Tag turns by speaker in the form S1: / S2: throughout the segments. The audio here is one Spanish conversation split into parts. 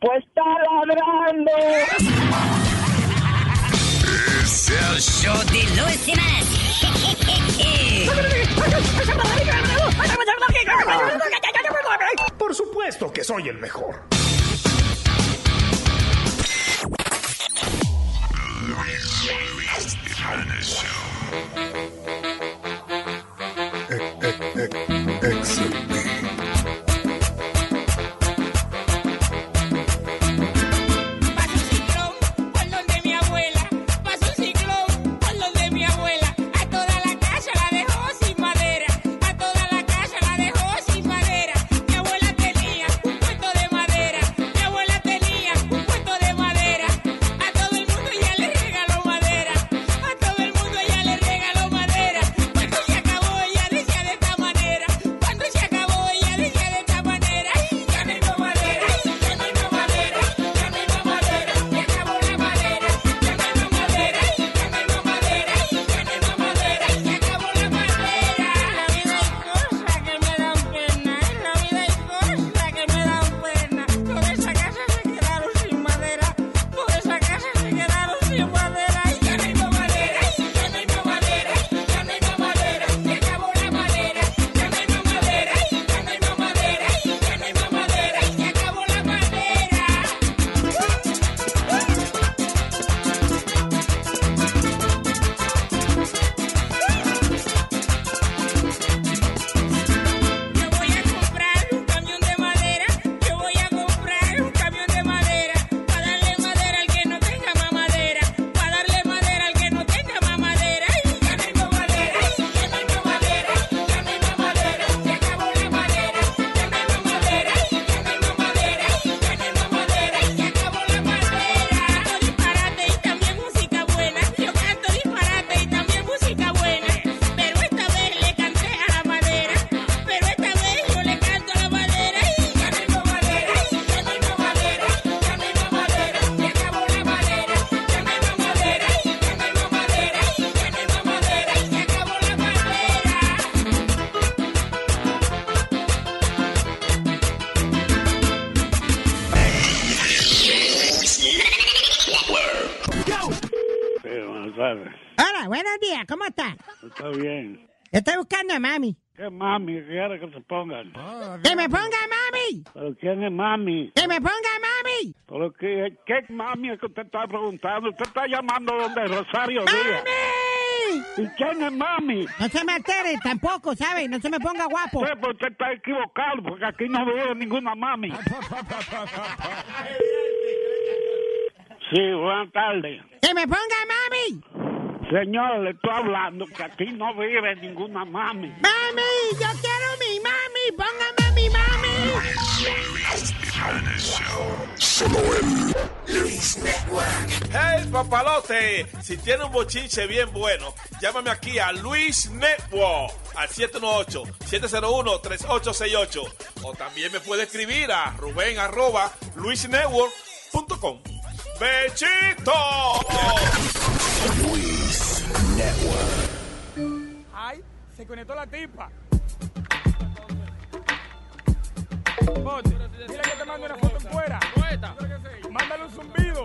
S1: Pues está ladrando.
S2: Es el show de Luis
S3: Por supuesto que soy el mejor.
S4: Pasó un ciclón por donde mi abuela, pasó un ciclón por donde mi abuela, a toda la casa la dejó sin madera, a toda la casa la dejó sin madera, mi abuela tenía un puesto de madera, mi abuela tenía un puesto de madera, a todo el mundo ella le regaló madera, a todo el mundo ella le regaló madera, cuando se acabó ella decía de esta manera, cuando se acabó ella decía de esta manera, ay, ya no tengo madera, ay, ya no tengo madera, ya no tengo madera, se acabó la madera, ya no tengo madera, ay, ya no tengo madera, ay, ya no tengo madera, se acabó la madera. La vida hay cosas que me dan pena, en la vida hay cosas que me dan pena, toda esa casa se quedaron sin madera, toda esa casa se quedaron sin madera, ay, ya no tengo madera, ay, ya no tengo madera, ay, ya no tengo madera, se acabó la madera, ya no tengo madera, ay, ya no tengo madera, ay, ya no tengo madera, se acabó la madera. Yo voy a comprar un camión de madera, yo voy a comprar un camión de madera, para darle madera al que no tenga más madera, para darle madera al que no tenga más madera, y ya no tengo madera, y ya no tengo madera, ya no tengo madera, se acabó la madera, ya no tengo madera, y ya no tengo madera, y ya no tengo madera, se acabó la madera. Canto disparate y también música buena, yo canto disparate y también música buena, pero esta vez le canté a la madera. Pero esta vez yo le canto a la madera y ya no tengo madera, y ya no tengo madera, ya no tengo madera, se acabó la madera, ya no tengo madera, y ya no tengo madera, y ya no tengo madera, se acabó la madera.
S5: Hola, buenos días, ¿cómo está?
S6: Está bien.
S5: Estoy buscando a mami.
S6: ¿Qué mami quiere que te pongan?
S5: ¡Que me ponga mami!
S6: ¿Pero quién es mami?
S5: ¡Que me ponga mami!
S6: ¿Pero qué, qué mami es que usted está preguntando? Usted está llamando donde Rosario Díaz. ¿Y
S5: ¡Mami!
S6: quién es mami?
S5: No se me altere tampoco, ¿sabes? No se me ponga guapo.
S6: Usted, pues, usted está equivocado pues. porque aquí no veo ninguna mami. Sí, buenas tardes.
S5: ¡Que me ponga mami!
S6: Señor, le estoy hablando que aquí no vive ninguna mami.
S5: ¡Mami! ¡Yo quiero mi mami! ¡Póngame a mi mami!
S7: Hey, papalote, si tiene un bochinche bien bueno, llámame aquí a Luis Network al 718-701-3868. O también me puede escribir a Rubén arroba luisnetwork.com. ¡Bechito!
S4: Ay, se conectó la tipa. mira que te mando una foto en fuera. Mándale un zumbido.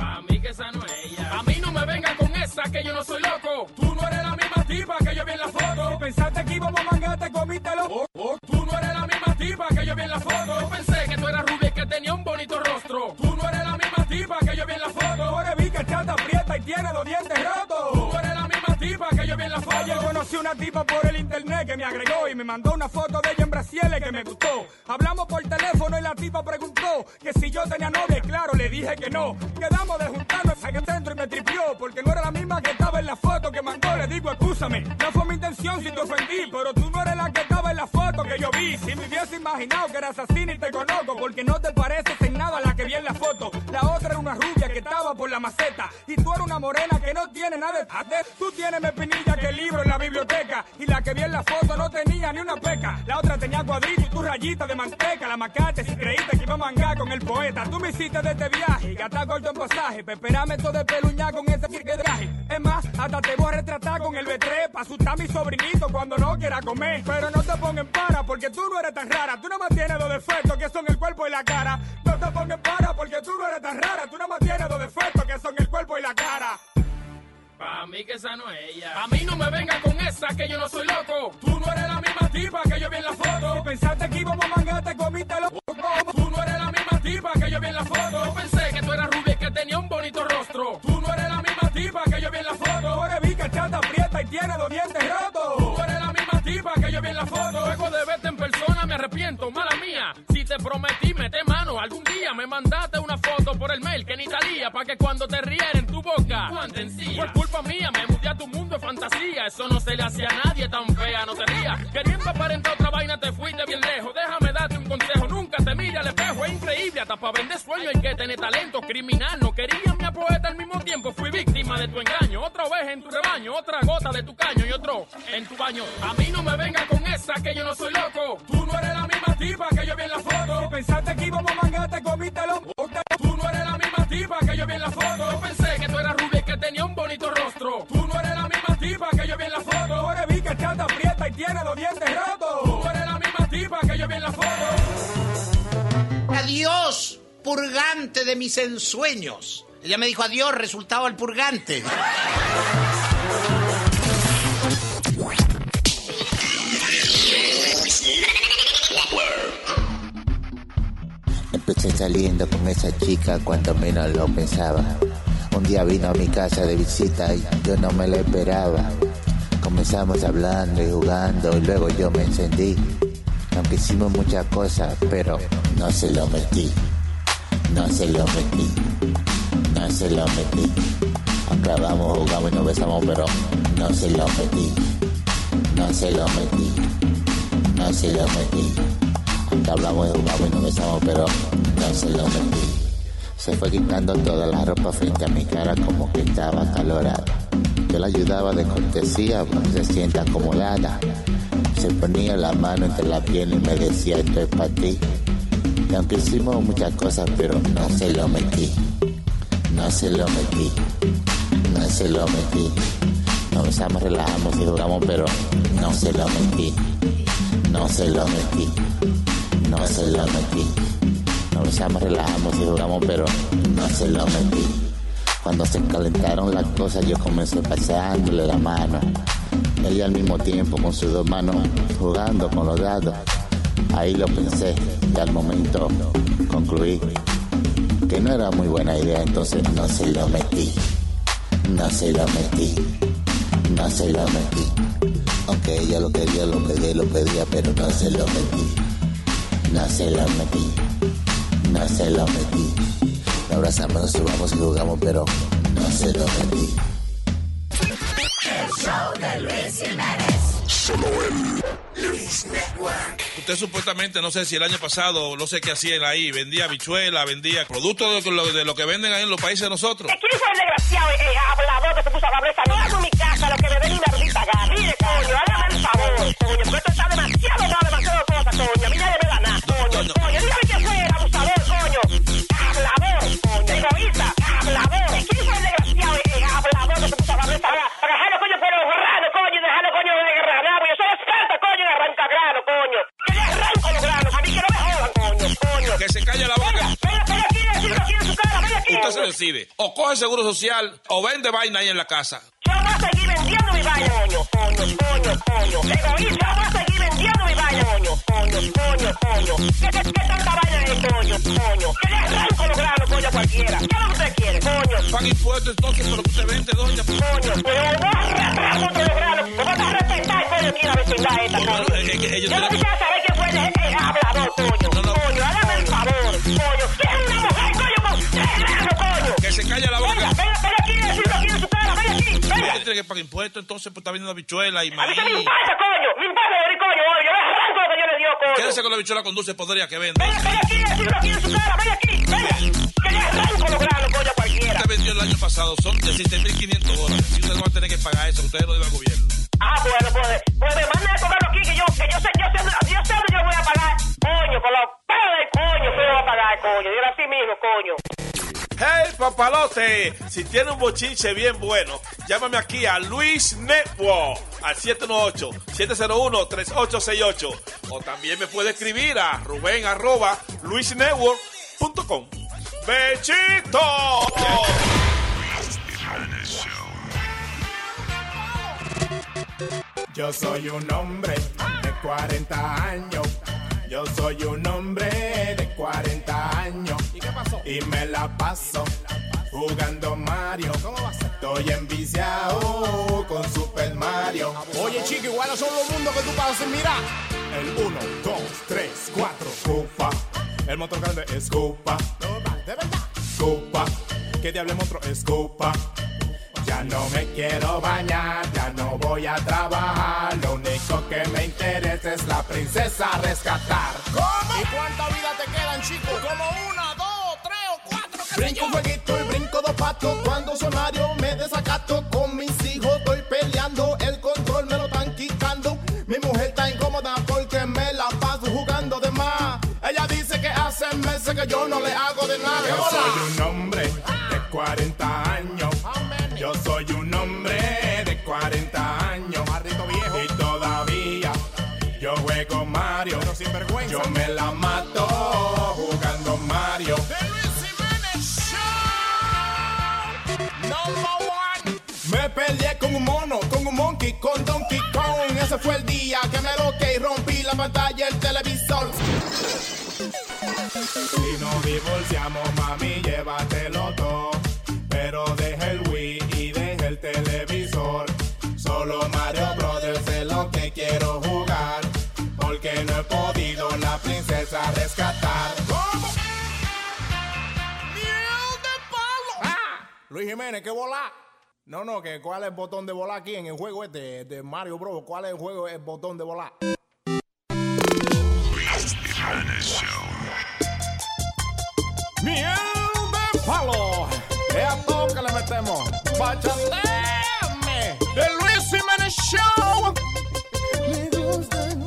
S4: A mí que esa no es ella. A mí no me venga con esa que yo no soy loco. Tú no eres la misma tipa que yo vi en la foto. pensaste que íbamos a mangarte, comítelo. Tú no eres la misma tipa que yo vi en la foto. Yo pensé que tú eras rubia y que tenía un bonito rostro. Tú no eres la misma tipa que yo vi en la foto. Ahora vi que chata aprieta y tiene los dientes rotos. Tú no eres la misma tipa que yo vi en la foto. Yo conocí una tipa por el internet que me agregó y me mandó una foto de ella en Brasiles que me gustó. Hablamos por teléfono y la tipa preguntó que si yo tenía novia. y Claro, le dije que no. Quedamos de juntarnos en el centro y me tripió porque no era la misma que estaba en la foto que mandó. Le digo, escúchame, no fue mi intención si te ofendí, pero tú no eres la que estaba en la foto que yo vi. Si me hubiese imaginado que eras así ni te conozco porque no te pareces en nada a la que vi en la foto. La otra era una rubia que
S8: estaba por la maceta. Y tú eres una morena que no tiene nada de hacer. Tú tienes mi pinilla que el libro en la biblioteca. Y la que vi en la foto no tenía ni una peca. La otra tenía cuadrito y tu rayita de manteca. La macate si creíste que iba a mangar con el poeta. Tú me hiciste de este viaje. Gata corto en pasaje. Peperame todo de peluña con ese que traje. Es más, hasta te voy a retratar con el betre. Pa' asustar a mi sobrinito cuando no quiera comer. Pero no te pongan para porque tú no eres tan rara. Tú no más tienes dos defectos que son el cuerpo y la cara. No te pongan para porque tú no eres tan rara. Tú no más tienes dos defectos que son el cuerpo y la cara.
S3: Pa' mí que esa no es ella.
S8: A mí no me venga con esa que yo no soy loco. Tú no eres la misma tipa que yo vi en la foto. Si pensaste que íbamos a mangar, te comiste los cocos. Tú no eres la misma tipa que yo vi en la foto. Yo pensé que tú eras rubia y que tenía un bonito rostro. Tú no eres la misma tipa que yo vi en la foto. Tú eres bica, chata, aprieta y tiene los dientes rotos. Tú eres la misma tipa que yo vi en la foto. Luego de verte en persona me arrepiento, mala mía. Si te prometí, mete mano. Algún día me mandaste una foto por el mail que ni talía. Pa' que cuando te rieren tu boca, guante encía. Fue culpa mía, me mudé a tu mundo de fantasía. Eso no se le hacía a nadie tan fea, no te rías. Queriendo aparentar otra vaina, te fuiste bien lejos. Déjame darte un consejo, nunca te mira al espejo. Es increíble, hasta para vender sueño hay que tener talento. Criminal, no quería mi poeta al mismo tiempo. Fui víctima de tu engaño. Otra vez en tu rebaño, otra gota de tu caño y otro en tu baño. A mí no me venga con esa que yo no soy loco. Tú no eres la misma tipa que yo vi en la foto. Si pensaste que íbamos a mangar, te comiste los mocos. Tú no eres la misma tipa que yo vi en la foto. Yo pensé que tú eras rubia y que tenía un bonito rostro. Tú no eres la misma tipa que yo vi en la foto. Tú eres bica, chata, aprieta y tiene los dientes rotos. Tú no eres la misma tipa que yo vi en la foto.
S9: Adiós, purgante de mis ensueños. Ella me dijo adiós, resultado al purgante.
S10: Empecé saliendo con esa chica cuando menos lo pensaba. Un día vino a mi casa de visita y yo no me la esperaba. Comenzamos hablando y jugando y luego yo me encendí. Aunque hicimos muchas cosas, pero no se lo metí. No se lo metí. No se lo metí. Acabamos, jugamos y nos besamos, pero no se lo metí. No se lo metí. No se lo metí. Aunque hablamos y jugamos y nos besamos, pero no se lo metí. Se fue quitando toda la ropa frente a mi cara como que estaba acalorada. Yo la ayudaba de cortesía, pues se sienta acomodada. Se ponía la mano entre la piel y me decía esto es para ti. Y aunque hicimos muchas cosas, pero no se lo metí. No se lo metí. No se lo metí. Nos besamos, relajamos y jugamos, pero no se lo metí. No se lo metí. No se lo metí. Nos besamos, relajamos y jugamos, pero no se lo metí. Cuando se calentaron las cosas, yo comencé paseándole la mano. Ella al mismo tiempo con sus dos manos jugando con los dados. Ahí lo pensé y al momento concluí que no era muy buena idea, entonces no se lo metí. No se lo metí. No se lo metí. Aunque ella lo quería, lo pedía, lo pedía, pero no se lo metí. No se lo metí. No se lo metí. Nos abrazamos, nos subamos y jugamos, pero no se lo metí.
S5: El show de Luis Jiménez. Solo en Luis Network.
S11: Usted supuestamente, no sé si el año pasado, no sé qué hacían ahí, vendía bichuela, vendía productos de lo, de lo que venden ahí en los países de nosotros.
S6: Tú no eres desgraciado, eh, hablador que se puso a hablar esa. No hago en mi casa lo que me ven y me ardita acá. Mire, coño, hágame el favor, coño. Porque esto está demasiado mal, demasiado cosa, coño. A mí nadie me da nada, coño. Coño, dígame quién fue el abusador, coño. Hablador, coño. Egoísta, hablador. ¿Quién fue el desgraciado, eh, hablador que se puso a hablar esa? Para dejarlo, coño, pero borrado, coño. y Dejarlo, coño, de grano. Yo soy experta, coño, en arranca grano, coño. Que le arranco los granos. A mí que no me jodan, coño, coño.
S11: Que se calle la boca.
S6: Venga, venga aquí, decirlo aquí en su cara, venga aquí.
S11: Usted se decide. O coge seguro social o vende vaina ahí en la casa.
S6: Yo voy a seguir vendiendo mi vaina, coño, coño, coño, coño. Egoísta, yo voy a seguir vendiendo mi vaina, coño, coño, coño, coño. ¿Qué, qué, qué tanta vaina es, coño, coño? Que le arranco los granos, coño, a cualquiera. ¿Qué es lo que usted quiere, coño?
S11: Paga impuestos entonces por lo que usted vende, doña.
S6: Coño, pero le voy a arrastrar contra los granos. Me vas a respetar, coño, aquí en la vecindad esta, coño.
S11: Es que- que ellos
S6: Yo no
S11: tienen-
S6: quisiera saber quién fue el, el hablador, coño. Coño, hágame el favor, coño. ¿Qué es una mujer, coño, con tres granos, coño?
S11: Que se calle la boca.
S6: Venga, venga, venga aquí, decirlo aquí en su cara, venga aquí, venga.
S11: Usted tiene que pagar impuestos entonces por estar vendiendo bichuela y
S6: A mí
S11: maíz.
S6: se me impasa, coño. Me impasa de coño, coño. Yo me arranco lo que yo le dio, coño.
S11: Quédese con la bichuela con dulce podría que vende.
S6: Venga aquí, decirlo aquí en su cara, venga aquí, venga. Que le arranco los granos, coño, a cualquiera.
S7: de 6.500 dólares. Y ustedes no van a tener que pagar eso, ustedes lo deben al gobierno.
S6: Ah, bueno, pues, pues me mandan a cobrarlo aquí, que yo, que yo sé, yo sé, yo sé dónde yo lo voy a pagar. Coño, con los pelos del coño, que yo voy a pagar, coño. Yo era así mismo, coño.
S7: Hey, papalote, si tiene un bochinche bien bueno, llámame aquí a Luis Network al 718-701-3868. O también me puede escribir a Rubén arroba luisnetwork.com. ¡Bechito!
S12: Yo soy un hombre de 40 años. Yo soy un hombre de 40 años. ¿Y qué pasó? Y me la paso jugando Mario. ¿Cómo va a ser? Estoy enviciado con Super Mario.
S13: Oye, chico, igual son los mundos que tú pasas sin mirar.
S12: El 1, 2, 3, 4, Cupa. El motor grande es Cupa.
S13: De verdad.
S12: Cupa. Que diable monstruo es Cupa. Ya no me quiero bañar, ya no voy a trabajar. Lo único que me interesa es la princesa a rescatar.
S13: ¿Cómo? ¿Y cuánta vida te quedan, chicos? Como una, dos, tres o cuatro. ¿qué sé
S12: Brinco un jueguito y brinco dos patos. Cuando sonario me desacato. Con mis hijos estoy peleando. El control me lo están quitando. Mi mujer está incómoda porque me la paso jugando de más. Ella dice que hace meses que yo no le hago de nada.
S13: ¡Qué
S12: Yo
S13: bola!
S12: soy un hombre de 40 años. Yo soy un hombre de 40 años. Y todavía yo juego Mario. Yo me la mato jugando Mario. Me peleé con un mono, con un monkey, con Donkey Kong. Ese fue el día que me loqué y rompí la pantalla del televisor. Si nos divorciamos, mami, llévatelo todo. Pero deja el Wii y deja el televisor. Solo Mario Brothers es lo que quiero jugar. Porque no he podido la princesa rescatar. Ah.
S7: Ah,
S13: Luis Jiménez, ¿qué volá? No, no, que cuál es el botón de volar aquí en el juego este de Mario Bros. ¿Cuál es el juego el botón de volar?
S12: Miel de palo.
S13: Es a todo que le metemos. Bachateame de Luis Jiménez Show.
S14: Me gustan.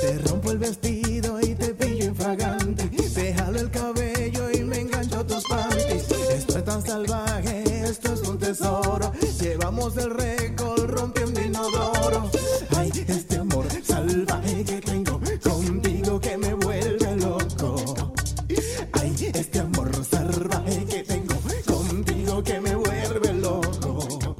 S14: Te rompo el vestido y te pillo infragante. Te jalo el cabello y me engancho a tus panties. Esto es tan salvaje, esto es un tesoro. Llevamos el récord rompiendo inodoro. Ay, este amor salvaje que tengo contigo que me vuelve loco. Ay, este amor salvaje eh, que tengo contigo que me vuelve loco.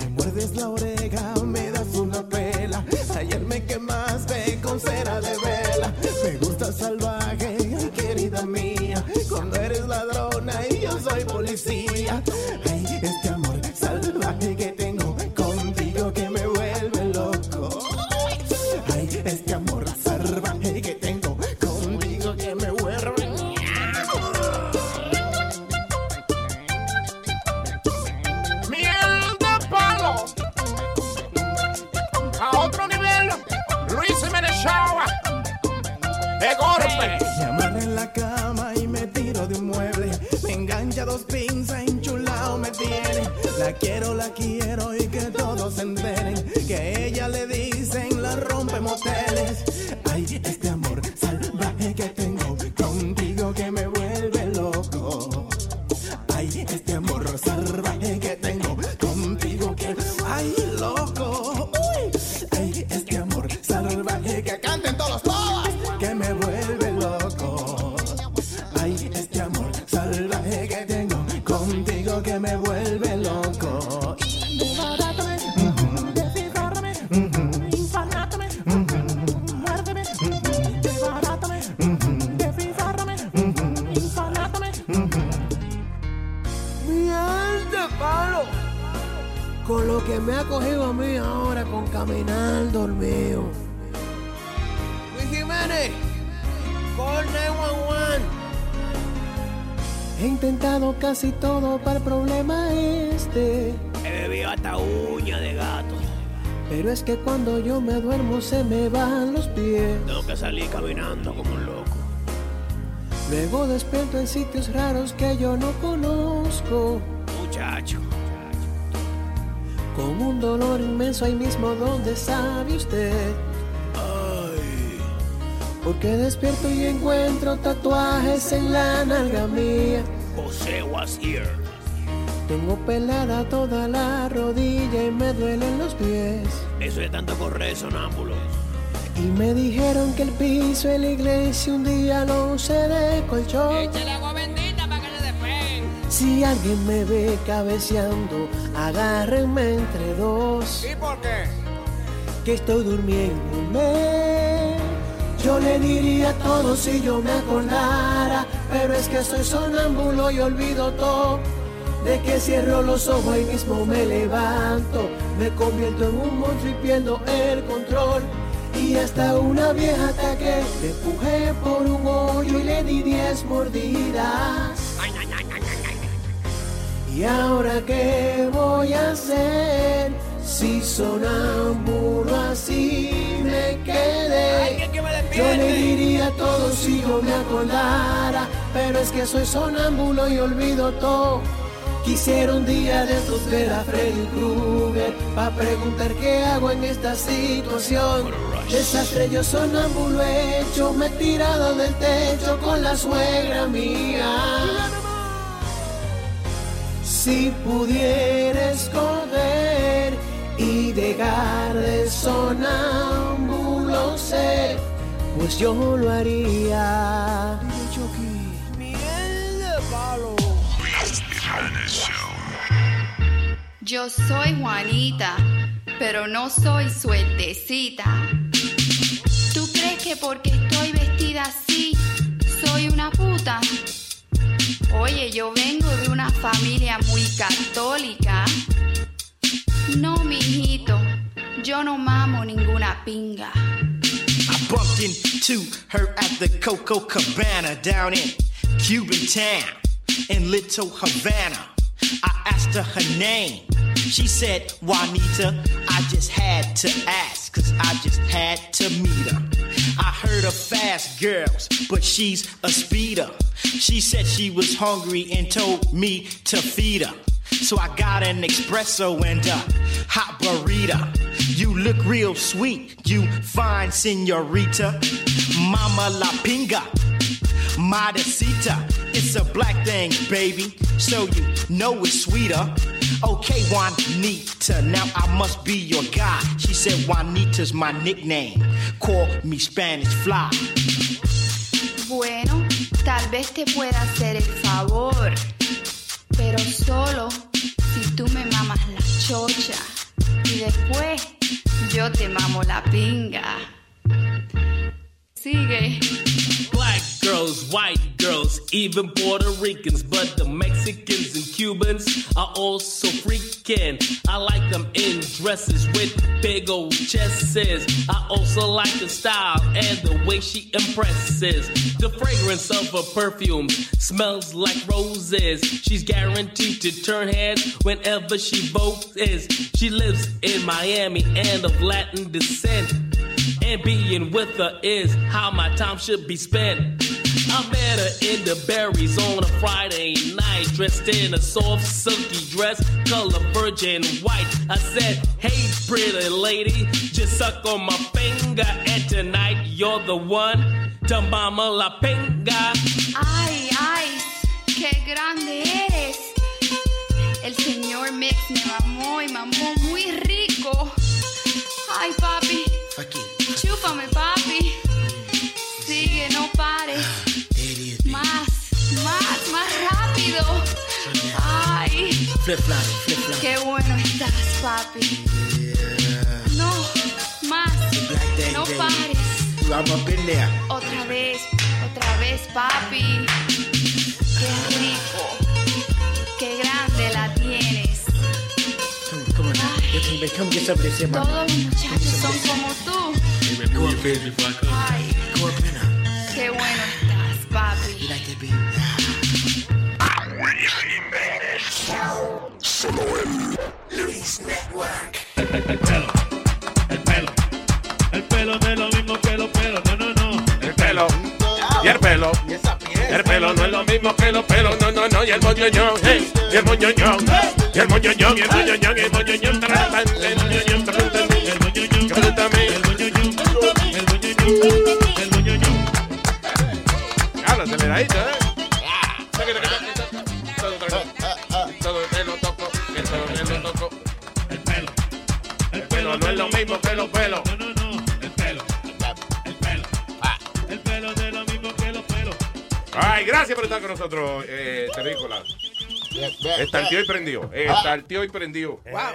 S14: Me muerdes la oreja, me das una pela. Ayer me quemaste con cera de vela. Me gusta salvaje, ay, querida mía. Cuando eres ladrona y yo soy policía. Ay, este amor salvaje que tengo contigo que me vuelve loco. Ay, este amor salvaje que tengo contigo que me vuelve
S13: Miel de palo. A otro nivel. Luis Jiménez Show. De golpe.
S14: Me amarra en la cama y me tiro de un mueble. Me engancha dos pinzas, enchulado me tiene. La quiero, la quiero y que todos se enteren. Que ella le dicen la rompe moteles. Ay, este amor salvaje que tengo contigo que me vuelve loco. Ay, este amor salvaje que tengo contigo que. Ay, loco. Uy. Ay, este amor salvaje que canten todos, todas. Que me vuelve loco. Oh. Ay, este amor salvaje que tengo contigo que me vuelve loco.
S5: Desbarátame, descifrárame, infartátame, muérdeme. Desbarátame, descifrárame, infartátame.
S14: Miel de palo. Con lo que me ha cogido a mí ahora con caminar dormido. Luis Jiménez, call 911. He intentado casi todo para el problema este.
S15: He bebido hasta uña de gato.
S14: Pero es que cuando yo me duermo se me van los pies.
S15: Tengo que salir caminando como un loco.
S14: Luego despierto en sitios raros que yo no conozco.
S15: Muchacho,
S14: con un dolor inmenso ahí mismo donde sabe usted. Ay. Porque despierto y encuentro tatuajes en la nalga mía.
S15: José was here.
S14: Tengo pelada toda la rodilla y me duelen los pies.
S15: Eso de tanto correr sonámbulo.
S14: Y me dijeron que el piso en la iglesia un día lo usé de colchón.
S8: Échale agua bendita para que le despeguen.
S14: Si alguien me ve cabeceando, agárrenme entre dos.
S16: ¿Y por qué?
S14: Que estoy durmiéndome. Yo le diría todo si yo me acordara, pero es que soy sonámbulo y olvido todo. De que cierro los ojos ahí mismo me levanto, me convierto en un monstruo y pierdo el control. Y hasta una vieja ataque, le empujé por un hoyo y le di diez mordidas. ¿Y ahora qué voy a hacer? Si sonámbulo así me quedé. Yo le diría todo si yo me acordara, pero es que soy sonámbulo y olvido todo. Quisiera un día de estos ver a Freddy Krueger Pa' preguntar qué hago en esta situación Desastre yo sonámbulo hecho Me he tirado del techo con la suegra mía Si pudiera escoger Y dejar de sonámbulo ser Pues yo lo haría
S17: Yo soy Juanita, pero no soy suertecita. ¿Tú crees que porque estoy vestida así, soy una puta? Oye, yo vengo de una familia muy católica. No, mijito, yo no mamo ninguna pinga.
S18: I bumped into her at the Coco Cabana down in Cuban town in Little Havana. I asked her her name. She said, Juanita, I just had to ask, cause I just had to meet her. I heard of fast girls, but she's a speeder. She said she was hungry and told me to feed her. So I got an espresso and a hot burrito. You look real sweet, you fine senorita. Mama La Pinga. Modestita, it's a black thing, baby. So you know it's sweeter. Okay, Juanita, now I must be your guy. She said, Juanita's my nickname. Call me Spanish Fly.
S17: Bueno, tal vez te pueda hacer el favor, pero solo si tú me mamas la chocha y después yo te mamo la pinga. Sigue.
S19: Black girls, white girls, even Puerto Ricans, but the Mexicans and Cubans are also freaking. I like them in dresses with big old chests. I also like the style and the way she impresses. The fragrance of her perfume smells like roses. She's guaranteed to turn heads whenever she votes. She lives in Miami and of Latin descent. And being with her is how my time should be spent. I met her in the berries on a Friday night, dressed in a soft, silky dress, color virgin white. I said, Hey, pretty lady, just suck on my finger, and tonight you're the one to mama la pinga.
S17: Ay, ay, qué grande eres. El señor Mex me mamó y mamó muy rico. Ay, papi.
S18: Aquí.
S17: Chúpame, papi. Sigue, no pares.
S18: Idiot.
S17: Más, más, más rápido. Ay,
S18: Flip flop, flip flop.
S17: qué bueno estás, papi. No, más.
S18: Black thing,
S17: No
S18: baby.
S17: pares.
S18: You, I'm up in there.
S17: Otra vez, otra vez, papi. Qué rico. Qué grande la tienes.
S18: Come, come on. now. Listen, babe, come get some of this here, my
S17: Todos los muchachos son como tú.
S18: Go up in there.
S17: Ay,
S18: Go up in there.
S17: qué bueno estás, papi.
S18: You like that, baby?
S20: El pelo, el pelo, el pelo no es lo mismo que los pelos, no, no, no. El pelo, y el pelo, el pelo no es lo mismo que los pelos, no, no, no. Y el moñoño, hey, y el moñoño, hey.
S21: El moñoñón, el moñoñón, el moñoñón, tararán, el moñoñón, tararán, el moñoñón, cántame, el moñoñón, el moñoñón, el moñoñón.
S22: Habla aceleradito, ¿eh?
S23: Ah,
S21: El pelo no es lo mismo, pelo, pelo. No, no, no, el pelo. El pelo no es lo mismo que los pelos.
S22: Ah. Ay, gracias por estar con nosotros, eh, Terrícola. Estartió y prendió. eh, Estartió y prendió.
S9: Wow.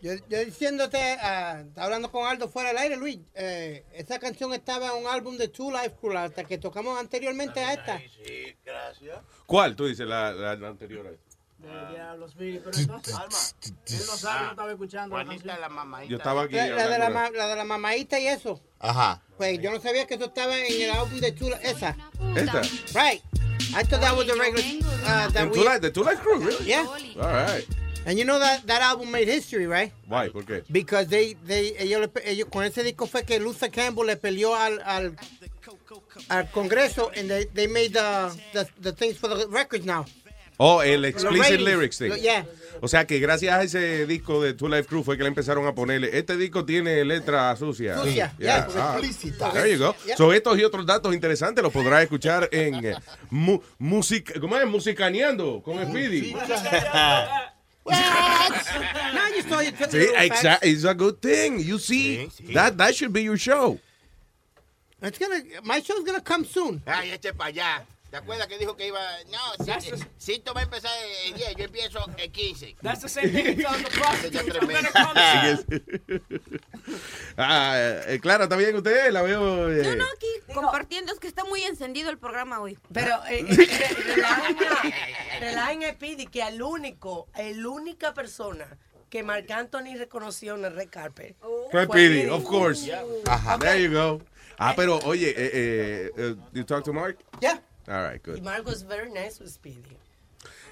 S9: Yo, yo diciéndote, ah, estaba hablando con Aldo fuera del aire, Luis. eh, esa canción estaba en un álbum de Two Life Crew, hasta que tocamos anteriormente a esta.
S21: Sí, gracias.
S22: ¿Cuál? Tú dices la, la- la anterior. a esa.
S24: Diablos, Miguel, pero entonces, Alma, él no
S9: Ah,
S24: sabe, no estaba escuchando. la canción.
S22: Yo estaba aquí.
S9: La, la de la,
S22: hablando.
S9: ma- la de la mamadita y eso.
S22: Ajá.
S9: Pues yo no sabía que eso estaba en el álbum de Two Life. Esa.
S22: Esta.
S9: Right. I thought that was the regular. Uh, that
S22: En
S9: we-
S22: Two Life- The Two Life Crew, really?
S9: Yeah.
S22: All right.
S9: And you know that that album made history, right?
S22: Why? ¿Por qué?
S9: Because they, they, ellos, le pe- ellos- con ese disco fue que Luther Campbell le peleó al, al, al Congreso and they, they made the, the, the things for the records now.
S22: Oh, el explicit
S9: ratings.
S22: lyrics thing.
S9: Lo- yeah.
S22: O sea que gracias a ese disco de Two Life Crew fue que le empezaron a ponerle. Este disco tiene letra sucia.
S9: Sucia,
S22: Yeah.
S9: yeah, porque
S22: Ah.
S9: explícita.
S22: There you go.
S9: Yeah.
S22: So estos y otros datos interesantes los podrás escuchar en eh, mu- music, ¿cómo es? Musicaneando con Speedy.
S9: Now you saw it.
S22: Sí, exa- It's a good thing. You see, that that should be your show.
S9: It's gonna, my show's gonna come soon.
S24: Ay, este para allá. ¿Te acuerdas que dijo que iba? No,
S9: That's
S24: Cito- Cito va a empezar el 10, yo empiezo el 15.
S25: That's the same thing he tells the prostitutes.
S24: Ya tres
S25: I'm gonna
S24: meses.
S25: come
S22: ah, eh, Clara, ¿está bien usted? La veo. eh,
S26: No, aquí compartiendo, es que está muy encendido el programa hoy.
S25: Pero, eh, eh, eh, relajen a- relajen a Speedy, que al único, el única persona que Marc Anthony reconoció en el Red Carpet.
S22: Fue Speedy, of course.
S25: Ajá.
S22: There you go. Ah, pero oye, eh, eh, eh, you talk to Mark?
S25: Yeah.
S22: All right,
S25: Y
S22: good.
S25: Mark was very nice with Speedy.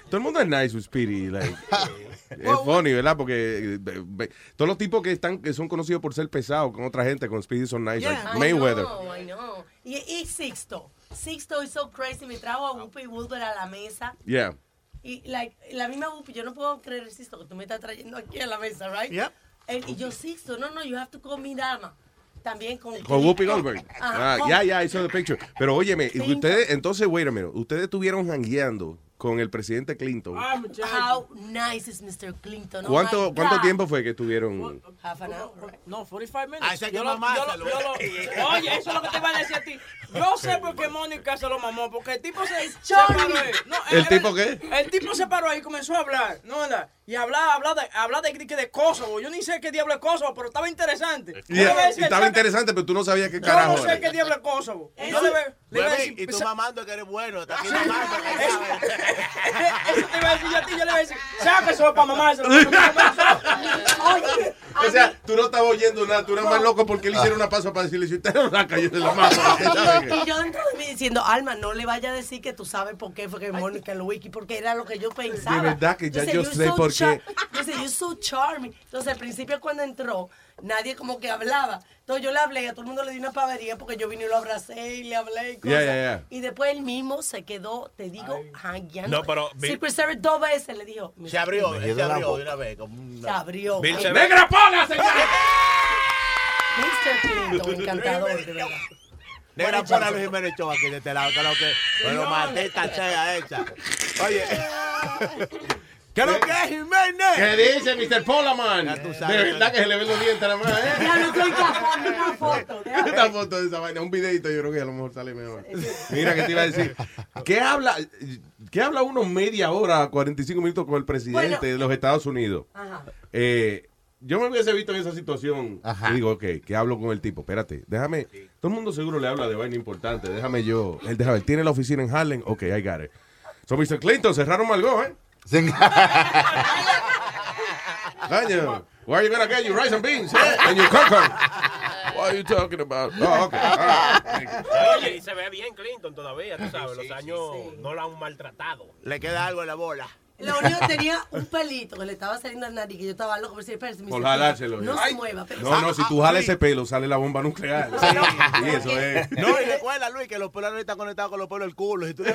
S22: Todo el mundo es nice with Speedy, like. eh, es funny, ¿verdad? Porque eh, be- be- todos los tipos que están que son conocidos por ser pesados con otra gente, con Speedy son nice, like Mayweather.
S25: I know, I know. Y, y Sixto. Sixto is so crazy. Me trajo a Whoopi Wilbur a la mesa.
S22: Yeah.
S25: Y like, la misma Whoopi, yo no puedo creer, Sixto, que tú me estás trayendo aquí a la mesa, right?
S22: Yep.
S25: And- y yo, Sixto, no, no, you have to call me dama. También con...
S22: Con Whoopi Goldberg.
S25: Ajá,
S22: Ah,
S25: con-
S22: ya, ya, I saw the picture. Pero óyeme, y
S25: Clinton.
S22: ustedes, entonces, wait a minute, ustedes estuvieron jangueando con el presidente Clinton.
S25: Ah,
S24: Ah,
S25: How nice is Mr. Clinton. oh
S22: ¿Cuánto,
S25: my
S22: cuánto
S25: God.
S22: tiempo fue que estuvieron?
S25: Half an hour.
S24: No, 45
S25: minutes.
S24: Ah, esa que
S25: Yo lo-
S24: mamá
S25: yo
S24: se
S25: lo-
S24: lo-
S25: yo lo-
S24: Oye, eso es lo que te iba a decir a ti. Yo sé por qué Mónica se lo mamó, porque el tipo se, se
S25: Charlie.
S24: paró ahí. No,
S22: ¿El
S24: era-
S22: tipo qué?
S24: El tipo se paró ahí y comenzó a hablar, ¿no verdad? Y hablaba, hablaba de, hablaba de, que de Kosovo. Yo ni sé qué diablo es Kosovo, pero estaba interesante. Yo le
S22: Yeah,
S24: voy a decir,
S22: estaba
S24: "Chaca,
S22: interesante, pero tú no sabías
S24: Yo
S22: qué carajo.
S24: no sé
S22: era.
S24: qué diablo es Kosovo. Yo
S25: Eso-
S24: le voy- le iba a
S23: Bebé,
S24: decir,
S23: y tú
S24: "Sa-
S23: mamando que eres bueno. Está aquí
S24: Sí.
S23: mamando.
S24: Eso te iba a decir yo a ti, yo le iba a decir, saca eso para mamá. Oye,
S22: O sea, tú no estabas oyendo nada, tú eras más loco porque le hicieron una paso para decirle, si usted no la cayó de la mano. ¿sabes qué?
S25: Y yo dentro de mí diciendo, Alma, no le vaya a decir que tú sabes por qué fue que Mónica en el wiki, porque era lo que yo pensaba.
S22: De verdad que ya
S25: Entonces,
S22: yo
S25: you're
S22: sé por
S25: char-
S22: qué.
S25: Entonces, you're so charming. Entonces, al principio cuando entró, nadie como que hablaba. Entonces, yo le hablé y a todo el mundo le di una pavería porque yo vine y lo abracé y le hablé y cosas.
S22: Ya, ya, ya.
S25: Y después él mismo se quedó, te digo, jangueando.
S23: No, pero vi-
S25: Secret Service dos veces le dijo.
S23: Se abrió,
S25: "Mira,
S23: él se abrió de una vez. Como
S25: Se
S23: una...
S25: abrió.
S23: Bill se ve-
S25: ¡Negra
S22: pola, señora!
S25: Mr. Clinton, encantador, de verdad.
S23: Negra por Luis Jiménez Ochoa aquí de este lado. Claro que. Pero
S25: Señor.
S23: maté esta sea esa. Oye. ¿Qué es lo que es Jiménez?
S22: ¿Qué dice Mr. Polaman? De verdad que se le ven los dientes nada más, ¿eh?
S25: Ya no estoy cazando una foto.
S22: Esta foto de esa vaina, un videito yo creo que a lo mejor sale mejor. Mira, que te iba a decir, ¿qué habla, qué habla uno media hora, 45 minutos con el presidente
S25: Bueno.
S22: de los Estados Unidos?
S25: Ajá.
S22: Eh, yo me hubiese visto en esa situación y digo, ok, que hablo con el tipo, espérate, déjame, todo el mundo seguro le habla de vaina importante, déjame yo, él déjame, tiene la oficina en Harlem, ok, I got it. So, Mr. Clinton, cerraron Malgo, ¿eh? Coño, where are you gonna get your rice and beans? eh? And your cocoa? What are you talking about? Oh, okay, all right.
S27: Oye, y se ve bien Clinton todavía, tú sabes, los años no lo han maltratado.
S23: Le queda algo en la bola.
S25: Lo único tenía un pelito que le estaba saliendo al nariz que yo estaba loco por si espérese, mi
S22: Por
S25: señor,
S22: jalárselo.
S25: No
S22: Ay.
S25: se mueva, pero
S22: No, no, si tú jalas ese pelo, sale la bomba nuclear. Y eso es.
S23: No, y recuerda, Luis, que los pelos no están conectados con los pelos del culo. Si tú
S28: Si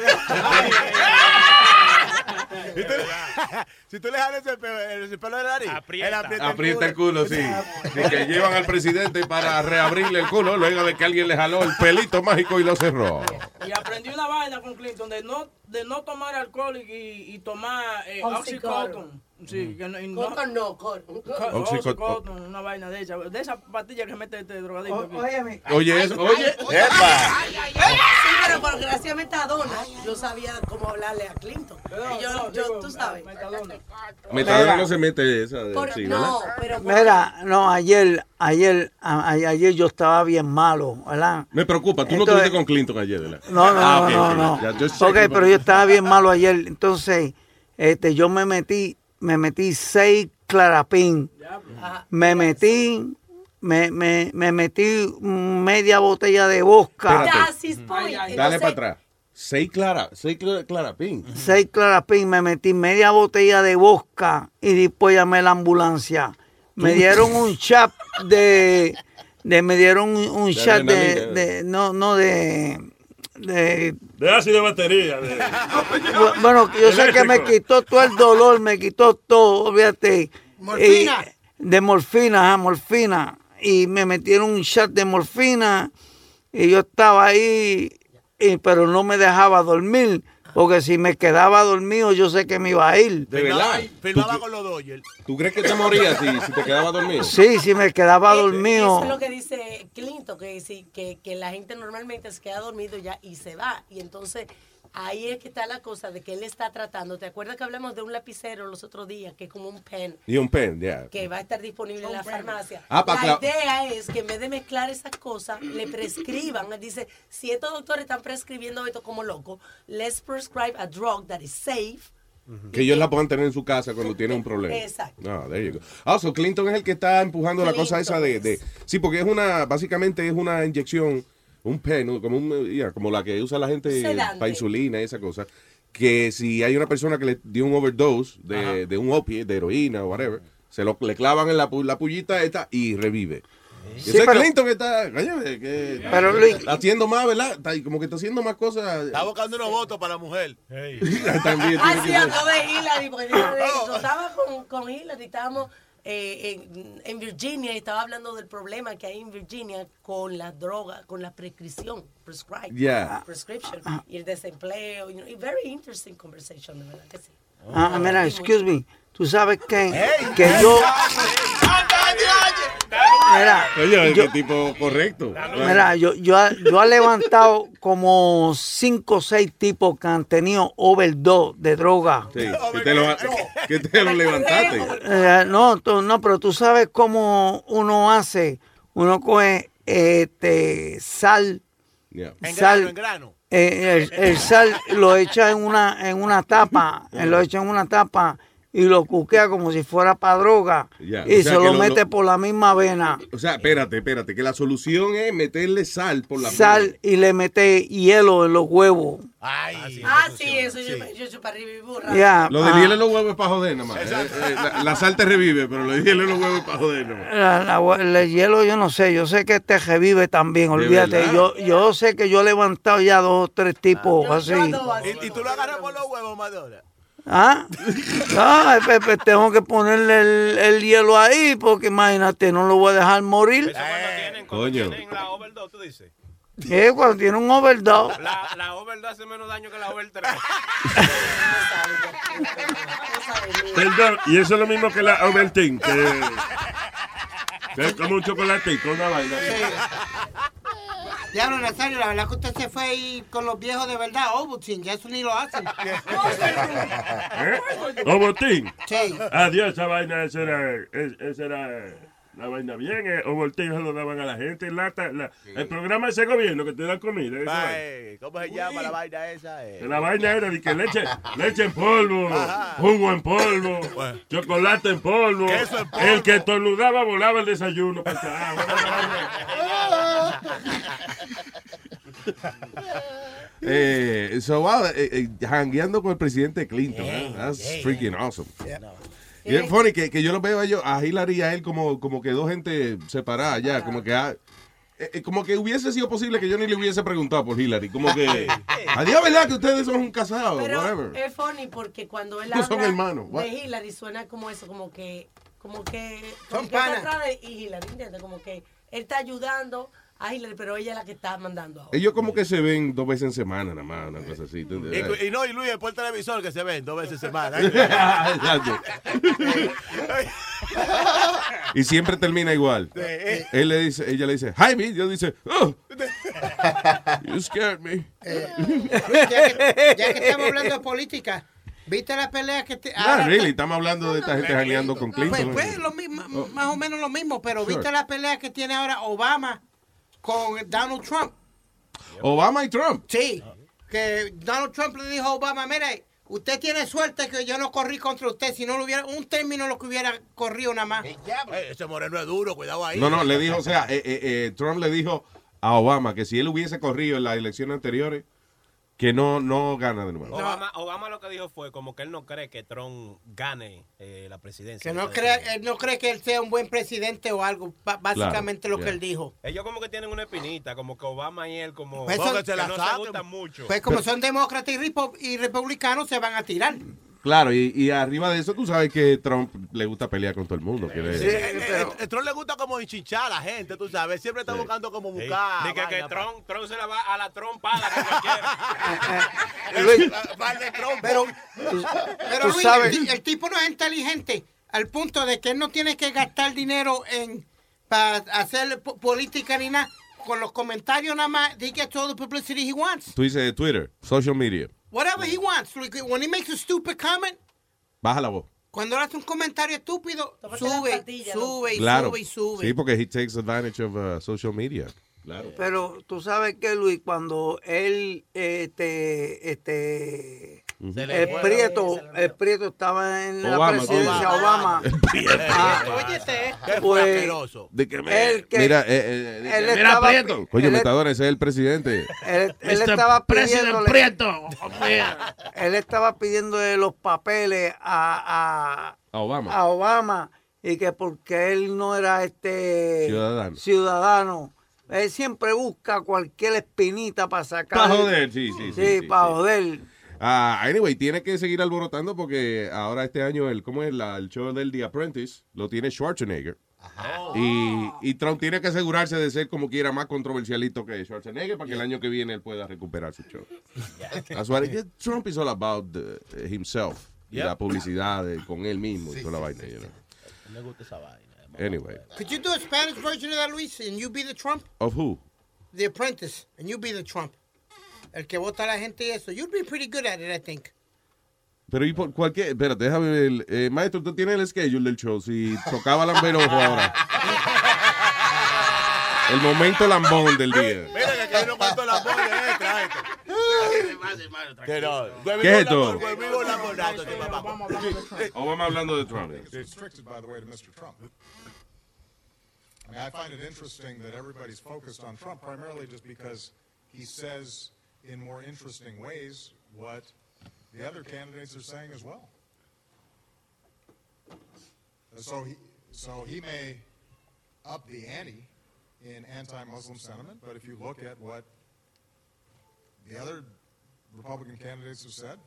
S28: tú, le- si tú le jalas el pelo, el pelo de la nariz, él aprieta,
S22: Aprieta el culo, sí. Y que llevan al presidente para reabrirle el culo luego de que alguien le jaló el pelito mágico y lo cerró.
S24: Y aprendí una vaina con Clinton de no, de no tomar alcohol y, y- y tomar eh,
S25: Oxycodone.
S24: Oxycotton. Sí, que no, y no-
S25: Cotton no, cotton.
S24: Co-
S22: Oxycot-
S24: Oxycotton, una vaina de esa, de esa pastilla que mete este drogadicto. aquí.
S22: Oye, eso, oye.
S25: Sí, pero por gracia a Metadona, yo sabía cómo hablarle a Clinton. Y yo, yo, tú sabes.
S22: Metadona no se mete esa. de-
S25: Por-
S22: sí,
S25: no,
S22: ¿verdad?
S25: pero por-
S29: Mira, no, ayer, ayer, a- a- ayer yo estaba bien malo, ¿verdad?
S22: Me preocupa, tú no
S29: Entonces-
S22: estuviste con Clinton ayer, ¿verdad?
S29: No, no,
S22: Ah, ok,
S29: no,
S22: ok.
S29: no.
S22: Ya,
S29: no.
S22: just
S29: Ok,
S22: checking.
S29: pero yo estaba bien malo ayer. Entonces, este, yo me metí, me metí seis clarapín. Me metí, me, me, me metí media botella de vodka.
S22: Espérate.
S25: Ay, ay,
S22: Dale para atrás. Seis Clara, seis Clara, Clara Pin.
S29: Seis clarapín, me metí media botella de vodka y después llamé a la ambulancia. Me
S22: Tú-
S29: dieron un chap de, de me dieron un, un
S20: De
S29: shot de,
S20: adrenalina.
S29: de- no, no de, de
S20: De ácido de batería. de-
S29: Bu- Bueno, yo sé que me quitó todo el dolor, me quitó todo, olvídate.
S9: Morfina.
S29: Y- de morfina, ajá, morfina. Y me metieron un shot de morfina y yo estaba ahí, y- pero no me dejaba dormir, porque si me quedaba dormido yo sé que me iba a ir.
S22: De verdad.
S29: Firmaba
S22: con los Dodgers. ¿Tú crees que te morías si, si te quedabas dormido?
S29: Sí, si me quedaba
S25: Eso
S29: dormido.
S25: es lo que dice Clinton, que, sí, que, que la gente normalmente se queda dormido ya y se va. Y entonces ahí es que está la cosa de que él está tratando. ¿Te acuerdas que hablamos de un lapicero los otros días, que es como un pen?
S22: Y un pen, ya.
S25: que va a estar disponible en la farmacia.
S22: Ah, pa'
S25: la
S22: cla-
S25: idea es que en vez de mezclar esas cosas, le prescriban. Él dice, si estos doctores están prescribiendo esto como loco, let's prescribe a drug that is safe.
S22: Que ellos la puedan tener en su casa cuando tienen un problema.
S25: Exacto.
S22: No, there you go. Ah, so Clinton es el que está empujando la cosa esa de, de- Sí, porque es una. Básicamente es una inyección, un pen, como, un- ya, como la que usa la gente
S30: Sedante.
S22: para insulina y esa cosa. Que si hay una persona que le dio un overdose de, de un opio, de heroína o whatever, se lo le clavan en la, pu- la pullita esta y revive.
S29: Sí,
S22: Ese es
S29: pero-
S22: Clinton que está, coño, eh, que-
S29: Pero, Luis-
S22: haciendo más, ¿verdad? Está ahí como que está haciendo más cosas.
S28: Está buscando unos votos para la mujer.
S22: También tiene
S25: Ah, sí,
S22: que ser.
S25: habló de Hillary, porque yo, yo estaba con, con Hillary, estábamos eh, en, en Virginia y estaba hablando del problema que hay en Virginia con las drogas, con la prescripción, prescribe,
S29: Yeah.
S25: prescription, y el desempleo. You know, very interesting conversation, de verdad que sí.
S29: Ah, mira, excuse me. Tú sabes que, que yo, mira,
S22: Coño, es
S29: yo-
S22: que tipo correcto.
S29: Mira, yo, yo, yo he levantado como cinco o seis tipos que han tenido overdose de droga.
S22: Sí, que te lo, que te lo levantaste.
S29: Eh, no, tú- no, pero tú sabes cómo uno hace. Uno coge este, sal.
S28: En
S29: sal
S28: grano, en grano.
S29: eh, el, el sal lo echa en una, en una tapa. eh, lo echa en una tapa y lo cuquea como si fuera para droga.
S22: Ya, o
S29: y
S22: sea
S29: se
S22: que
S29: lo
S22: lo-
S29: mete
S22: lo-
S29: por la misma vena.
S22: O sea, espérate, espérate, que la solución es meterle sal por la
S29: Sal y le mete hielo en los huevos.
S25: Ah, sí, eso yo, yo chupa arriba y burra.
S29: Ya,
S22: Lo de
S29: ah.
S22: hielo en los huevos es para joder nada más. Eh, eh, la, la sal te revive, pero lo de hielo en los huevos es para joder nada más.
S29: La- la hue- el hielo yo no sé, yo sé que este revive también, olvídate.
S22: verdad?
S29: Yo, yo sé que yo he levantado ya dos o tres tipos
S28: Ah,
S29: así.
S28: Y, y tú lo agarras por los huevos, Madonna.
S29: ¿Ah? No, eh, pe- pe- tengo que ponerle el, el hielo ahí porque imagínate, no lo voy a dejar morir.
S22: Coño.
S29: Eh, cuando tiene un overdose.
S31: La, la overdose hace menos daño que la overdose.
S20: Perdón, y eso es lo mismo que la Ovaltine, que... que es como un chocolatico, una vaina.
S9: Diablo Nazario, la verdad que usted se fue ahí con los viejos de verdad, Obutin, ya eso ni lo hacen.
S20: ¿Eh? ¿O botín?
S9: Sí.
S20: Adiós, esa vaina, esa era, es- esa era la vaina bien. eh, O botín se lo daban a la gente en lata. la- El programa de ese gobierno que te da comida. esa vaina.
S28: Ay, ¿Cómo se llama la vaina esa? eh?
S20: La vaina era de que leche, leche en polvo, jugo en polvo, chocolate en polvo. El que estornudaba volaba el desayuno. pa'l carajo.
S22: Eh, so, wow, eh, eh, jangueando con el presidente Clinton. eh. That's freaking awesome. Y
S9: Eh,
S22: es funny que, que yo lo veo a ellos, a Hillary y a él como, como que dos gente separada ya, como que ah, eh, eh, como que hubiese sido posible que yo ni le hubiese preguntado por Hillary. Como que, adiós, ¿verdad? Que ustedes son casados,
S25: Pero
S22: whatever.
S9: eh,
S25: es funny porque cuando él
S22: No son
S25: habla
S22: hermanos, what?
S25: de Hillary suena como eso, como que, como que,
S9: Son
S25: como que está
S9: panas.
S25: atrás de y Hillary, ¿entiendes? Como que él está ayudando a Hillary, pero ella es la que está mandando ahora.
S22: Ellos como que se ven dos veces en semana nada más, una cosa así. ¿tú
S9: Eh,
S22: entiendes?
S28: Y, y no, y Luis, por el televisor que se ven dos veces semana.
S22: Exacto. y siempre termina igual.
S9: eh.
S28: Sí.
S22: Él le dice, ella le dice, Jaime, y él dice, oh, you scared me.
S9: Luis, Eh, ya, que, ya que estamos hablando de política, ¿viste la pelea que te,
S22: Ah,
S9: ahora
S22: really, estamos hablando de esta
S9: Ah,
S22: gente janeando con Clinton.
S9: Pues, pues, lo mismo,
S22: Oh.
S9: más o menos lo mismo, pero
S22: Sure.
S9: viste la pelea que tiene ahora Obama con Donald Trump.
S22: Obama y Trump.
S9: Sí. Que Donald Trump le dijo a Obama, mire, usted tiene suerte que yo no corrí contra usted, si no lo hubiera, un término lo que hubiera corrido nada más.
S28: Eh, ese moreno es duro, cuidado ahí.
S22: No, no, le dijo, o sea, eh, eh, eh, Trump le dijo a Obama que si él hubiese corrido en las elecciones anteriores, que no, no gana de nuevo.
S32: Obama, Obama lo que dijo fue como que él no cree que Trump gane eh, la presidencia.
S9: Que no cree, él no cree que él sea un buen presidente o algo, ba- básicamente lo que
S32: yeah.
S9: él dijo.
S32: Ellos como que tienen una espinita, como que Obama y él como
S9: Pues son-
S32: que
S9: se la
S32: no se
S9: sacan.
S32: gustan mucho.
S9: Pues como son demócratas y, ripo- y republicanos se van a tirar.
S22: Claro, y, y arriba de eso tú sabes que Trump le gusta pelear con todo el mundo. que le-
S28: Sí, eh, eh, el, Trump le gusta como hinchichar a la gente, tú sabes. Siempre está buscando como buscar.
S32: Dice que, que
S28: vaina,
S32: Trump, Trump se la va a la trompa a la que cualquiera.
S28: Luis.
S9: Pero,
S32: Tú-
S9: pero
S32: tú
S9: Luis,
S32: sabes-
S9: el, el tipo no es inteligente al punto de que él no tiene que gastar dinero en para hacer po- política ni nada. Con los comentarios nada más, he gets all the publicity he wants.
S22: Tú dices Twitter, social media,
S9: Whatever he wants. Luis, when he makes a stupid comment,
S22: baja la voz.
S9: cuando él hace un comentario estúpido, sube, sube y
S22: Claro.
S9: sube y sube.
S22: Sí, porque he takes advantage of uh, social media. Claro.
S29: Pero tú sabes que Luis, cuando él, este, este,
S22: Ujú.
S29: el Prieto, el Prieto estaba en la
S22: Obama,
S29: presidencia
S22: Obama.
S29: Obama. Ah,
S28: Qué
S29: pues,
S28: asqueroso.
S22: De que
S29: me- Él que-
S22: mira, eh, eh, de
S29: él
S22: que- mira
S29: estaba-
S22: Prieto. Coño,
S29: él-
S22: Metadona, ese es el presidente.
S29: él, él
S22: Mr.
S29: estaba
S22: President
S29: pidiéndole, él estaba pidiéndole los papeles a, a-
S22: A Obama.
S29: a Obama y que porque él no era este
S22: Ciudadano.
S29: ciudadano. Él siempre busca cualquier espinita para sacar.
S22: Pa' joder, sí, sí, sí, sí,
S29: para
S22: sí.
S29: joder.
S22: Ah, anyway, tiene que seguir alborotando porque ahora este año el, ¿cómo es? La- el show del The Apprentice lo tiene Schwarzenegger. Y, y Trump tiene que asegurarse de ser como quiera más controversialito que Schwarzenegger para que el año que viene él pueda recuperar su show. That's what it- Trump is all about uh, himself. Y
S28: Yep.
S22: la publicidad de- con él mismo y
S28: Sí,
S22: toda la
S28: sí,
S22: vaina.
S28: sí,
S22: you
S28: sí.
S22: know.
S28: Le gusta esa vaina.
S22: Anyway,
S9: Could you do a Spanish version of that, Luis? And you be the Trump,
S22: of who?
S9: the apprentice, and you be the Trump. El que vota a la gente y eso. You'd be pretty good at it, I think.
S22: Pero y por cualquier, espérate, déjame ver. el- eh, maestro, tú tienes el schedule del show. Si tocaba lambero ahora. El momento lambón del día.
S28: Mira que aquí no cuento la voz de extra, eh, esto. Que no, conmigo
S22: ¿Qué es
S28: la-
S22: esto?
S28: conmigo la borracho, te mamá.
S22: Obama hablando de Trump.
S33: It's restricted, by the way, to Mr. Trump. I mean, I find it interesting that everybody's focused on Trump primarily just because he says in more interesting ways what the other candidates are saying as well. So he, so he may up the ante in anti-Muslim sentiment, but if you look at what the other Republican candidates have said,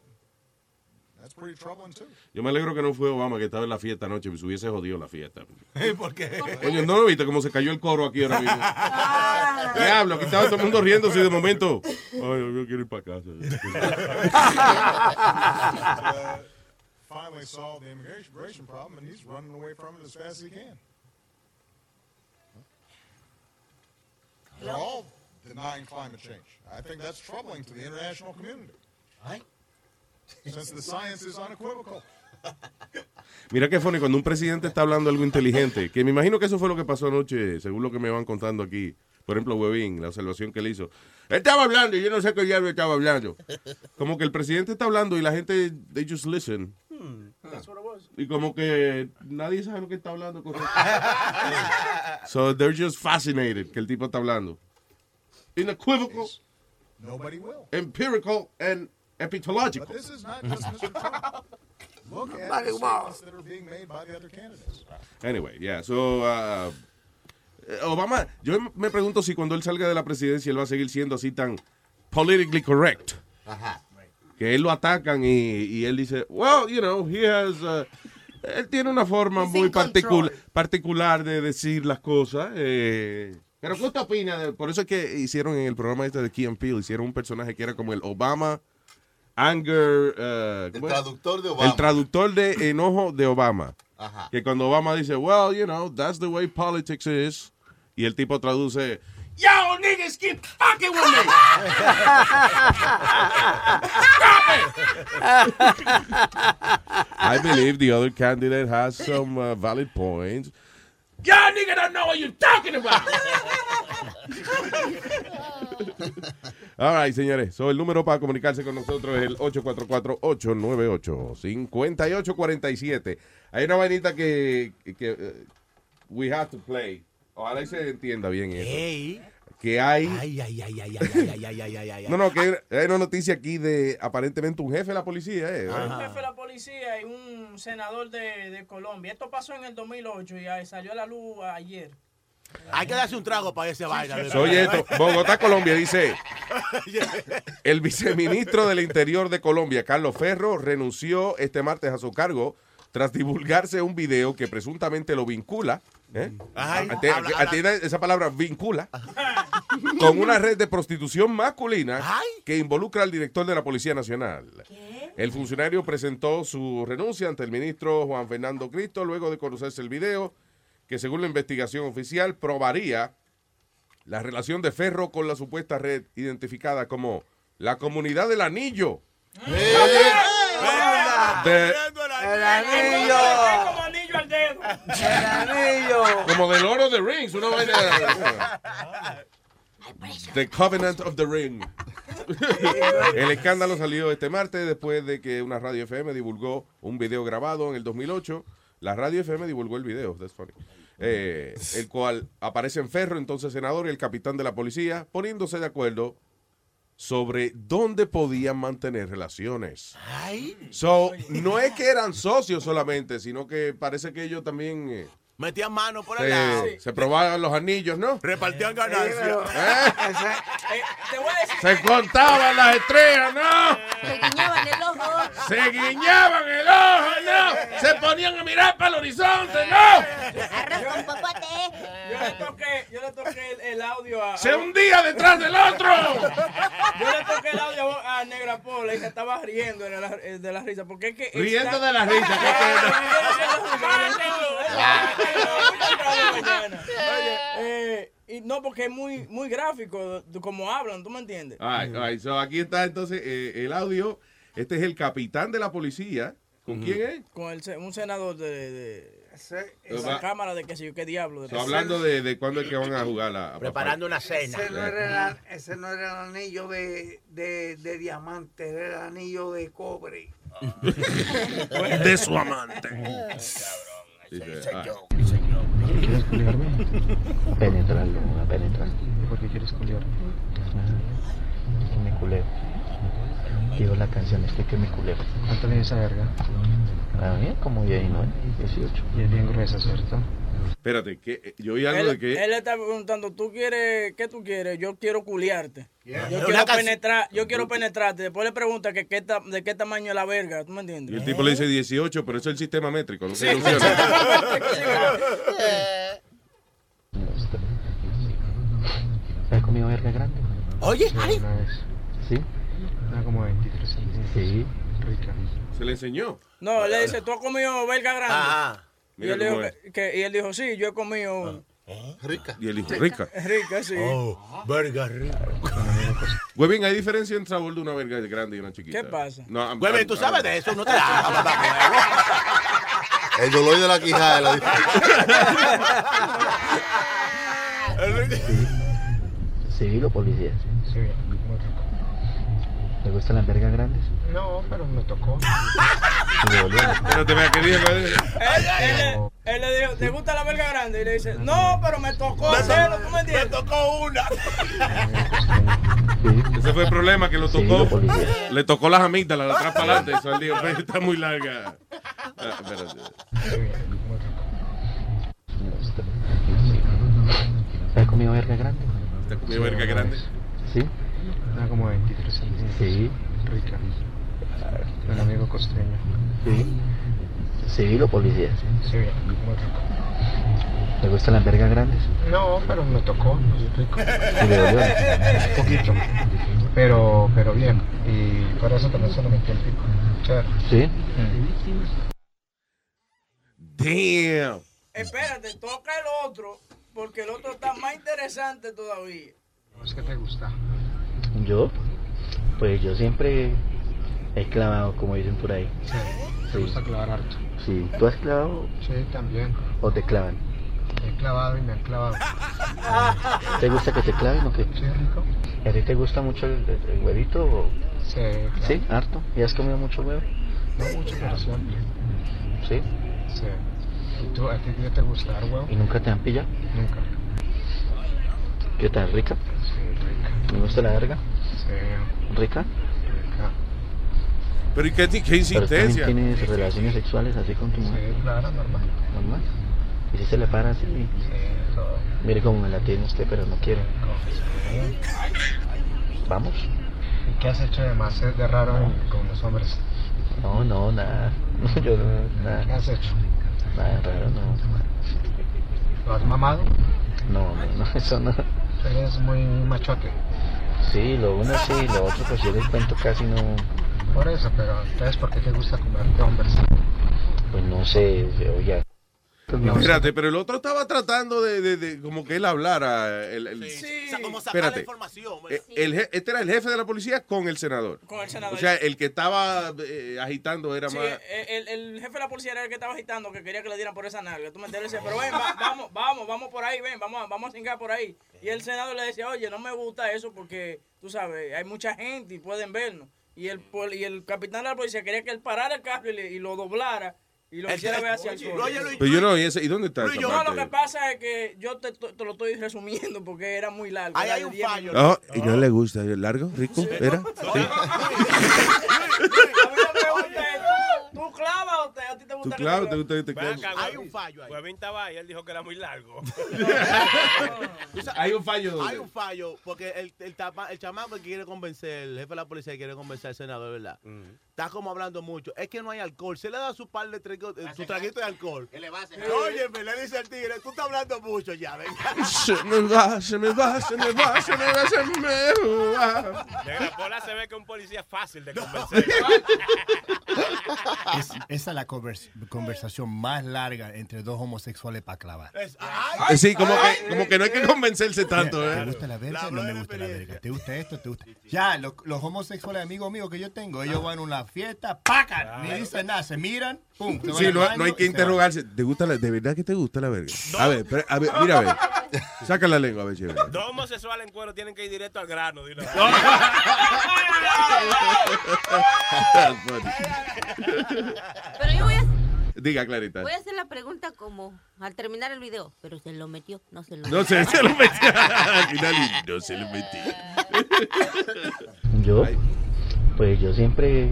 S33: that's pretty troubling too.
S22: Yo me alegro que no fue Obama que estaba en la fiesta anoche, pues hubiese jodido la fiesta.
S33: ¿Por qué?
S22: Oye, ¿no lo viste cómo se cayó el coro aquí ahora mismo?
S33: Ah.
S22: Diablo, aquí estaba todo el mundo riéndose y de momento. Ay, yo quiero ir para casa.
S33: finally solved the immigration problem, and he's running away from it as fast as he can. They're all denying climate change. I think that's troubling to the international community. Since the science is unequivocal.
S22: Mira qué funny, cuando un presidente está hablando algo inteligente, que me imagino que eso fue lo que pasó anoche, según lo que me van contando aquí. Por ejemplo, Webin, la observación que él hizo. Él estaba hablando y yo no sé qué diablo estaba hablando. Como que el presidente está hablando y la gente, they just listen. Y como que nadie sabe lo que está hablando. correcto. So they're just fascinated que el tipo está hablando. Inequivocal,
S33: Nobody will.
S22: empirical, and
S33: But
S22: epitological.
S33: this is not just Mr. Trump. Look at
S22: Nobody
S33: the
S22: will.
S33: statements that are being made by the other candidates.
S22: Anyway, yeah, so uh, eh, Obama, yo me pregunto si cuando él salga de la presidencia él va a seguir siendo así tan politically correct.
S28: Ajá.
S22: Que él lo atacan y, y él dice, well, you know, he has... uh, él tiene una forma muy particular particular de decir las cosas. eh. pero ¿qué usted opina? de- por eso es que hicieron en el programa este de Key and Peele, hicieron un personaje que era como el Obama Anger... uh, ¿cómo es?
S28: traductor de Obama.
S22: El traductor de enojo de Obama.
S28: Ajá.
S22: Que cuando Obama dice, well, you know, that's the way politics is. Y el tipo traduce,
S21: Y'all niggas keep fucking with me.
S22: I believe the other candidate has some uh, valid points.
S21: Y'all niggas don't know what you're talking about.
S22: All right, señores. So, el número para comunicarse con nosotros es el 844-898-5847. Hay una vainita que, que eh, we have to play. Ojalá y se entienda bien eso. Que hay... No, no, que hay, hay una noticia aquí de aparentemente un jefe de la policía. eh.
S24: Un jefe de la policía y un senador de, de Colombia. Esto pasó en el 2008 y ahí salió a la luz ayer.
S28: Hay que darse un trago para ese vaina. de
S22: Soy
S28: verdad.
S22: esto. Bogotá, Colombia, dice... El viceministro del Interior de Colombia, Carlos Ferro, renunció este martes a su cargo tras divulgarse un video que presuntamente lo vincula. ¿eh?
S28: Ajá.
S22: Ate-
S28: Habla- habla-
S22: atienda esa palabra vincula con una red de prostitución masculina que involucra al director de la Policía Nacional. El funcionario presentó su renuncia ante el ministro Juan Fernando Cristo luego de conocerse el video que según la investigación oficial probaría la relación de Ferro con la supuesta red identificada como la comunidad del anillo. De-
S21: El
S22: anillo.
S21: Como anillo al dedo.
S22: Como del oro de rings, una vaina. The Covenant of the Ring. El escándalo salió este martes después de que una radio FM divulgó un video grabado en el 2008. La radio FM divulgó el video, that's funny. Eh, el cual aparecen Ferro, entonces senador, y el capitán de la policía poniéndose de acuerdo sobre dónde podían mantener relaciones. So, no es que eran socios solamente, sino que parece que ellos también... eh,
S28: Metían mano por allá.
S22: se, se probaban los anillos, ¿no? ¿Eh?
S28: Repartían ganancias.
S22: Se contaban las estrellas, ¿no?
S26: Se guiñaban el ojo.
S22: Se guiñaban el ojo, ¿no? Se ponían a mirar para el horizonte, ¿no?
S26: Arroz con popote.
S24: Yo le toqué, yo le toqué el, el audio a.
S22: Se hundía detrás del otro.
S24: Yo le toqué el audio a Negra Pola y se estaba riendo de la, de la risa. Porque es que.
S22: Riendo
S24: está-
S22: de la risa, ¿qué
S24: Oye, eh, y no, porque es muy, muy gráfico de- como hablan, ¿tú me entiendes?
S22: All right, all right. So, aquí está entonces eh, el audio. Este es el capitán de la policía. ¿Con quién es?
S24: Con el, se- un senador de, de, de
S22: ese-
S24: la Cámara de que sé yo qué diablo. de-
S22: So, hablando de, de cuándo es que van a jugar la... a- Eh,
S12: Ese no era, el- ese no era el anillo de, de, de diamante, era el anillo de cobre.
S22: De su amante.
S12: Dice,
S22: ah.
S34: ¿Quieres culiarme? Penetrarlo, una penetración. ¿Por qué quieres culiarme? Que me culeo. Digo la canción, este que me culeo. ¿Cuánto mide esa verga? A mí como 19, 18. Y es bien gruesa, ¿cierto?
S22: Espérate, que eh, yo oí algo de que...
S24: Él le está preguntando, ¿tú quieres, qué tú quieres? Yo quiero culiarte. Yo,
S22: Una
S24: quiero
S22: canción.
S24: penetrar, yo quiero penetrarte. Después le pregunta que qué ta- de qué tamaño es la verga, ¿tú me entiendes?
S22: Y el tipo le dice 18, pero eso es el sistema métrico, no se
S24: Sí.
S22: ilusiona.
S34: ¿Has comido verga grande? Oye, ay. ¿Sí? Era como 23 Sí. Rica.
S22: Se le enseñó.
S24: No, él le dice, ¿tú has comido verga grande? Y,
S22: Mira
S24: él dijo
S22: cómo es.
S24: que- que- y él dijo, sí, yo he comido
S22: Rica. Y él dijo, Ah. rica.
S24: rica, sí.
S28: Oh.
S22: verga rica. Huevín, ¿hay diferencia entre sabor de una verga grande y una chiquita?
S24: ¿Qué pasa?
S22: No, I'm-
S28: Güey,
S22: I'm-
S28: tú
S22: I'm-
S28: sabes de eso, no te la
S3: El dolor de la quijada. de la-
S34: Civil o policía. ¿Te gustan las vergas grandes? No, pero me tocó.
S22: Pero te me quería
S24: Él, él le- él le dijo, ¿te gusta la verga grande? Y le dice, no, pero me tocó hacerlo, ¿tú me entiendes? Me tocó una.
S22: Ese fue el problema, que lo tocó. le tocó las amígdalas, la atrás para adelante. Eso él dijo, "Güey, está muy larga. Ah, espérate.
S6: comido verga grande?
S22: ¿Te has comido verga grande?
S6: ¿Sí? Ah, como 23 años. Sí. Rica. Un amigo costeño. Sí. ¿Civil o policía? Sí, muy rico. ¿Te gustan las vergas grandes?
S12: No, pero me tocó.
S6: ¿Y le dolió?
S12: Un poquito. Pero, pero bien. Y por eso también solo me metí el pico. Chévere.
S6: ¿Sí?
S12: Mm.
S22: Damn.
S24: Espérate, toca el otro, porque el otro está más interesante todavía.
S12: ¿Qué te gusta?
S6: ¿Yo? Pues yo siempre he clavado, como dicen por ahí.
S12: Te gusta clavar harto.
S6: Sí. ¿Tú has clavado
S12: Sí, también.
S6: o te clavan?
S12: He clavado y me han clavado.
S6: ¿Te gusta que te claven o qué? Sí, rico. ¿A ti te gusta mucho el, el- el huevito o...?
S12: Sí, claro.
S6: ¿Sí? ¿Harto? ¿Y has comido mucho huevo?
S12: No mucho, pero siempre.
S6: ¿Sí?
S12: Sí. ¿Y tú, a ti qué te gusta dar huevo?
S6: ¿Y nunca te han pillado?
S12: Nunca.
S6: ¿Qué tal? ¿Rica? ¿Me gusta la verga?
S12: Sí.
S6: ¿Rica?
S22: Pero ¿y qué, qué
S6: ¿Pero también
S22: insistencia?
S6: tienes relaciones sexuales así con tu mujer?
S12: Sí, claro, normal.
S6: ¿Normal? ¿Y si se le para así? Mire cómo me la tiene usted, pero no quiere. ¿Vamos?
S12: ¿Y qué has hecho de más eh, de raro
S6: Ah.
S12: en- con los hombres?
S6: No, no, nada. No, yo no, nada.
S12: ¿Qué has hecho?
S6: Nada Ah, raro, no.
S12: ¿Lo has mamado?
S6: No, no, no, eso no.
S12: Eres muy machote.
S6: Sí, lo uno sí, lo otro pues yo les cuento casi no...
S12: Por eso, pero entonces, ¿por qué te gusta comer de hombres?
S6: Pues no sé, yo ya...
S12: Pues,
S22: Espérate, pero el otro estaba tratando de, de- de- como que él hablara. El, el-
S28: O sea, como sacar la
S22: Espérate.
S28: información. pues.
S22: Eh, el je- este era el jefe de la policía con el senador.
S24: Con el senador.
S22: O sea, el que estaba eh, agitando era
S24: Sí,
S22: más.
S24: el, el- el jefe de la policía era el que estaba agitando, que quería que le dieran por esa nalga. Tú me entiendes, Él decía, pero ven, va- vamos, vamos, vamos por ahí, ven, vamos, a- vamos a cingar por ahí. Y el senador le decía, oye, no me gusta eso porque, tú sabes, hay mucha gente y pueden vernos. Y el, pol- y el capitán de la policía quería que él parara el carro y, le- y lo doblara y lo hiciera ver hacia el sur.
S22: Pero yo no, ¿y, ese- ¿y dónde está esa
S24: No, lo que
S22: parte?
S24: pasa es que yo te, te lo estoy resumiendo porque era muy largo. Ahí hay un fallo.
S22: Ah, y no le gusta. ¿Largo? ¿Rico? ¿Era? Sí.
S24: ¿Tú clavas o te, a ti te
S22: ¿Tú
S24: gusta que te
S22: clavo? ¿Te
S24: claven?
S22: gusta que te clavo?
S24: Hay
S28: un fallo ahí.
S32: Huevín estaba ahí, él dijo que era muy largo.
S28: Tú sabes-
S22: Hay un fallo, ¿dónde?
S28: Hay un fallo, porque el, el, tapa- el chamaco que quiere convencer, el jefe de la policía que quiere convencer al senador, ¿verdad? Está como hablando mucho. Es que no hay alcohol. Se le da su par de trago- eh, su traguito de alcohol. Oye, me le dice al tigre, tú estás hablando mucho ya, venga.
S22: Se me va, se me va, se me va, se me va, se me va.
S32: De Grapola se ve que es un policía fácil de convencer.
S35: Es- esa es la convers- conversación más larga entre dos homosexuales para clavar.
S22: Eh, Sí, como que, como que no hay que convencerse tanto,
S35: ¿Te
S22: ¿eh?
S35: gusta la verga o no me gusta la verga? ¿Te gusta esto? ¿Te gusta? Ya, lo- los homosexuales amigos míos que yo tengo, ellos van a una fiesta, ¡pacan! Ni dicen nada, se miran, ¡pum! se van
S22: Sí,
S35: al
S22: no,
S35: baño
S22: no hay que
S35: y se van.
S22: interrogarse. ¿Te gusta la, ¿De verdad que te gusta la verga? A ver, pero- a ver, mira, a ver. Saca la lengua, a ver, chévere.
S32: Dos homosexuales en cuero tienen que ir directo al grano. Dilo.
S22: That's funny.
S36: Pero yo voy a,
S22: Diga, Clarita.
S36: voy a hacer la pregunta como al terminar el video. Pero se lo metió, no se lo
S22: No se, se lo metí. Al final, y no se lo metí.
S6: ¿Yo? Pues yo siempre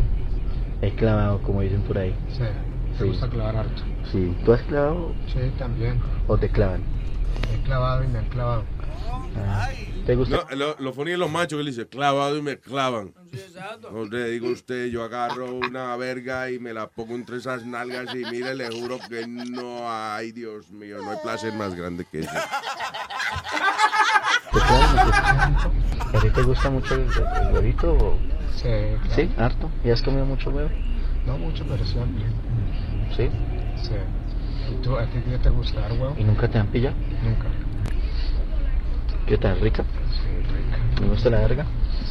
S6: he clavado, como dicen por ahí.
S12: Sí. ¿Te
S6: Sí.
S12: gusta clavar harto?
S6: Sí. ¿Tú has clavado
S12: Sí, también.
S6: o te clavan?
S12: He clavado y me han clavado.
S6: ¿Te gusta?
S22: No, lo, lo funny es los machos que le dicen clavado y me clavan. No le digo a usted, yo agarro una verga y me la pongo entre esas nalgas y mire, le juro que no hay, Dios mío, no hay placer más grande que ese.
S6: ¿Te clavan o qué? ¿A ti te gusta mucho el, el- el huevito o...?
S12: Sí, claro.
S6: ¿Sí? ¿Harto? ¿Y has comido mucho huevo?
S12: No mucho, pero siempre.
S6: ¿Sí?
S12: Sí. ¿Y tú, a ti qué te gusta dar huevo?
S6: ¿Y nunca te han pillado?
S12: Nunca.
S6: ¿Qué tal? ¿Rica? ¿Me gusta la verga?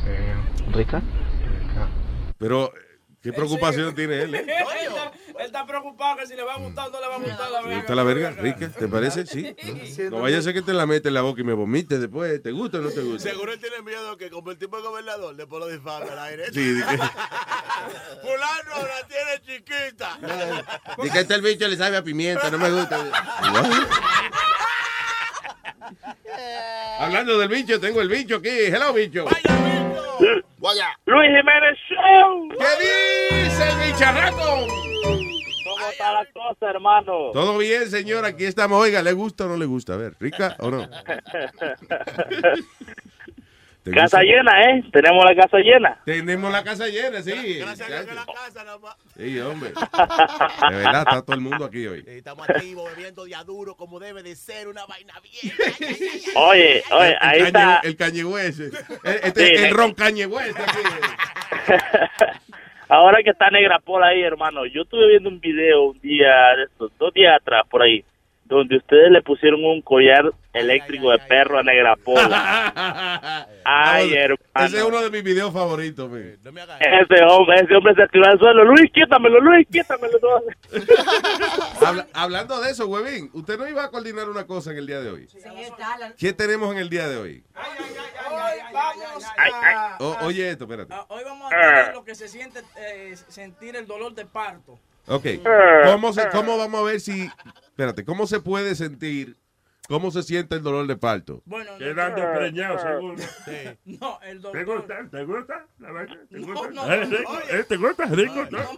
S12: Sí.
S6: ¿Rica?
S22: Pero, eh, ¿qué preocupación tiene él? eh?
S24: Él está, él está preocupado que si le va a gustar o no le va a gustar la
S22: ¿Te
S24: verga.
S22: gusta la verga, rica? ¿Te parece? Sí. No vaya a ser que te la mete en la boca y me vomite después. ¿Te gusta o no te gusta?
S28: Seguro él tiene miedo que como el tipo de gobernador, después lo difama al aire.
S22: Sí, de que-
S28: Fulano la tiene chiquita.
S22: Dice que este el bicho le sabe a pimienta, no me gusta. Hablando del bicho, tengo el bicho aquí. Hello, bicho.
S5: Luis Jiménez Show.
S22: ¿Qué dice el bicharraco?
S5: ¿Cómo
S21: está
S5: está
S21: la cosa, hermano?
S22: Todo bien, señor, aquí estamos. Oiga, ¿le gusta o no le gusta? A ver, ¿rica o no? ¿Te gusta?
S21: Casa llena, ¿eh? Tenemos la casa llena.
S22: Tenemos la casa llena, sí. Gracias a la casa, Sí, hombre. De verdad, está todo el mundo aquí hoy.
S28: Estamos activos, bebiendo día duro, como debe de ser, una vaina bien.
S21: Oye, oye,
S22: El
S21: ahí
S22: Kanye-
S21: está.
S22: El cañegüez. Este es
S21: Sí,
S22: el
S21: sí.
S22: ron cañegüez. aquí.
S21: Ahora que está Negra Pola ahí, hermano, yo estuve viendo un video un día, de estos, dos días atrás, por ahí, donde ustedes le pusieron un collar eléctrico de perro a Negra Pola. Ay, hermano.
S22: Ese es uno de mis videos favoritos, man.
S21: Ese hombre, ese hombre se tiró al suelo. Luis, quítamelo, Luis, quítamelo. No.
S22: Habla- hablando de eso, huevín, usted no iba a coordinar una cosa en el día de hoy. ¿Qué tenemos en el día de hoy? O- oye esto, espérate.
S24: Ah, Hoy vamos a
S21: Ah.
S24: tener lo que se siente, eh, sentir el dolor de parto. Eh,
S22: Ok.
S21: Ah.
S22: ¿Cómo, se- ¿Cómo vamos a ver si... Espérate, ¿cómo se puede sentir? ¿Cómo se siente el dolor de parto?
S24: Bueno, eh, no-
S20: Quedando preñado, seguro.
S24: No, el
S20: ¿Te
S24: doctor.
S20: gusta? ¿Te gusta? ¿La vaina? ¿Te gusta?
S24: no,
S20: ¿Eh, rico? ¿Eh, ¿Te gusta? ¿Rico? ¿No?
S24: Eh,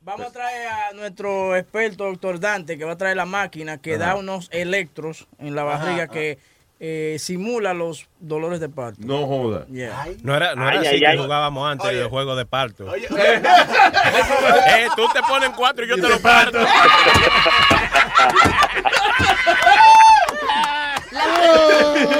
S24: vamos a traer a nuestro experto, doctor Dante, que va a traer la máquina que da
S22: Ajá.
S24: unos electros en la
S22: Ajá, ah.
S24: barriga
S22: ajá.
S24: que eh, simula los dolores de parto.
S22: No joda.
S24: Yeah.
S32: No era, no era
S24: Ay,
S32: así
S24: ay,
S32: que
S24: ay.
S32: jugábamos antes de los juegos de parto. eh, tú te pones cuatro y yo te lo parto.
S36: La,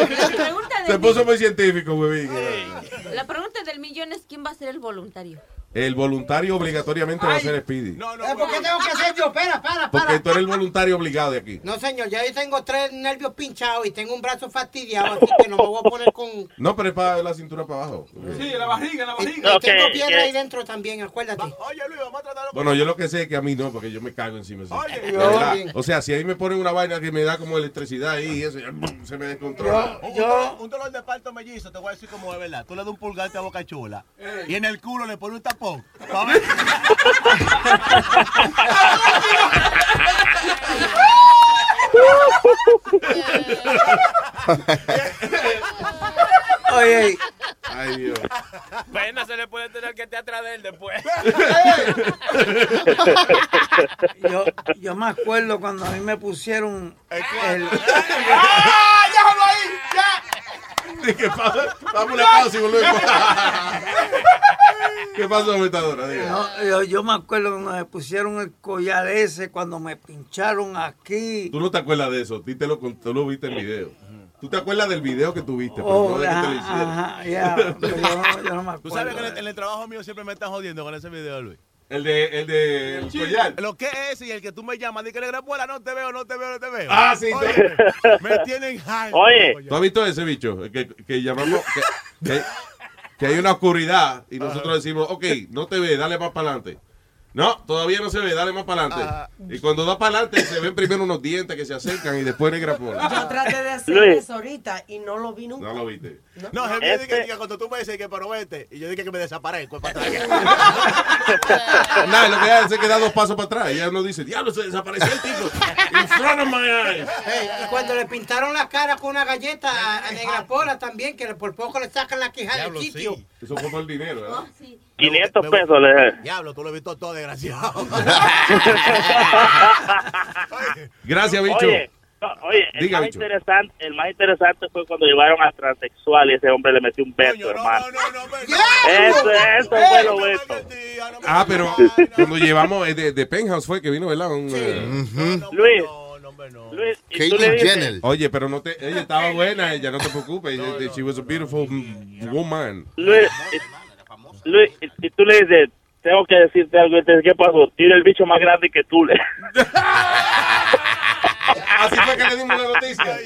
S36: la pregunta del
S22: Se puso muy científico, huevín.
S36: mi- la pregunta del millón es quién va a ser el voluntario.
S22: El voluntario obligatoriamente va a ser Speedy.
S9: Eh, ¿Por qué tengo que hacer yo? Espera, para, para.
S22: Porque tú eres el voluntario obligado de aquí.
S9: No, señor, ya yo tengo tres nervios pinchados y tengo un brazo fastidiado, así que no me voy a poner con...
S22: No, pero es para la cintura para abajo.
S9: Sí, la barriga, la
S21: barriga.
S9: Y tengo
S21: Ok,
S9: piedra ahí
S21: ok.
S9: dentro también, acuérdate. Oye, Luis, vamos a tratarlo
S22: Bueno, yo lo que sé es que a mí no, porque yo me cago encima. sí.
S9: Oye,
S22: De
S9: yo
S22: verdad.
S9: también.
S22: o sea, si ahí me ponen una vaina que me da como electricidad ahí y eso, ya, ¡bum! se me descontrola.
S28: Un- un dolor- Un dolor de parto mellizo, te voy a decir cómo es verdad. Tú le das un pulgante a boca chula y en el culo le pones un tapón.
S29: Ah,
S28: Pa' ver.
S32: Oye.
S22: Ay, Dios.
S32: Pena se le puede tener que estar atrás de él después.
S29: Yo, yo me acuerdo cuando a mí me pusieron el...
S9: ¡Ah! ¡Déjalo ahí! ¡Ya!
S22: ¿Qué pasa? Vamos a una pausa y volvemos. ¿Qué pasó, metadora? Diga.
S29: No, yo, yo me acuerdo cuando me pusieron el collar ese, cuando me pincharon aquí.
S22: Tú no te acuerdas de eso, tú, te lo, tú lo viste en video. Tú te acuerdas del video que tuviste, pero
S29: Oh,
S22: no de que te lo hicieron.
S29: ajá, ajá, ya, pero yo, no- yo no me acuerdo.
S28: Tú sabes que en el, en el trabajo mío siempre me están jodiendo con ese video, Luis.
S22: El de, el de el collar.
S28: Lo que es ese y el que tú me llamas, dije, negra abuela, no te veo, no te veo, no te veo.
S22: Ah, sí,
S28: Oye, me tienen high.
S22: ¿Tú has visto ese bicho? Que, que llamamos. Que, que- que hay una oscuridad y nosotros decimos, ok, no te ve, dale más para adelante. No, todavía no se ve, dale más para
S28: Ah.
S22: adelante. Y cuando da para adelante, se ven primero unos dientes que se acercan y después negra pola.
S25: Yo traté de hacer
S22: Luis.
S25: eso ahorita y no lo vi nunca.
S22: No lo viste.
S28: No, Gemini
S25: Este-
S28: dije que cuando tú me dices que pero vete, y yo dije que me desaparezco. pa' atrás.
S22: Nada, lo que hace es que da dos pasos para atrás. Ella nos dice, diablo, se desapareció el tipo. In front of my eyes.
S9: Ey, y cuando le pintaron la cara con una galleta a, a Negra Pola también, que le- por poco le sacan la quijada del sitio.
S22: Eso fue por el dinero, ¿verdad?
S21: 500 pesos le dejé.
S28: Diablo, tú lo he visto todo desgraciado.
S22: Gracias, bicho.
S21: Oye, no, oye el,
S22: Diga,
S21: más
S22: bicho.
S21: interesante, el más interesante fue cuando llevaron a transexual y ese hombre le metió un beso, hermano. Eso, eso fue lo beso.
S22: Ah, pero cuando llevamos eh, de, de Penthouse fue que vino, ¿verdad? Un, eh,
S21: Luis, Luis, y tú le dices-
S22: Oye, pero no te, ella estaba buena, ella no te preocupes. Ella- she was a beautiful woman.
S21: Luis, y- Luis, y, y tú le dices, tengo que decirte algo, y te dice, ¿qué pasó? Tiene el bicho más grande que tú. Le.
S22: Así fue que le dimos la noticia.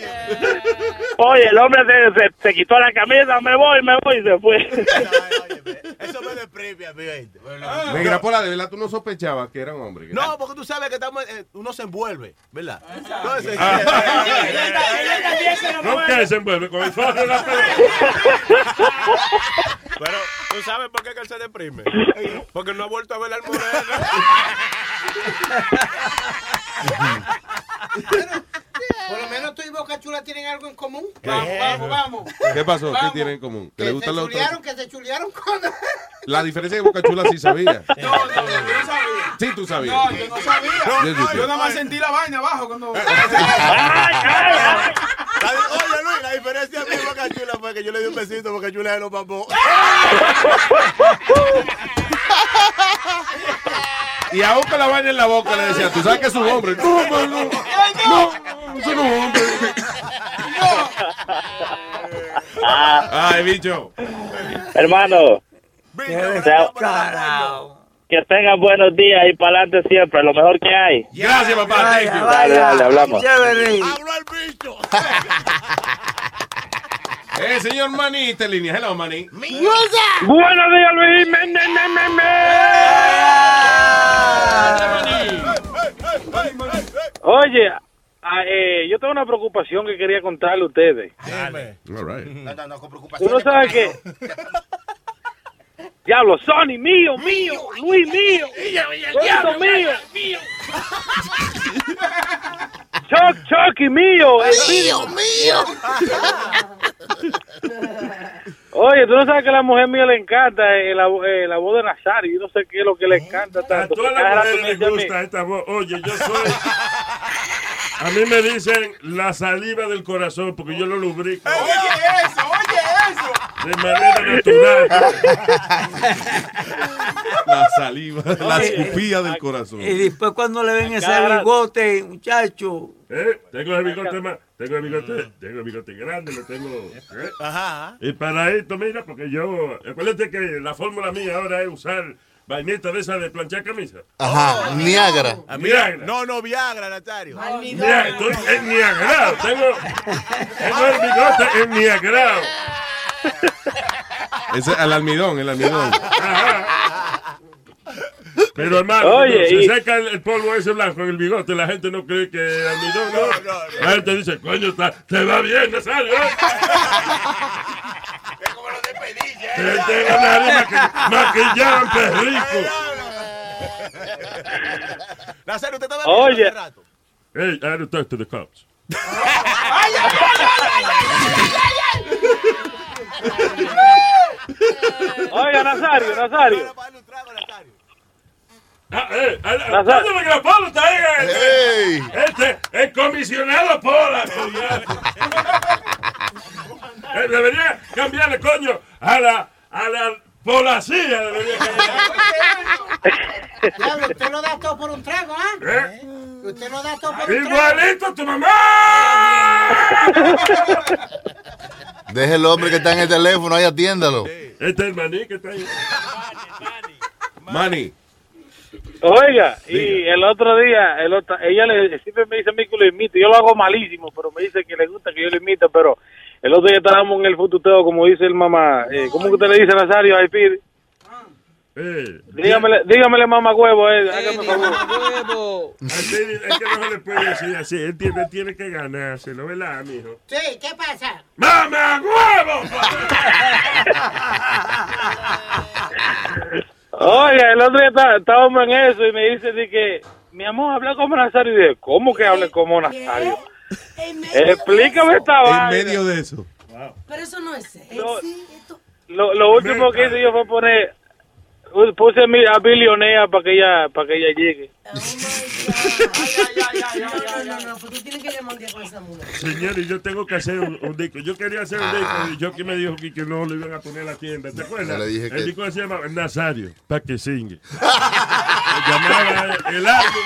S21: Oye, el hombre se, se- se quitó la camisa, me voy, me voy, y se fue.
S22: Negra Pola, de verdad tú no sospechabas que era un hombre.
S28: No, porque tú sabes que estamos, eh, uno se envuelve, ¿verdad? Entonces,
S22: Ah.
S20: No que se envuelve con el sol de la pelota.
S32: Pero tú sabes por qué que él se deprime. Porque no ha vuelto a ver al moreno.
S9: Por lo menos tú y Boca Chula tienen algo en común.
S22: ¿Qué?
S9: Vamos, vamos, vamos.
S22: ¿Qué pasó? ¿Qué
S9: Vamos.
S22: tienen en común? ¿Que
S9: Que
S22: le
S9: se
S22: gustan los otros?
S9: chulearon, que se chulearon con...
S22: La diferencia es que Boca Chula sí sabía.
S9: No, no, no sabía.
S22: Sí, tú sabías.
S37: No, yo no sabía.
S22: No, no,
S37: yo nada más sentí la vaina abajo cuando.
S28: La di- Oye, Luis, la diferencia entre Boca Chula fue que yo le di un besito a Boca Chula de los papos.
S22: Y aún con la vaina en la boca le decía, tú sabes que es un hombre. No, no, no. No, eso no es hombre.
S21: Ah.
S22: Ay, bicho.
S38: Hermano. Te- Que tengan buenos días y para adelante siempre, lo mejor que hay.
S22: Gracias, papá.
S38: Vaya,
S22: Thank you.
S38: vaya. Dale, dale, hablamos. Chévere.
S22: Eh, señor Manny, te línea. Hello, Manny.
S21: Buenos días, Luis. Me, me, me, me, me.
S39: Oye, a- eh, yo tengo una preocupación que quería contarle a ustedes.
S3: No, no, no, con preocupación.
S39: Uno sabe que... Diablo, Sony, mío, mío, Luis, mío, Luisito, mío,
S21: mío.
S39: Chuck, Chucky, mío, el mío. Oye, tú no sabes que a la mujer mía le encanta eh, la, eh, la voz de Nazario. Yo no sé qué es lo que le encanta
S20: A
S39: tanto.
S20: todas
S39: Cada
S20: las
S39: rato me
S20: mujeres
S39: dice a
S20: les
S39: mí,
S20: gusta esta voz. Oye, yo soy. A mí me dicen la saliva del corazón porque yo lo lubrico
S37: Oye, eso, oye, eso.
S20: de manera natural.
S22: La saliva, la
S29: Oye,
S22: escupilla del corazón.
S29: Y después Pues, cuando le ven ese
S20: cara.
S29: bigote, muchacho.
S20: Eh, Tengo el bigote más, tengo el bigote, tengo el bigote grande, lo tengo. ¿eh? Y para esto, mira, porque yo, acuérdate que la fórmula mía ahora es usar vainita de esa de planchar camisa.
S3: Ajá, Niagara.
S20: Viagra.
S28: Ah, No, no, Viagra, Natario.
S20: Niagara, estoy en Niagara, tengo, tengo el bigote en Niagara.
S22: Ese, al almidón, el almidón.
S20: Pero hermano,
S22: Oye,
S20: cuando se
S22: y-
S20: saca el, el polvo ese blanco en el bigote, la gente no cree que es almidón, no. La gente dice, coño, está, te va bien, Nazario. ¿eh? Te tengo nariz maqui- maquillada, perrico.
S28: Nazario, usted estaba
S20: Oye.
S28: hace rato.
S20: Hey, I don't talk to the cops.
S39: Oiga, Nazario, Nazario.
S20: Ah, eh, ah, ah,
S39: Nazario.
S20: Dándome que la Paula está ahí, eh, Este, el comisionado Pola. coño. Eh, debería cambiarle, coño, a la, a la Polacía. Debería
S9: Diablo, usted lo da todo por un trago, ¿ah?
S20: ¿Eh?
S9: Usted lo da todo por un trago.
S20: Igualito a tu mamá.
S3: Deje el hombre que está en el teléfono, ahí atiéndalo.
S20: Este es el maní que está ahí.
S22: Manny.
S39: Oiga, y el otro día, el otro- ella le, siempre me dice a mí que lo imito. Yo lo hago malísimo, pero me dice que le gusta que yo lo imito. Pero el otro día estábamos en el fututeo, como dice el mamá. Eh, ¿Cómo que usted le dice Nazario a Ipir?
S20: Eh,
S39: Dígamele, dígamele mamá huevo, eh, hágame favor.
S20: así es que no se le puede decir así. Él tiene, tiene que ganárselo, ¿verdad, mijo?
S9: Sí, ¿qué pasa?
S20: ¡Mamá huevo!
S39: Oiga, el otro día está- estábamos en eso y me dice de que, mi amor, habla como Nazario. Y dije, ¿cómo que hable como Nazario? Explícame esta vaina.
S22: de eso.
S25: Pero eso no es sexy.
S39: Lo, lo último que hice yo fue poner, puse a mi- a Billionea para que ella, para que ella llegue.
S25: No, no, no, no, pues tú tienes que llamar un día con esa mujer.
S20: Señores, yo tengo que hacer un, un disco. Yo quería hacer un disco y yo que me dijo que, que no lo iban a poner a la tienda. ¿Te acuerdas?
S3: Yo Ah, le dije
S20: el
S3: que-
S20: disco se llama Nazario, para que singe. Se llamaba el álbum.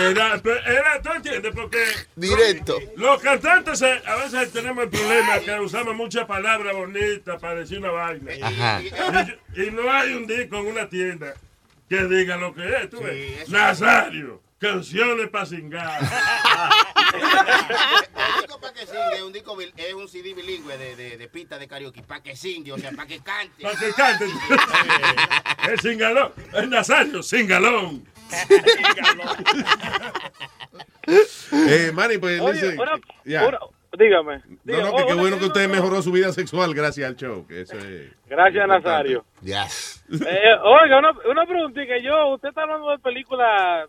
S20: Era, pero era, ¿tú entiendes? Porque
S3: Directo.
S20: los cantantes eh, a veces tenemos el problema que usamos muchas palabras bonitas para decir una vaina.
S3: Ajá.
S20: Y, yo- y no hay un disco en una tienda que diga lo que es. ¿tú ves? Nazario, canciones para singar.
S40: Pa' que singe, un disco bil- es un CD bilingüe de, de, de pista de karaoke. Pa' que singe, o sea, pa' que cante.
S20: Para que canten. El singalón. El Nazario, singalón.
S22: Eh, Manny, pues
S39: Oye,
S22: dice.
S39: una-
S22: ya.
S39: una- dígame.
S22: No,
S39: dígame.
S22: no, que qué
S39: Una-
S22: bueno que usted mejoró su vida sexual gracias al show. que eso es
S39: Gracias,
S22: importante.
S39: Nazario.
S22: Yes.
S39: Eh, oiga, una, una preguntita. Yo, usted está hablando de películas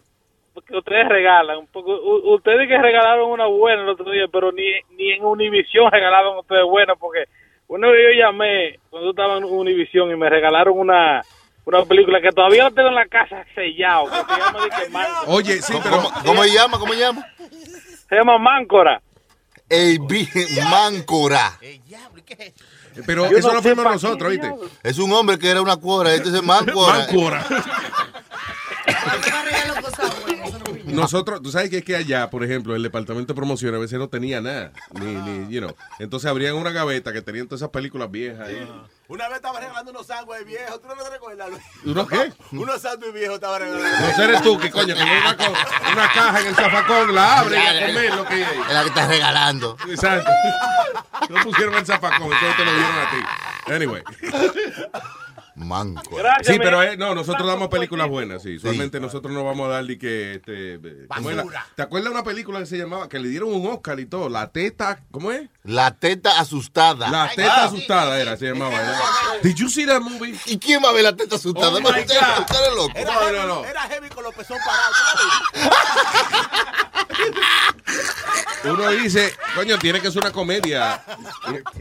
S39: que ustedes regalan. un poco. U- ustedes que regalaron una buena el otro día, pero ni, ni en Univision regalaban ustedes buenas, porque una vez yo llamé cuando yo estaba en Univision y me regalaron una, Una película que todavía la tengo en la casa sellado. que se llama de que Manco.
S5: Oye, sí, pero ¿cómo, cómo se llama? ¿Cómo se llama?
S39: Se llama Máncora.
S5: El vi- Máncora. Pero
S39: Yo
S5: eso
S39: no
S5: lo
S39: sé
S5: fuimos
S39: pa'
S5: nosotros,
S39: qué
S5: ¿viste? Es un hombre que era una cuora, este es el Máncora.
S22: Máncora. Nosotros, tú sabes que es que allá, por ejemplo, el departamento de promoción a veces no tenía nada. Ni, ni, you know. Entonces abrían una gaveta que tenían todas esas películas viejas. ahí.
S28: Una vez estaba regalando unos sándwiches viejos. ¿Tú no te recuerdas? Luis?
S22: ¿Uno qué?
S28: Unos sándwiches viejos estaba regalando.
S22: No eres tú, que coño, que viene una, co- una caja en el zafacón, la abre y a comer lo que
S5: Es la que estás regalando.
S22: Exacto. No pusieron el zafacón, entonces te lo dieron a ti. Anyway.
S5: Manco.
S22: Sí, pero eh, no, nosotros damos películas buenas, sí. Solamente nosotros no vamos a darle que este eh, ¿cómo es la-
S5: Basura.
S22: ¿Te acuerdas de una película que se llamaba que le dieron un Oscar y todo? La teta, ¿cómo es?
S5: La teta asustada. ah.
S22: La teta asustada era, se llamaba. ¿verdad? Did you see that movie?
S5: ¿Y quién va a ver la teta asustada?
S22: Oh my
S5: No, usted-
S22: God.
S5: usted es loco.
S22: Era
S5: No,
S22: heavy,
S5: no, no.
S28: Era heavy con los pezones parados. ¿tú lo viste?
S22: Uno dice, coño, tiene que ser una comedia.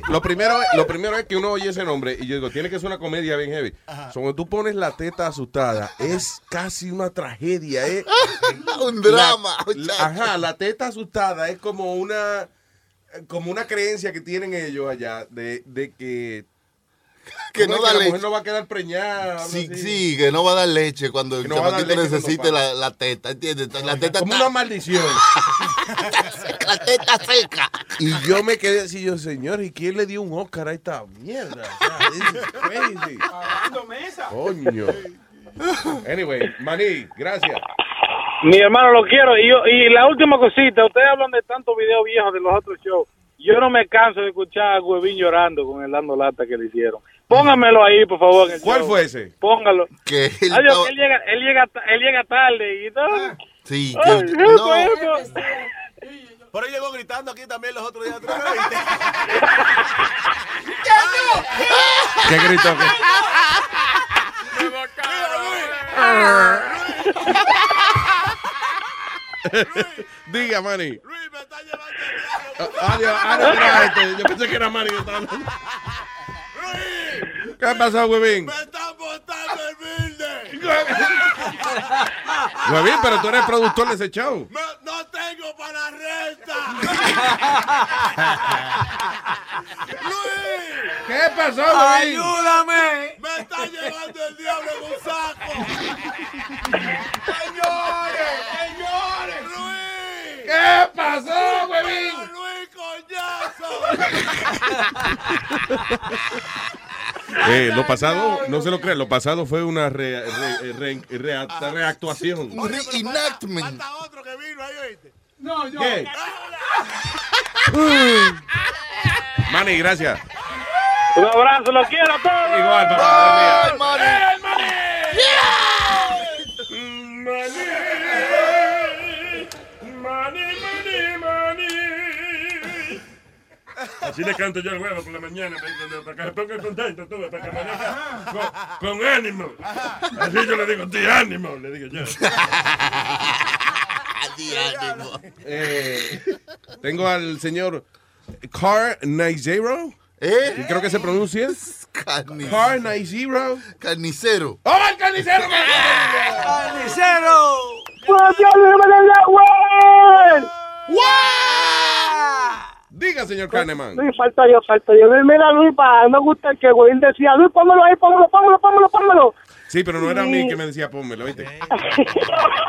S22: Lo primero, lo primero es que uno oye ese nombre y yo digo, tiene que ser una comedia bien heavy. So, cuando tú pones la teta asustada, es casi una tragedia, ¿eh?
S5: Un drama,
S22: La- la- ajá, la teta asustada es como una como una creencia que tienen ellos allá de, de que
S5: Que
S22: ¿cómo es
S5: no da
S22: la
S5: leche.
S22: mujer no va a quedar preñada.
S5: Sí, sí, que no va a dar leche cuando el
S22: Que no va a dar
S5: chamaquito
S22: leche
S5: necesite
S22: cuando
S5: la, la teta, ¿entiendes? La teta
S22: Como
S5: está-
S22: una maldición.
S5: la teta seca.
S22: Y yo me quedé así, yo, señor, ¿y quién le dio un Oscar a esta mierda? O sea, this is crazy. Coño. Anyway, Maní, gracias.
S39: Mi hermano, lo quiero. Y, yo, y la última cosita, ustedes hablan de tantos videos viejos de los otros shows. Yo no me canso de escuchar a Huevín llorando con el dando lata que le hicieron. Póngamelo ahí, por favor. en el
S22: ¿Cuál
S39: show.
S22: fue ese?
S39: Póngalo.
S5: Que él
S39: Ay,
S5: estaba-
S39: Dios, él, llega, él, llega, ta- él llega tarde. Y, no.
S22: Ah,
S5: Sí, que-
S39: Ay,
S5: no.
S39: pues, no.
S28: Pero él llegó gritando aquí también los otros días. ¿tú no lo viste?
S22: ¿Qué gritó? ¿Qué? Diga, Ah, Manny. Luis, me está llevando. Adiós, adiós, mira este. Yo pensé que era Manny. que estaba hablando. ¿Qué pasó, Huevín? Me están botando el builder. Huevín, pero tú eres productor de ese show. ¿Qué pasó, Huevín?
S37: ¡Ayúdame! ¡Me está llevando el diablo en un saco! ¡Señores! ¡Señores! ¡Luis!
S22: ¿Qué pasó, huevín?
S37: ¡Luis, coñazo!
S22: Eh, lo pasado, no se lo crean, lo pasado fue una re- re- re- re- reactuación.
S5: Un reenactment.
S37: No, yo.
S22: ¿Qué? Manny, gracias.
S39: Un abrazo, lo quiero a todos.
S22: Igual, papá. buen día.
S20: Así le canto yo el huevo por la mañana para- para que se ponga contento, tú, para que amanezca con, con ánimo. Así yo le digo, di ánimo, le digo yo.
S22: Eh, tengo al señor Car Nizero. que Creo que se pronuncia. Car Nizero.
S5: Carnicero.
S22: ¡Oh, el carnicero!
S37: ¡Carnicero!
S22: Diga, señor Kahneman.
S8: Luis, falta yo, falta yo. Luis, mira, Luis, para no gusta que Godín decía, Luis, póngalo ahí, póngalo, póngalo, póngalo, póngalo.
S22: Sí, pero no era a mí que me decía pónmelo, ¿viste?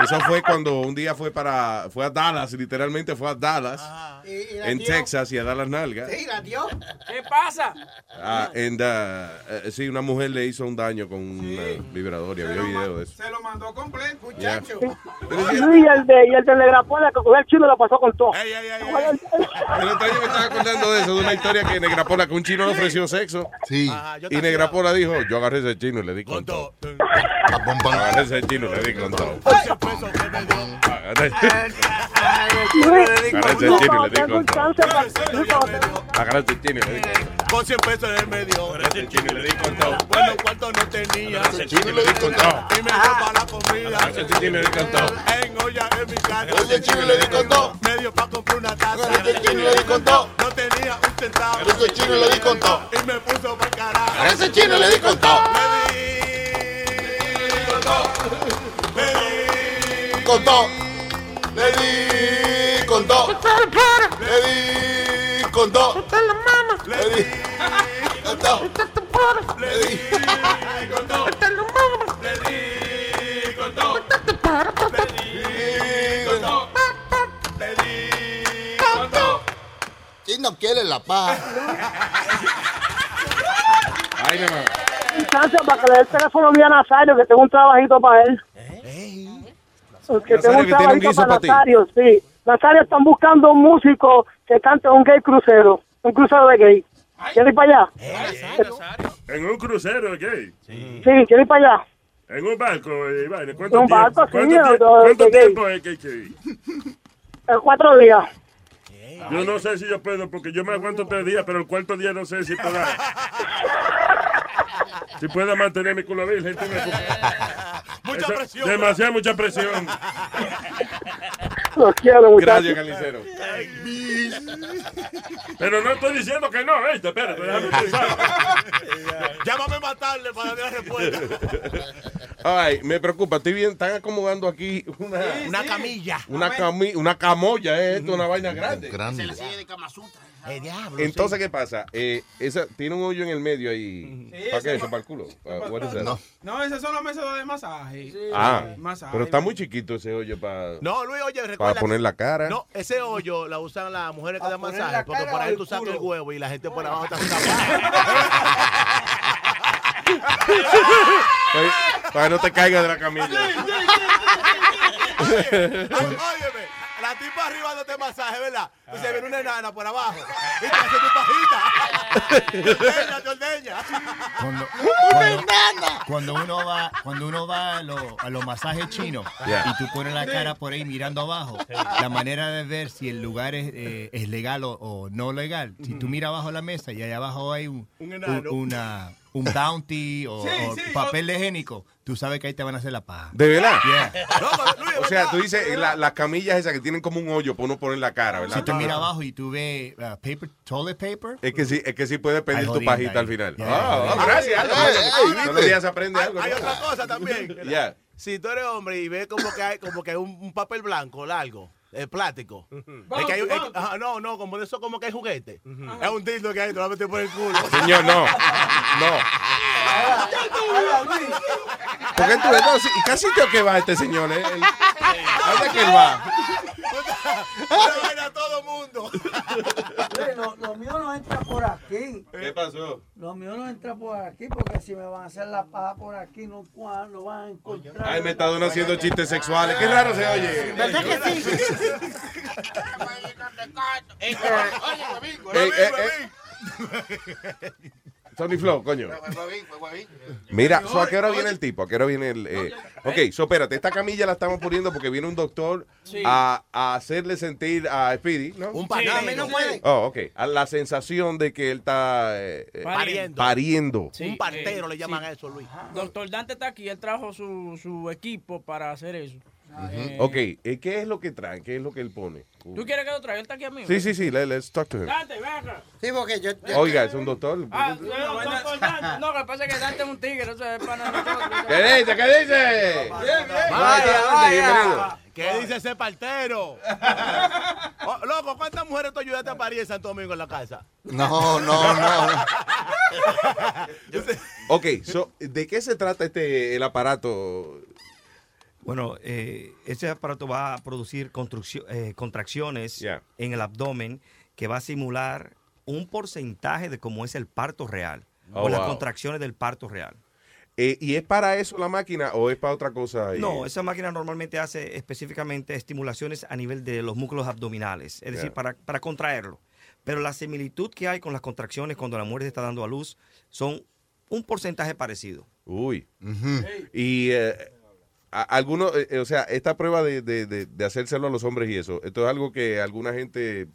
S22: Eso fue cuando un día fue para fue a Dallas, literalmente fue a Dallas,
S37: Ah,
S22: en Texas y a Dallas Nalga.
S24: ¿Qué pasa?
S22: Ah, and, uh, eh, sí, una mujer le hizo un daño con un eh, vibrador y había video de eso.
S37: Se lo mandó completo,
S22: Yeah.
S37: muchacho.
S8: Luis, y el de, y el de Negrapola, que cogió el chino, lo pasó con todo.
S22: Pero entonces yo me estaba acordando de eso, de una historia que Negrapola, que un chino le ofreció sexo.
S5: Sí.
S22: y Negrapola dijo, yo agarré ese chino y le di con todo. Agarré ese chino y le di con todo. Agarré-
S8: Luis, Luis,
S22: Agarré ese chino y
S8: cuando
S22: le di
S8: tengo
S22: con
S8: un
S22: todo.
S8: chance para- Luis, cuando tengo-
S22: Agarré ese chino y le di con todo.
S28: Con 100 pesos en el medio. Bueno,
S22: Agarré ese chino y le di con todo.
S28: cuánto no tenía.
S22: Ese chino y le di con todo.
S28: Y me roba la comida.
S22: Agarré ese chino y le di con todo.
S28: En olla, en mi casa.
S5: Ese chino le di con todo.
S28: Medio para comprar una taza.
S5: Ese chino le di con todo.
S28: No tenía un centavo.
S5: Ese chino le di con todo.
S28: Y me puso para carajo.
S5: Ese chino le di con todo.
S28: Luis,
S5: con todo. Le di con todo. Le di con todo. Le di con todo. Le di con todo. Le di con todo. Le di con todo. Le di con todo. ¿Quién no quiere la paz?
S22: Ay, mamá.
S8: Chance para que le dé el teléfono mío a Nazario, que tengo un trabajito para él. Que
S22: Nazario,
S8: tengo un
S22: que tiene un
S8: trabajito
S22: guiso
S8: para
S22: para ti.
S8: Nazario, sí. Nazario están buscando un músico que cante un gay crucero, un crucero de gay. ¿Quieres ir para allá?
S20: En un crucero, ¿ok?
S8: Sí, ¿quieres ir para allá?
S20: En un barco, eh, Iván. ¿Cuánto
S8: Un
S20: tiempo-
S8: barco, sí,
S20: ¿Cuánto,
S8: yo-
S20: tie-
S8: yo-
S20: cuánto
S8: yo-
S20: tiempo es que, que-
S8: En cuatro días.
S20: Yo no sé si yo puedo, porque yo me aguanto tres días, pero el cuarto día no sé si pueda. si pueda mantener mi culo virgen. tú me-
S37: Mucha
S20: Eso-
S37: presión.
S20: Demasiada mucha presión.
S8: Los quiero, muchachos.
S20: Gracias, Carnicero. Pero no estoy diciendo que no, ¿viste? Espérate, déjame pensar.
S37: Llámame a matarle para darle la
S22: Eh,
S37: respuesta.
S22: Ay, me preocupa. Estoy bien, están acomodando aquí una,
S37: Una camilla.
S22: una, cami- una camoya, ¿eh? Esto es una vaina grande.
S40: Esa es la silla de Kama Sutra.
S37: Eh,
S22: Entonces, ¿qué pasa? Eh, esa tiene un hoyo en el medio ahí.
S40: Sí,
S22: ¿Para
S40: esa
S22: qué?
S40: es
S22: ¿Eso
S40: la-
S22: para el culo? Uh, what is that?
S4: No, esas son las mesas de masaje.
S22: Ah,
S4: masaje.
S22: pero está muy chiquito ese hoyo para
S4: No, Luis, oye, recuerda
S22: para poner la cara.
S28: No, ese hoyo la usan las mujeres que dan
S4: poner
S28: masaje,
S4: la
S28: porque
S4: cara
S28: por
S4: o
S28: ahí
S4: el
S28: tú sacas el
S4: culo.
S28: huevo y la gente por abajo está tapada.
S22: Para, para que no te caigas de la camilla.
S37: Óyeme, la tipa arriba dándote masaje, ¿verdad?
S28: Ah.
S37: Entonces viene una enana por abajo. Y te hace tu pajita. Te ordeña, te ordeña.
S12: Cuando,
S37: ¡Una
S12: cuando- cuando uno va, cuando uno va a, lo- a los masajes chinos
S37: Yeah.
S12: y tú pones la
S37: Sí.
S12: cara por ahí mirando abajo, la manera de ver si el lugar es, eh, es legal o, o no legal. Si tú miras abajo la mesa y allá abajo hay un,
S37: Mm. Un enano.
S12: un- una- un bounty o,
S37: Sí,
S12: o
S37: sí,
S12: papel higiénico, tú sabes que ahí te van a hacer la paja.
S22: ¿De verdad?
S12: Yeah.
S22: O sea, tú dices la- las camillas esas que tienen como un hoyo para uno poner la cara, ¿verdad?
S12: Si tú miras abajo y tú ves uh, paper, toilet paper,
S22: Es que sí, es que sí puedes pedir
S12: Ay,
S22: tu
S12: jodienda
S22: pajita
S12: ahí.
S22: al final.
S12: Ya,
S22: Ah,
S12: jodienda.
S22: ah, gracias. Aldo.
S28: Ay,
S22: Bueno,
S28: ay,
S22: todos los
S28: ay,
S22: días
S28: viste.
S22: se aprende
S28: Hay-
S22: algo.
S28: Hay
S22: ¿no?
S28: otra cosa también.
S22: Ya.
S28: Si tú eres hombre y ves como que hay, como que hay un, un papel blanco largo, eh, plástico. Es que hay- es-
S37: Vamos,
S28: ajá, no, no, como de eso como que hay juguete. Es un dildo que hay, te lo vas a meter por el culo.
S22: Señor, no. No. ¿Por qué tú no, sí, ¿Y casi te que va este señor? eh? El- ¿Dónde que él va?
S37: a todo mundo.
S29: Oye, lo, lo mío no entra por aquí.
S22: ¿Qué pasó?
S29: Lo mío no entra por aquí porque si me van a hacer la paja por aquí no, puedo- no van a encontrar.
S22: Ay, me está dando haciendo chistes sexuales. Qué raro se oye.
S29: ¿Verdad que sí?
S22: Ey, eh, eh. Tony Flow, coño. Mira, so, ¿a qué hora viene el tipo? ¿A qué hora viene el...? eh? Ok, so, espérate, esta camilla la estamos poniendo porque viene un doctor
S37: Sí.
S22: a, a hacerle sentir a Speedy, ¿no?
S28: Un
S37: panadero.
S22: panadero.
S37: Sí, no puede.
S22: Oh, ok. A la sensación de que él está... eh, eh,
S24: Pariendo.
S22: pariendo.
S24: Sí,
S28: un partero
S24: eh,
S28: le llaman
S24: sí.
S28: a eso, Luis.
S24: Doctor Dante está aquí, él trajo su, su equipo para hacer eso. Eh,
S22: Ok, eh, ¿qué es lo que traen? ¿Qué es lo que él pone?
S24: ¿Tú quieres que lo traiga? Él está aquí a mí.
S22: Sí, sí, sí, let- let's talk to him.
S24: Dante, ven acá.
S9: Sí, porque yo.
S22: Oiga, es un doctor.
S24: Ah, no, doctor Dante. No, lo que pasa es que Dante es un tigre, eso es para nosotros.
S22: ¿Qué dice? ¿Qué dice?
S28: Vaya,
S22: Dante,
S28: vaya.
S22: bienvenido.
S28: ¿Qué dice ese partero? Oh, loco, ¿cuántas mujeres tú ayudaste a parir en Santo Domingo en la casa?
S5: No, no, no.
S22: Ok, so, ¿de qué se trata este el aparato?
S2: Bueno, eh, ese aparato va a producir construccio- eh, contracciones en el abdomen que va a simular un porcentaje de cómo es el parto real
S22: Oh,
S2: o las
S22: wow.
S2: contracciones del parto real.
S22: Eh, ¿Y es para eso la máquina o es para otra cosa? ahí?
S2: No, esa máquina normalmente hace específicamente estimulaciones a nivel de los músculos abdominales, es decir,
S22: Ya.
S2: para, para contraerlo. Pero la similitud que hay con las contracciones cuando la mujer está dando a luz son un porcentaje parecido.
S22: Uy. Y eh, a- alguno, eh, eh, o sea, esta prueba de, de- de- de hacérselo a los hombres y eso, ¿esto es algo que alguna gente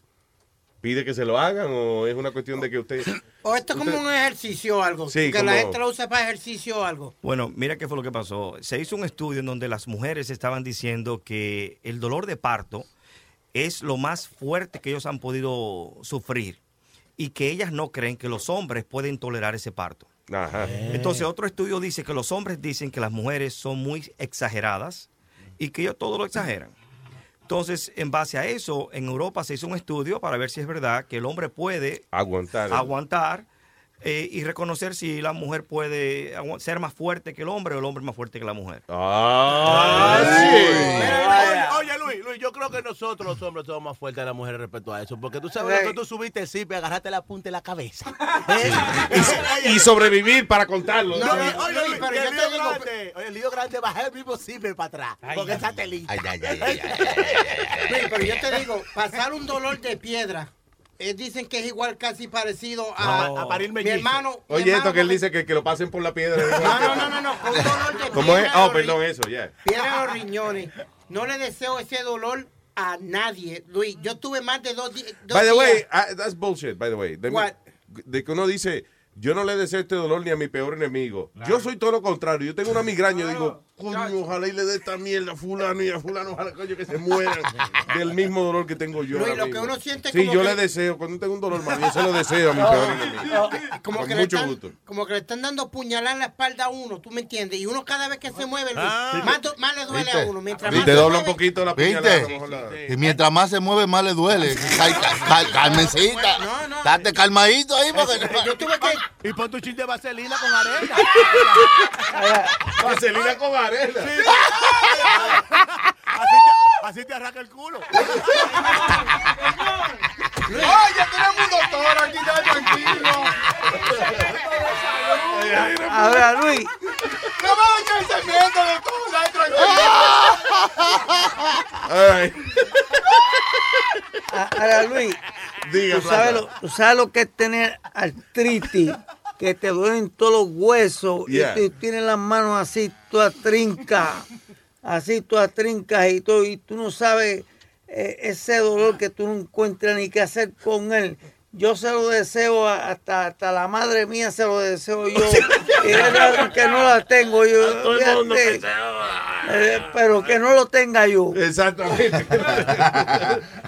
S22: pide que se lo hagan o es una cuestión de que usted...
S9: O esto es como un ejercicio o algo.
S2: Sí,
S9: que
S2: como-
S9: la gente lo usa para ejercicio o algo.
S2: Bueno, mira qué fue lo que pasó. Se hizo un estudio en donde las mujeres estaban diciendo que el dolor de parto es lo más fuerte que ellos han podido sufrir y que ellas no creen que los hombres pueden tolerar ese parto.
S22: Ajá.
S2: Entonces, otro estudio dice que los hombres dicen que las mujeres son muy exageradas y que ellos todo lo exageran. Entonces, en base a eso, en Europa se hizo un estudio para ver si es verdad que el hombre puede
S22: Aguantar.
S2: aguantar eh, y reconocer si la mujer puede agu- ser más fuerte que el hombre o el hombre más fuerte que la mujer.
S22: Ah,
S28: Oye, oye, Luis, Luis, yo creo que nosotros los hombres somos más fuertes de las mujeres respecto a eso. Porque tú sabes lo que tú subiste el zip y agarraste la punta de la cabeza.
S22: Y sobrevivir para contarlo.
S28: No, oye, oye, Luis,
S29: pero
S28: que
S29: yo
S28: el lío
S29: te digo-
S28: grande, oye, el lío grande bajar el mismo zipper para atrás, porque está telita.
S9: Luis, pero yo te digo, pasar un dolor de piedra, eh, dicen que es igual casi parecido a,
S22: No.
S9: a parir mi hermano. mi
S22: Oye, esto
S9: hermano
S22: que él dice que, que lo pasen por la piedra.
S9: No, no, no, no, con dolor de
S22: ¿Cómo es?
S9: piedra,
S22: Ah,
S9: dolor-
S22: perdón, eso, ya.
S9: piedra en los riñones. No le deseo ese dolor a nadie, Luis. Yo tuve más de dos, di- dos
S22: By the way,
S9: días.
S22: I- that's bullshit, by the way. De,
S9: What?
S22: de que uno dice, yo no le deseo este dolor ni a mi peor enemigo. Yo soy todo lo contrario. Yo tengo una migraña, yo digo, coño, ojalá y le dé esta mierda a fulano y a fulano, ojalá coño que se mueran del mismo dolor que tengo yo.
S9: Luis,
S22: ahora
S9: lo que
S22: mismo.
S9: uno siente
S22: Sí,
S9: como
S22: yo
S9: que-
S22: le deseo, cuando tengo un dolor, mano, yo se lo deseo a mi peor enemigo.
S9: Ah, Como
S22: Con
S9: que, le
S22: mucho
S9: están,
S22: gusto.
S9: como que le están dando puñalada en la espalda a uno, ¿tú me entiendes? Y uno cada vez que se mueve, Luis,
S22: Ah.
S9: más, do- más le duele a
S38: ¿Viste?
S9: uno. Mientras
S38: Y
S9: más
S38: te
S9: se
S38: dobla
S9: mueve-
S38: un poquito
S22: la
S38: ¿Viste?
S22: puñalada, a lo mejor la-
S38: Y mientras más se mueve, más le duele. Cal- cal- Calmencita. Date calmadito ahí porque...
S9: Yo tuve
S28: que. Y pon tu chiste de vaselina con arena.
S22: vaselina con arena.
S28: Sí. Así te, así te arranca el culo.
S5: Oye, tenemos un doctor aquí, está tranquilo.
S29: Ahora, Luis.
S5: No me hagas el cemento, doctor, está tranquilo.
S29: A- Ahora, Luis,
S5: Diga,
S29: tú, sabes lo,
S5: Plata.
S29: tú sabes lo que es tener artritis, que te duelen todos los huesos
S5: Yeah.
S29: y tú tienes las manos así, tú atrincas, así tú atrincas y todo, y tú no sabes eh, ese dolor que tú no encuentras ni qué hacer con él. Yo se lo deseo a- hasta, hasta la madre mía, se lo deseo yo. Y es raro que no la tengo yo.
S5: todo el mundo
S29: fíjate, eh, pero que no lo tenga yo.
S22: Exactamente.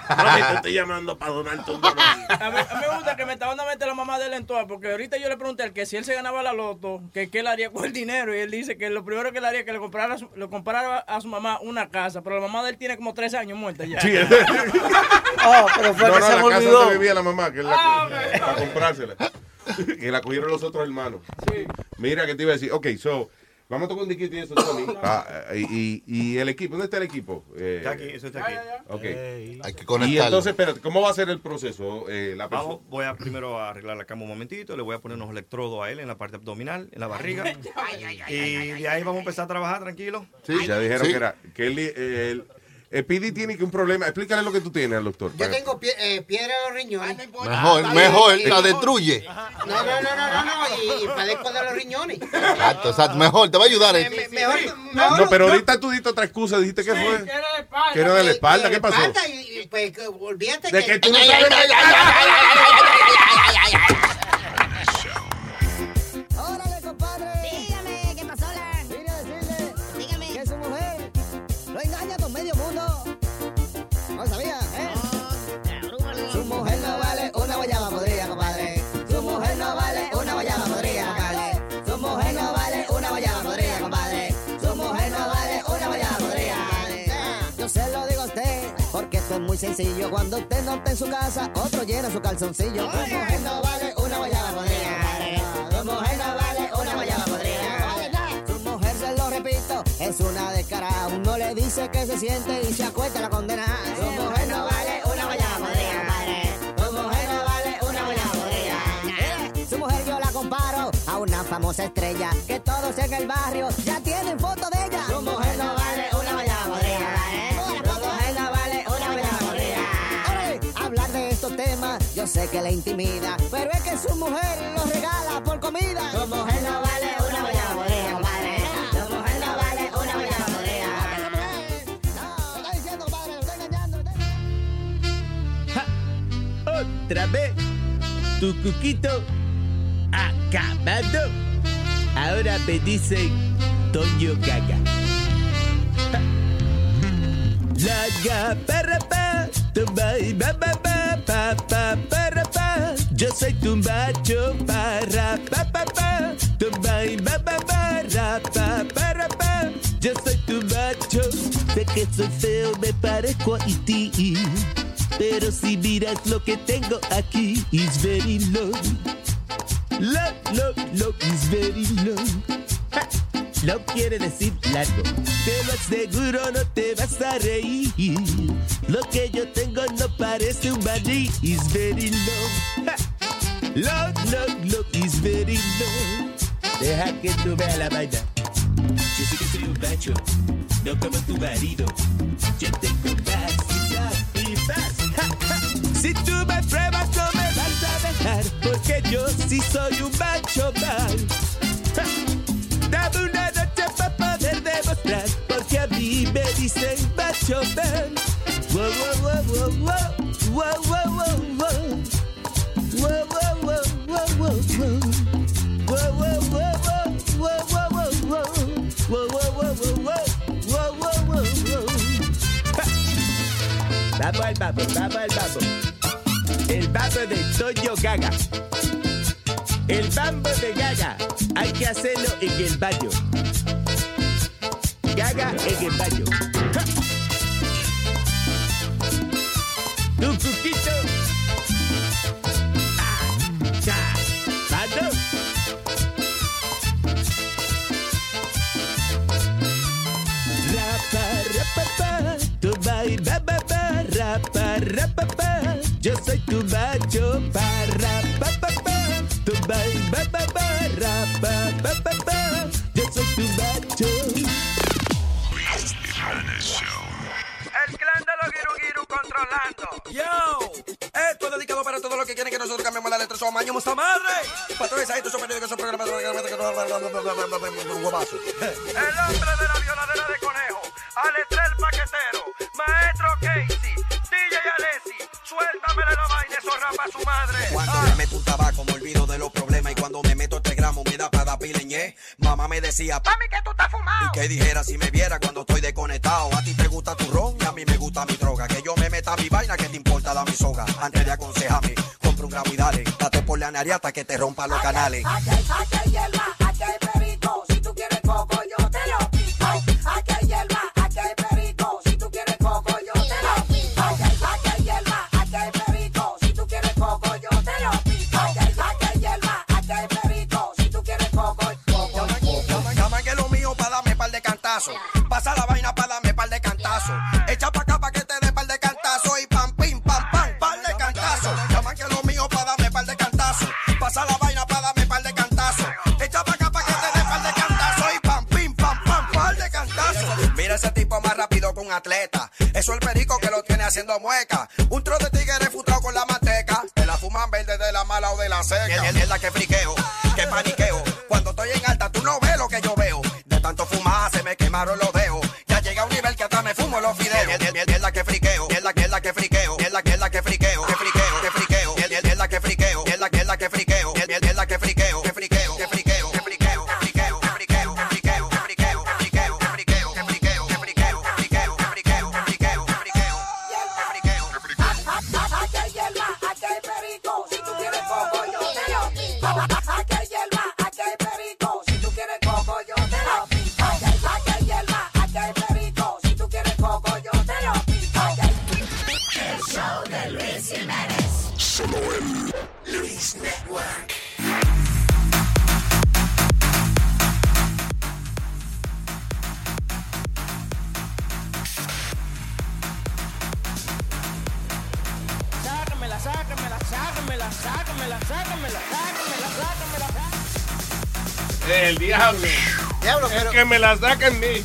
S5: Mami, te estoy llamando para donarte un dolor.
S24: A mí, a mí me gusta que me está dando mente la mamá de él en todas, porque ahorita yo le pregunté a él que si él se ganaba la loto, que qué él haría con el dinero, y él dice que lo primero que él haría es que le comprara, a su- le comprara a su mamá una casa, pero la mamá de él tiene como tres años muerta ya.
S22: Sí.
S29: Oh, pero
S22: No,
S29: fue
S22: no,
S29: que se
S22: la
S29: me
S22: casa
S29: olvidó.
S22: donde vivía la mamá, que es
S24: Ah,
S22: la para comprársela. Que la cogieron los otros hermanos. Mira que te iba a decir, ok, so, vamos a tocar un diquito y eso, Tony. Ah, y, y- y el equipo, ¿dónde está el equipo? Eh,
S2: Está aquí, eso está aquí.
S22: Ok.
S38: Hay que
S22: Y
S38: conectarlo.
S22: entonces, espérate, ¿cómo va a ser el proceso? Eh, la persona-
S2: Vamos, voy a primero a arreglar la cama un momentito, le voy a poner unos electrodos a él en la parte abdominal, en la barriga. Y de ahí vamos a empezar a trabajar tranquilo.
S22: ya dijeron
S2: Sí.
S22: que era. Que él, el, el PD tiene que un problema. Explícale lo que tú tienes al doctor.
S9: Yo tengo pie- eh, piedra en los riñones. Ah,
S38: Mejor, mejor, la destruye.
S9: No, no, no, no, no, no, y, y padezco de los riñones.
S38: Exacto, exacto. Mejor, te va a ayudar.
S9: Me-
S38: eh.
S9: me- mejor-
S22: No,
S9: mejor-
S22: pero ahorita tú diste otra excusa, dijiste que fue.
S9: que era de espalda.
S22: Que era de la
S9: Que-
S22: espalda,
S9: que
S22: ¿qué pasó?
S9: espalda y- y, pues, que- olvídate
S22: De que tú no sabes-
S36: Órale, compadre. Dígame, ¿qué pasó, Lan? Vine a decirle. Dígame. Que su mujer lo engaña con medio mundo. No sabía, ¿eh? su mujer no vale una guayaba podrida, compadre. Su mujer no vale una guayaba podrida, compadre. Su mujer no vale una guayaba podrida, compadre. Su mujer no vale una guayaba podrida, compadre. Yo se lo digo a usted, porque esto es muy sencillo. Cuando usted no está en su casa, otro llena su calzoncillo. Su mujer no vale una guayaba podrida, compadre. Su mujer no vale una guayaba podrida. Su mujer, se lo repito, es una descarada. Uno le dice que se siente y se acuesta la condena. Su mujer no vale una guayaba podrida, compadre. Su mujer no vale una guayaba podrida. Su mujer yo la comparo a una famosa estrella que todos en el barrio ya tienen foto de ella. Su mujer no vale una guayaba podrida, compadre. Su mujer no vale una guayaba Órale, Hablar de estos temas, yo sé que le intimida, pero es que su mujer lo regala por comida. Su mujer no vale una guayaba podrida, compadre. Su mujer no vale una guayaba podrida. No, está diciendo, compadre, lo está engañando.
S37: Otra vez, tu cuquito acabado. Ahora me dicen Toño Gaga. Ja. La gaparra pa, tumba y ba ba ba pa pa para pa. Yo soy tu macho para pa pa pa. Tu bai, ba, ba, ba, ra, pa, pa, ra, pa. Yo soy tu macho. Sé que soy feo, me parezco a ti. Pero si miras lo que tengo aquí, it's very low. Love, love, love is very low. Ja, Low quiere decir largo. Te lo aseguro, no te vas a reír. Lo que yo tengo no parece un maní. Is very low. Ja, Low, low, low is very low. Deja que tú veas la vaina. Yo sé que soy un macho, no como tu marido. Yo tengo más y más y más. Ja, ja. Si tú me pruebas, no me vas a dejar, porque yo sí soy un macho más. Ja. Dame una noche para poder demostrar, porque a mí me dicen macho man. Wow, wow, wow, wow, wow, wow, wow, wow. Wow, wow, wow, wow, wow, wow. Wow, wow, wow, wow, wow, wow, wow. Wow, wow, wow, wow, wow. Wow, wow, wow, wow. Ja. Vamos al babo, vamos al babo. El babo de Toyo Gaga. El bambo de Gaga. Hay que hacerlo en el baño. Gaga en el baño. Ja. Tu cuquito. Ah, ya. Mando. Rapa, rapa, pa. Tu bai, ba, ba, ba. Rapa, rapa, pa. Yo soy tu macho, pa, rapa, pa, pa. Tu bai, ba, ba, ba. Rapa, pa, pa, pa. Yo soy tu macho.
S24: El clan de los Giru Giru controlando.
S26: Yo, esto es dedicado para todos los que quieren que nosotros cambiemos la letra de su amaño, mucha madre. Para todos esos son periódicos, son programas, que no huevazo.
S24: El hombre de la violadera de conejo. Alex el paquetero. Maestro Casey. DJ Alessi. Suéltamele la vaina, eso rapa a su madre.
S26: Cuando me meto un tabaco me olvido de los problemas y cuando me meto este gramo me da para dar pileñé. Mamá me decía, mami que tú estás fumado. Y que dijera si me viera cuando estoy desconectado. A ti te gusta tu ron y a mí me gusta mi droga. Que yo me meta mi vaina, que te importa la mi soga. Antes de aconsejarme, compra un gramo y dale. Date por la nariata que te rompa los canales.
S5: Aquí hay, aquí hay hierba, aquí hay perico. Si tú quieres coco, yo te lo pico. Aquí hay hierba, aquí hay perico. Si tú quieres coco, yo te lo pico. Aquí hay, aquí hay hierba, aquí hay perico. Si tú quieres coco, yo te lo pico. Aquí hay, aquí hay hierba, aquí hay perico. Si tú quieres coco, coco, coco.
S26: Llaman que lo mío para darme par de cantazo. Pasa la vaina para darme par de cantazo. Echa pa' acá pa' que te dé par de cantazo. Y pam, pim, pam, pam, par de cantazo. Llaman que lo mío para darme par de cantazo. Pasa la vaina para darme par de cantazo. Echa pa' acá pa' que te dé par de cantazo. Y pam, pim, pam, pam, par de cantazo. Mira ese tipo más rápido que un atleta. Eso es el perico que lo tiene haciendo mueca. Un tro de tigre frustrado con la manteca. Te la fuman verde de la mala o de la seca. Es la que friqueo, que paniqueo. Cuando estoy en alta, tú no ves lo que yo veo. De tanto fumar se me quemaron los dedos. Ya llega a un nivel que hasta me fumo los fideos. Es, la que friqueo, es la que es la que friqueo, es la que es la que friqueo, que friqueo, que friqueo, es, es- es la que friqueo, es la que es la que friqueo, es, es- es la que friqueo, que friqueo, que friqueo, que friqueo, que friqueo, que friqueo, que friqueo, que friqueo, que friqueo, que friqueo, que friqueo, que friqueo, que friqueo, que friqueo, que friqueo, que friqueo.
S5: Aquí hay hierba, aquí hay perico. Si tú quieres coco, yo te lo pico. Aquí hay hierba, aquí hay perico. Si tú quieres coco, yo te lo pico. Aquí hay, aquí hay hierba, aquí hay perico. Si tú quieres coco, yo te lo pico. Aquí hay- El show de Luis Jiménez.
S41: Samuel.
S5: Luis Network.
S24: Sácamela, sácamela, sácamela, sácamela, sácamela, sácamela, sácamela.
S22: El diablo.
S24: Diablo, pero-
S22: que me la sacan de.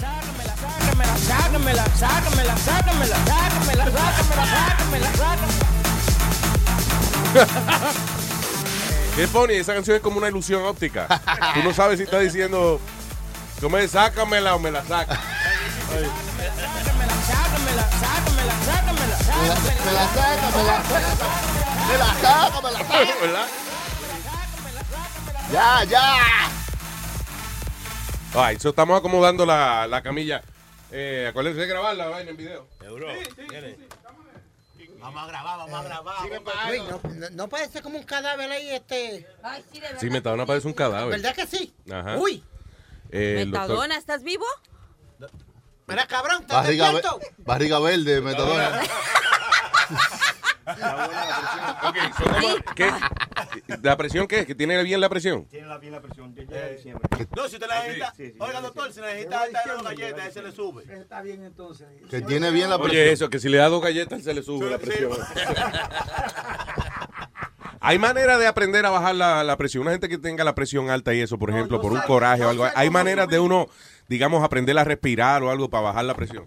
S24: Sácamela, sácamela, sácamela, sácamela, sácamela, sácamela, sácamela.
S22: Qué funny, esa canción es como una ilusión óptica. Tú no sabes si está diciendo, tú me sácamela o me la sacas.
S38: Me la saca, me la saca. Me la saca, me la saca.
S22: ¿Verdad?
S38: Ya, ya.
S22: Ay, so estamos acomodando la, la camilla. Eh, acuérdense de grabarla, vaina en video.
S42: Seguro.
S37: Vamos a grabar, vamos a grabar.
S9: Luis, no, no- no parece como un cadáver ahí, este.
S22: Sí, Metadona parece un cadáver.
S9: ¿Verdad que sí?
S22: Ajá.
S9: Uy.
S22: Eh, el doctor-
S25: Metadona, ¿estás vivo?
S9: Mira, cabrón,
S38: Ah,
S9: ¿estás
S5: Barriga, ve-
S9: despierto?
S5: barriga verde, metadona.
S22: ¿Qué?
S5: Ah.
S22: ¿La presión qué? ¿Que tiene bien la presión?
S37: Tiene la piel la presión. No, si usted la necesita. Oiga, doctor, si necesita alta de galleta, ese le sube. Está bien entonces.
S5: Que tiene bien la presión.
S22: Oye, eso, que si le da dos galletas se le sube la presión. Hay manera de aprender a bajar la, la presión. Una gente que tenga la presión alta y eso, por ejemplo, por un coraje o algo. Hay maneras de uno, digamos, aprender a respirar o algo para bajar la presión.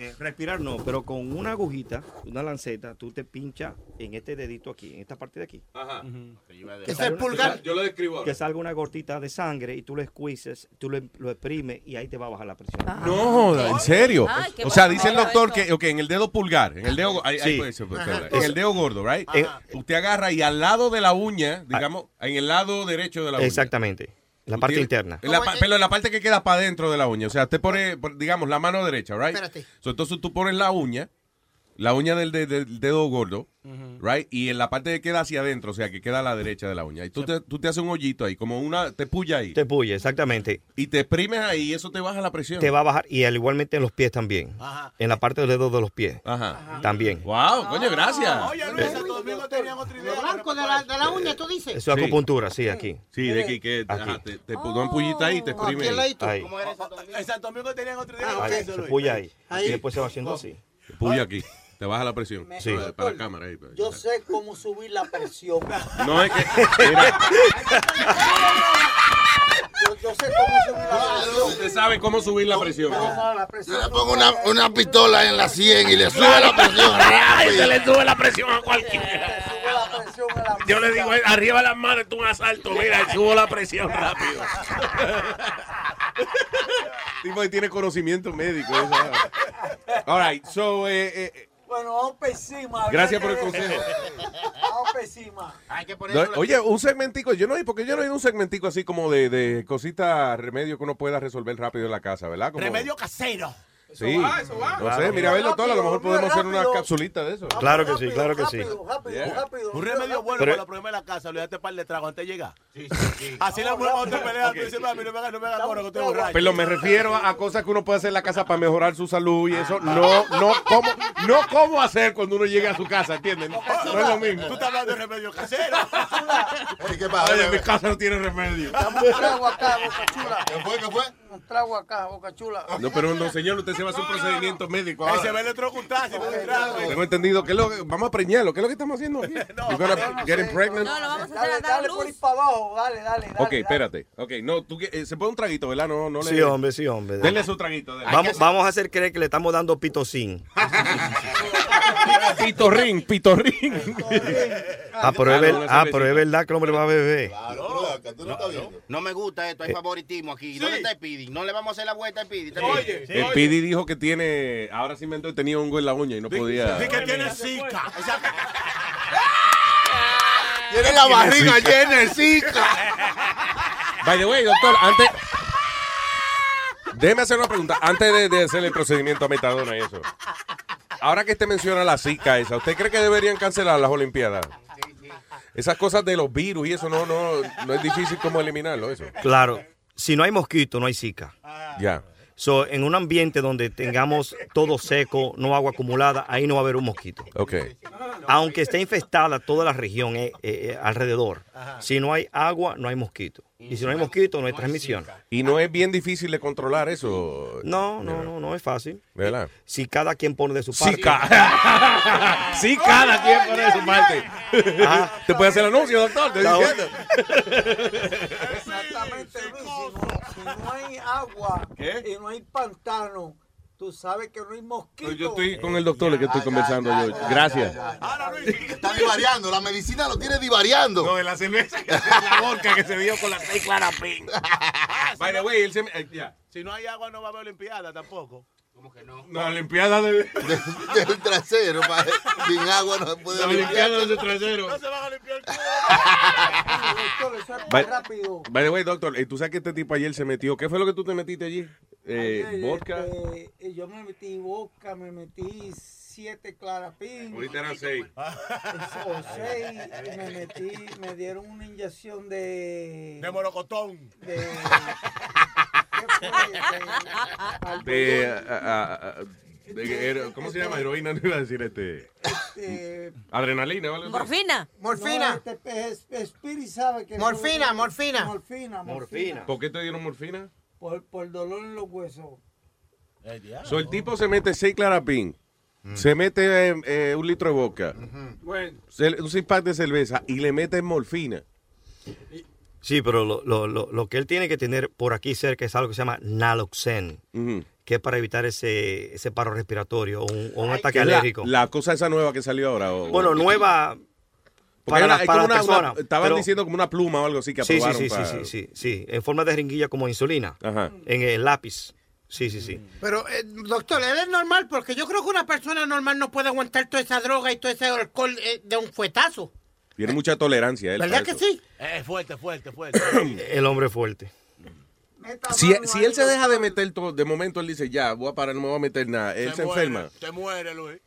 S2: Eh, respirar no, pero con una agujita, una lanceta, tú te pinchas en este dedito aquí, en esta parte de aquí.
S22: Ajá.
S2: Que
S22: Es
S2: salga
S22: el
S2: una-
S22: pulgar.
S2: que sal-
S22: Yo lo describo ahora.
S2: Que salga una gotita de sangre y tú lo escuices, tú lo, em, lo exprimes y ahí te va a bajar la presión.
S22: No, joda, en serio.
S2: Ah. Ay, qué
S22: o sea,
S2: bueno,
S22: dice el
S2: bueno
S22: doctor que, ok, en el dedo pulgar, en el dedo, ahí- ahí
S2: Sí.
S22: puede ser, puede
S2: Ajá.
S22: ser, en el dedo gordo, right? Usted agarra y al lado de la uña, digamos, en el lado derecho de la uña.
S2: Exactamente. La
S22: Usted-
S2: parte interna.
S22: en la pa- pero en la parte que queda para adentro de la uña. O sea, usted pone, por- digamos, la mano derecha, right?
S9: Espérate.
S22: So, entonces tú pones la uña, la uña del, de- del dedo gordo, right? Y en la parte que queda hacia adentro, o sea, que queda a la derecha de la uña. Y tú te, tú te haces un hoyito ahí, como una, te puya ahí.
S2: Te puye, exactamente.
S22: Y te exprimes ahí y eso te baja la presión.
S2: Te va a bajar y al igualmente en los pies también. En la parte del dedo de los pies. También. Eh,
S22: Wow,
S2: Ah.
S22: coño, gracias.
S9: Lo blanco de la, de la uña, tú dices.
S2: Eso es acupuntura, sí, aquí.
S22: Sí, de aquí que ajá, te, te pone un pullita ahí y
S28: Oh,
S5: Ah,
S22: te exprime. ahí.
S2: Ahí.
S37: En Santo Domingo tenían otro día.
S2: Ahí, se puya ahí. Y después se va haciendo así.
S22: Te puya aquí. Te baja la presión.
S29: Me-
S22: Sí. Para, para
S29: Doctor,
S22: la cámara ahí. para-
S29: Yo sé cómo subir la presión.
S22: No es que. Mira,
S29: Yo, yo sé cómo subir la presión.
S22: usted sabe cómo subir la presión. pues.
S5: Yo le pongo una, una pistola en la 100 y le sube la presión.
S21: Ay,
S5: rápido.
S21: se le sube la presión a cualquiera. Yo le digo, arriba las manos, tú un asalto. Mira, y subo la presión rápido.
S22: tipo ahí tiene conocimiento médico. esa- All right, so. eh, eh, eh,
S29: Bueno, vamos para encima.
S22: Gracias por el consejo.
S6: Ah,
S29: Vamos para encima. Hay que
S22: no, oye, un segmentico. Yo no hay, porque yo no hay un segmentico así como de, de cositas, remedio que uno pueda resolver rápido en la casa, ¿verdad? Como-
S37: Remedio casero.
S22: Sí.
S37: va, eso va.
S22: No sé,
S37: Claro.
S22: mira, a verlo todo. A lo mejor
S37: Rápido,
S22: podemos hacer una
S37: rápido.
S22: capsulita de eso.
S2: Claro que sí, claro que sí.
S37: Rápido, rápido. Un remedio bueno
S2: Pero-
S37: para los problemas de la casa, olvídate un par de tragos antes de llegar. Así la mujer cuando te pelea, tú dices, mami, no me hagas, no me hagas coro, que estoy borracho.
S22: Pero me refiero a, a cosas que uno puede hacer en la casa para mejorar su salud y
S37: Ah,
S22: eso. No, no, cómo, no cómo hacer cuando uno llega a su casa, ¿entienden? No es lo mismo.
S37: Tú estás hablando de remedio casero.
S5: ¿Qué
S22: Oye, mi casa no tiene remedio.
S29: Dame un trago acá, Boca Chula. ¿Qué fue? ¿Qué fue? Un trago acá, Boca Chula.
S22: No, pero no, señor, usted se va a hacer un procedimiento médico. ahora.
S37: Ese vele otro juntar, si no le trago.
S22: Tengo entendido que es lo que- vamos a preñarlo. ¿Qué es lo que estamos haciendo aquí? You gonna get him pregnant?
S29: vamos a hacer a dar Dale por ahí para abajo, dale, dale. dale
S22: Ok, espérate. Ok, no, tú que- eh, se pone un traguito, ¿verdad? No, no le.
S2: Sí, hombre, sí, hombre.
S22: Denle su traguito. denle.
S2: Vamos, vamos a hacer creer que le estamos dando pitocín.
S22: Pitorrín, pitorrín.
S2: Ah, pero es, ver-
S40: Ah, no,
S2: ah, pero es verdad que el hombre va a beber.
S40: No me gusta esto, hay
S22: Eh.
S40: favoritismo aquí. ¿Dónde está el Pidi? No le vamos a hacer la vuelta al Pidi.
S22: El Pidi dijo que tiene. Ahora sí me entró, tenía hongo en la uña y no podía.
S37: Así que tiene zika.
S5: Tiene la barriga
S22: Zika.
S5: llena de zika.
S22: By the way, doctor, antes. Déjeme hacer una pregunta antes de, de hacer el procedimiento a metadona y eso. Ahora que usted menciona la Zika esa, ¿usted cree que deberían cancelar las Olimpiadas? Esas cosas de los virus y eso no, no, no es difícil como eliminarlo, eso.
S2: Claro, si no hay mosquito, no hay zika.
S22: Ah. Ya.
S2: So, en un ambiente donde tengamos todo seco, no agua acumulada, ahí no va a haber un mosquito.
S22: Ok.
S2: Aunque esté infestada toda la región eh, eh, eh, alrededor, si no hay agua, no hay mosquito. Y si no hay mosquito, no hay transmisión.
S22: Y no es bien difícil de controlar eso.
S2: No, no, no, no es fácil.
S22: ¿Verdad?
S2: Si cada quien pone de su parte.
S22: Sí, cada quien pone su parte. Ah, Te puede hacer el anuncio, doctor. Te
S2: Está
S22: estoy
S2: bueno.
S22: diciendo.
S29: Exactamente, Luis. Si no, si no hay agua y no hay pantano, tú sabes que no hay mosquitos.
S22: Yo estoy con el doctor el que estoy conversando yo. Gracias.
S5: Está divariando. La medicina lo tiene divariando. No,
S22: de la cerveza.
S5: La
S22: borca que se dio con la seis clarapín. By the way, él se me- eh, ya.
S37: Si no hay agua, no va a haber olimpiada tampoco.
S22: No, Olimpiada de...
S5: Del trasero, pa- sin agua no se puede
S22: La
S5: limpiar.
S22: Olimpiada de trasero. No
S37: se van a limpiar el culo.
S29: Doctor, eso es
S22: By,
S29: más rápido.
S22: by the way, doctor, eh, tú sabes que este tipo ayer se metió. ¿Qué fue lo que tú te metiste allí? Eh,
S29: Ayer,
S22: vodka.
S29: este, yo me metí boca, me metí siete clarapín.
S22: Ahorita eran seis.
S29: O seis. y Me metí, me dieron una inyección de.
S28: De morocotón.
S29: De. ¿qué fue? De-
S22: De, ah, ah, ah, de- hero- ¿Cómo se llama? Heroína, no iba a decir este.
S29: este,
S22: Adrenalina, ¿vale?
S9: Morfina.
S29: No, este, es- es- Spirit sabe que
S9: Morfina, morfina.
S29: Morfina, morfina.
S22: Morfina. ¿Por qué te dieron morfina?
S29: Por, por dolor en los huesos.
S22: So, el tipo se mete seis clarapín, se mete eh, eh, un litro de boca,
S9: Bueno.
S22: se- un six pack de cerveza y le mete morfina.
S2: Sí, pero lo, lo- lo- lo que él tiene que tener por aquí cerca es algo que se llama naloxen, que es para evitar ese, ese paro respiratorio o un, o un ataque
S22: Que es la,
S2: alérgico.
S22: la cosa esa nueva que salió ahora. o-
S2: Bueno, nueva
S22: Porque
S2: para,
S22: era-
S2: la,
S22: es
S2: para
S22: como
S2: la
S22: una- una-
S2: persona.
S22: estaban
S2: pero-
S22: diciendo como una pluma o algo así que
S2: sí, sí,
S22: aprobaron.
S2: sí, sí,
S22: para-
S2: sí, sí, sí, en forma de jeringuilla como insulina, en el lápiz. Sí, sí, sí.
S9: Pero, eh, doctor, él es normal porque yo creo que una persona normal no puede aguantar toda esa droga y todo ese alcohol eh, de un fuetazo.
S22: Tiene mucha tolerancia. Él, para
S9: ¿Verdad que
S22: eso.
S9: sí?
S37: Eh,
S28: Es fuerte, fuerte, fuerte.
S2: El hombre fuerte.
S22: Si, si él se deja de meter todo, de momento él dice, ya, voy a parar, no me voy a meter nada. Él se,
S28: muere,
S22: enferma.
S28: Se muere, Luis.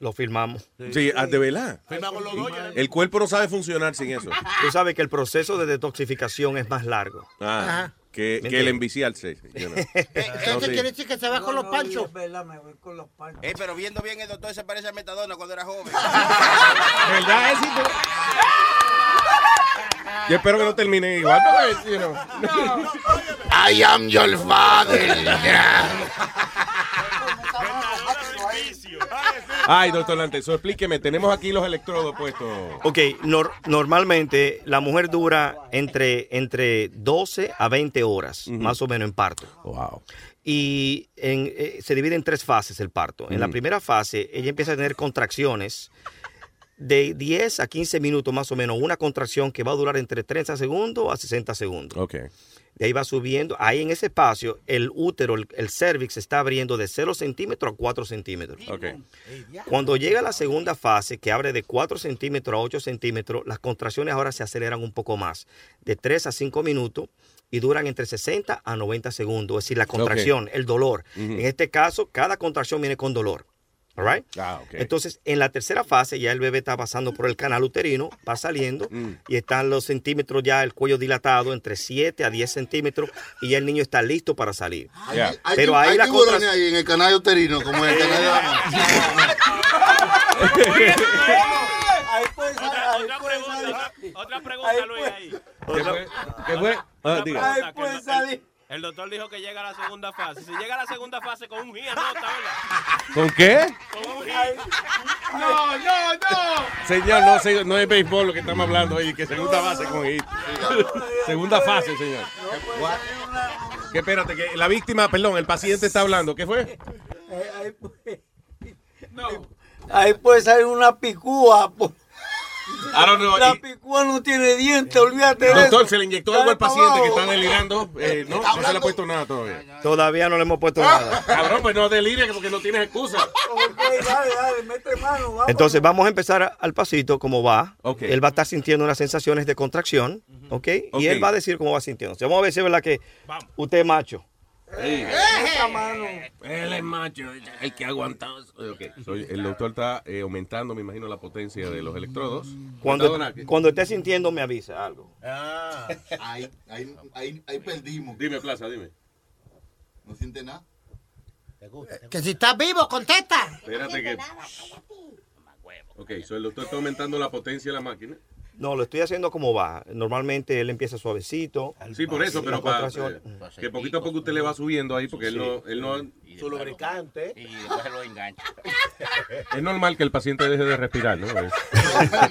S2: Lo firmamos.
S22: Sí, ah, de verdad.
S28: Firma con los dos. ya.
S22: El cuerpo no sabe funcionar sin eso.
S2: Tú sabes que el proceso de detoxificación es más largo.
S22: Ah,
S2: Ajá.
S22: que,
S2: Me
S22: que el
S2: entiendo.
S22: enviciarse. you know. No, sí.
S9: decir que se va con los panchos.
S40: Eh, pero viendo bien el doctor se parece a Metadona cuando era joven.
S22: ¿Verdad? Es igual. Yo espero que no termine igual. porque, you know.
S38: I am your father.
S22: Ay, doctor Lante, eso explíqueme. Tenemos aquí los electrodos puestos.
S2: Ok, nor- normalmente la mujer dura entre, entre 12 a 20 horas, más o menos, en parto.
S22: Wow.
S2: Y en, eh, se divide en tres fases el parto. En la
S22: Ujú.
S2: primera fase, ella empieza a tener contracciones de 10 a 15 minutos más o menos, una contracción que va a durar entre 30 segundos a 60 segundos.
S22: Ok.
S2: De ahí va subiendo. Ahí en ese espacio, el útero, el, el cervix, se está abriendo de 0 centímetros a 4 centímetros. Cuando llega la segunda fase, que abre de 4 centímetros a 8 centímetros, las contracciones ahora se aceleran un poco más, de 3 a 5 minutos, y duran entre 60 a 90 segundos. Es decir, la contracción, el dolor. En este caso, cada contracción viene con dolor. All right? Entonces, en la tercera fase, ya el bebé está pasando por el canal uterino, va saliendo, y están los centímetros ya, el cuello dilatado, entre 7 a 10 centímetros, y ya el niño está listo para salir.
S38: Hay,
S2: Pero
S38: ti-
S2: ahí
S38: hay
S2: la
S38: tiburones
S2: contra-
S38: ahí en el canal uterino, como en el canal de la
S29: Ahí puede ser- ahí puede salir-
S32: Otra pregunta, Luis, ahí.
S22: ¿Qué Pues, fue? ¿Qué fue? Ah, diga.
S32: Pregunta, que el, el- el doctor dijo que llega a la segunda fase. Si llega a la segunda fase con un guía rota,
S22: ¿Con qué?
S32: No, no, no.
S22: Señor, no, se- no es béisbol lo que estamos hablando ahí, que segunda base con hit. segunda fase, señor. Que espérate, que la víctima, perdón, el paciente está hablando. ¿Qué
S29: ahí-
S22: fue?
S29: eh, ahí puede- Ahí puede salir una picúa. po.
S22: I don't know.
S29: La
S22: Y- Eh,
S29: picúa no tiene dientes, olvídate de eso.
S22: Doctor, se le inyectó algo al
S29: Está
S22: paciente que está
S29: abajo.
S22: delirando. Eh, no, no se le ha puesto nada todavía.
S2: Todavía no le hemos puesto nada.
S22: Cabrón, pues no deliria porque no tienes excusa.
S29: Ok, dale, dale, mete mano, vamos.
S2: Entonces vamos a empezar a- al pasito como va. Él va a estar sintiendo unas sensaciones de contracción, ¿ok? Ok. Y él va a decir cómo va sintiendo. Vamos a ver si es verdad que usted es macho.
S29: Meta mano.
S22: Él es macho, el que ha aguantado. el doctor está eh, aumentando, me imagino, la potencia de los electrodos.
S2: Cuando,
S22: Perdona, que-
S2: cuando esté sintiendo me avisa algo.
S38: Ah, ahí, ahí, ahí, ahí perdimos.
S22: Dime, Plaza, dime.
S38: ¿No siente nada?
S9: Que si estás vivo, contesta.
S22: Espérate que. Ok, so el doctor está aumentando la potencia de la máquina.
S2: No, lo estoy haciendo como va. Normalmente él empieza suavecito.
S22: Sí, por eso,
S2: La
S22: pero para,
S2: contracción-
S22: eh, que poquito a poco usted le va subiendo ahí porque él no, él no
S5: Su lubricante.
S40: Y después se lo engancha.
S22: es normal que el paciente deje de respirar, ¿no?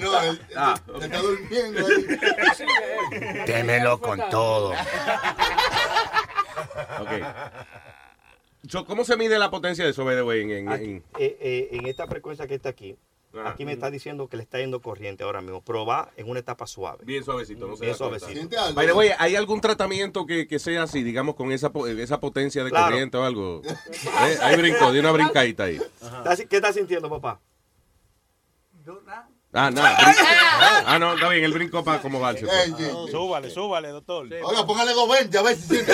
S38: No, él,
S22: Ah,
S38: él está durmiendo ahí.
S22: Témelo con todo. So, ¿Cómo se mide la potencia de eso, by the way, en- en-
S2: Aquí,
S22: en-
S2: eh, eh, en esta frecuencia que está aquí,
S22: Ah,
S2: aquí me está diciendo que le está yendo corriente ahora mismo, pero va en una etapa suave.
S22: Bien suavecito, no se
S2: Bien
S22: da cuenta.
S2: suavecito.
S22: By the way, ¿hay algún tratamiento que, que sea así, digamos, con esa, po- eh, esa potencia de
S2: Claro.
S22: corriente o algo? Eh, Ahí brincó, de una brincadita ahí.
S2: ¿Estás- ¿Qué estás sintiendo, papá?
S22: Ah, nada. brin- Ah, no, está bien, el brinco para como valse. pues.
S32: Súbale, súbale, doctor.
S38: Oiga, póngale 220 a ver si siente.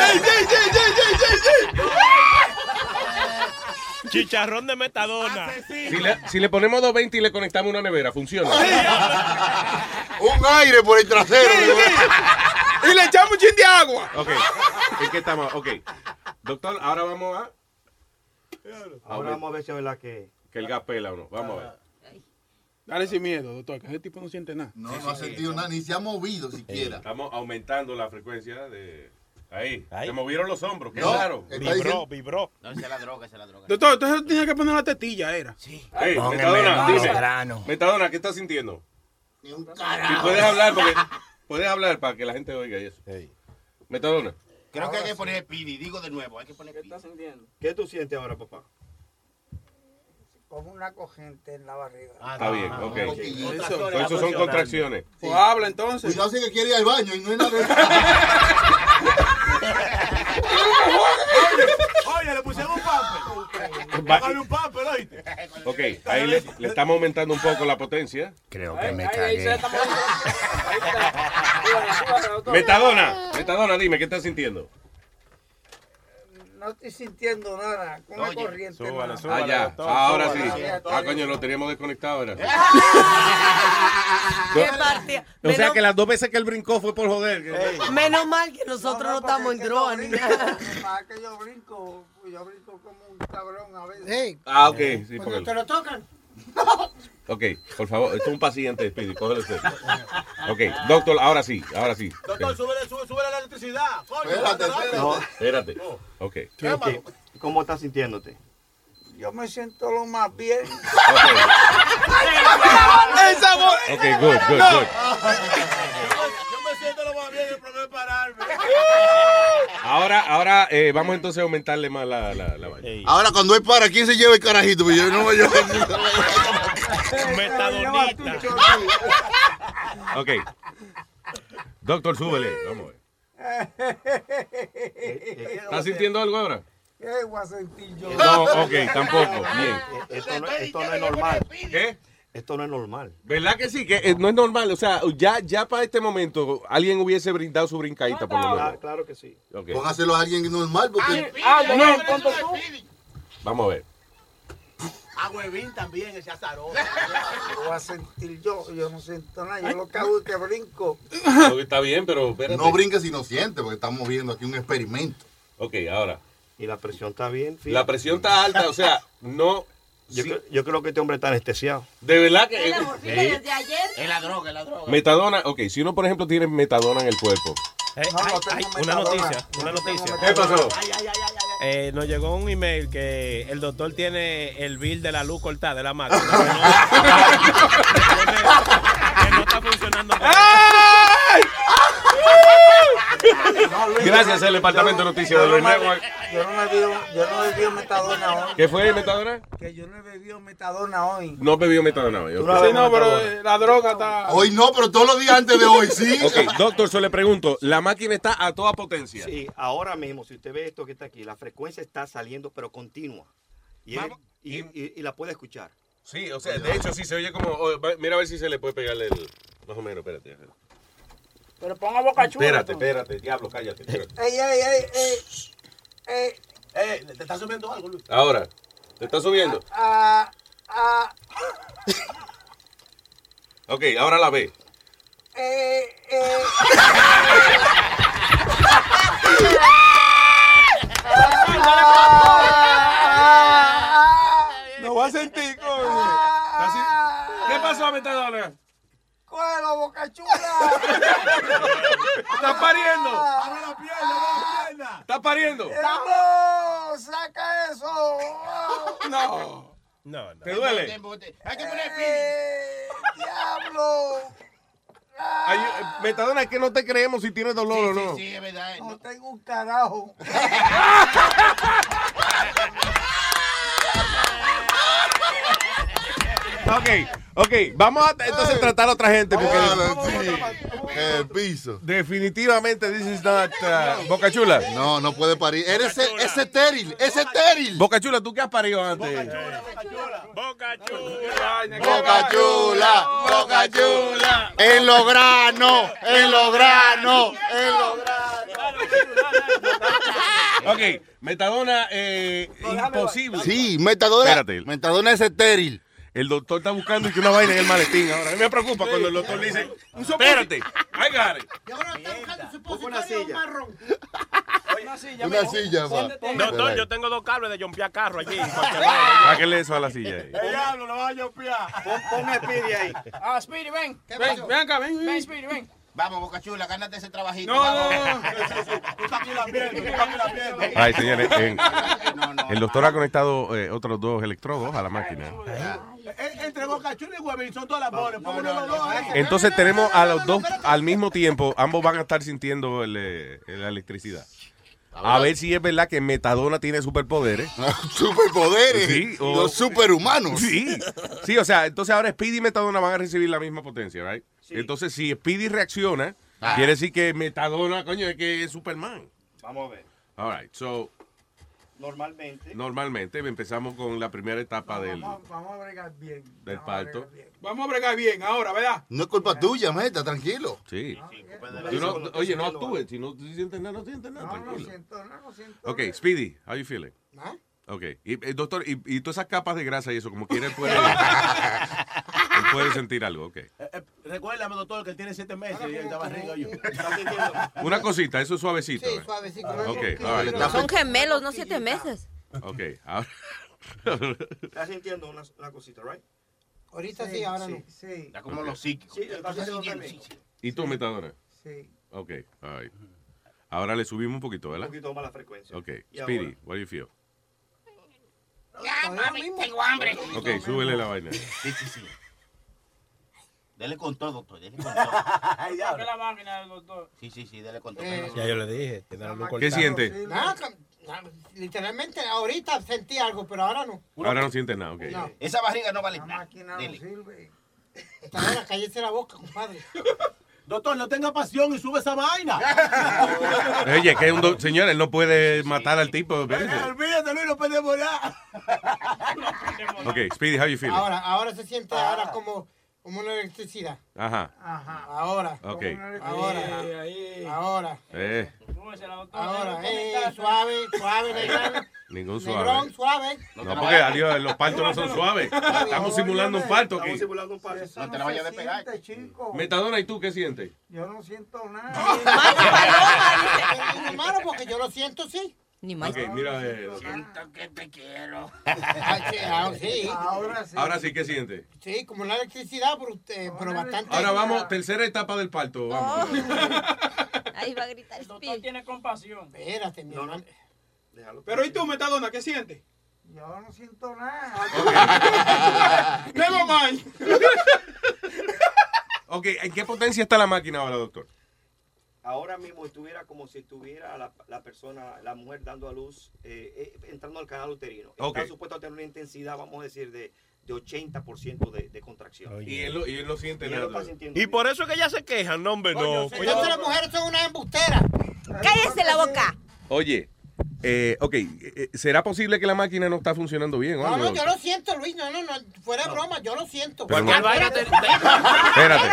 S32: Chicharrón de metadona.
S22: Si le, si le ponemos 220 y le conectamos una nevera, funciona.
S38: Un aire por el trasero.
S22: y le echamos un chin de agua. Ok. ¿En qué estamos? Ok. Doctor, ahora vamos a.
S2: Ahora vamos a ver si es verdad que.
S22: Que el gas pela o no. Vamos a ver.
S13: Dale sin miedo, doctor, que ese tipo no siente nada.
S38: No, no ha sentido nada, ni se ha movido siquiera.
S22: Estamos aumentando la frecuencia de. Ahí. Se movieron los hombros, qué raro.
S32: vibró.
S40: No, esa es la droga, esa es la droga.
S13: Doctor, entonces tenía que poner la tetilla, era. Sí.
S22: Hey,
S13: Póngame
S22: Metadona,
S13: el
S22: dime.
S13: grano.
S22: Metadona, ¿qué estás sintiendo?
S38: Ni un
S22: Si
S38: carajo.
S22: puedes hablar, porque puedes hablar para que la gente oiga y eso. Metadona.
S40: Creo que hay que poner pidi, digo de nuevo, hay que poner pidi. ¿Qué estás sintiendo?
S2: ¿Qué tú sientes ahora, papá?
S29: Como una cogente en la barriga.
S22: Está bien, ok.
S29: poquito.
S22: Eso, pues. eso son contracciones.
S13: Pues habla entonces.
S38: Cuidado si que quiere ir al baño y no es nada de
S28: Oye, oye, le pusieron un pamper.
S22: Va-
S28: Póngale un pamper, oíste.
S22: Ok, ahí le, le estamos aumentando un poco la potencia.
S5: Creo que me
S22: Metadona, Metadona, dime, ¿qué estás sintiendo?
S43: No estoy sintiendo nada. Con una corriente.
S22: Allá,
S43: nada.
S22: ah, ya,
S43: doctor,
S22: ahora
S43: súbale,
S22: sí.
S43: doctor.
S22: Ah, coño, lo teníamos desconectado ahora.
S40: Eh, ah,
S25: Qué partida.
S22: O sea
S25: Menos-
S22: que las dos veces que él brincó fue por joder.
S25: Menos mal que nosotros no estamos en droga ni nada.
S29: Para que yo brinco, pues yo brinco como un cabrón a veces.
S22: Ah, ok, sí,
S29: Cuando
S22: porque-
S29: te lo tocan.
S22: Ok, por favor, esto es un paciente, Speedy, cógelo usted. Ok, doctor, ahora sí, ahora sí.
S28: Doctor, súbele, súbele, súbele la electricidad. Coño,
S38: Espérate,
S28: espérate.
S2: No.
S22: Espérate. Ok.
S2: ¿Cómo estás sintiéndote?
S29: Yo me siento lo más bien.
S28: Esa voz.
S22: Ok, good, good,
S28: No.
S22: good.
S28: Yo me siento lo más bien, el problema es pararme.
S22: Ahora, ahora eh, vamos entonces a aumentarle más la, la, la vaina.
S38: Ahora cuando él para, ¿quién se lleva el carajito? Pues yo no voy a
S32: Metadonita.
S22: Ok. Doctor, súbele. Vamos a ver.
S6: Eh,
S22: Eh, ¿Estás sintiendo algo ahora?
S29: ¿Qué voy a sentir yo?
S22: No, ok, tampoco. Bien.
S2: Ah, Esto no, esto no es normal.
S22: ¿Qué?
S2: Esto no es normal.
S22: ¿Verdad que sí? Que eh, no es normal. O sea, ya, ya para este momento alguien hubiese brindado su brincadita por lo menos.
S2: Ah, claro que sí.
S22: Ok.
S38: Póngaselo a alguien normal porque.
S24: Ah,
S38: no,
S24: ¿cuánto
S22: Vamos a ver.
S28: A Ah, huevín también, ese azaroso.
S29: ¿Qué voy a sentir yo? Yo no siento nada. Yo lo que hago es que brinco.
S22: Está bien, pero espérate.
S38: No brinques si no sientes, porque estamos viendo aquí un experimento.
S22: Ok, ahora.
S2: Y la presión está bien. fíjate.
S22: La presión está alta, o sea, no.
S2: Yo, creo, yo creo que este hombre está anestesiado.
S22: De verdad que.
S25: La morfina
S22: Sí.
S25: desde ayer.
S40: Es la droga, es la droga.
S22: Metadona, ok, si uno por ejemplo tiene metadona en el cuerpo.
S32: Eh, una noticia, una noticia.
S22: ¿Qué pasó?
S32: Eh, nos llegó un email que el doctor tiene el bill de la luz cortada de la máquina. que no- que no está funcionando.
S22: Gracias al departamento de noticias de los nuevos.
S29: Yo no he bebido, yo no he bebido metadona hoy.
S22: ¿Qué fue metadona?
S29: Que yo no he bebido metadona hoy.
S22: No bebió metadona hoy. ok.
S29: Sí, no, pero, eh,
S13: La droga está.
S38: Hoy no, pero todos los días antes de hoy sí.
S22: Ok, doctor, yo le pregunto, la máquina está a toda potencia.
S2: Sí, ahora mismo, si usted ve esto que está aquí, la frecuencia está saliendo, pero continua. Y, él- y, y- y la puede escuchar.
S22: Sí, o sea, de hecho sí se oye como, oh, va- mira a ver si se le puede pegarle el, más o menos, espérate. espérate.
S24: Pero ponga boca chula.
S22: Espérate,
S24: tú.
S22: espérate, diablo, cállate. espérate.
S29: Ey, ey, ey, ey. Ey,
S28: Eh, te está subiendo algo, Luis.
S22: Ahora, ¿te está subiendo?
S29: ah, ah,
S22: Ok, ahora la ve.
S29: eh, eh.
S13: No va a sentir, coño. Así- ¿Qué pasó, Metadona?
S29: ¡Cógelo, boca chula!
S13: Está pariendo.
S28: Abre la pierna, abre la pierna.
S22: Está pariendo.
S6: ¡Eh,
S29: ¡No! ¡Saca eso!
S13: No.
S32: No, no.
S22: ¿Te duele?
S29: ¡Hay que poner
S6: ¡Eh,
S29: pin! ¡Diablo!
S22: Ay, eh, Metadona, es que no te creemos si tiene dolor o no.
S29: es
S13: eh,
S29: verdad. No tengo un carajo.
S22: Ok, ok, vamos a entonces tratar a otra gente porque
S38: El piso.
S22: definitivamente this is not uh, Boca Chula.
S38: No, no puede parir. Eres es es estéril, es estéril.
S22: Boca Chula, ¿tú qué has parido antes?
S38: Boca chula, boca chula. En los granos, en los granos, en los granos.
S22: Ok, Metadona, eh, imposible.
S38: Sí, metadona.
S22: Espérate.
S38: Metadona es estéril.
S22: El doctor está buscando que una vaina en el maletín ahora. A mí me preocupa cuando el doctor le dice, espérate, I got it.
S9: una silla. marrón.
S24: Una silla.
S22: Una silla, va.
S32: Doctor, yo tengo dos cables de jompear carro allí.
S22: Sáquele eso a la silla ahí.
S24: Diablo, lo vas a Pon,
S40: pon a Speedy ahí.
S24: Ah, Speedy, ven.
S40: ¿Qué
S24: ven,
S40: pasó?
S24: ven acá, ven. Ven, Speedy, ven.
S40: Vamos, Boca Chula, gánate ese trabajito.
S24: No,
S40: vamos.
S24: no,
S22: Ay, señores, en- el doctor ha conectado eh, otros dos electrodos a la máquina.
S28: Eh,
S44: Entre Boca Chula y Huevín son todas las bolas. Pónganlo los dos ahí.
S22: Entonces tenemos a los dos al mismo tiempo, ambos van a estar sintiendo el, eh, la electricidad. A ver si es verdad que Metadona tiene superpoderes.
S38: Superpoderes.
S22: oh.
S38: Los superhumanos.
S22: Sí. Sí, o sea, entonces ahora Speedy y Metadona van a recibir la misma potencia, ¿right? Entonces, si Speedy reacciona,
S2: Ah.
S22: quiere decir que Metadona, coño, es que es Superman.
S2: Vamos a ver.
S22: All right, so,
S2: Normalmente.
S22: normalmente empezamos con la primera etapa del,
S13: Vamos a bregar bien.
S22: del parto.
S13: Vamos a bregar bien ahora, ¿verdad?
S38: No es culpa tuya, meta, tranquilo.
S22: Sí. Tú no- oye, no actúes, si no te sientes nada, no sientes nada, tranquilo. Ok, Speedy, how you feeling?
S9: ¿Ah?
S22: Ok, y, eh, doctor, y, y todas esas capas de grasa y eso, como quiere, él puede, él puede sentir algo, ok.
S28: Recuérdame, doctor, que él tiene siete meses y la barriga yo.
S22: Una cosita, eso es suavecito.
S28: Sí,
S22: ¿eh?
S28: suavecito.
S22: Ok, ah, all right.
S25: Son gemelos, no siete meses.
S22: Ok, ahora.
S2: Estás sintiendo una, una cosita, ¿right?
S9: Ahorita sí, ahora no.
S2: Sí.
S9: Ya
S22: como los
S2: psíquicos. Sí, estás sintiendo. Sí, sí.
S22: ¿Y tú, metadona?
S2: Sí.
S22: Ok, all right. Ahora le subimos un poquito,
S2: Un
S22: ¿verdad?
S2: poquito más la frecuencia.
S22: Ok,
S2: Y
S22: Speedy, what do you feel?
S40: Ya, mami, tengo hambre.
S22: Ok, súbele la vaina.
S40: Sí, sí, sí. Dele con todo, doctor. Dele con todo.
S24: Saca la máquina del doctor.
S40: Sí, sí, sí, dele con todo.
S9: Eh,
S32: Ya yo le dije, tiene la luz
S22: ¿Qué
S32: cortada.
S22: siente?
S9: Nada, cam- nada, literalmente ahorita sentí algo, pero ahora no.
S22: Ahora no siente nada, ok.
S9: No.
S40: Esa barriga no vale
S9: nada. máquina
S40: Dele.
S9: sirve. Hasta ahora cállese la boca, compadre.
S28: Doctor, no tenga pasión y sube esa vaina.
S22: Eh, Oye, que es un do- señor, él no puede matar al tipo. espérate.
S28: Olvídate, Luis, no podemos nada.
S22: Ok, Speedy, how you feeling?
S9: Ahora, ahora se siente ahora como, como una electricidad.
S22: Ajá.
S9: Ah. Ajá. Ahora.
S22: Ok.
S9: Ahora. Ahora.
S22: Eh,
S9: Ahora. Eh, suave, suave, negrón.
S22: ningún
S9: Negrón,
S22: suave.
S9: suave.
S22: No, porque adiós, los partos no son suaves. Estamos simulando un parto aquí.
S2: simulando un par. No te la vayas a despegar.
S22: Metadona, ¿y tú qué sientes?
S9: Yo no siento nada.
S2: paloma,
S9: Hermano, porque yo lo siento, sí.
S25: Ni
S22: Ok, mira. eh,
S9: Siento que te quiero.
S2: Ahora
S22: Ahora sí, ¿qué sientes?
S9: Sí, como una electricidad, pero, eh, pero bastante.
S22: Ahora vamos, tercera etapa del parto. Vamos.
S24: Ahí va a gritar El doctor tiene compasión.
S9: Espérate, mi hermano.
S13: Pero ¿y tú, Metadona, qué sientes?
S9: Yo no siento nada.
S13: Never mind.
S22: Ok, ¿en qué potencia está la máquina ahora, doctor?
S2: Ahora mismo estuviera como si estuviera la, la persona, la mujer dando a luz, eh, eh, entrando al canal uterino.
S22: Ok.
S2: Está supuesto a tener una intensidad, vamos a decir, de, de 80% de, de contracción.
S22: Y él, lo- y él no siente
S2: Y él lo
S22: nada.
S2: está sintiendo.
S32: Y por eso es que ya se quejan, no, hombre, no. Pues
S9: Entonces las mujeres son unas embusteras. Cállese la boca.
S22: Oye, eh, ok, eh, eh, ¿será posible que la máquina no está funcionando bien? o
S9: No,
S22: algo?
S9: no, yo lo siento, Luis. No, no, no. Fuera de broma, yo lo siento.
S22: Pero
S9: Ya,
S22: no-
S9: espérate.
S22: Espérate,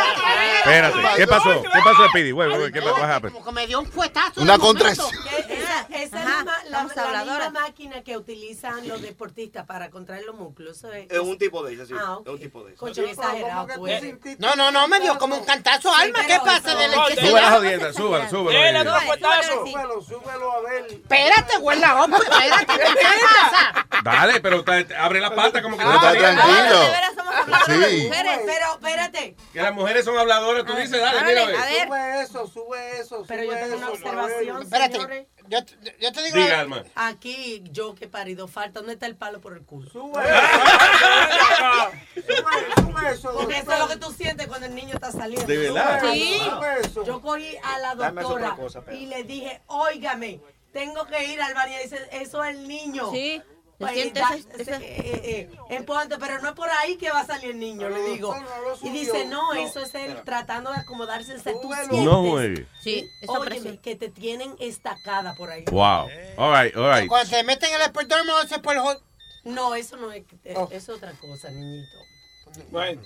S22: espérate. ¿Qué pasó? ¿Qué pasó, Speedy? Wait, wait, wait, ¿qué pasó? What happened?
S25: Como que me dio un fuetazo.
S22: Una
S25: de momento.
S22: contracción.
S25: Esa, esa es la, ma- la-
S5: vamos a
S25: la
S5: habladora.
S25: misma máquina que utilizan los deportistas para contraer los músculos. eso
S2: Es
S22: Eh,
S2: un tipo de ella, sí.
S25: Ah,
S2: Es un tipo de ella.
S25: Concho, qué exagerado tú eres.
S9: No, no, no, me dio como un cantazo alma. ¿Qué pasa de electricidad?
S22: Sube la jodienda, súbalo, súbalo.
S9: Dele
S22: ahí.
S9: otro
S24: fuetazo.
S9: Súbelo, súbelo, a ver. Espérate, güey, la
S6: pues,
S9: hombre, espérate. ¿qué te pasa?
S22: Dale, pero ta- ta- abre la pata como que
S38: Ah, está tranquilo.
S22: De
S25: veras somos
S22: Sí.
S25: Mujeres, pero espérate.
S22: Que las mujeres son habladoras, tú dices, dale, mira, ve.
S25: Sube eso, sube eso. Pero yo tengo una observación.
S9: Espérate,
S25: señores.
S9: yo, te- yo te digo.
S22: Diga, alma.
S25: Aquí, yo que parido, falta. ¿Dónde está el palo por el culo? Sube.
S5: eso,
S25: Porque eso
S5: doctor.
S25: es lo que tú sientes cuando el niño está saliendo.
S5: ¿De verdad?
S25: Sí.
S5: Sube eso.
S25: Yo cogí a la
S5: Dame otra
S25: doctora
S5: cosa, Pedro.
S25: y le dije, óigame, tengo que ir al baño. Y Dice, eso es el niño. Pues, Sí.
S5: se siente esa- esa-
S25: eh, empujando, pero no es por ahí que va a salir el niño, le digo. Y dice,
S5: No,
S25: no, eso es él
S5: espera.
S25: tratando de acomodarse. Ese tú
S22: No juegue.
S25: Sí, Óyeme, que te tienen estacada por ahí.
S22: Wow. All right, all right.
S9: Cuando se meten en el esperdomo, ese por el hol-
S25: No, eso no es, es- es otra cosa, niñito.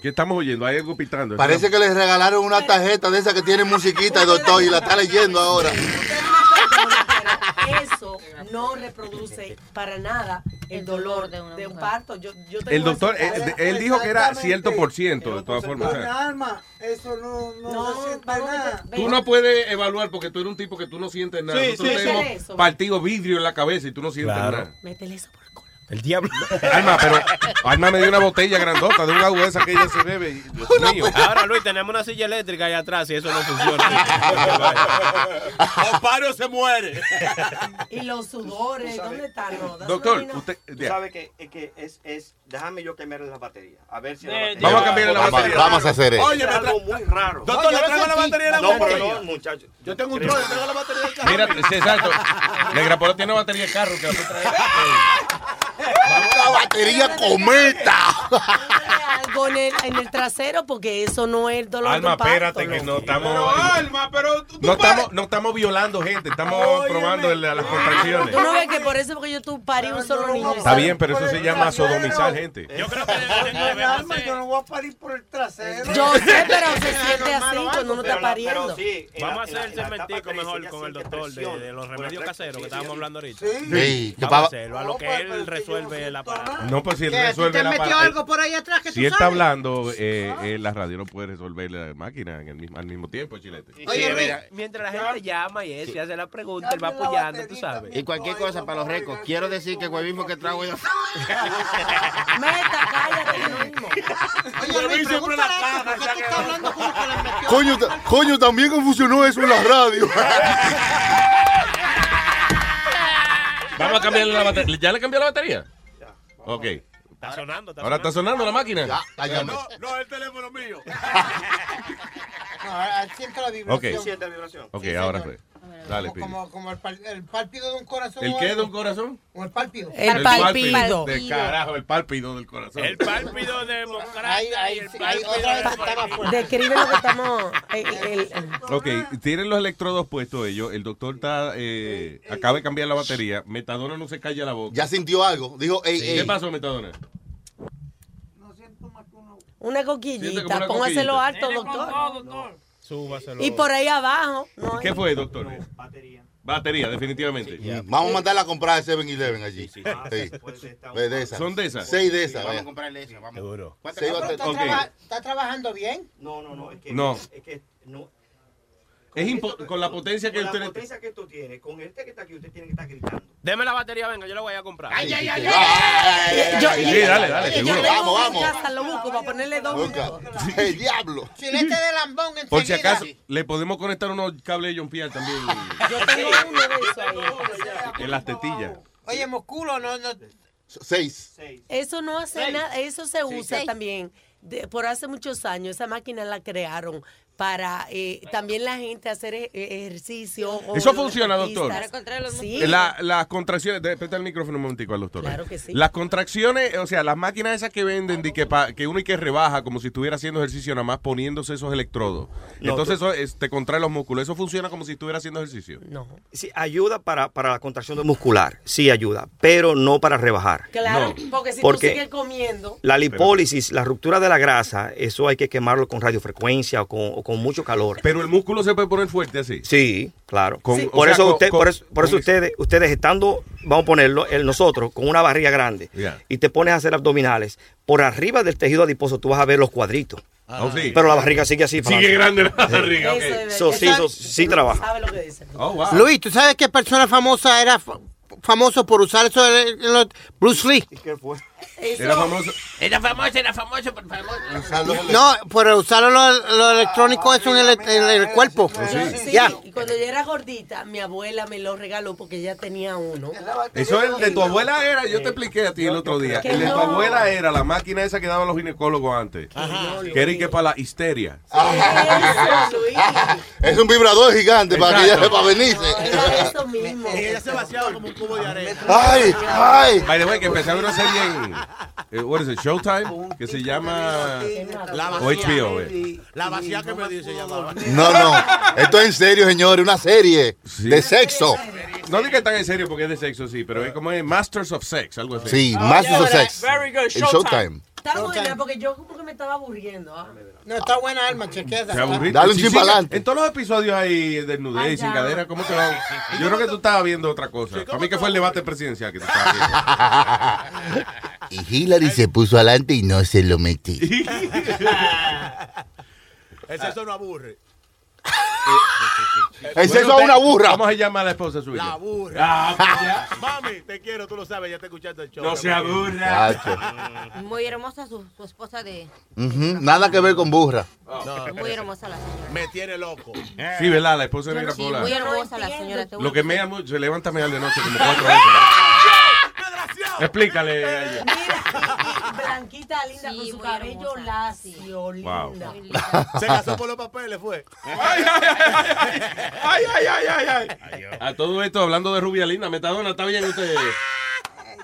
S22: ¿Qué estamos oyendo? Hay algo pitando.
S38: Parece que les regalaron una tarjeta de esa que tiene musiquita, doctor, y la está leyendo ahora.
S25: Eso no reproduce para nada el, dolor de, un parto. Yo, yo tengo
S22: El doctor,
S25: esa-
S22: eh, de- él dijo que era cierto por ciento, de todas formas. o sea.
S25: Una
S29: alma, eso no, no,
S25: no sirve para nada.
S22: Tú no puedes evaluar porque tú eres un tipo que tú no sientes nada.
S25: Sí,
S22: Nosotros
S25: sí, sí.
S22: tenemos
S25: Eso.
S22: partido vidrio en la cabeza y tú no sientes
S32: Claro.
S22: nada.
S25: Métele eso por el
S32: El diablo.
S22: Alma, pero Alma me dio una botella grandota de una agua esa que ella se bebe. y- Dios mío.
S32: Ahora, Luis, tenemos una silla eléctrica allá atrás y eso no funciona.
S28: Opario se muere.
S25: Y los sudores, ¿dónde están? No, da- no, no.
S22: usted.
S13: Tú sabes que, eh, que es, es. Déjame yo cambiar la batería. A ver si. la
S38: Eh,
S13: batería-
S38: Vamos a cambiarle la Vamos- batería. vamos a hacer eso.
S13: Oye, me tra- algo muy raro.
S28: Doctor, le traigo la batería de la
S13: No, pero
S28: batería.
S13: no, muchacho.
S28: Yo tengo un troll, le traigo la batería del carro.
S22: Mira, sí, exacto. Negra Polo tiene batería de carro que la puede traer.
S38: La batería cometa.
S25: Algo en el, en el trasero porque eso no es el dolor de
S22: Alma,
S25: un parto.
S22: espérate que
S45: Pero
S22: no estamos.
S45: alma, pero tú,
S22: No estamos, no estamos violando gente, estamos probando el- las contracciones.
S25: Tú no ves que por eso porque yo tú parí un solo niño.
S22: Está bien, pero eso se llama sodomizar gente.
S9: Eh.
S29: El alma, yo no voy a parir por el trasero.
S25: Yo sé, pero se siente así cuando uno está pariendo.
S32: Vamos a hacer el cementico mejor con el doctor de, de los remedios caseros que estábamos hablando ahorita.
S22: Sí, que
S32: Vamos a
S22: pa-
S32: hacerlo, a lo que él resuelve la palabra.
S22: No, pues si él
S9: ¿Qué? ¿A ti
S22: resuelve
S9: te
S22: la
S9: metió
S22: parte-
S9: algo por ahí atrás que tú
S22: Si él está
S9: sabes? Ah.
S22: hablando, eh, eh, la radio no puede resolver la máquina en el mismo- al mismo tiempo, Chilete.
S32: Oye, Luis,
S22: mira,
S32: mientras la gente llama y eso, y hace la pregunta, él va apoyando, tú sabes.
S40: Y cualquier cosa para los récords. Quiero decir que el huevismo que trago yo.
S9: Oye, Luis, pregúntale eso, ¿por qué tú estás hablando como que le metió?
S38: Coño, ta- coño, también confusionó eso en la radio.
S22: Vamos a cambiarle la batería. ¿Ya le cambió la batería? Ok.
S32: Está sonando, está
S22: Ahora está sonando la máquina.
S38: Ya, la llamé.
S28: No, no, el teléfono mío.
S9: No, siento la vibración.
S22: Ok. Ok,
S9: Sí,
S22: ahora
S9: señor.
S22: fue. Dale,
S9: como,
S22: Pili.
S9: como, como el, pal- el pálpido de un corazón.
S22: ¿El
S9: o
S22: qué
S9: algo.
S22: de un corazón?
S9: O el pálpido.
S22: pálpido. De carajo, el pálpido del corazón.
S32: El pálpido democrático.
S9: Ahí, ahí, ahí otra vez estaba fuerte.
S25: Describe lo que estamos. eh, eh, el-
S22: Ok, tienen los electrodos puestos ellos. El doctor está, eh, acaba de cambiar la batería. Metadona no se calla la boca.
S38: Ya sintió algo. Dijo, ey,
S22: Sí.
S38: ey.
S22: ¿Qué pasó, Metadona?
S25: Una
S22: Siente como
S25: coquillita,
S22: una
S25: póngaselo
S22: coquillita.
S25: alto, doctor.
S22: Súbaselo.
S25: Y por ahí abajo. No,
S22: ¿Qué fue, doctor? batería. Batería, definitivamente.
S38: Vamos a mandarla a comprar al 7-Eleven allí. Sí, Ve de esas.
S22: ¿Son de esas?
S38: Seis de esas.
S40: Vamos a
S38: vaya.
S40: comprarle eso. Vamos.
S22: Seguro.
S38: Seis baterías.
S9: ¿Está, traba- está trabajando bien?
S13: No, no, no. Es que,
S22: No.
S13: Es que no.
S22: Es impo- con la potencia que
S13: Con la
S22: usted
S13: potencia que tú tienes, con este que está aquí, usted tiene que estar gritando.
S32: Deme la batería, venga, yo la voy a comprar.
S13: Ay, ay, ay,
S22: ay. Yo- Sí, dale, dale,
S25: yo
S22: seguro.
S25: tengo
S22: Vamos,
S25: en
S22: vamos.
S25: casa, lo busco para ponerle dos minutos.
S38: El diablo.
S9: Chilete de lambón enseguida.
S22: Por si acaso, le podemos conectar unos cables de John Pierre también
S9: Yo tengo uno de esos ahí.
S22: en las tetillas.
S9: Oye, Mosculo, no, no.
S38: Seis.
S25: Eso no hace
S9: Seis.
S25: nada, eso se
S9: Sí.
S25: usa
S9: Seis.
S25: también. de- por hace muchos años, esa máquina la crearon para eh, también la gente hacer e- e- ejercicio. o
S22: Eso
S25: los
S22: funciona,
S25: artistas.
S22: doctor.
S25: Sí.
S22: La- las contracciones, de- presta el micrófono un momentico al doctor.
S25: Claro que sí.
S22: Las contracciones, o sea, las máquinas esas que venden de que, pa- que uno y que rebaja como si estuviera haciendo ejercicio nada más poniéndose esos electrodos.
S2: No,
S22: Entonces
S2: tú-
S22: eso es- te contrae los músculos. Eso funciona como si estuviera haciendo ejercicio.
S25: No.
S2: Sí, ayuda para, para la contracción de muscular. Sí, ayuda. Pero no para rebajar.
S25: Claro, porque si
S2: Porque-
S25: tú sigues comiendo,
S2: La lipólisis, la ruptura de la grasa, eso hay que quemarlo con radiofrecuencia o con, o con mucho calor.
S22: Pero el músculo se puede poner fuerte así.
S2: Sí, claro.
S22: Con- o
S2: Por
S22: sea,
S2: eso
S22: con-
S2: usted,
S22: con-
S2: por eso, por eso
S22: con-
S2: ustedes, ustedes estando, vamos a ponerlo, el- nosotros, con una barriga grande,
S22: Ya.
S2: y te pones a hacer abdominales, por arriba del tejido adiposo tú vas a ver los cuadritos.
S22: Ah, sí.
S2: Pero la barriga sigue así.
S22: Sigue grande la barriga,
S2: Sí.
S22: ok. Eso
S2: So, sí, so, sí trabaja.
S25: sabe lo que dice.
S22: Oh,
S9: Luis, ¿tú sabes qué persona famosa era fa- famoso por usar eso? de- de los- Bruce Lee.
S13: ¿Qué fue?
S22: Era famoso.
S32: Era famoso, era famoso, por favor.
S9: No, por usar lo, lo electrónico eso en el, en el cuerpo.
S22: Pues
S25: Sí,
S9: Ya.
S25: y cuando yo era gordita, mi abuela me lo regaló porque ella tenía uno.
S22: Eso es el de tu abuela era, yo te expliqué a ti el otro día.
S25: Que
S22: El de tu
S25: Eh, no.
S22: abuela era la máquina esa que daban los ginecólogos antes. Que era y que para la histeria.
S38: Es un vibrador gigante para que
S22: Exacto.
S38: ya para venirse.
S25: Eso mismo.
S28: Ella se vaciaba como un cubo de arena.
S38: Ay, ay.
S22: By the way, que empezaron una serie en. eh, what is it, Showtime? Que se llama.
S28: La
S22: O HBO, eh.
S28: La vacía que me dice llamaba.
S38: No, no. Esto es en serio, señores. Una serie de sexo.
S22: No diga que tan en serio porque es de sexo, sí, pero es como es Masters of Sex, algo así.
S38: Sí, Masters of Sex.
S25: Oh, Very good,
S38: En Showtime.
S25: Está buena porque yo como que me estaba aburriendo. ¿ah?
S9: No, está buena alma, chequea.
S22: Te aburriste. Sí, sí, En todos los episodios hay desnudez
S9: Ay,
S22: y sin
S9: ya.
S22: cadera, ¿cómo te va? Yo creo que tú estabas viendo otra cosa. Para mí que fue el debate presidencial que tú estabas
S38: Y Hillary se puso adelante y no se lo metí.
S28: El sexo no aburre.
S38: El sexo a una burra.
S22: Vamos a llamar a la esposa suya.
S28: La burra.
S22: Ah,
S28: Mami, te quiero, tú lo sabes, ya te escuchaste el show.
S22: No se
S28: aburra.
S5: Muy hermosa su, su esposa de...
S38: Ujú, Nada que ver con burra.
S5: Muy hermosa la señora.
S28: Me tiene loco.
S22: Sí, ¿verdad? La esposa de
S5: Yo
S22: Mira
S5: sí, muy hermosa la señora. te voy
S22: Lo
S5: a-
S22: que mea mucho, se levanta a mear de noche como cuatro veces. ¿verdad? Explícale a ella.
S25: Mira, y- y blanquita, linda,
S5: Sí,
S25: con su
S5: muy
S25: cabello lacio,
S22: Wow.
S25: linda.
S28: Se casó por los papeles, fue.
S22: Ay, ay, ay, ay, ay. A todo esto, hablando de rubia linda, Metadona, ¿está bien usted?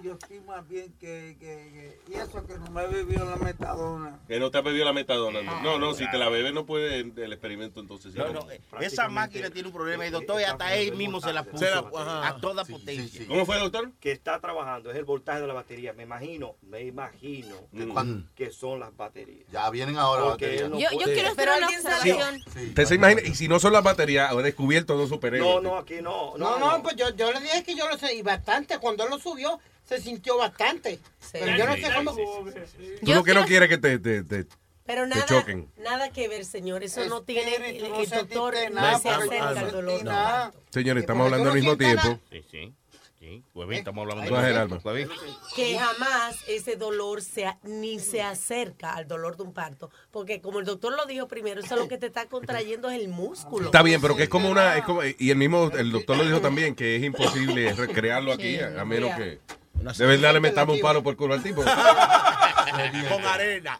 S29: Yo estoy más bien que, que- que- Y eso que no me vivió la metadona.
S22: Que no te ha pedido la metadona. No, no, no, si te la bebe no puede el experimento entonces.
S40: No, no, esa máquina tiene un problema. El doctor hasta él mismo se la puso.
S2: Se la-
S40: a toda potencia.
S22: ¿Cómo fue, doctor?
S2: Que está trabajando, es el voltaje de la batería. Me imagino, me imagino
S38: Que
S22: Mm.
S38: cuando-
S2: que son las baterías.
S38: Ya vienen ahora las
S2: Porque
S38: baterías.
S2: él no
S5: Yo, yo
S2: puede-
S5: quiero hacer
S25: Pero
S5: una
S25: alguien se la
S5: observación.
S22: Usted se imagina, y si no son las baterías, he descubierto dos superhéroes.
S2: No, no, aquí no.
S9: No, no, pues yo, yo le dije que yo lo sé, y bastante. Cuando él lo subió, se sintió bastante. Pero yo no sé cómo.
S22: Tú lo que no quieres es que te, te, te,
S25: Pero
S22: te
S25: nada,
S22: choquen.
S25: nada que ver, señor. Eso no tiene. El,
S9: no
S25: el
S9: sentiste
S25: doctor
S9: nada,
S25: no se
S9: porque yo
S25: acerca
S9: no
S25: al
S9: sentí
S25: dolor.
S9: nada.
S22: Señores, estamos hablando al mismo tiempo.
S40: Sí, sí. Sí, huevín, estamos hablando
S22: Tú vas,
S40: de
S22: Gerardo.
S40: huevín.
S25: Que jamás ese dolor sea, ni se acerca al dolor de un parto. Porque como el doctor lo dijo primero, eso lo que te está contrayendo es el músculo.
S22: Está bien, pero que es como una. Es como, y el mismo, el doctor lo dijo también, que es imposible recrearlo aquí,
S25: Sí,
S22: a menos
S25: mira.
S22: que. De verdad le metamos un palo por culo al tipo.
S28: Con arena.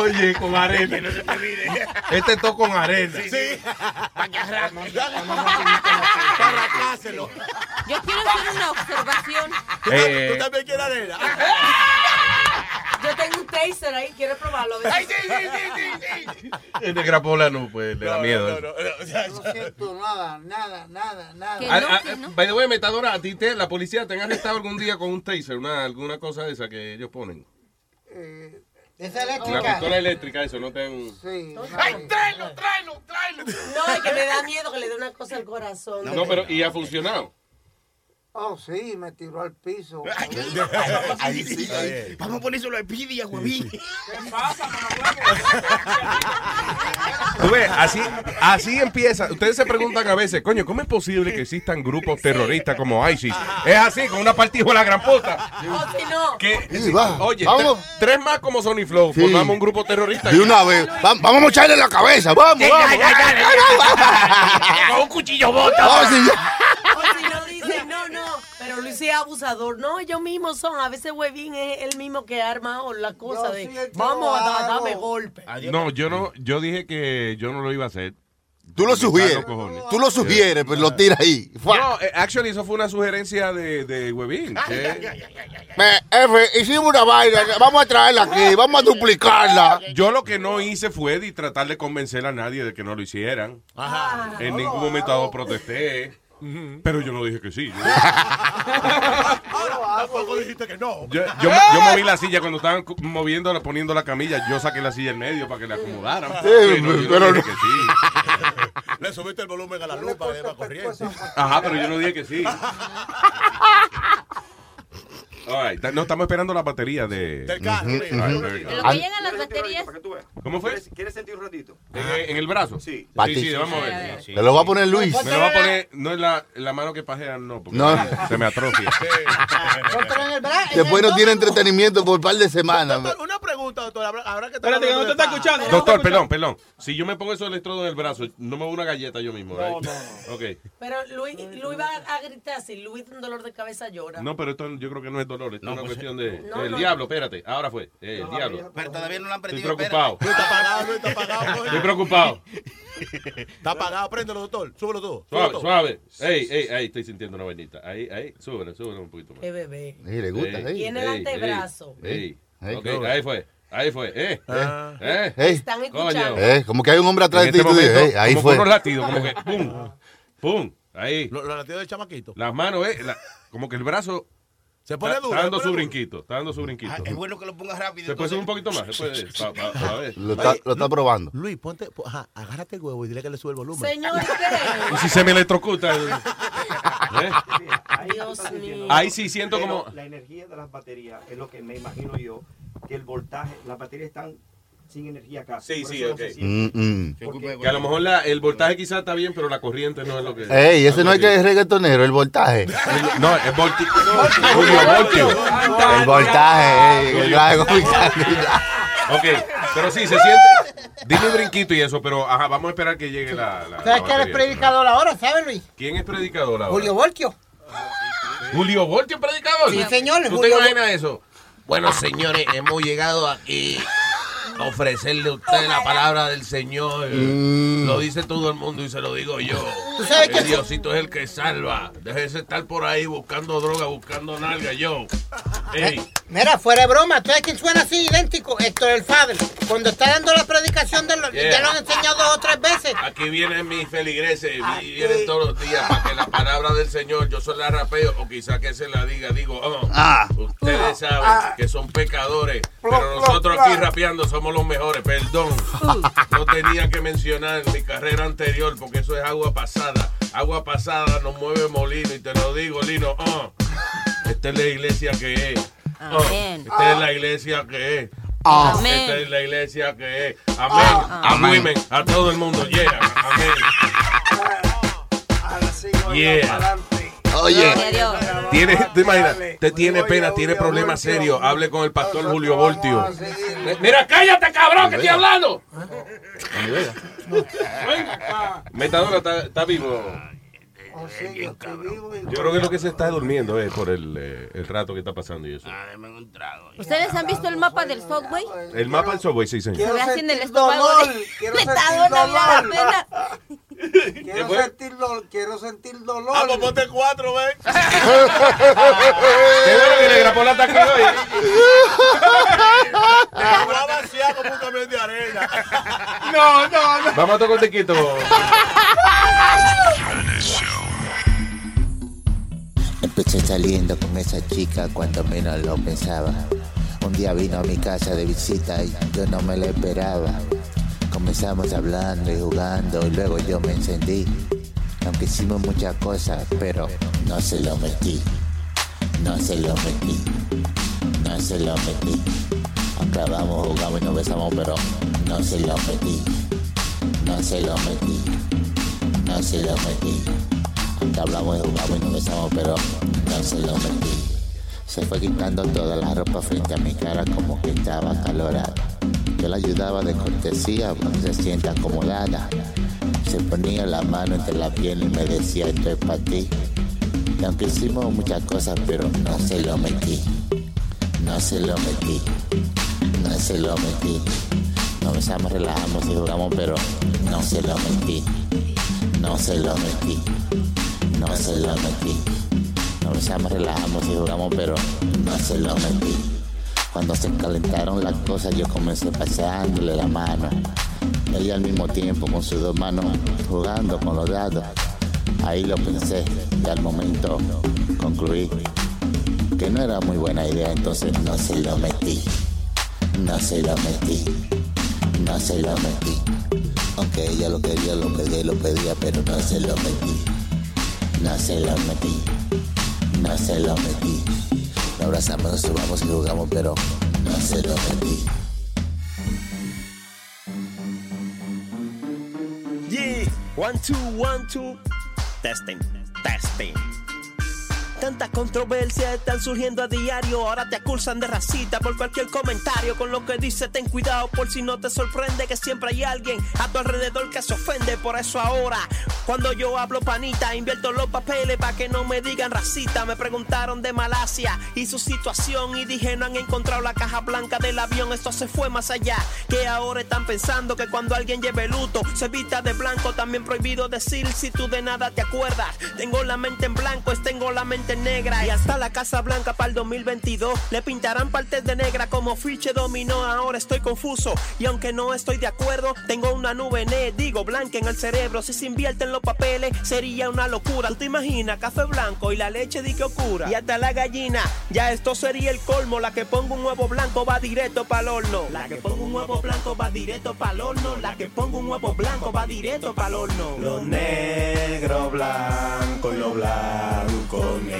S22: Oye, con arena. Este tocó con arena.
S28: Sí.
S5: Para que arrastre.
S28: Arrascáselo.
S5: Yo quiero hacer una observación.
S22: Eh,
S28: ¿Tú también quieres arena?
S25: Yo tengo un taser ahí, ¿quieres probarlo?
S28: Ay, sí, sí,
S22: El negra Paula no, pues le da miedo. eso.
S29: No siento nada, nada, nada, nada.
S22: Ah, ah, By the way, Metadora, a ti te, la policía te han arrestado algún día con un taser, una, alguna cosa de esa que ellos ponen.
S9: Eh, Esa
S22: La
S9: eléctrica.
S22: pistola eléctrica, eso no te han.
S29: Sí.
S9: ¡Ay,
S25: tráelo, tráelo, tráelo! No, es que me da miedo que le dé una cosa al corazón.
S22: No, pero y ha funcionado.
S29: Oh, sí, me tiró al piso.
S40: Ay, sí, ay. Vamos a ponérselo a Pidia, huevín.
S22: Tú ves, así, así empieza. Ustedes se preguntan a veces, coño, ¿cómo es posible que existan grupos terroristas como ISIS? Es así, con una partijuela gran puta.
S25: O si no,
S22: Que,
S38: Sí, va.
S22: Oye,
S38: Vamos.
S22: tre- tres más como Sony Flow,
S38: Sí.
S22: formamos un grupo terrorista.
S38: De una vez. Va- vamos a echarle la cabeza. Vamos,
S22: Sí,
S38: vamos.
S22: dale, dale, dale.
S38: Con
S40: un cuchillo
S38: Oh, sí, ya.
S25: o si no dicen, no, no, pero Luis es abusador. No, ellos mismos son. A veces Huevín es el mismo que arma o la cosa
S29: Yo
S25: de,
S29: soy el que lo
S25: vamos a dar,
S29: hago.
S25: dame golpe.
S22: No, yo no, yo dije que yo no lo iba a hacer.
S38: Tú lo
S22: Me están
S38: sugieres.
S22: los cojones.
S38: Tú lo sugieres, pero lo tiras ahí.
S22: No, eh, actually, eso fue una sugerencia de, de Huevín. que-
S38: Me- F, hicimos una vaina. Vamos a traerla aquí. Vamos a duplicarla.
S22: Yo lo que no hice fue de tratar de convencer a nadie de que no lo hicieran. En ningún momento dado protesté. Pero yo no dije que sí.
S28: Tampoco dijiste que no.
S22: Yo, yo- yo- yo moví la silla cuando estaban cu- moviéndola, poniendo la camilla. Yo saqué la silla en medio para que la acomodaran.
S38: Sí,
S22: yo
S38: pero
S22: no
S38: no.
S22: dije que sí.
S28: Le subiste el volumen a la luz para que dé más corriente.
S22: Ajá, pero yo no dije que sí. All right, ta- No, estamos esperando la batería de...
S28: Del carro,
S22: Ujú,
S28: sí.
S22: all right, very
S2: En
S22: good.
S5: Lo
S22: Ah,
S5: que llegan las baterías... Ah,
S22: ¿Cómo fue?
S2: ¿Quieres, quieres sentir un ratito?
S22: ¿En, en el brazo?
S2: Sí.
S22: Sí, sí, vamos a ver.
S38: Te lo va a poner Luis.
S22: Me lo va a poner, no es la, la mano que pajea, no, porque
S38: No.
S22: se me atrofia.
S9: Póntelo en el brazo.
S38: Después no tiene entretenimiento por un par de semanas.
S28: Una pregunta, doctor. Habrá, habrá que
S13: Espérate, que Ah, no te está escuchando.
S22: Doctor, perdón, perdón. Si yo me pongo esos electrodos en el brazo, no me hago una galleta yo mismo, ¿verdad? Ok.
S25: Pero Luis, Luis va a gritar, si Luis de un dolor de cabeza llora.
S22: No, pero esto yo creo que no es dolor, esto
S40: No,
S22: es una
S40: pues,
S22: cuestión de...
S25: No,
S22: el
S25: no.
S22: diablo, espérate, ahora fue. Eh, el diablo.
S40: Pero todavía no lo han
S22: Estoy
S40: prendido.
S22: preocupado.
S25: pues.
S22: Estoy preocapado.
S28: Está apagado, préndelo, doctor. Súbelo tú.
S22: Suave, suave. Ey, ey, ey, estoy sintiendo una vainita. Ahí, ahí, súbele, súbele un poquito más.
S25: Es bebé.
S38: Ey, le gusta, ey.
S25: Tiene el antebrazo.
S22: Ey,
S38: Ey,
S22: ok,
S38: go.
S22: ahí fue, ahí fue. Eh,
S38: Ah.
S22: eh,
S38: Ey.
S25: Están
S22: Coño.
S25: escuchando.
S38: Eh, como que hay un hombre atrás de
S22: En
S38: ti.
S22: este
S38: tú dices,
S22: momento,
S38: eh, ahí
S22: como
S38: fue.
S22: con unos latidos, como que pum, pum, ahí.
S28: Los latidos del chamaquito.
S22: Las manos, eh, la- como que el brazo
S28: Se
S40: pone duro,
S28: Está
S40: se
S28: dando
S40: pone
S28: su
S40: duro.
S28: brinquito, está dando su brinquito.
S46: Es bueno que lo pongas rápido.
S28: ¿Se puede subir un
S46: entonces.
S28: poquito más? ¿Se puede? Pa- pa- pa- a ver.
S38: Lo está,
S40: Oye,
S38: lo está probando.
S40: Luis, ponte, po- ajá, agárrate el huevo y dile que le sube el volumen.
S47: Señor, ¿qué?
S28: ¿Y si se me electrocuta? el- ¿Eh?
S47: Dios mío.
S28: Ahí sí siento
S2: Pero
S28: como-
S2: La energía de las baterías es lo que me imagino yo, que el voltaje, las baterías están sin energía casi.
S28: Sí,
S2: por
S28: sí,
S2: eso no
S28: ok.
S2: se
S5: Mm,
S2: siente. Porque-
S28: Que a lo mejor la- el voltaje quizás está bien, pero la corriente no es lo que...
S38: Ey, ese no es que es reggaetonero, el voltaje.
S28: No, es volti...
S38: Julio Voltio. El voltaje, ey, el dragón.
S28: Ok, pero sí, se siente... Dime un brinquito y eso, pero ajá, vamos a esperar que llegue la... la- la
S9: ¿Sabes que eres
S28: batería.
S9: predicador ahora, sabes, Luis?
S28: ¿Quién es predicador ahora?
S9: Julio Voltio.
S28: Julio Voltio, predicador.
S9: Sí, señor,
S28: ¿Tú te
S9: Julio
S28: imaginas eso?
S22: Bueno, señores, hemos llegado aquí a ofrecerle a usted la palabra del Señor.
S28: Mm.
S38: Mm.
S22: Lo dice todo el mundo y se lo digo yo.
S9: Tú sabes que-
S22: El Diosito es el que salva. Déjese estar por ahí buscando droga, buscando nalga, yo. Ey,
S9: Mira, fuera de broma, ¿tú sabes quién suena así idéntico? Héctor el Fader. Cuando está dando la predicación, de lo-
S22: Yeah.
S9: ya lo han enseñado dos o tres veces.
S22: aquí vienen mis feligreses y vienen todos los días para que la palabra del Señor yo se la rapeo o quizá que se la diga. Digo, oh,
S38: Ah.
S22: ustedes saben
S28: Ah.
S22: que son pecadores, pero nosotros aquí rapeando somos los mejores. Perdón,
S28: Mm.
S22: no tenía que mencionar mi carrera anterior porque eso es agua pasada. Agua pasada nos mueve molino y te lo digo, Lino. oh, esta es la iglesia que es. Oh,
S28: Amén.
S22: esta es la iglesia que es.
S28: Ah.
S22: Esta
S28: Amén. Ah.
S22: es la iglesia que es. Amén. A women, a todo el mundo. Yeah. Amén.
S28: Ah,
S22: Yeah.
S38: Oye.
S28: Tiene, te imaginas, te tiene pena, tiene problemas serios. Hable con el pastor Julio Voltio. Mira, cállate, cabrón, que estoy hablando. Metadona está, está vivo.
S5: Oh,
S28: Yo creo que lo que se está durmiendo es por el, eh, el rato que está pasando y eso.
S9: Ah,
S36: ¿Ustedes han visto el mapa del subway?
S28: El mapa del subway, sí,
S36: Se
S28: señor.
S36: ve así en el estómago.
S13: dolor,
S36: de-
S13: quiero
S36: Metadona,
S13: sentir
S36: mira
S13: dolor.
S36: la pena.
S13: Quiero
S28: fue?
S13: sentir dolor, quiero sentir dolor.
S5: Ah, pues ponte cuatro, ven.
S28: Qué bueno que le grapó la taquilla
S5: ¿eh? Te la voy a vaciar como un camión de arena.
S28: No, no, no. Vamos a tocar tequito.
S10: Empecé saliendo con esa chica cuando menos lo pensaba. Un día vino a mi casa de visita y yo no me la esperaba. Comenzamos hablando y jugando y luego yo me encendí. Aunque hicimos muchas cosas, pero no se lo metí. No se lo metí. No se lo metí. Acabamos, jugamos y nos besamos, pero no se lo metí. No se lo metí. No se lo metí. Te hablamos de jugamos y nos besamos, pero no se lo metí. Se fue quitando toda la ropa frente a mi cara como que estaba acalorada. Yo la ayudaba de cortesía para que se sienta acomodada. Se ponía la mano entre la piel y me decía esto es para ti. Y aunque hicimos muchas cosas, pero no se lo metí. No se lo metí. No se lo metí. Nos besamos, relajamos y jugamos, pero no se lo metí. No se lo metí. No se lo metí. Nos besamos, relajamos y jugamos, pero no se lo metí. Cuando se calentaron las cosas, yo comencé paseándole la mano. Ella al mismo tiempo con sus dos manos jugando con los dados. Ahí lo pensé y al momento concluí que no era muy buena idea, entonces no se lo metí. No se lo metí. No se lo metí. Aunque ella lo quería, lo pedía, lo pedía, pero no se lo metí. No se lo metí. No se lo metí. Nos abrazamos, nos subamos y jugamos, pero no se lo metí.
S15: Yeah, one, two, one, two. Testing, testing. Tantas controversias están surgiendo a diario. Ahora te acusan de racista por cualquier comentario. Con lo que dice, ten cuidado por si no te sorprende que siempre hay alguien a tu alrededor que se ofende. Por eso ahora, cuando yo hablo panita, invierto los papeles para que no me digan racista. Me preguntaron de Malasia y su situación y dije no han encontrado la caja blanca del avión. Esto se fue más allá. Que ahora están pensando que cuando alguien lleve luto se vista de blanco. También prohibido decir si tú de nada te acuerdas. Tengo la mente en blanco, es tengo la mente partes negras y hasta la Casa Blanca para el 2022. Le pintarán partes de negra como fiche dominó. Ahora estoy confuso y aunque no estoy de acuerdo, tengo una nube ne, digo blanca en el cerebro. Si se invierten los papeles, sería una locura. ¿Tú te imaginas café blanco y la leche de que ocura? Y hasta la gallina, ya esto sería el colmo. La que pongo un huevo blanco va directo para el horno. La que pongo un huevo blanco va directo para el horno. La que pongo un huevo blanco va directo para el horno. Los negro blanco y lo blanco negro.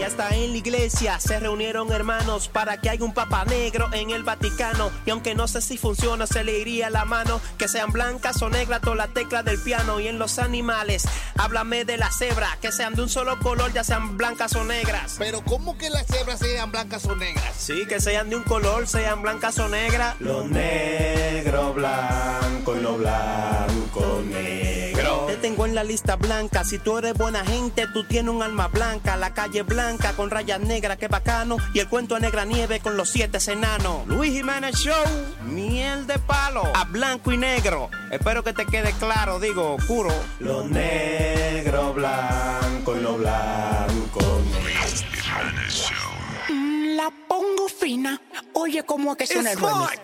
S15: Y hasta en la iglesia se reunieron hermanos para que haya un papa negro en el Vaticano. Y aunque no sé si funciona, se le iría la mano. Que sean blancas o negras, toda la tecla del piano. Y en los animales, háblame de la cebra. Que sean de un solo color, ya sean blancas o negras. Pero ¿cómo que las cebras sean blancas o negras? Sí, que sean de un color, sean blancas o negras. Los negro blanco y lo blanco negro. Te tengo en la lista blanca. Si tú eres buena gente, tú tienes un alma blanca. La calle blanca con rayas negras, qué bacano. Y el cuento de negra nieve con los siete enanos. Luis Jiménez Show, miel de palo. A blanco y negro. Espero que te quede claro, digo, puro. Lo negro, blanco y lo blanco
S23: Mm, La pongo fina. Oye, ¿cómo que suena el remix?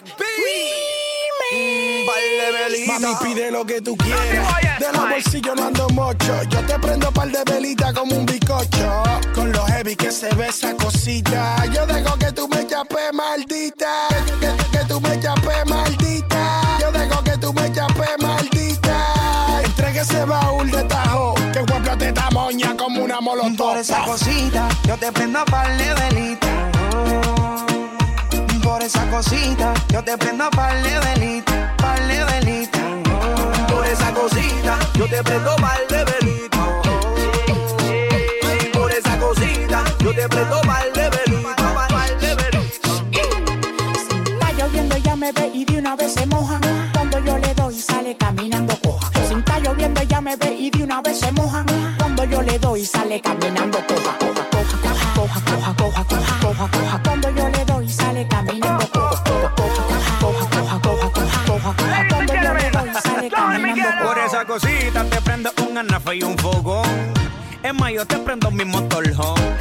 S23: Remix.
S13: Mami, pide lo que tú quieras. De los bolsillos no ando mocho. Yo te prendo par de velita como un bizcocho. Con los heavy que se ve esa cosita. Yo dejo que tú me chapes, maldita. Que, que- que tú me chapes, maldita. Yo dejo que tú me chapes, maldita. Entregue ese baúl de tajo. Que guapla te tamoña como una molotov. Por esa cosita, yo te prendo par de velita.
S26: Por esa cosita, yo te prendo par de velita, par de velita. Por esa cosita, yo te prendo par de velita. Por esa cosita, yo te prendo par de velita, par de
S23: Está lloviendo, ella me ve y de una vez se moja. Cuando yo le doy, sale caminando coja. Si está lloviendo, ella me ve y de una vez se moja. Cuando yo le doy, sale caminando coja, coja, coja, coja, coja, coja, coja, coja, coja, coja. Cuando yo le doy, sale caminando coja, coja, coja, coja, coja, coja, coja, coja, coja. Cuando yo le doy, sale caminando coja.
S6: Por esa cosita te prendo un anafe y un fogón. En mayo te prendo mi motorhome.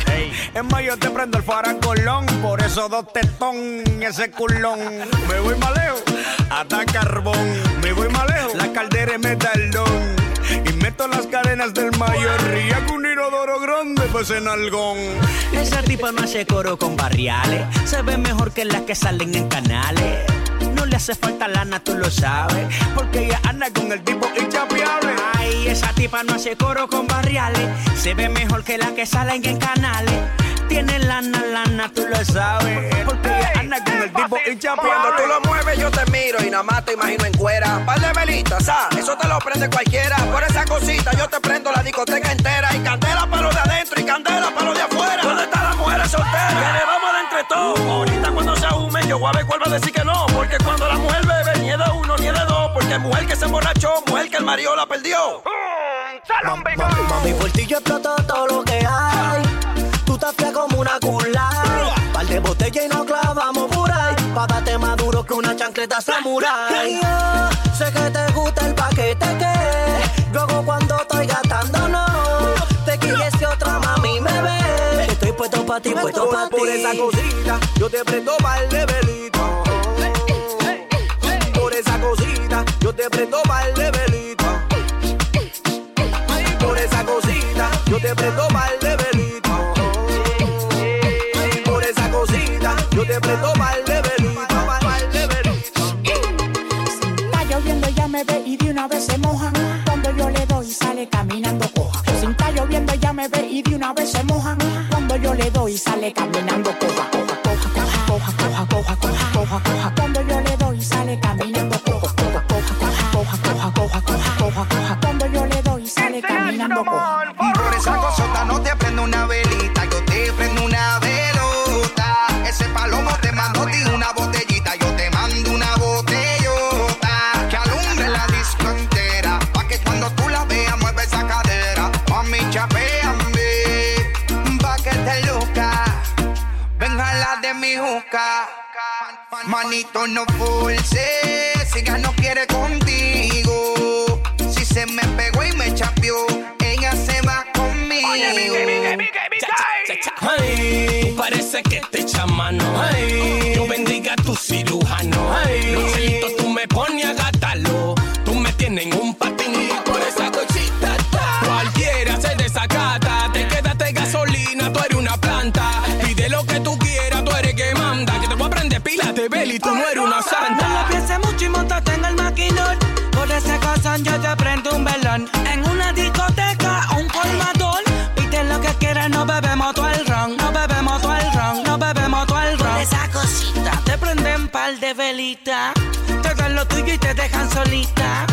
S6: En mayo te prendo el faracolón. Por eso dos tetón, ese culón. Me voy maleo hasta carbón. Me voy maleo, la caldera es metalón. Y meto las cadenas del mayor. Y hago un inodoro grande, pues en algón.
S15: Esa tipa no hace coro con barriales. Se ve mejor que las que salen en canales. No le hace falta lana, tú lo sabes. Porque ella anda con el tipo inchapeable.
S6: Ay, esa tipa no hace coro con barriales. Se ve mejor que las que salen en canales. Tiene lana, lana, tú lo sabes. Porque ella anda con el tipo
S26: Cuando
S6: hinchapeable.
S26: tú lo mueves yo te miro y nada más te imagino en cuera. Par de velitas, ah, eso te lo prende cualquiera. Por esa cosita yo te prendo la discoteca entera. Y candela para lo de adentro y candela para lo de afuera. ¿Dónde están las mujeres solteras? Que le vamos de entre todos. Ahorita cuando se ahume yo voy a ver cuál va a decir que no. Porque cuando la mujer bebe ni es de uno ni es de dos. Porque mujer que se emborrachó, mujer que el marido la perdió.
S15: Ma- ma- Mami, por ti yo exploto todo lo que hay. Tú estás fría como una culá. Par de botella y nos clavamos por ahí. Pa' darte más duro que una chancleta samurai.
S26: Y
S15: yo sé que te gusta el paquete que luego cuando estoy gastando no. Te quieres que otra mami me ve. Estoy puesto pa' ti, puesto pa' ti.
S26: Por esa cosita yo te prendo par de velita. Por esa cosita yo te prendo par de velita. Por esa cosita yo te prendo par de velita. Por esa cosita yo te prendo par de velita. Par de velita.
S23: Está lloviendo, ella me ve y de una vez se moja. Cuando yo le doy, sale caminando coja. Si está lloviendo, ella me ve y de una vez se moja. Cuando yo le doy, sale caminando coja, coja, coja, coja, coja, coja, coja, coja, coja, coja. Cuando yo le doy, sale caminando coja, coja, coja, coja, coja, coja, coja, coja, coja, coja. Cuando yo le doy, sale caminando coja.
S26: Por esa
S23: cosota
S26: no te prendo una velita, yo te prendo una velota. Ese palomo te mando a ti una botellita, yo te mando una botellota. Que alumbre la disco entera, pa' que cuando tú la veas mueve esa cadera. Mami, chapeame, pa' que te luzca. Venga la de mi juca. Manito no force, si ya no quiere contigo. Si se me pegó y me chapeó, ella se va conmigo.
S8: ay. Parece que te echa mano, ay. Yo bendiga a tu cirujano, ay. Los chelitos tú me pones a gátalo. Tú me tienes en un patín por esa cochita. ta. Cualquiera se desacata, te quedaste gasolina, tú eres una planta. Pide lo que tú quieras, tú eres que manda. Que te voy a prender pilas de Beli, tú no eres una santa.
S9: No lo pienses mucho y montate en el maquinón. Por esa cosa yo te prendo un velón. En una discoteca o un colmadón. Pide lo que quieras, no bebemos todo el ron. No bebemos todo el ron, no bebemos todo el ron. Por esa cosita te prenden par de velita. Te dan lo tuyo y te dejan solita.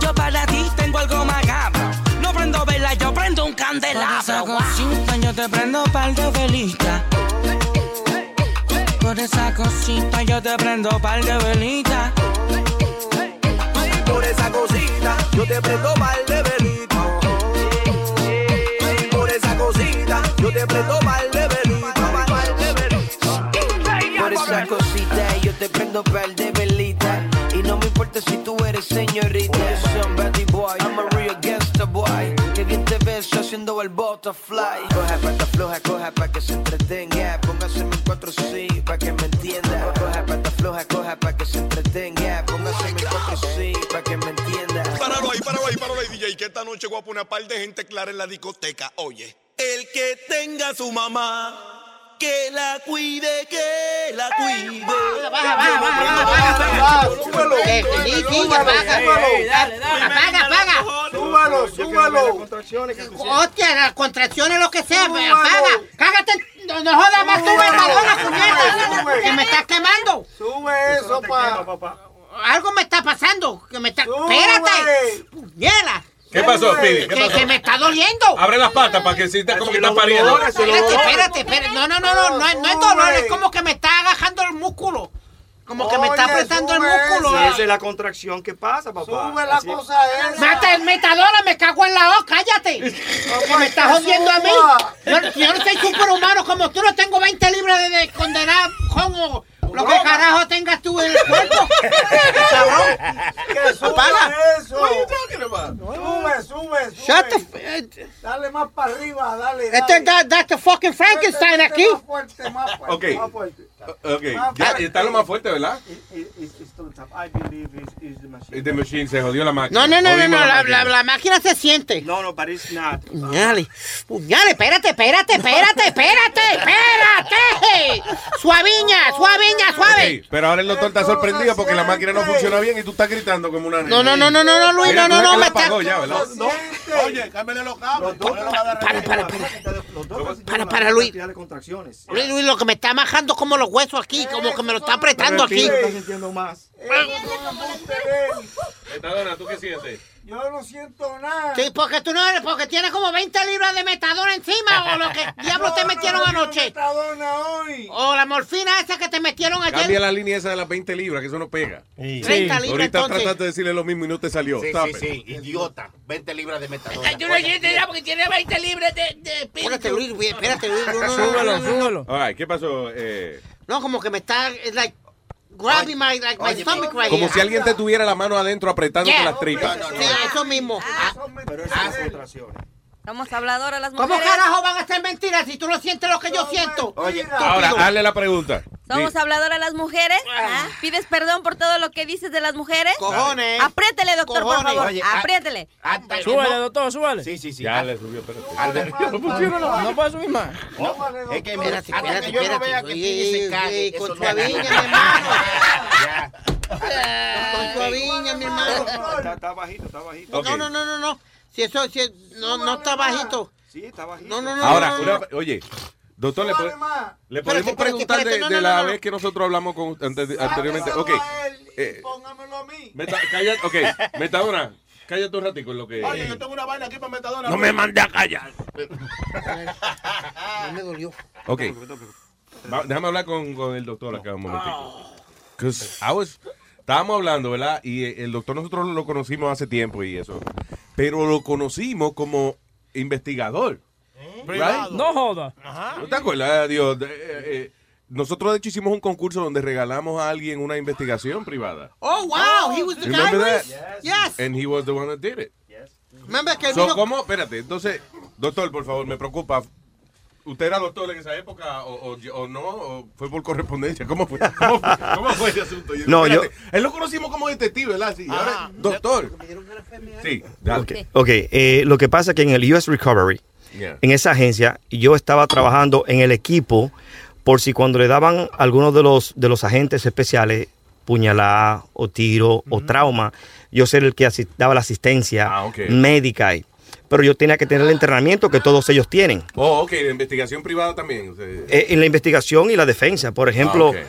S9: Yo para ti tengo algo macabro. No prendo vela, yo prendo un candelabro. Por esa cosita yo te prendo par de velita. Por esa cosita yo te prendo par de velita.
S26: Por esa cosita, yo te prendo mal de velita. Por esa cosita, yo te prendo mal de velita. Mal de velita.
S8: Por esa cosita yo te prendo pal de velita Y no me importa si tú eres señorita Son bad boy, I'm a real gangsta boy Que bien te ves haciendo el butterfly Coja pata floja, coja pa' que se entretenga Póngase en cuatro sí, pa' que me entienda Coja pata floja, coja pa' que se entretenga Póngase en cuatro sí, pa' que me entienda
S13: Páralo ahí, páralo ahí, páralo ahí, DJ, que esta noche voy a poner a par de gente clara en la discoteca. Oye, el que tenga a su mamá, que la cuide, que la cuide.
S9: Baja, baja, baja, baja, baja. Eh, sí, sí, que baja. Apaga, apaga.
S6: Súbalo, súbalo.
S9: Hostia, las contracciones, lo que sea,
S6: Súbalo.
S9: apaga. Cágate, no, no jodas más tú,
S6: Súbalo.
S9: Madonna,
S6: Sube.
S9: puñeta. Que me estás quemando.
S6: Sube eso, pa.
S9: Algo me está pasando, que me está... Espérate. Puñela.
S5: ¿Qué pasó, Speedy? ¿Qué
S9: Que,
S5: pasó?
S9: que me está doliendo.
S5: Abre las patas para que sientas como que estás pariendo.
S9: Espérate, espérate, espérate. No, no, no, no, no, es- no es dolor, es como que me está agajando el músculo. Como que me está
S2: Oye,
S9: apretando el
S2: sube
S9: músculo. ¿eh?
S2: eso. Esa es la contracción que pasa, papá.
S9: Sube la
S2: cosa
S9: Mata el metadora, me cago en la O, cállate. Porque me está jodiendo a mí. Yo, yo no soy superhumano como tú, no tengo 20 libras de, de condenar con o lo que carajo tengas tú en el cuerpo. Cabrón. Apaga.
S6: eso. Sube, sube, sube.
S9: Shut the f- eh,
S6: Dale más para arriba, dale.
S9: Este
S6: dale.
S9: da- that's the fucking Frankenstein
S6: Este- este
S9: aquí.
S6: Más fuerte, más fuerte.
S22: Ok.
S6: Más fuerte.
S22: Ok, ya, está lo más fuerte, ¿verdad? The Machine, se jodió la máquina.
S9: No, no, no, no,
S22: Jodimos
S9: no, la,
S22: máquina.
S9: la- la máquina se siente. No,
S2: no, parece nada.
S9: Puñale, puñale, espérate, espérate, espérate, espérate, espérate. Suaviña, suaviña, suave.
S22: Ok, pero ahora el doctor está sorprendido porque la máquina no funciona bien y tú estás gritando como una.
S9: No, no, no, no, no, no, Luis,
S22: Mira,
S9: no,
S22: tú sabes
S9: no, no,
S22: que
S9: me
S22: la
S9: está-
S22: apagó ya, ¿verdad?
S2: No,
S28: Oh, Oye, cámbiale los cables.
S9: Para, para, para. Para, para, Luis.
S2: contracciones.
S9: Luis, Luis, lo que me está majando como los huesos aquí, como que me lo está apretando aquí.
S2: Estás sintiendo más.
S5: Metadona, ¿tú qué sientes?
S9: Yo no siento nada. Sí, porque tú no eres, porque tienes como 20 libras de metadona encima o lo que diablo te metieron anoche. metadona hoy. O la morfina esa que te metieron ayer.
S22: Cambia la línea esa de las 20 libras, que eso no pega.
S9: 30 libras,
S22: Ahorita
S9: entonces.
S22: trataste de decirle lo mismo y no te salió.
S40: Sí,
S22: Stop
S40: sí,
S22: it.
S40: sí, idiota. 20 libras de metadona.
S8: Ay, Tú no entiendes ya porque tiene 20 libras de, de
S9: Espérate, Luis, Luis, espérate, Luis. No, no, no,
S22: Súbelo,
S9: no, no.
S22: súbelo. All right, ¿qué pasó? Eh,
S9: No, como que me está, it's like, grabbing my, like, my stomach right
S22: como
S9: here.
S22: si alguien te tuviera la mano adentro apretándote
S9: Yeah.
S22: las tripas.
S9: Sí, eso mismo. Ah,
S36: Somos habladoras las
S9: ¿Cómo
S36: mujeres.
S9: carajo van a ser mentiras si tú no sientes lo que yo siento?
S22: Oye, ahora hazle la pregunta.
S36: Somos habladoras las mujeres. ¿Ah? ¿Pides perdón por todo lo que dices de las mujeres?
S9: Cojones.
S36: Apriétele, doctor, por
S9: Cojones.
S36: favor.
S9: Oye, a-
S36: Apriétele.
S24: Súbale, doctor, súbale.
S40: Sí, sí, sí.
S22: Ya le subió, espérate.
S24: No No puedo subir más.
S40: Es que
S9: Espérate,
S40: hasta
S9: espérate,
S40: que yo no
S9: espérate.
S40: vea que
S9: Oye,
S40: Pidi se cague.
S9: oye,
S40: eso
S9: con
S40: no-
S9: suaviña, mi hermano. Con suaviña, mi hermano.
S2: Está, está bajito, está bajito.
S9: No, no, no, no, no. Si eso, si no, no está bajito.
S2: Sí, está bajito.
S9: No, no, no.
S22: Ahora,
S9: no, no,
S22: una-
S9: no.
S22: oye, doctor, le,
S9: Súbale
S22: pode-
S9: más.
S22: le
S9: Espérate,
S22: podemos
S9: espérate,
S22: preguntar de-
S9: espérate,
S22: de,
S9: no, no,
S22: la
S9: no, no.
S22: vez que nosotros hablamos con usted ante- anteriormente. Ok, eh,
S28: Póngamelo a mí.
S22: meta, calla, ok, metadona, cállate un ratico en lo que...
S28: Oye, yo tengo una vaina aquí para Metadona.
S22: No me mande a callar.
S9: No me dolió.
S22: Ah. Ok. Va- déjame hablar con, con el doctor acá un momentito. 'Cause I was- estábamos hablando, ¿verdad? Y eh, el doctor nosotros lo conocimos hace tiempo y eso. Pero lo conocimos como investigador. Right?
S24: No joda.
S22: ¿No te acuerdas, Dios? De- eh, eh, nosotros de hecho hicimos un concurso donde regalamos a alguien una investigación privada.
S9: Oh, wow, he was the
S22: You
S9: guy,
S22: remember
S9: Luis.
S22: that?
S9: Yes.
S22: And he was the one that did it.
S9: Remember que
S22: So,
S9: vino...
S22: ¿Cómo? Espérate, entonces, doctor, por favor, me preocupa. ¿Usted era doctor en esa época o, o- o no? ¿O fue por correspondencia? ¿Cómo fue, ¿Cómo fue, cómo fue el asunto?
S2: No, yo-
S22: Él lo conocimos como detective, ¿verdad? Sí, ahora, doctor. Sí, dale.
S2: Ok, eh, lo que pasa es que en el US Recovery,
S22: Yeah.
S2: en esa agencia, yo estaba trabajando en el equipo por si cuando le daban a algunos de los, de los agentes especiales puñalada o tiro o trauma, yo ser el que asi- daba la asistencia
S22: Ah,
S2: médica. ahí. Pero yo tenía que tener el entrenamiento que todos ellos tienen.
S22: Oh, ok, de investigación privada también. usted-
S2: Eh, en la investigación y la defensa. Por ejemplo,
S22: Ah,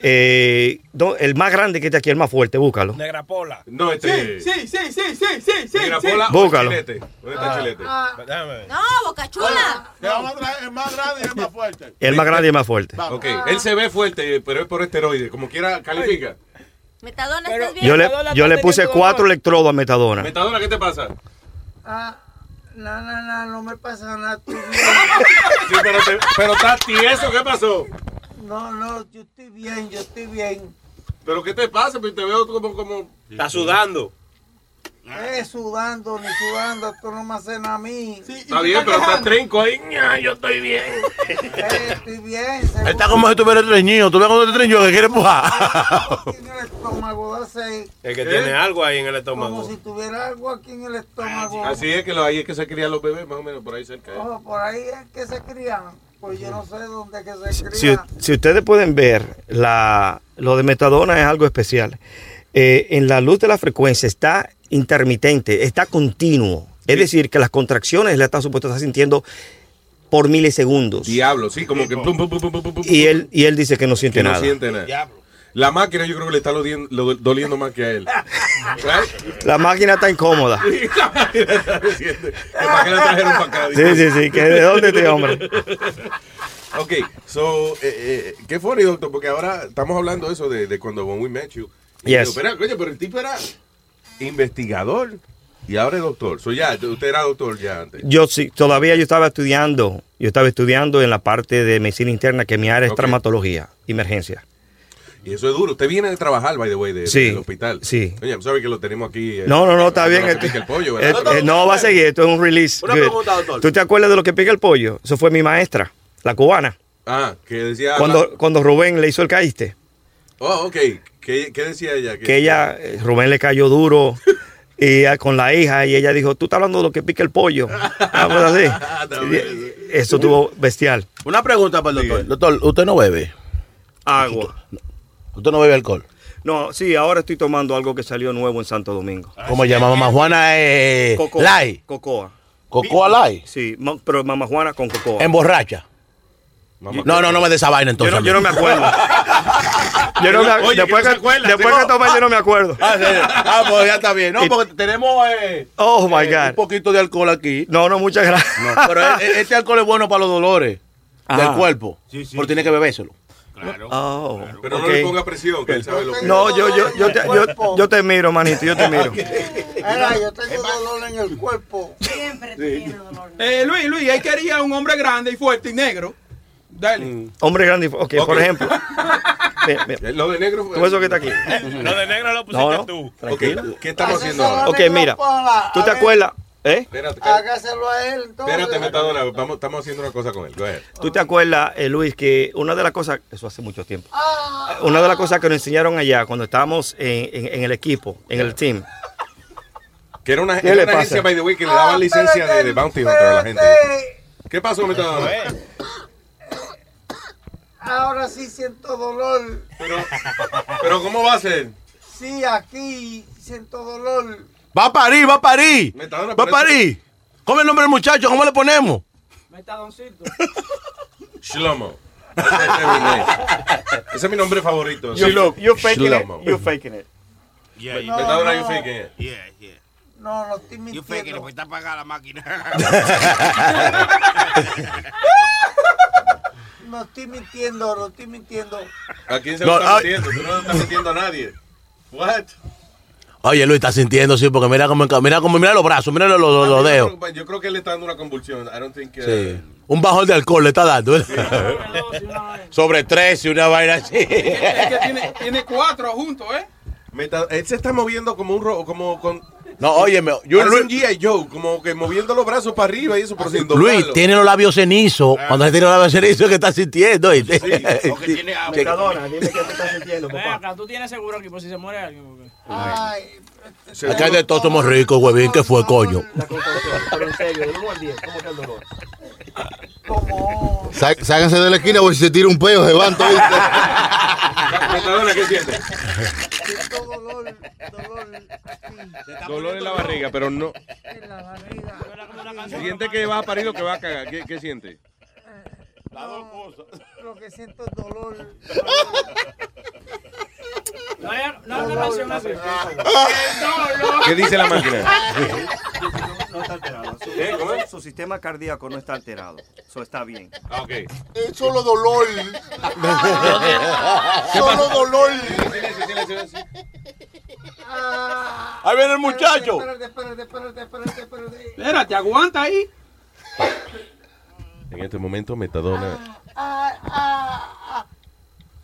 S22: ok.
S2: eh, no, el más grande que está aquí, el más fuerte, búscalo.
S22: Negra Pola. No, este.
S28: Sí, sí, sí, sí, sí, sí.
S22: Negra
S28: sí.
S22: Pola. o
S2: Búscalo.
S22: Chilete. ¿Dónde
S5: Ah,
S22: está este Chilete?
S36: No, boca chula.
S28: Le vamos a traer el más grande y el más fuerte.
S2: El más grande y el más fuerte.
S28: Ah,
S22: Ok, él se ve fuerte, pero es por esteroides. Como quiera, califica.
S36: Metadona, ¿estás bien?
S2: Yo le, yo le puse cuatro electrodos a Metadona.
S22: Metadona, ¿qué te pasa?
S29: Ah, no, no, no, no me pasa nada. tú bien.
S22: Sí, pero, te- pero está tieso, ¿qué pasó?
S29: No, no, yo estoy bien, yo estoy bien.
S22: ¿Pero qué te pasa? Pues te veo como... como... Está sudando. Ah.
S29: Eh, sudando, ni sudando, esto no me hace nada a mí.
S22: Está bien, pero está trinco ahí. Ña, Yo estoy bien.
S29: Eh, estoy bien,
S28: Está como si tuviera treñido. Tú ves cuando te treñido que quiere empujar.
S29: el estómago da seis,
S32: Es que
S15: ¿Eh?
S32: tiene algo ahí en el
S29: como
S32: estómago.
S29: si tuviera algo aquí en el estómago.
S22: Ah, Así es que lo, ahí es que se crían los bebés, más o menos por ahí cerca. ¿eh?
S29: Ojo, por ahí es que se crían, pues yo no sé dónde es que se
S2: Si,
S29: crían.
S2: si ustedes pueden ver, la, lo de Metadona es algo especial. Eh, en la luz de la frecuencia está intermitente, está continuo. Es decir, que las contracciones la está supuesto está sintiendo por milisegundos.
S22: Diablo, sí, como que... pum, pum, pum, pum, pum, pum, pum.
S2: Y él, y él dice que no siente
S22: Que no
S2: nada.
S22: siente nada. La máquina yo creo que le está lodien- lo- doliendo más que a él. Right?
S2: La máquina está incómoda.
S22: La máquina está diciendo, "¿Que ¿Para qué la trajeron para acá?
S2: Sí, sí, sí, que de dónde este hombre.
S22: Ok, so, eh, eh, qué funny, doctor, porque ahora estamos hablando de eso de, de cuando when we met you. Y
S2: Yes.
S22: digo, "Espera, coño, pero el tipo era investigador y ahora es doctor. So, ya, usted era doctor ya antes.
S2: Yo sí, todavía yo estaba estudiando, yo estaba estudiando en la parte de medicina interna, que mi área es
S22: Ok.
S2: traumatología, emergencia.
S22: Y eso es duro. Usted viene de trabajar, by the way, de-
S2: Sí,
S22: del hospital.
S2: Sí.
S22: Oye, ¿sabe que lo tenemos aquí? eh,
S2: No, no, no, está
S22: haciendo
S2: bien.
S22: la pica el pollo,
S2: Eh,
S22: ¿verdad?
S2: eh, no, va a seguir, esto es un release.
S22: Una
S2: Good.
S22: pregunta, doctor.
S2: ¿Tú te acuerdas de lo que pica el pollo? Eso fue mi maestra, la cubana.
S22: Ah, que decía...
S2: Cuando, cuando Rubén le hizo el caíste,
S22: Oh, ok. ¿Qué, qué decía ella?
S2: que ella, eh, Rubén le cayó duro y ah, con la hija, y ella dijo, tú estás hablando de lo que pica el pollo. Ah, pues así. Y Eso tuvo bestial.
S28: Una pregunta para el doctor. Doctor, ¿usted no bebe?
S2: Agua.
S28: ¿Usted no bebe alcohol?
S2: Ah, No, sí, ahora estoy tomando algo que salió nuevo en Santo Domingo.
S28: ¿Cómo se llama mamá Juana? Eh,
S2: Cocoa.
S28: Lai.
S2: Cocoa.
S28: Cocoa Lai.
S2: Sí, ma- pero mamá Juana con cocoa.
S28: En borracha. No, no, no me des esa vaina entonces.
S2: Yo no, yo no me acuerdo. yo no me, ac-
S28: Oye, que
S2: después
S28: no
S2: que,
S28: se acuerda,
S2: después
S28: sí.
S2: que tomé, yo no me acuerdo.
S28: Ah, sí. Ah, pues ya está bien. No,
S2: Y-
S28: porque tenemos eh,
S2: Oh my
S28: eh, un
S2: God.
S28: poquito de alcohol aquí.
S2: No, no, muchas gracias. Ah.
S28: pero e- e- este alcohol es bueno para los dolores
S2: Ajá.
S28: del cuerpo. pero tiene que bebérselo.
S2: Oh,
S22: Pero no
S2: ok.
S22: le ponga presión, que él sabe lo que
S2: No, yo, yo, yo, te, yo, yo te miro, manito, yo te miro.
S29: Mira, yo tengo dolor en el cuerpo.
S13: Eh, Luis, Luis, él quería un hombre grande y fuerte y negro. Dale.
S2: Hombre grande. y fu- ok, por ejemplo. Mira, mira.
S22: Eh, Lo de negro fue-
S2: Tú eso que está aquí.
S22: Lo de negro lo pusiste tú.
S2: tranquilo.
S22: Ok, ¿qué estamos haciendo ahora?
S2: Ok, mira. ¿Tú te acuerdas? ¿Eh?
S22: Espérate,
S29: Hágaselo a él, entonces.
S22: espérate, metadona. Vamos, estamos haciendo una cosa con él. Go ahead.
S2: ¿Tú te acuerdas, eh, Luis, que una de las cosas, eso hace mucho tiempo,
S22: Ah,
S2: una de las cosas que nos enseñaron allá cuando estábamos en, en- en el equipo, en el team,
S22: Que era una,
S2: ¿Qué
S22: era
S2: le
S22: una
S2: pasa?
S22: agencia, by the way, que le
S2: Ah,
S22: daban licencia de, de
S2: espérate,
S22: bounty hunter a la gente.
S29: espérate.
S22: ¿Qué pasó, metadona?
S29: Eh, Ahora sí siento dolor.
S22: Pero ¿cómo va a ser?
S29: Sí, aquí siento dolor.
S28: Va a parir, va a parir.
S22: Metadona,
S28: va a
S22: pero
S28: parir. ¿Cómo es el nombre del muchacho? ¿Cómo le ponemos?
S48: Metadoncito.
S22: Shlomo. Ese es mi nombre favorito.
S2: You're-
S22: Shlomo.
S2: you're faking it,
S22: Shlomo.
S2: you're faking it.
S22: No, Metadona, you faking it.
S29: No, no estoy
S5: Yo fake que le está apagada la máquina.
S29: No estoy mintiendo, no estoy mintiendo.
S22: ¿A quién se
S28: No,
S22: lo
S2: ah,
S22: está
S28: ay.
S22: metiendo? Tú no lo estás metiendo a nadie. What?
S28: Oye, Luis, está sintiendo, sí, porque mira cómo, mira cómo, mira los brazos, mira los, los- los dedos.
S22: Yo creo que le está dando una convulsión. I don't think... uh,
S28: Sí. Un bajón de alcohol le está dando. ¿eh? Sobre 13, una vaina así.
S13: Es que tiene, tiene cuatro juntos, ¿eh?
S22: Meta- él se está moviendo como un ro- como con
S28: No, óyeme, yo
S22: Yo un G.I. Joe, como que moviendo los brazos para arriba y eso por sin
S28: Luis
S22: doblarlo. Ah.
S28: tiene los labios cenizos. Cuando se tiene los labios cenizos, que está sintiendo? ¿oíste?
S2: Mercadona, dime qué te estás sintiendo,
S29: Ven
S2: papá.
S29: acá, tú tienes seguro aquí por si se muere alguien. porque-
S28: Acá de todos somos ricos, huevín, que fue coño.
S2: La contorsión, pero en serio, del 1 al 10, ¿cómo está el dolor?
S38: Sá- Sáquense de la esquina porque si se tira un peo se van todos.
S22: Mercadona, ¿qué sientes? Dolor en la barriga, pero no. Siente que va a parir o que va a cagar. ¿Qué, qué siente?
S6: Lo que siento es dolor.
S29: No hay no hay una canción así.
S22: ¿Qué dice la máquina?
S2: No está alterado. Su, su- su sistema cardíaco no está alterado. Eso está bien.
S22: Ah, ok.
S38: Es solo dolor.
S2: Solo
S38: dolor.
S28: Ahí viene el muchacho.
S6: Espérate, espérate, espérate, espérate, espérate.
S13: Espérate, aguanta ahí.
S22: En este momento, Metadona
S6: Ah, ah,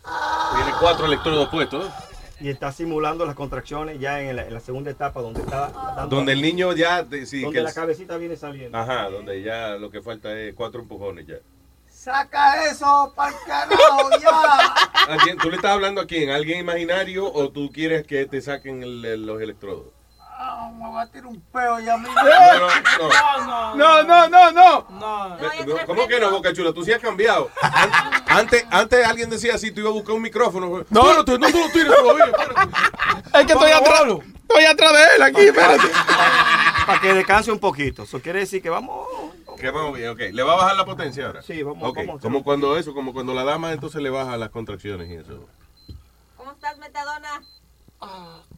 S6: ah.
S22: tiene cuatro electrodos puestos.
S2: Y está simulando las contracciones ya en la, en la segunda etapa donde está dando-
S22: Donde el niño ya. de- Ah. sí,
S2: donde
S22: que
S2: la
S22: el-
S2: cabecita viene saliendo.
S22: Ajá, donde ya lo que falta es cuatro empujones ya.
S6: Saca eso para carajo ya.
S22: ¿A quién? ¿Tú le estás hablando a quién? ¿A alguien imaginario o tú quieres que te saquen el- el- los electrodos?
S6: Ah, me va a tirar un peo ya mismo.
S22: No,
S13: no, Eh. no. No, no, no.
S22: No, ¿Cómo que no, Boca Chula? Tú sí has cambiado. An- Antes, antes alguien decía así, tú ibas a buscar un micrófono. No, no, tú no tú lo tires todavía.
S13: Es que estoy atrás. Estoy atrás de él aquí, espérate.
S11: Para que descanse un poquito. Eso quiere decir que vamos.
S22: Que vamos bien, ok. ¿Le va a bajar la potencia ahora?
S11: Sí, vamos,
S22: Ok,
S11: vamos.
S22: Como cuando eso, como cuando la dama entonces le baja las contracciones y eso.
S36: ¿Cómo estás, Metadona?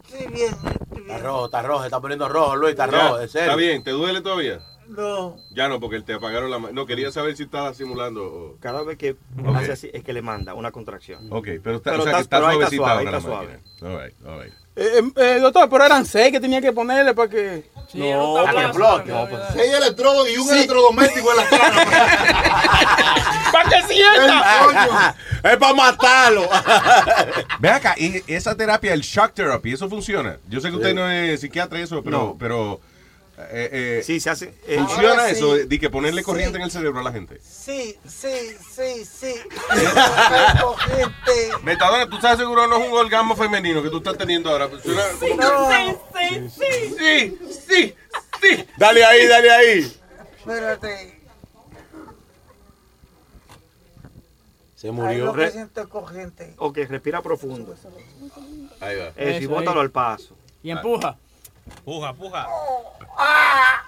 S6: Estoy bien.
S28: Está rojo, está rojo, está poniendo rojo, Luis, está
S22: Ya,
S28: rojo, en serio.
S22: ¿Está bien? ¿Te duele todavía?
S6: No.
S22: Ya no, porque te apagaron la mano. No, quería saber si estaba simulando. o-
S11: Cada vez que hace así es que le manda una contracción.
S22: Ok, pero está, o sea, que
S11: está-
S22: está
S11: pero ahí está
S22: suavecita
S11: suave,
S22: ahora
S11: está
S22: la
S11: suave.
S22: máquina. All right, all right.
S13: Eh, eh, doctor, pero eran seis que tenía que ponerle para que.
S11: No, para que explote. No, pues.
S38: Seis electrodos y un electrodoméstico en la cara.
S13: ¡Para que
S38: sienta!
S22: ¡Es para matarlo! Ve acá, y esa terapia, el shock therapy, ¿eso funciona? Yo sé que usted no es psiquiatra y eso, pero...
S11: No.
S22: pero eh, eh,
S11: Sí, se hace- eh,
S22: ¿Funciona
S11: ahora sí.
S22: eso? Di que ponerle
S6: Sí.
S22: corriente en el cerebro a la gente.
S6: Sí, sí, sí, sí. Tengo gente.
S22: Metadona, tú estás seguro no es un orgasmo femenino que tú estás teniendo ahora. Suena como que-
S6: sí, sí,
S13: sí, sí, sí.
S28: Dale ahí, dale ahí.
S6: Espérate.
S28: Se
S6: Ahí
S11: murió.
S6: lo que siento es cogente.
S11: Ok, respira profundo.
S22: Ahí va.
S11: Eso, y
S29: Eso,
S11: bótalo
S29: ahí.
S11: al paso.
S29: Y empuja.
S11: Puja, puja.
S5: Ah.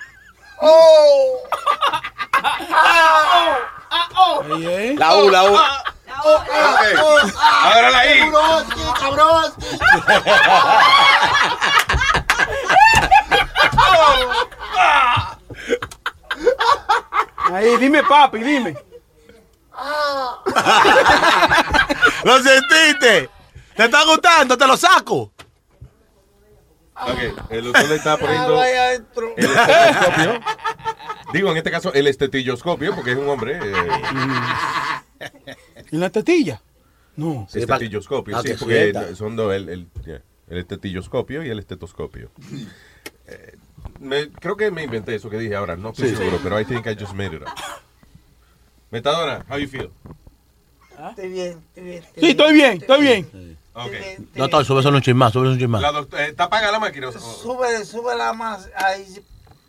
S6: ¡Oh!
S28: La U, la U.
S6: Ah, oh,
S22: Ábrala ahí.
S6: Broski, cabroski.
S13: Ahí, dime, papi, dime.
S28: ¿Lo sentiste? ¿Te está gustando? ¿Te lo saco?
S22: Ok, el doctor le está poniendo
S6: Ahí adentro.
S22: el estetoscopio. Digo, en este caso, el estetilloscopio, porque es un hombre. eh,
S13: ¿En la tetilla? No.
S22: estetilloscopio,
S6: Ah,
S13: pa-
S22: sí,
S13: pa' que
S22: porque
S13: suelta.
S22: son dos, el, el, el estetilloscopio y el estetoscopio. Eh, me- creo que me inventé eso que dije ahora, no estoy
S28: Sí.
S22: seguro, pero I think I just made it up. Metadona, how you feel?
S28: ¿Ah?
S6: Estoy bien, estoy bien.
S13: Sí, estoy bien, estoy bien.
S22: Okay.
S28: No, estoy, súbese un chin más, súbese un chin más.
S22: La doctora, eh, ¿Está apagada la máquina? o- o-
S6: Súbele, súbela más. Ahí,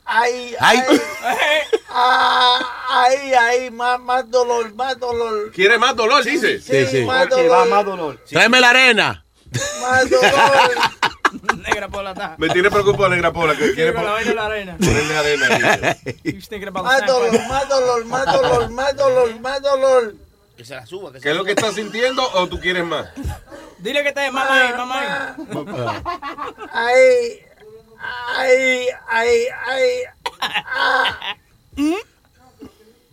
S6: ahí,
S28: Ay.
S6: ahí. Ah, ahí, ahí, más, más dolor, más dolor.
S22: ¿Quiere más dolor, dice?
S28: Sí, sí.
S6: más
S28: Porque
S6: dolor.
S28: va más
S11: dolor.
S28: Tráeme la arena.
S6: Más dolor.
S29: Negra por la taja.
S22: Me tiene preocupado, Negra Pola, que quiere
S29: Con la vaina de la arena.
S22: ponerle arena. dice.
S6: Más dolor, más dolor, más dolor, más dolor, más dolor.
S40: Que se la suba. Que
S22: ¿Qué es lo que estás sintiendo o tú quieres más?
S29: Dile que está de mamá ahí, mamá ahí.
S6: Ahí, ahí, ahí, ahí. Ah.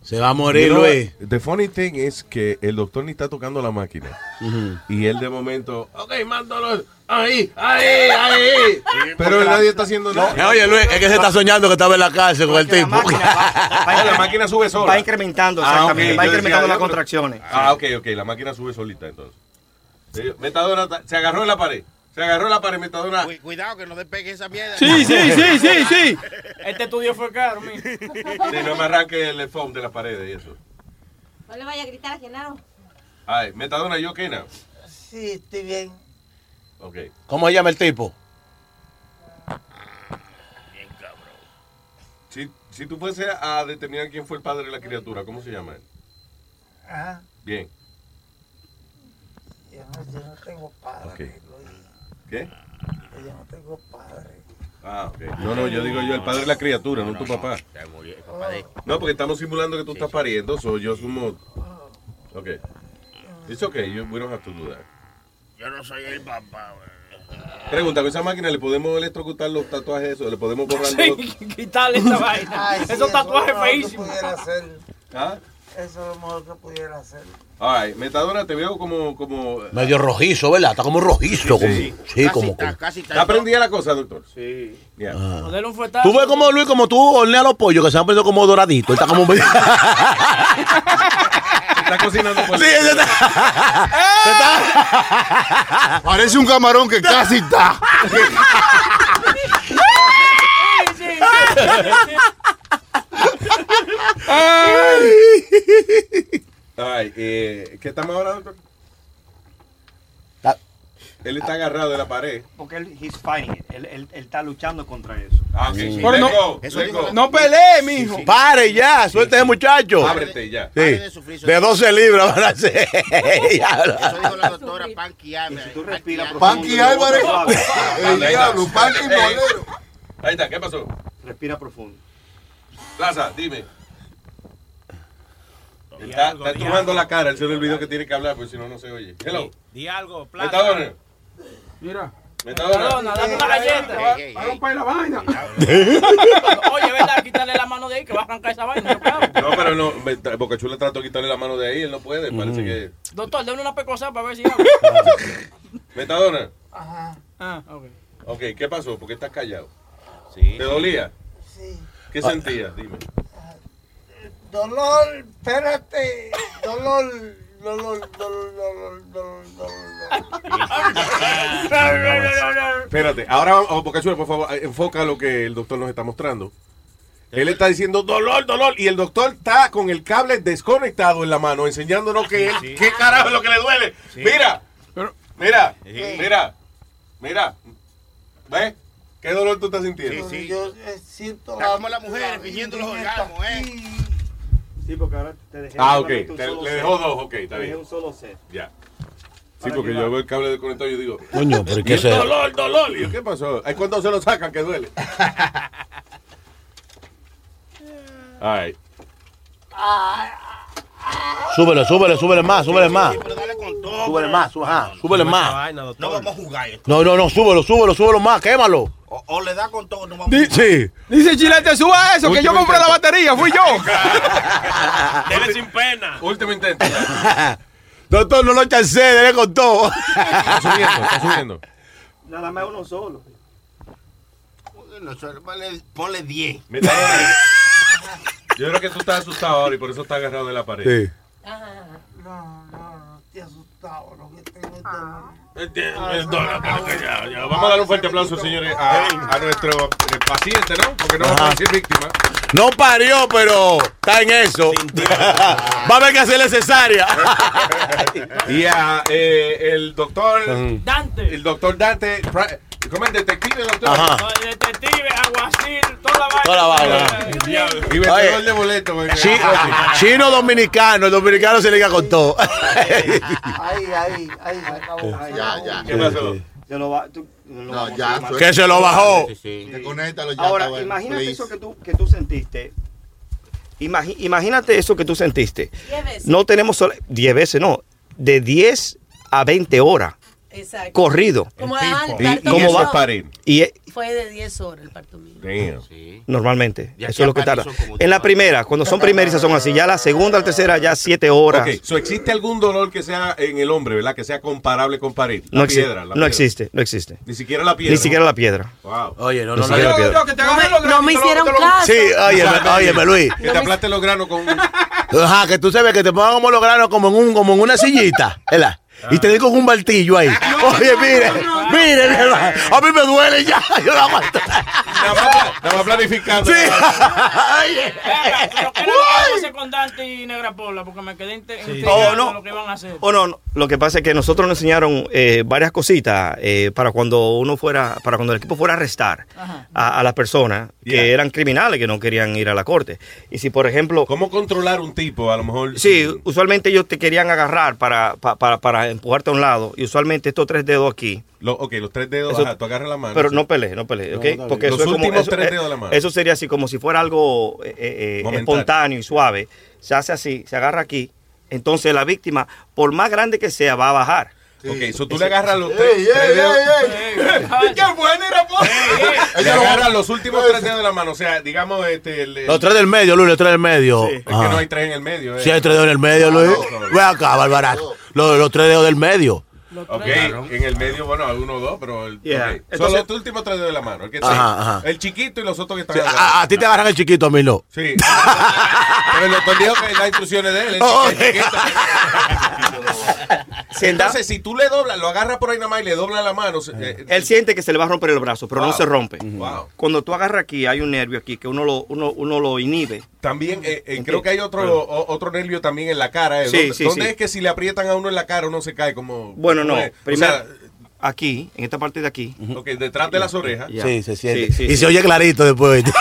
S28: Se va a morir,
S22: You know,
S28: Luis.
S22: The funny thing es que el doctor ni está tocando la máquina. Y él de momento. Ok, más dolor. Ahí, ahí, ahí. Pero nadie está haciendo nada.
S28: Eh, Oye, Luis, es que se está soñando que estaba en la cárcel con el tipo.
S22: la máquina sube sola.
S11: Va incrementando,
S22: Ah,
S11: exactamente.
S22: ok,
S11: Va
S22: yo decía,
S11: incrementando
S22: yo,
S11: las
S22: pero-
S11: contracciones.
S22: Ah, ok, ok. La máquina sube solita entonces. Sí, Metadona ta- se agarró en la pared. Se agarró la parimentadora.
S40: Cuidado que no despegue esa mierda.
S22: Sí, sí, sí, sí, sí.
S24: Este estudio fue caro, mi.
S22: Si no me arranque el foam de las paredes y eso.
S36: No le vaya a gritar a Genaro.
S22: Ay, metadona, yo qué now?
S29: Sí, estoy bien.
S22: Ok.
S28: ¿Cómo se llama el tipo?
S22: Si, si tú fuese a determinar quién fue el padre de la criatura, ¿cómo se llama él?
S29: Ah,
S22: Bien.
S29: yo no, yo no tengo padre.
S22: Ok. ¿Qué?
S29: Yo no tengo padre.
S22: Ah, ok. No, no, yo digo yo, el padre de la criatura, no, tu papá.
S40: Se murió el papá de
S22: No, porque estamos simulando que tú estás pariendo, so yo asumo. Ok. It's okay, you, we don't have to do that.
S40: Yo no soy el papá, güey.
S22: Pregunta, ¿con esa máquina le podemos electrocutar los tatuajes esos? ¿Le podemos borrar los...
S24: Quitarle esa vaina.
S29: Ay, sí,
S24: Esos
S29: eso es lo
S24: tatuajes
S29: mejor que
S24: feísimos.
S29: pudiera hacer.
S22: ¿Ah?
S29: Eso es lo mejor que pudiera hacer.
S22: Ay, metadona, te veo como... como...
S28: Medio rojizo, ¿verdad? Está como rojizo. como- Sí, como. como-
S40: casi
S22: ¿Está prendida la cosa, doctor?
S40: Sí.
S22: Ya.
S24: Modelo un
S28: Tú ves como Luis, como tú horneas los pollos que se han puesto como doraditos. Está como. medio-
S22: Está cocinando por
S28: Sí, ese está. Se está-
S38: Parece un camarón que casi está.
S22: Ay, eh, ¿qué estamos ahora, doctor?
S28: La-
S22: Él está agarrado de la pared.
S35: Porque él, he's fighting it. Él, él- él está luchando contra eso.
S22: Ah, sí, sí.
S28: Pero
S22: Let
S28: no-
S22: go,
S28: Eso
S22: let
S28: dijo-
S22: go.
S28: no pelee, mijo. Pare ya, suelte ese muchacho.
S22: Ábrete ya.
S28: Sí. De 12 libras van a ser. Ya,
S40: Dijo la doctora Panky Álvarez. Si tú respiras
S38: Panky Álvarez. El
S22: Ahí
S38: diablo,
S22: está.
S38: Panky
S22: Eh,
S38: Molero.
S22: Ahí está, ¿qué pasó? Respira profundo. Plaza, dime. Está,
S32: algo,
S22: está
S32: di
S22: estrujando
S32: algo.
S22: la cara, él se le olvidó que tiene que hablar, porque si no, no se oye. Hello.
S32: Di algo, plata.
S22: Metadona.
S13: Mira.
S22: Metadona.
S24: dame una galleta.
S40: Ey, ey,
S13: Va a romper la vaina.
S24: Oye, ¿verdad? Quítale la mano de ahí que va a arrancar esa vaina. yo, claro.
S22: No, pero no, me- Boca Chula trató de quitarle la mano de ahí, él no puede, parece que.
S24: Doctor, déme una pecosa para ver si habla.
S22: Metadona.
S29: Ajá.
S24: Ah, ok.
S22: Ok, ¿qué pasó? ¿Por qué estás callado?
S40: Sí.
S22: ¿Te dolía?
S29: Sí.
S22: ¿Qué
S29: Ah.
S22: sentías? Dime.
S29: Dolor, espérate. Dolor, dolor, dolor, dolor, dolor, dolor.
S22: Espérate, ahora vamos, Bocachula, por favor, eh, enfoca lo que el doctor nos está mostrando. Él está diciendo dolor, dolor, y el doctor está con el cable desconectado en la mano, enseñándonos que él, qué carajo es lo que le duele. Mira, mira, mira, mira, ¿ves? ¿Qué dolor tú estás sintiendo?
S29: Pero Yo eh, siento
S40: Está como las mujeres, fingiendo los orgasmos,
S29: ¿eh?
S35: Sí, porque ahora te dejé.
S22: Ah, ok, te,
S35: solamente un solo
S22: le
S35: set.
S22: dejó dos, ok, está
S35: Te dejé
S22: bien.
S35: un solo set.
S22: Ya. Sí, porque yo veo el cable desconectado y yo digo,
S28: Coño, pero ¿y
S22: "Y
S28: qué
S22: el
S28: será?
S22: dolor, dolor. Y yo, ¿Qué pasó? Ay, ¿Cuándo se lo sacan que duele? Ay.
S28: Súbele, súbele, súbele más, súbele más. Súbele más, su- ajá, súbele más.
S40: No vamos a jugar. esto.
S28: No, no, no, súbelo, súbelo, súbelo más, quémalo.
S40: O, o le da con todo. No vamos a
S28: Di- Sí.
S13: Dice Chilete, suba eso, que yo compré la batería, fui yo.
S22: Dele sin pena. Último intento.
S28: Doctor, no lo chancé, dele con todo.
S22: Está subiendo, está subiendo.
S35: Nada más uno solo.
S40: No, solo ponle- Ponle 10.
S22: Metadona. Yo creo que tú estás asustado ahora y por eso estás agarrado de la pared.
S28: Sí.
S29: No, no, no estoy asustado. Lo que tengo es dolor.
S22: Eh, Ya, ya, Vamos a dar un fuerte aplauso, señores, a, a nuestro eh, paciente, ¿no? Porque no vamos a decir víctima.
S28: No parió, pero está en eso. Va a haber que hacerle cesárea.
S22: Y a eh, el doctor
S28: Ujú.
S24: Dante.
S22: El doctor Dante. Pra- ¿Cómo es? Detective, doctor.
S28: Ajá.
S24: No, el detective, aguacil, toda la vaina.
S28: Toda la vaina.
S22: Diablo. Y vendedor de boletos. porque-
S28: Chi- chino dominicano, el dominicano se liga con todo.
S29: Ahí, ahí, ahí, se acabó.
S38: Ya, ya.
S22: ¿Qué pasó?
S35: Se lo va, tú- se lo
S38: No,
S35: vamos a
S38: ya.
S35: tomar.
S28: Que se lo bajó.
S35: Sí.
S38: Desconéctalo ya.
S35: Ahora,
S38: cabrón,
S35: imagínate
S38: please.
S35: eso que tú, que tú sentiste.
S28: Eh,
S2: Imagi- imagínate eso que tú sentiste.
S36: Diez veces.
S2: No tenemos solo 10 veces, no. De 10 a 20 horas
S25: Exacto.
S2: corrido.
S25: Como daban el
S2: ¿Y
S25: parto
S2: cómo
S25: mío,
S2: va? Y eh,
S25: Fue de 10 horas el parto mío.
S2: normalmente,
S22: Y aquí
S2: eso es lo que tarda.
S22: aparece como
S2: En la primera, cuando son primerizas son así, ya la segunda, la tercera, ya 7 horas.
S22: Ok, so, ¿existe algún dolor que sea en el hombre, verdad? Que sea comparable con pared. La
S2: No, exi-
S22: piedra, la
S2: no
S22: piedra.
S2: existe, no existe.
S22: Ni siquiera la piedra.
S2: Ni siquiera la piedra.
S22: Wow.
S28: Oye,
S2: no, Ni no, siquiera no. la piedra.
S13: que te
S25: No
S13: agarren
S25: me-
S13: los
S25: no
S13: granos
S25: me
S13: y te lo-
S25: hicieron
S13: te lo-
S25: caso.
S28: Sí, óyeme, óyeme, Luis.
S22: Que te aplaste los granos con un...
S28: Ajá, que tú sabes que te pongan como los granos como en, un, como en una sillita, ¿verdad? Y te den con un martillo ahí.
S49: Oye, mire, mire, a mí me duele ya. Yo la aguanto.
S22: Estaba planificando.
S24: Pero ¿qué era lo que pasó con Dante y Negra Pola? Porque me quedé inte- intrigado
S2: Oh, no.
S24: con lo que iban a hacer.
S2: O no, no, lo que pasa es que nosotros nos enseñaron eh, varias cositas eh, para cuando uno fuera, para cuando el equipo fuera a arrestar
S24: Ajá.
S2: a, a las personas que eran criminales que no querían ir a la corte. Y si, por ejemplo.
S22: ¿Cómo controlar un tipo? A lo mejor.
S2: Sí, usualmente ellos te querían agarrar para, pa- para, para empujarte a un lado. Y usualmente estos tres dedos aquí.
S22: ok, los tres dedos, ajá, tú agarras la mano,
S2: Pero
S22: sí.
S2: no pelees, no pelees,
S22: No,
S2: ¿ok?
S22: está bien.
S2: Porque
S22: Los
S2: eso es como.
S22: últimos
S2: Eso,
S22: tres
S2: eh,
S22: dedos de la mano.
S2: eso sería así como si fuera algo eh, eh, eh,
S22: Momentáneo.
S2: espontáneo y suave. Se hace así, se agarra aquí. Entonces la víctima, por más grande que sea, va a bajar.
S22: Ok, eso tú le agarras los tres,
S2: Ey,
S22: tres
S2: ey,
S22: dedos.
S50: ¡Qué bueno era por
S22: Le agarras los últimos tres dedos de la mano. O sea, digamos, este. el- el-
S28: Los tres del medio, Luis, los tres del medio.
S22: Es que no hay tres en el medio. eh.
S28: Si hay tres dedos en el medio, Luis. Ve acá, Bárbara. Los, los tres dedos del medio.
S22: Ok, en el medio, bueno, hay uno o dos, pero. El,
S28: Yeah.
S22: ok. Son
S28: Entonces-
S22: los tres últimos tres dedos de la mano. El, que
S28: Ajá,
S22: sea.
S28: ajá.
S22: el chiquito y los otros que están.
S28: Sí, ah.
S22: al lado.
S28: a, a ti te agarran el chiquito, a mí no.
S22: Sí. pero el doctor dijo que las instrucciones de él. el
S28: Oh,
S22: chiquito, el
S28: ok.
S22: chiquito. Entonces, si tú le doblas, lo agarras por ahí nada más y le doblas la mano. se- eh,
S2: Él siente que se le va a romper el brazo, pero no
S22: Wow.
S2: se rompe.
S22: Wow.
S2: Cuando tú agarras aquí, hay un nervio aquí que uno lo, uno, uno lo inhibe.
S22: También, eh, eh, creo
S2: Entiendo.
S22: que hay otro, o- otro nervio también en la cara. ¿eh?
S2: Sí,
S22: ¿Dónde,
S2: sí,
S22: dónde
S2: sí.
S22: es que si le aprietan a uno en la cara uno se cae como...
S2: Bueno, no.
S22: como es? O
S2: Primero,
S22: sea,
S2: aquí, en esta parte de aquí.
S22: ok, detrás de las orejas.
S2: Ya.
S28: Sí, se siente.
S2: Sí, sí,
S28: y
S2: sí.
S28: se oye clarito después. ¿viste?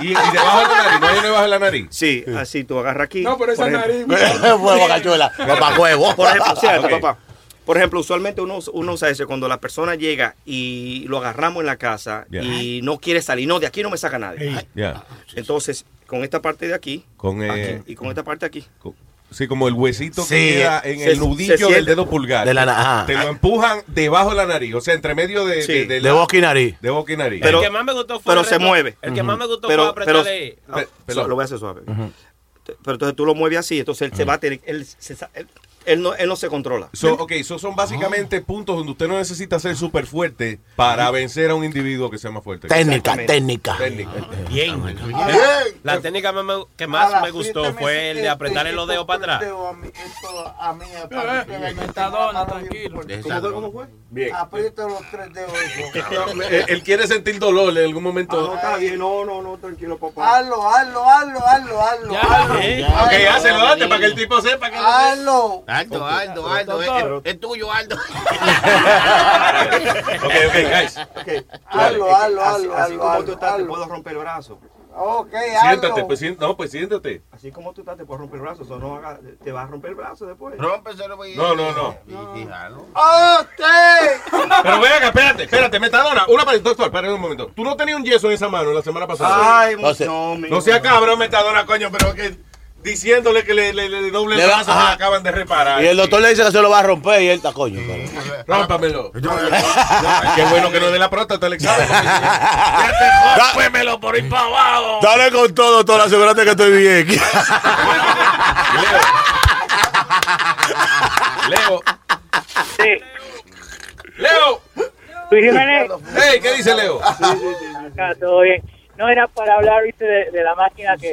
S22: y, y debajo de la nariz, no hay uno debajo de la nariz.
S2: Sí, así tú agarras aquí.
S22: No, pero esa
S2: por ejemplo.
S22: nariz, mi amor. Huevo, cachuela. Papá, huevo.
S2: Por ejemplo, sí, alto,
S22: Ok.
S2: papá. Por ejemplo, usualmente uno, uno usa eso cuando la persona llega y lo agarramos en la casa
S22: Yeah.
S2: y no quiere salir. No, de aquí no me saca nadie.
S22: Ya.
S2: Entonces, con esta parte de aquí,
S22: Con, eh,
S2: aquí, y con esta parte de aquí.
S22: Sí, como el huesito
S2: Sí,
S22: que queda
S2: eh,
S22: en
S2: se-
S22: el nudillo
S2: se siente-
S22: del dedo pulgar.
S28: De la na- ajá.
S22: Te lo empujan debajo de la nariz, o sea, entre medio de...
S28: Sí.
S22: de,
S28: De boca y nariz.
S22: De boca y nariz.
S2: Pero-
S32: el que más me gustó fue el
S2: pero se
S32: reto-
S2: mueve.
S32: El que más me gustó
S2: Pero-
S32: fue
S2: pero-
S32: apretarle.
S2: Ah, so- lo voy a hacer suave. Pero entonces tú lo mueves así, entonces él se va a tener, él, se sa- él- él no, él no se controla.
S22: So, ok, esos son básicamente puntos donde usted no necesita ser súper fuerte para vencer a un individuo que sea más fuerte.
S28: Técnica,
S22: Exactamente.
S28: técnica.
S22: Técnica.
S32: Ah, Bien. La técnica más me- que más me gustó fue el de apretarle los dedos para
S29: Este,
S32: atrás.
S29: Esto a mí,
S24: Eh,
S29: a tranquilo.
S32: Exacto.
S29: fue?
S22: Bien.
S29: Aprieta los tres dedos.
S22: No,
S32: eh,
S22: él, él quiere sentir dolor en algún momento.
S29: está bien, Ah, no, no, no, tranquilo, papá. Hazlo, hazlo, hazlo, hazlo, hazlo. hazlo.
S24: eh.
S22: ok, hazlo, date para que el tipo sepa que
S29: Hazlo.
S13: Aldo, Aldo, Aldo, eh, es- es es tuyo, Aldo.
S22: Ok, ok, guys.
S29: Hazlo, hazlo, hazlo,
S2: así
S29: hazlo,
S2: como
S29: hazlo,
S2: tú estás, te
S29: hazlo.
S2: puedo romper el brazo.
S29: Ok,
S22: Siéntate,
S29: hazlo.
S22: pues siéntate. No, pues siéntate.
S2: Así como tú estás, te puedo romper el brazo. Eso no haga- te vas a romper el brazo después.
S13: Rómpeselo, güey.
S22: No, no, no.
S13: Y- y jalo.
S29: ¡Ok!
S22: Pero ven acá, espérate, espérate, metadona. Una para doctor, espérate un momento. Tú no tenías un yeso en esa mano la semana pasada.
S2: Ay, No sé. no, mi-
S22: No sea cabrón, metadona, coño, pero que diciéndole que le, le, le doble
S28: Le
S22: el
S28: va-
S22: brazo, se la
S28: ajá.
S22: acaban de reparar.
S28: Y el doctor le dice que se lo va a romper y él está coño. pero-
S22: Rómpamelo. Qué bueno que no es de la próstata el examen. Rómpemelo por ahí para abajo.
S28: Dale con todo, doctor, asegúrate que estoy bien.
S22: Leo.
S5: Sí.
S22: Leo.
S5: Luis Jiménez.
S22: Hey, ¿qué dice Leo?
S5: Acá, todo bien. No era para hablar, viste, de, de la máquina que,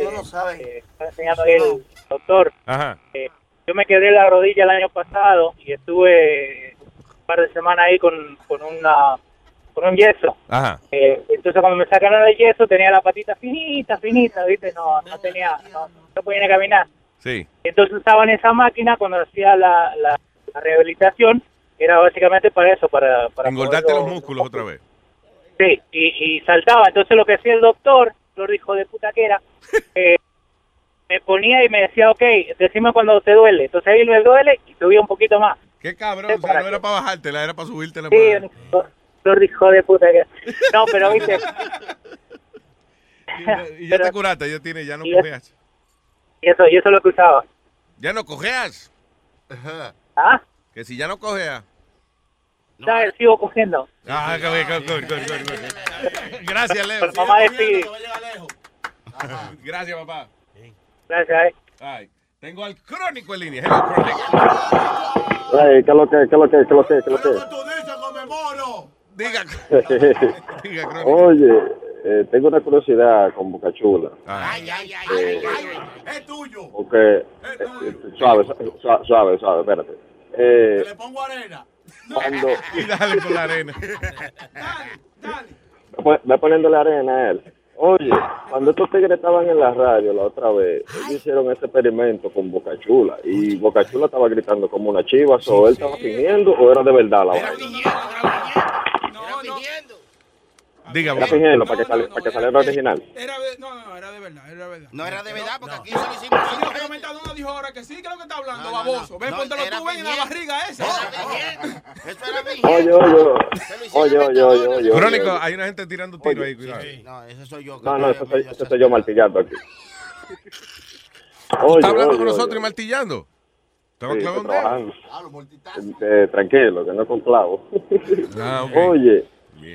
S5: que está enseñando ahí el doctor.
S22: Ajá.
S5: Eh, yo me quedé la rodilla el año pasado y estuve un par de semanas ahí con, con, una, con un yeso.
S22: Ajá.
S5: Eh, entonces cuando me sacaron el yeso tenía la patita finita, finita, viste, no, no tenía, no, no podía ni caminar.
S22: Sí.
S5: Entonces usaban esa máquina cuando hacía la, la- la rehabilitación, era básicamente para eso, para... para
S22: Engordarte los
S5: poderlo-
S22: músculos otra vez.
S5: Sí, y, y saltaba. Entonces lo que hacía el doctor, lo dijo de puta que era, eh, me ponía y me decía, ok, decime cuando te duele. Entonces ahí me duele y subía un poquito más.
S22: Qué cabrón, o sea, no era para bajártela, era para subírtela.
S5: Sí, lo dijo de puta que era. No, pero viste,
S22: Y ya te curaste, ya tiene, ya no
S5: Y-
S22: cojeas.
S5: y eso, y eso es lo que usaba.
S22: Ya no cojeas.
S5: ¿Ah?
S22: Que si ya no cojeas.
S5: ¿Sabes? Sigo cogiendo.
S22: Ah, qué bien, qué bien, qué bien, qué bien, qué bien. Gracias, Leo.
S5: Pero mamá
S22: Sigue
S5: decide.
S22: comiendo, que va a llegar lejos. Gracias, papá.
S5: Gracias, eh.
S22: Ay, tengo al crónico en línea. Hello, crónico.
S51: Ay, ¿qué es lo que, qué es lo que, qué es lo que, qué es lo que?
S22: Diga.
S51: Oye, eh, tengo una curiosidad con Bocachula.
S22: Ay,
S51: ay, ay,
S22: Es tuyo.
S51: Ok. eh, Suave, suave, suave, suave, espérate. Eh, cuando
S22: Y dale con la arena.
S51: va va poniéndole arena a él. Oye, cuando estos tigres estaban en la radio la otra vez, ellos hicieron ese experimento con Boca Chula y Boca Chula estaba gritando como una chiva, o él estaba fingiendo o era de verdad la vaina.
S22: Diga,
S51: Era fingiendo para que, sali- para que saliera original.
S8: No era de verdad, porque aquí solo hicimos. Lo que comentado uno dijo ahora que sí, que es lo que está hablando, baboso. Ven, póntelo tú, ven en la barriga esa.
S51: Oye, oye, oye, oye, oye, oye.
S22: Crónico,
S51: oye.
S22: hay una gente tirando tiro ahí, cuidado.
S40: No, ese soy yo.
S51: No, no, eso soy, eso soy yo martillando aquí. Oye,
S22: ¿Está hablando
S51: oye,
S22: con nosotros
S51: oye.
S22: y martillando?
S51: Sí, estoy trabajando. Eh, tranquilo, que no es con clavo.
S22: Ah,
S51: Oye,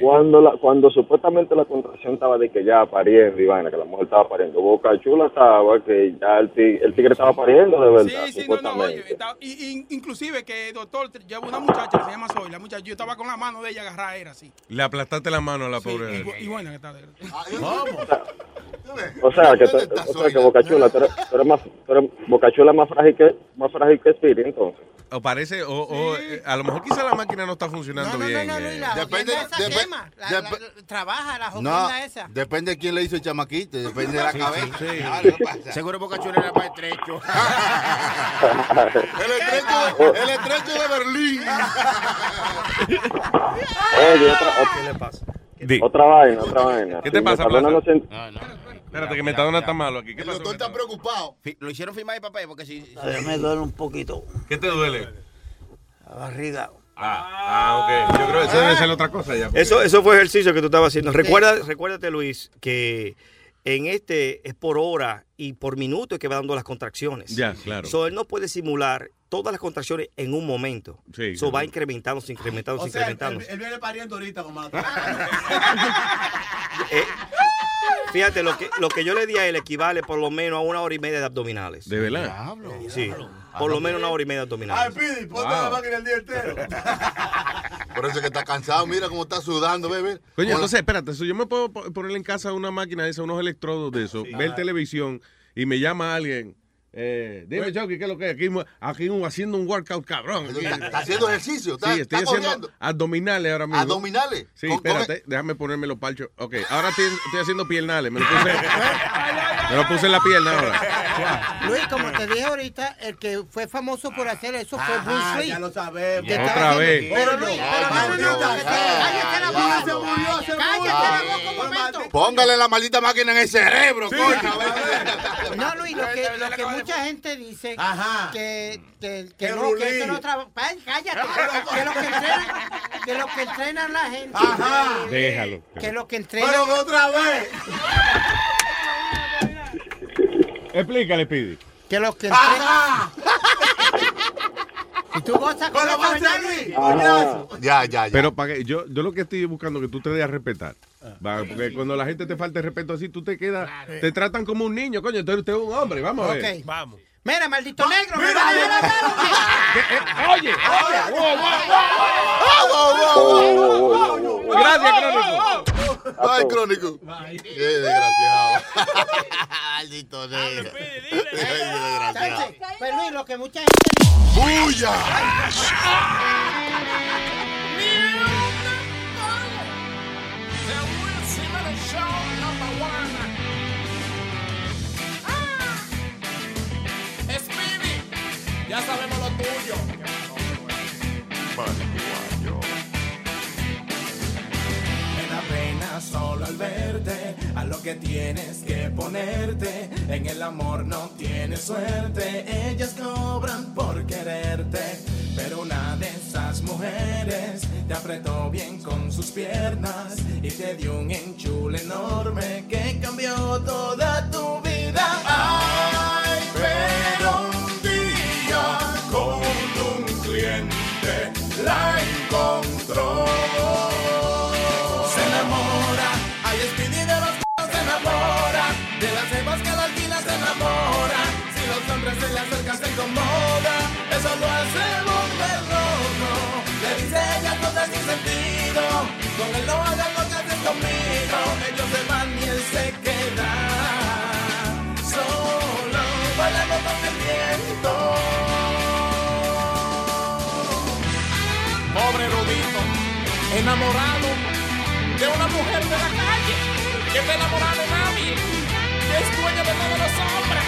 S51: cuando la, cuando supuestamente la contracción estaba de que ya pariendo, y vaina, que la mujer estaba pariendo, Boca Chula estaba, que ya el, ti- el tigre estaba pariendo, de verdad, supuestamente.
S8: Y- y- inclusive que el doctor te- lleva una muchacha que se llama Zoila. Muchacha, yo estaba con la mano de ella agarrada, era así.
S22: Le aplastaste la mano a la pobre.
S8: Y bueno, que está.
S51: O sea, que, tú- o sea, que Boca Chula, tú eres- tú eres más, tú eres- Boca Chula es más frágil que, más frágil que Spirit, entonces.
S22: O parece, o, o, eh, a lo mejor quizá la máquina no está funcionando bien. eh.
S38: Depende, depe- depe-
S9: Trabaja la
S38: no,
S9: jodida esa.
S38: depende de quién le hizo el chamaquito, depende de la
S9: Sí,
S38: cabeza.
S9: sí, sí.
S38: Ah, no pasa.
S40: Seguro Boca Chula era más estrecho. Ah.
S38: El estrecho, de- el estrecho de Berlín.
S51: Oye, otra, otra, otra vaina, otra vaina.
S22: ¿Qué te
S51: Si
S22: pasa, Ah.
S51: Metadona
S22: Plaza?
S51: no se-
S22: Espérate, que Metadona está malo aquí. ¿Qué
S40: El doctor está preocupado. Lo hicieron firmar el papel porque si. si-
S29: A ver, me duele un poquito
S22: ¿Qué te duele?
S29: la barriga.
S22: Ah, ok. Yo creo que eso debe ser otra cosa ya. porque-
S2: Eh. Eso, eso fue ejercicio que tú estabas haciendo. Recuerda, recuérdate, Luis, que en este es por hora y por minuto que va dando las contracciones.
S22: Ya, claro.
S2: So, él no puede simular todas las contracciones en un momento.
S22: Sí,
S2: so,
S22: claro.
S2: va incrementándose, incrementándose,
S28: O sea, él,
S2: incrementándose.
S28: él- él viene pariendo ahorita con más. Ah,
S2: Eh, Fíjate, lo que, lo que yo le di a él equivale por lo menos a una hora y media de abdominales.
S22: ¿De verdad?
S2: Sí, por lo menos una hora y media de abdominales.
S38: Ay, Pidi,
S2: ponte la
S38: máquina el día entero. Por eso que está cansado, mira cómo está sudando, bebé.
S22: Coño, pues, entonces, espérate, si yo me puedo po- poner en casa una máquina de esa, unos electrodos de eso, ver televisión y me llama alguien. Eh, dime, Chucky, ¿qué es lo que es? Aquí, aquí haciendo un workout cabrón. aquí.
S38: Está haciendo ejercicio, está-
S22: sí, estoy
S38: está
S22: haciendo
S38: corriendo.
S22: abdominales ahora mismo.
S38: ¿Abdominales?
S22: Sí,
S38: Con-
S22: espérate, déjame ponerme los palchos. Ok, ahora estoy, estoy haciendo piernales. Me lo puse, me lo puse en la pierna ahora.
S9: Luis, como te dije ahorita, el que fue famoso por hacer eso fue Bruce Lee. Ya lo sabemos.
S22: Otra vez.
S9: Pero Luis, pero no se nota. Cállate la boca. Se murió, se murió. Cállate la boca un momento.
S38: Póngale la maldita máquina en el cerebro, coño. a ver.
S9: No, Luis, lo que, lo que mucha gente dice
S38: Ajá.
S9: que, que, que
S38: Qué
S9: no, que
S38: rulí.
S9: eso no trabaja. Cállate. Que lo que entrenan, que lo que entrenan la gente.
S22: Déjalo.
S9: Que lo que entrenan. Pero otra vez.
S22: Explícale, Pidi. Ah,
S9: Que los que entrenan. Y tú gozas con eso, ¿verdad, Luis?
S4: Ah,
S22: Ya, ya, ya. Pero para que, yo, yo lo que estoy buscando es que tú te des a respetar.
S4: Ah.
S22: Va, Porque cuando la gente te falta el respeto así, tú te quedas. Te tratan como un niño, coño. Entonces usted es un hombre, vamos a ver.
S9: Ok. Vamos. Mira, maldito negro. Ah, Mira,
S22: Oye, Gracias,
S38: Ah, Crónico. Ay, Crónico. Qué desgraciado. Maldito negro. desgraciado.
S9: Pues Luis, lo que mucha gente.
S38: ¡Bulla!
S8: Ah.
S13: Ya sabemos lo tuyo. Me da pena solo al verte, a lo que tienes que ponerte. En el amor no tienes suerte, ellas cobran por quererte. Pero una de esas mujeres Eh. te apretó bien con sus piernas y te dio un enchule enorme que cambió toda tu vida. Ay, pero un día con un cliente la encontró. Se enamora, ay Speedy de los c- se enamora, de las cebas que la alquila se enamora. Si los hombres se le acercan se incomoda, eso lo hace volver loco. Le dice ella cosas sin sentido, con él no hagas lo que haces conmigo.
S37: enamorado de una mujer de la calle que está enamorado de nadie, que es dueño de todos los hombres.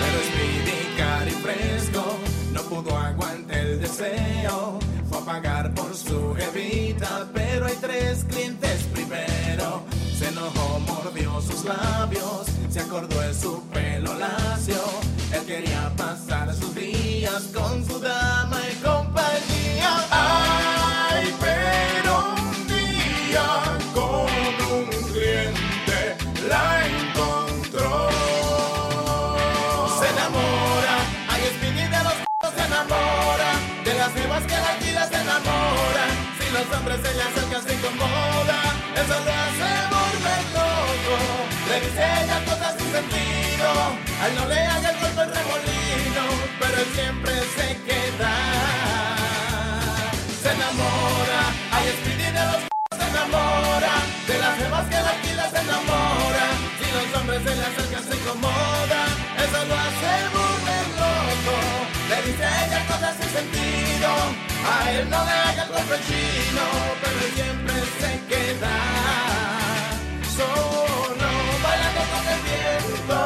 S4: Pero Speedy, cari fresco, no pudo aguantar el deseo. Fue a pagar por su jevita, pero hay tres clientes primero. Se enojó, mordió sus labios, se acordó de su pelo lacio. Él quería pasar sus días con su dama y compañía.
S13: Ah.
S4: Ay, pero un día con un cliente la encontró.
S37: Se enamora, hay espini de los c***os, se enamora, de las divas que la vida se enamora. Si los hombres se le acercan se incomoda, eso lo hace volver loco. Le dice ella cosas sin sentido, a él no le haga el golpe el remolino, pero él siempre se queda. Se enamora, hay espini de los c***os, se enamora, de las demás que la vida se enamora. Si los hombres se le acercan se incomoda, eso lo hace volver loco. Le dice ella cosas sin sentido, a él no le haga el golpe chino, pero él siempre se queda solo bailando con el viento.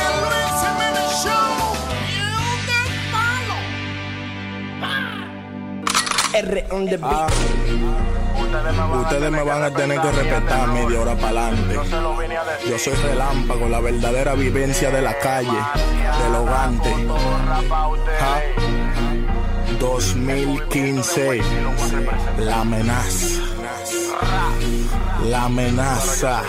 S37: El Luis Jiménez Show,
S4: R on the beat.
S12: Ustedes me van a tener que respetar media hora para adelante. Yo soy relámpago, la verdadera vivencia de la calle, del hogante. Ja. 2015, la amenaza. La amenaza.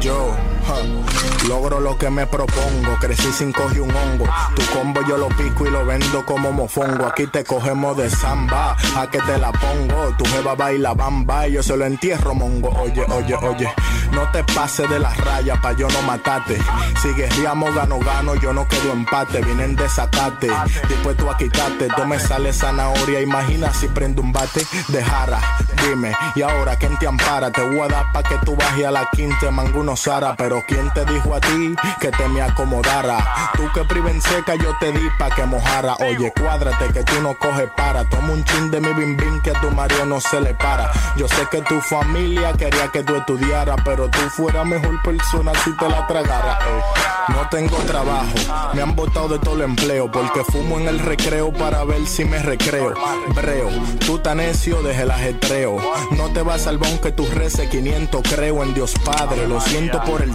S12: Yo ja, logro lo que me propongo. Crecí sin coger un hongo. Tu combo yo lo pico y lo vendo como mofongo. Aquí te cogemos de samba. A que te la pongo. Tu jeva baila bamba. Y yo se lo entierro, mongo. Oye, oye, oye. No te pases de las rayas pa' yo no matarte. Si guerriamos, gano, gano. Yo no quedo empate. Vienen desacate. Dispuesto a quitarte. Tú me sale zanahoria. Imagina si prendo un bate de jara. Dime. Y ahora, ¿quién te ampara? Te voy a dar pa' que tú bajes a la quinta. Manguno Sara. Pero ¿quién te dijo a ti que te me acomodara? Tú que priven seca, yo te di pa' que mojara. Oye, cuádrate que tú no coges para. Toma un chin de mi bim bim que a tu marido no se le para. Yo sé que tu familia quería que tú estudiaras, pero tú fueras mejor persona si te la tragara. eh. No tengo trabajo, me han botado de todo el empleo porque fumo en el recreo para ver si me recreo. Breo, tú tan necio desde el ajetreo. No te vas al bon que tú reces 500, creo en Dios Padre. Lo siento por el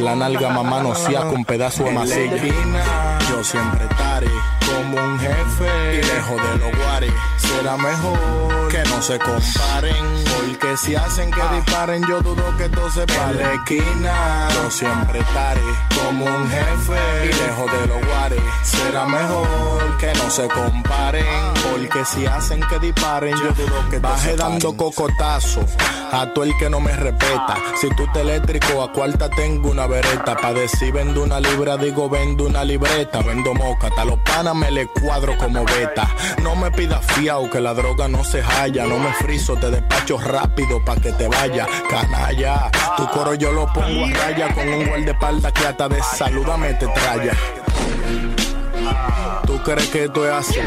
S12: la nalga mamá nocía con pedazo de En la masilla. esquina, Yo siempre estaré como un jefe y lejos de los guares. Será mejor que no se comparen, porque si hacen que disparen, yo dudo que todo se pare. Ah. En la esquina, yo siempre estaré como un jefe y lejos de los guares. Será mejor que no se comparen, porque si hacen que disparen, yo dudo que todo se Ah. Baje pare. dando cocotazo a todo el que no me respeta. Si tú te eléctrico, a cuarta tengo una vereta. Pa' decir vendo una libra, digo vendo una libreta. Vendo moca, hasta los panas me le cuadro como beta. No me pidas fiao, que la droga no se halla. No me friso, te despacho rápido pa' que te vaya. Canalla, tu coro yo lo pongo a raya con un gol de espalda que hasta de salúdame te traya. ¿Tú crees que esto es así?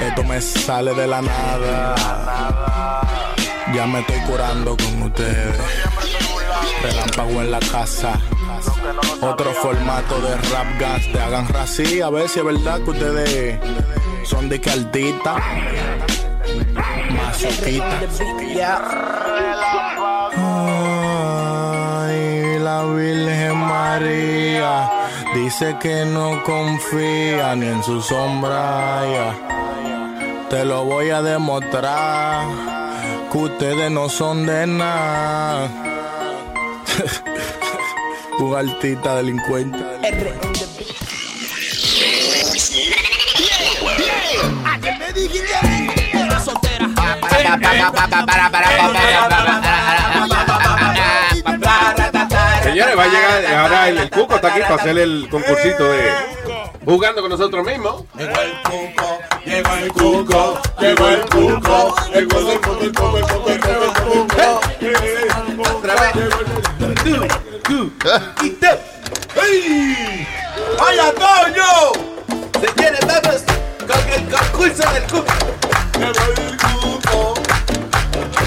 S12: Esto me sale de la nada. Ya me estoy curando con ustedes. Relámpago en la casa. Otro formato de rap gas. Te hagan raci, a ver si es verdad que ustedes son de caldita. Ay, la Virgen María dice que no confía ni en su sombra. ya. Te lo voy a demostrar que ustedes no son de nada. Un artista delincuente.
S37: Soltera.
S22: Señores, va a llegar ahora el, el Cuco está aquí para hacer el concursito de jugando con nosotros mismos.
S4: Llegó el cuco, llegó el cuco, llegó el cuco, el cuco, el cuco, el cuco, el cuco. Otra vez. Llegó el cuco. Y te. ¡Ey! ¡Vaya coño! Se quiere darnos con el concurso del cuco. Llegó el cuco.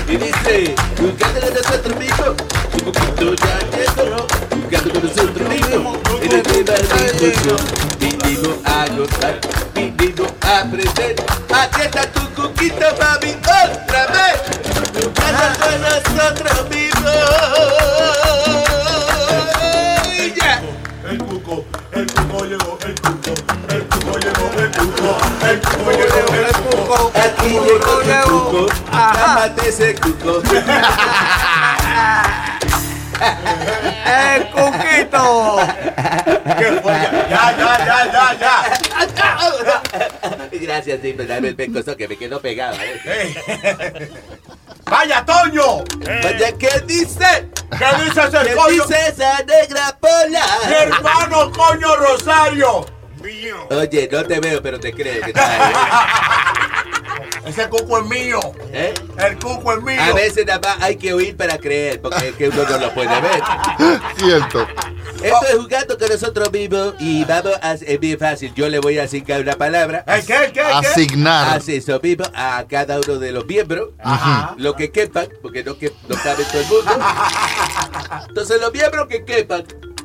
S4: Y dice, jugando con nosotros mismos, tu cuquito ya llegó, jugando con nosotros mismos, en el primer concurso, vinimos a gozar, vinimos a aprender, atienda tu cuquito, mami, otra vez, jugando con nosotros mismos. Ya. El cuco, el cuco llegó, el cuco, el cuco llegó, el cuco, el cuco llegó, el cuco, aquí llegó el cuco, tápate ese cuco.
S29: ¡El cuquito!
S4: ¿Qué fue? Ya, ya, ya, ya, ya. Gracias, sí, me da el pescozo que me quedó pegado. ¿eh? ¡Vaya, Toño!
S37: Pues,
S4: Vaya, ¿Qué dice? ¿Qué dice ese
S37: ¿Qué
S4: coño?
S37: dice
S4: esa negra pola? ¡Mi hermano, coño Rosario!
S37: Oye, no te veo, pero te creo que está ahí.
S4: Ese cuco es mío.
S37: ¿eh?
S4: El cuco es mío.
S37: A veces nada más hay que huir para creer, porque es que uno no lo puede ver.
S38: Cierto.
S37: Esto es jugando con nosotros mismos y vamos a. Es bien fácil, yo le voy a asignar una palabra.
S4: ¿Qué, qué,
S38: Asignar.
S37: Así, eso mismo, a cada uno de los miembros.
S38: Ajá.
S37: Lo que quepan, porque no, que, no cabe todo el mundo. Entonces, los miembros que quepan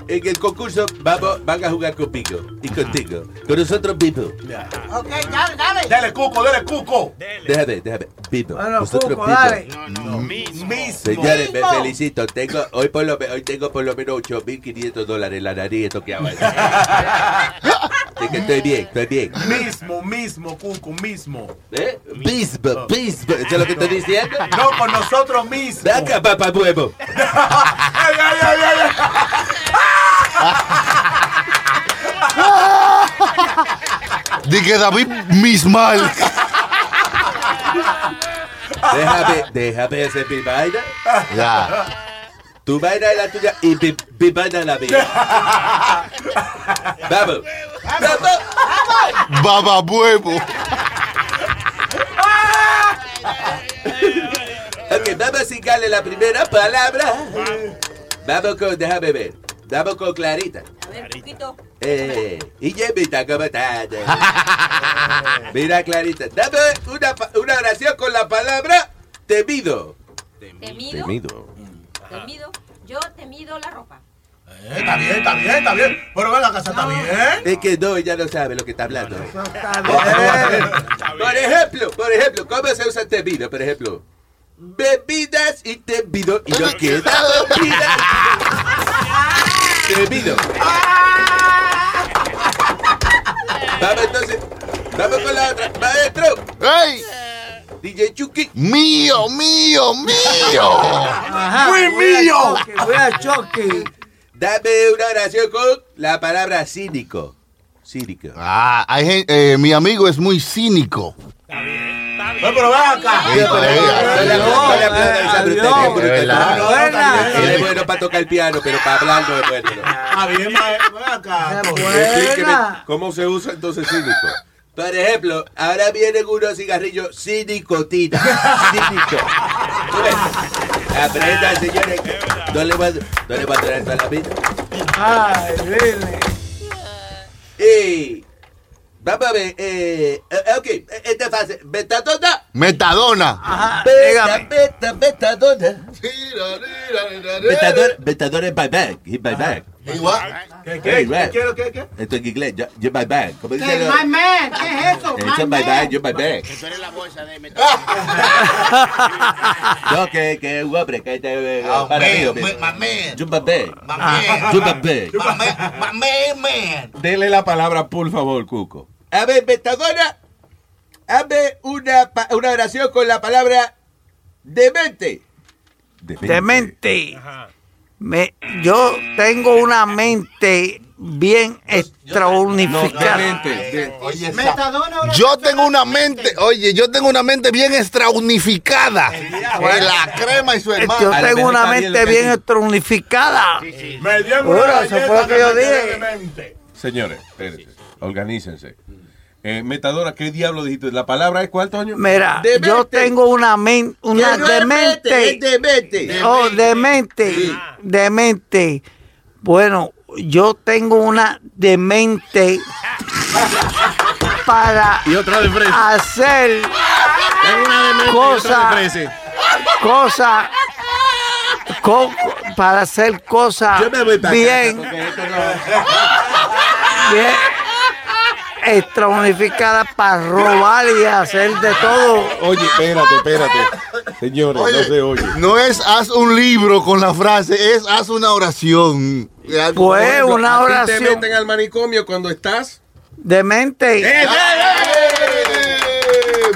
S37: en el concurso vamos, van a jugar conmigo y contigo. Con nosotros mismos.
S9: Ok, dale, dale.
S4: Dele cuco, dele cuco.
S37: Déjame, déjame. Mismos. Nosotros
S9: Cuco,
S37: mismos.
S9: dale.
S37: Mm. Señores, me
S9: Mismo.
S37: felicito. Tengo, hoy, por lo, me- hoy tengo por lo menos 8.500 dólares en la nariz esto que hago. Así que estoy bien, estoy bien.
S4: Mismo, mismo, cuco, mismo.
S37: ¿Eh? Bisbo, bisbo. ¿Eso es lo que estoy diciendo?
S4: No, con nosotros mismos.
S37: Saca, papá huevo.
S4: ¡Ay, ay, ay, ay! ay.
S38: Dije David Mismal.
S37: Déjame, déjame hacer mi vaina.
S38: Ya.
S37: Tu vaina es la tuya y mi, mi vaina es la mía. Vamos.
S38: Baba huevo.
S37: Ok, vamos a sacarle la primera palabra. Vamos con, déjame ver. Vamos con Clarita.
S20: A ver, Cuquito.
S37: Eh, y Jemita, ¿cómo estás? Mira, Clarita, dame una, pa- una oración con la palabra temido.
S20: Temido. Temido. Yo te mido la ropa.
S4: Está bien, está bien, está bien. Pero ve la casa, está bien.
S37: Es que no, ella no sabe lo que está hablando. Por
S4: bien.
S37: ejemplo, por ejemplo, ¿cómo se usa temido? Por ejemplo, bebidas y temido y no queda bebida. Temido. Vamos entonces, vamos con la otra. Maestro.
S38: ¡Ey!
S37: DJ Chucky.
S38: Mío, mío, mío.
S37: ¡Muy mío!
S29: Voy a choque.
S37: Dame una oración con la palabra cínico. Cínico.
S38: Ah, hay gen- eh, mi amigo es muy cínico.
S4: Ve, pero ve acá.
S38: Sí, pero
S37: Yo le- yo le aplaudo esa
S38: Es
S37: brutalidad,
S38: verdad.
S37: brutalidad. Él es bueno para tocar el piano, pero para hablar no es bueno. ¿no?
S4: Está bien, maestro. Ve acá.
S22: Explíqueme cómo se usa entonces cínico.
S37: Por ejemplo, ahora vienen unos cigarrillos sin nicotina. Cínico. Aprendan, señores. No le voy a, no le voy a traer toda la vida.
S29: Ay, dile.
S37: Y vamos a ver. Eh, eh, ok, esta es fácil. Betadona.
S38: Metadona.
S29: Ajá.
S37: Beta, beta, betadona. Betador, betador es buyback. Es buyback.
S4: Eh, ¿Qué,
S37: Hey,
S4: qué,
S37: Red.
S4: qué, quiero, qué, qué?
S37: Esto en inglés. Yo, yo buyback. ¿Cómo
S13: Pues
S9: ¿Qué,
S37: dicen los-
S9: my man? ¿Qué es eso?
S37: Eso es
S9: my man?
S37: buyback, yo buyback.
S40: Eso eres la bolsa de metal.
S37: No, que, que un hombre que
S4: Ah,
S37: te
S40: Oh,
S37: para
S40: man,
S37: mí,
S40: man, my man.
S37: Jumba Bay.
S40: man.
S37: Jumba Bay.
S40: My man, man.
S22: Dele la palabra, por favor, Cuco.
S37: A ver, Betadona, hazme una, pa- una oración con la palabra demente.
S29: Demente. Me, yo tengo una mente bien extraunificada.
S38: De- oye, esa-
S29: Metadona ahora
S38: yo tengo una mente, oye, yo tengo una mente bien extraunificada. Pues la crema y su hermano.
S29: Yo tengo una mente bien extraunificada.
S22: Me dio
S29: Bueno, eso fue lo que yo dije.
S22: Señores, espérense, organícense. Eh, metadora, ¿qué diablo dijiste? ¿La palabra es cuánto año?
S29: Mira, yo tengo una mente, una
S22: no es
S29: demente.
S22: vete, es demente.
S29: Oh, demente. Demente. Bueno, yo tengo una demente para
S37: Y otra de fresa.
S29: hacer
S37: demente y otra de
S29: cosas
S37: fresa.
S29: cosas co- para hacer cosas bien bien extraunificada para robar y hacer de todo.
S38: Oye, espérate, espérate.
S22: Señores,
S38: no se oye. No es haz un libro con la frase, es haz una oración.
S29: Pues, una
S22: ¿A ti
S29: oración.
S22: te meten al manicomio cuando estás? ¡Eh,
S29: Demente.
S38: Eh.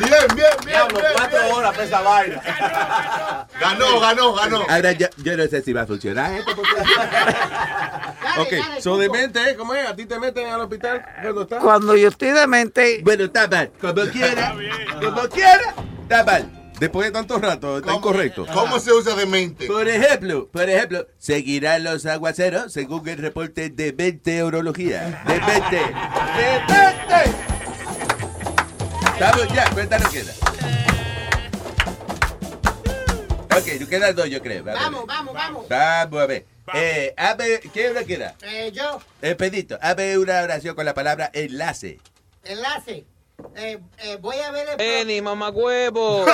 S38: Bien, bien, bien.
S9: pues, Cuatro horas pesa vaina.
S38: Ganó, ganó,
S4: Ah,
S38: ganó.
S37: Ahora ya- yo no sé si va a funcionar esto. porque-
S22: ok, so de mente, ¿eh? ¿cómo es? ¿A ti te meten al hospital cuando estás?
S29: Cuando yo estoy demente.
S37: Bueno, está mal. Como quiera. Como quiera. Está mal.
S22: Después de tanto rato, está incorrecto.
S38: ¿Cómo se usa demente?
S37: Por ejemplo, por ejemplo, seguirán los aguaceros según el reporte de 20 Urología. De 20. Estamos ya, cuéntanos queda. Ok, nos quedan dos, yo creo. Vamos, a ver.
S9: Vamos, vamos, vamos.
S37: Vamos a ver. Eh, a ver, ¿qué hora queda?
S9: Eh, yo,
S37: Eh, Pedrito, hazme una oración con la palabra enlace.
S9: enlace. Eh, eh, voy a ver el.
S37: Eni, mamá huevo.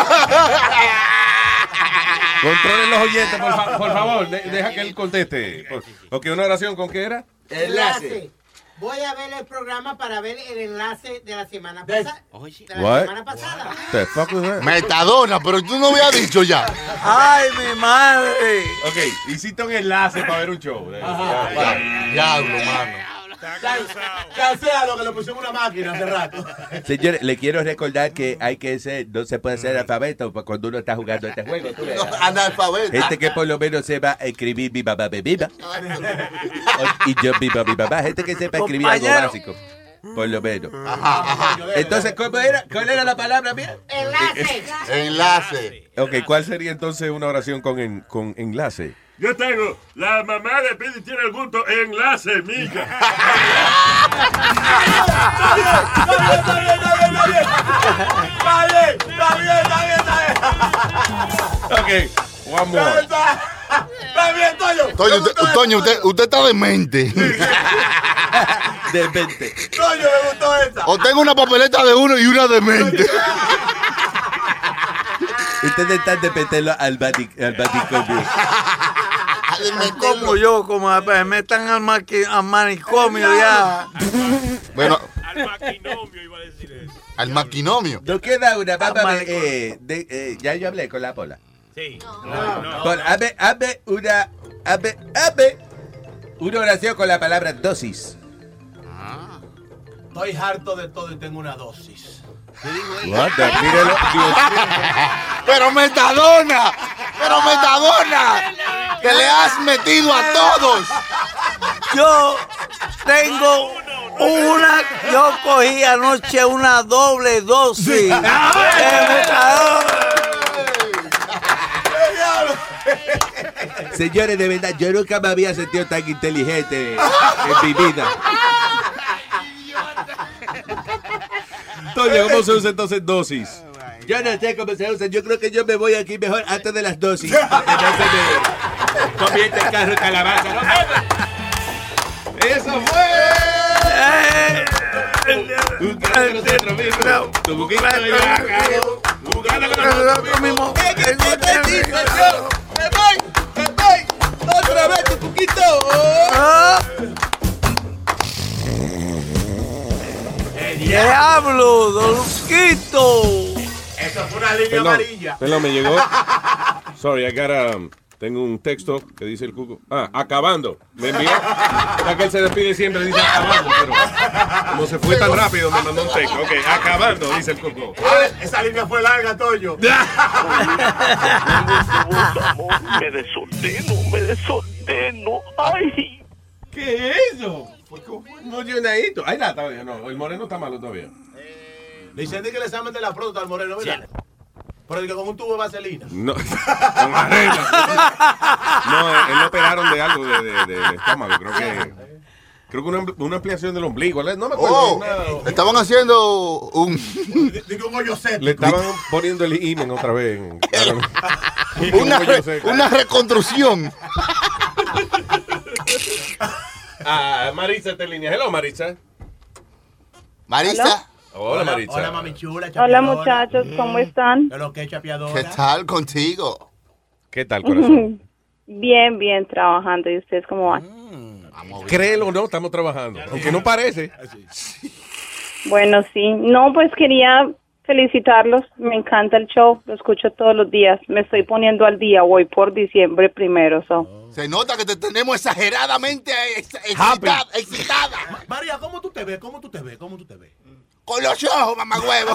S37: Controlen los oyentes,
S22: Por, fa- por favor, de- deja que él conteste. Por- Ok, una oración con qué era?
S9: Enlace. Voy a ver el programa para ver el enlace de la semana pasada. De la
S38: What?
S9: semana pasada.
S22: The fuck was that?
S38: Metadona, pero tú no habías dicho ya.
S29: Ay, mi madre.
S22: Ok, hiciste un enlace para ver un show.
S38: Ajá. Diablo, mano.
S28: Cancélalo que le pusimos una máquina hace rato.
S37: Señores, le quiero recordar que hay que ser, no se puede ser alfabeto pa- cuando uno está jugando este juego. tú ves.
S38: Analfabeto.
S37: Gente Este que por lo menos sepa escribir mi mamá me viva o- y yo viva mi mamá. Gente que sepa escribir algo
S9: Compañero.
S37: básico, por lo menos. Entonces, ¿cómo era? ¿cuál era la palabra mía?
S22: Eh,
S9: Enlace.
S38: Enlace.
S22: Ok, ¿cuál sería entonces una oración con, en- con enlace?
S20: Yo tengo, la mamá de Pidi tiene el gusto enlace, mija.
S9: Está bien, está bien, está bien, está bien.
S22: Ok, one more.
S9: Está bien, Toño.
S38: Toño, usted, Toño, usted, usted está demente.
S37: Demente.
S9: Toño, me gustó esta.
S38: O tengo una papeleta de uno y una demente.
S37: Ustedes están de meterlo al Vatican- al Vaticomio.
S29: Como yo, como me metan al, maqui- al manicomio ya.
S38: Bueno. Al maquinomio.
S37: Nos queda una
S38: Ah,
S37: papa de, eh, de- eh, ya yo hablé con la pola.
S38: Sí.
S37: Con ave, ave, una, ave, ave, una oración con la palabra dosis.
S28: Estoy harto de todo y tengo una dosis.
S37: What the- mírelo,
S38: Pero Metadona, pero Metadona, que le has metido a todos.
S29: Yo tengo una, yo cogí anoche una doble dosis. Eh, de metadona.
S37: Señores, de verdad, yo nunca me había sentido tan inteligente en mi vida.
S22: Toño, ¿cómo se usa entonces dosis?
S37: Yo no sé cómo se usa. Yo creo que yo me voy aquí mejor antes de las dosis. porque no se me convierte el carro en calabaza. ¿no?
S22: ¡Eso fue! Un gato con nosotros mismos. Tu boquita de gato. Un gato con nosotros mismos.
S9: ¡Me voy! ¡Me voy! ¡Otra vez, tu poquito!
S35: Eh,
S29: Diablo, Dolusquito.
S28: Eso fue una línea
S22: Perdón,
S28: amarilla.
S22: perdón, me llegó. Sorry, I got, um, tengo un texto que dice el cuco. Ah, acabando. Me envió. Ya que él se despide siempre, dice acabando. Pero como se fue tan rápido, me mandó un texto. Ok, acabando, dice el cuco.
S28: Esa línea fue larga, Toño.
S20: me desordeno, me desordeno. ¡Ay! ¿Qué es eso?
S22: Morenadito. Ahí está, está bien. No, el moreno está malo todavía.
S28: Eh, Le dicen que el examen de la próstata al moreno, ¿verdad? Pero el que con un tubo de vaselina.
S22: No, con arreglo. No, él, él lo operaron de algo de, de- de- de estómago. Creo que, creo que una, una ampliación del ombligo. No me acuerdo.
S38: Oh,
S22: Una-
S38: le estaban haciendo un.
S28: Digo un hoyo
S22: Le estaban poniendo el imen otra vez.
S38: una, re- una reconstrucción.
S22: Ah, Maritza está en línea. Hello, Maritza.
S38: Marisa.
S22: Hola, Maritza.
S28: Hola, mami chula.
S27: Hola
S28: chapeadora.
S27: muchachos, ¿cómo están?
S28: De lo que es chapeadora.
S38: ¿Qué tal contigo?
S22: ¿Qué tal,
S27: Bien, bien, trabajando. ¿Y ustedes cómo van?
S22: Créelo o no, estamos trabajando. Aunque no parece.
S27: Bueno, sí. No, pues quería felicitarlos. Me encanta el show. Lo escucho todos los días. Me estoy poniendo al día. Voy por diciembre primero. So.
S38: Se nota que te tenemos exageradamente ex- excitada. excitada.
S28: María, ¿cómo tú te ves? ¿Cómo tú te ves? ¿Cómo tú te ves?
S38: Con los ojos, mamá huevo.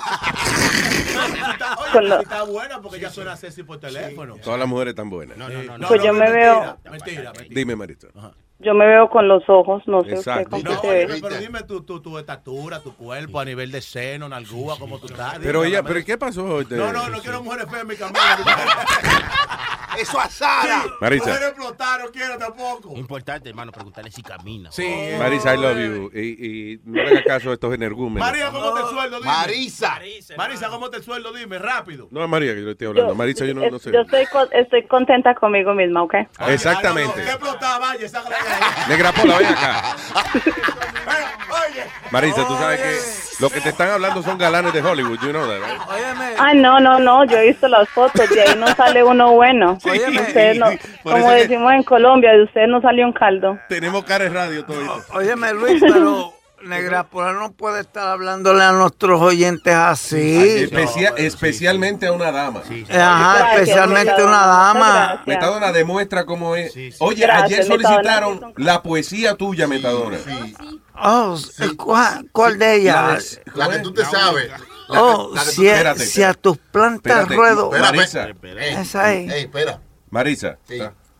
S28: Está, oye,
S38: Con lo-
S28: está buena porque ya suena sexy por teléfono.
S22: Todas las mujeres están buenas.
S28: no,
S27: Pues yo me
S28: mentira,
S27: veo-
S28: Mentira, mentira.
S22: Dime, Maritza.
S27: Yo me veo con los ojos. No sé usted
S22: Exacto.
S27: cómo
S28: No,
S27: se
S28: oye,
S27: ve.
S28: pero dime tu, tu, tu estatura, tu cuerpo a nivel de seno, nalgúa, cómo tú estás.
S22: Pero
S28: Dime,
S22: ella,
S28: dame-
S22: ¿pero qué pasó Este, hoy?
S28: No, no, no quiero mujeres feas en mi camino.
S38: Eso azara.
S22: Maritza.
S28: Mujeres explotar, no quiero tampoco.
S40: Importante, hermano, preguntarle si camina. Oh.
S28: Sí.
S22: eh, Marisa, I love you. Y, y no le hagas caso a estos energúmenos.
S28: eh. María, ¿cómo te sueldo? Dime.
S38: Marisa.
S28: Marisa, ¿cómo te sueldo? Dime, rápido.
S22: No, a María que yo le estoy hablando.
S27: Yo-
S22: Maritza, yo no, no sé. Ah,
S27: Yo estoy, co- estoy contenta conmigo misma, ¿ok?
S22: Exactamente.
S28: Explotaba, vaya, esa
S22: Negra Pola, ven acá.
S28: Oye.
S22: Marisa, tú sabes que lo que te están hablando son galanes de Hollywood. You know that, right?
S27: Ah, no, no, no. Yo he visto las fotos. De ahí no sale uno bueno. Ustedes no-
S22: Por
S27: como
S22: eso que-
S27: decimos en Colombia, de ustedes no salió un caldo.
S22: Tenemos cara de radio todo
S29: Óyeme, Luis, pero Negra Pola no puede estar hablándole a nuestros oyentes así.
S22: especialmente a una dama.
S29: Ajá, especialmente una dama.
S22: Metadona demuestra cómo es. Oye,
S29: Gracias,
S22: ayer
S29: Metadona.
S22: solicitaron la poesía tuya, Metadona.
S29: Oh, ¿cuál, cuál de ellas?
S38: La que tú te sabes.
S29: Oh, si, a,
S22: espérate,
S29: si a tus plantas
S22: Espérate,
S29: ruedo.
S22: Marisa,
S29: Esa es.
S38: espera.
S22: Marisa,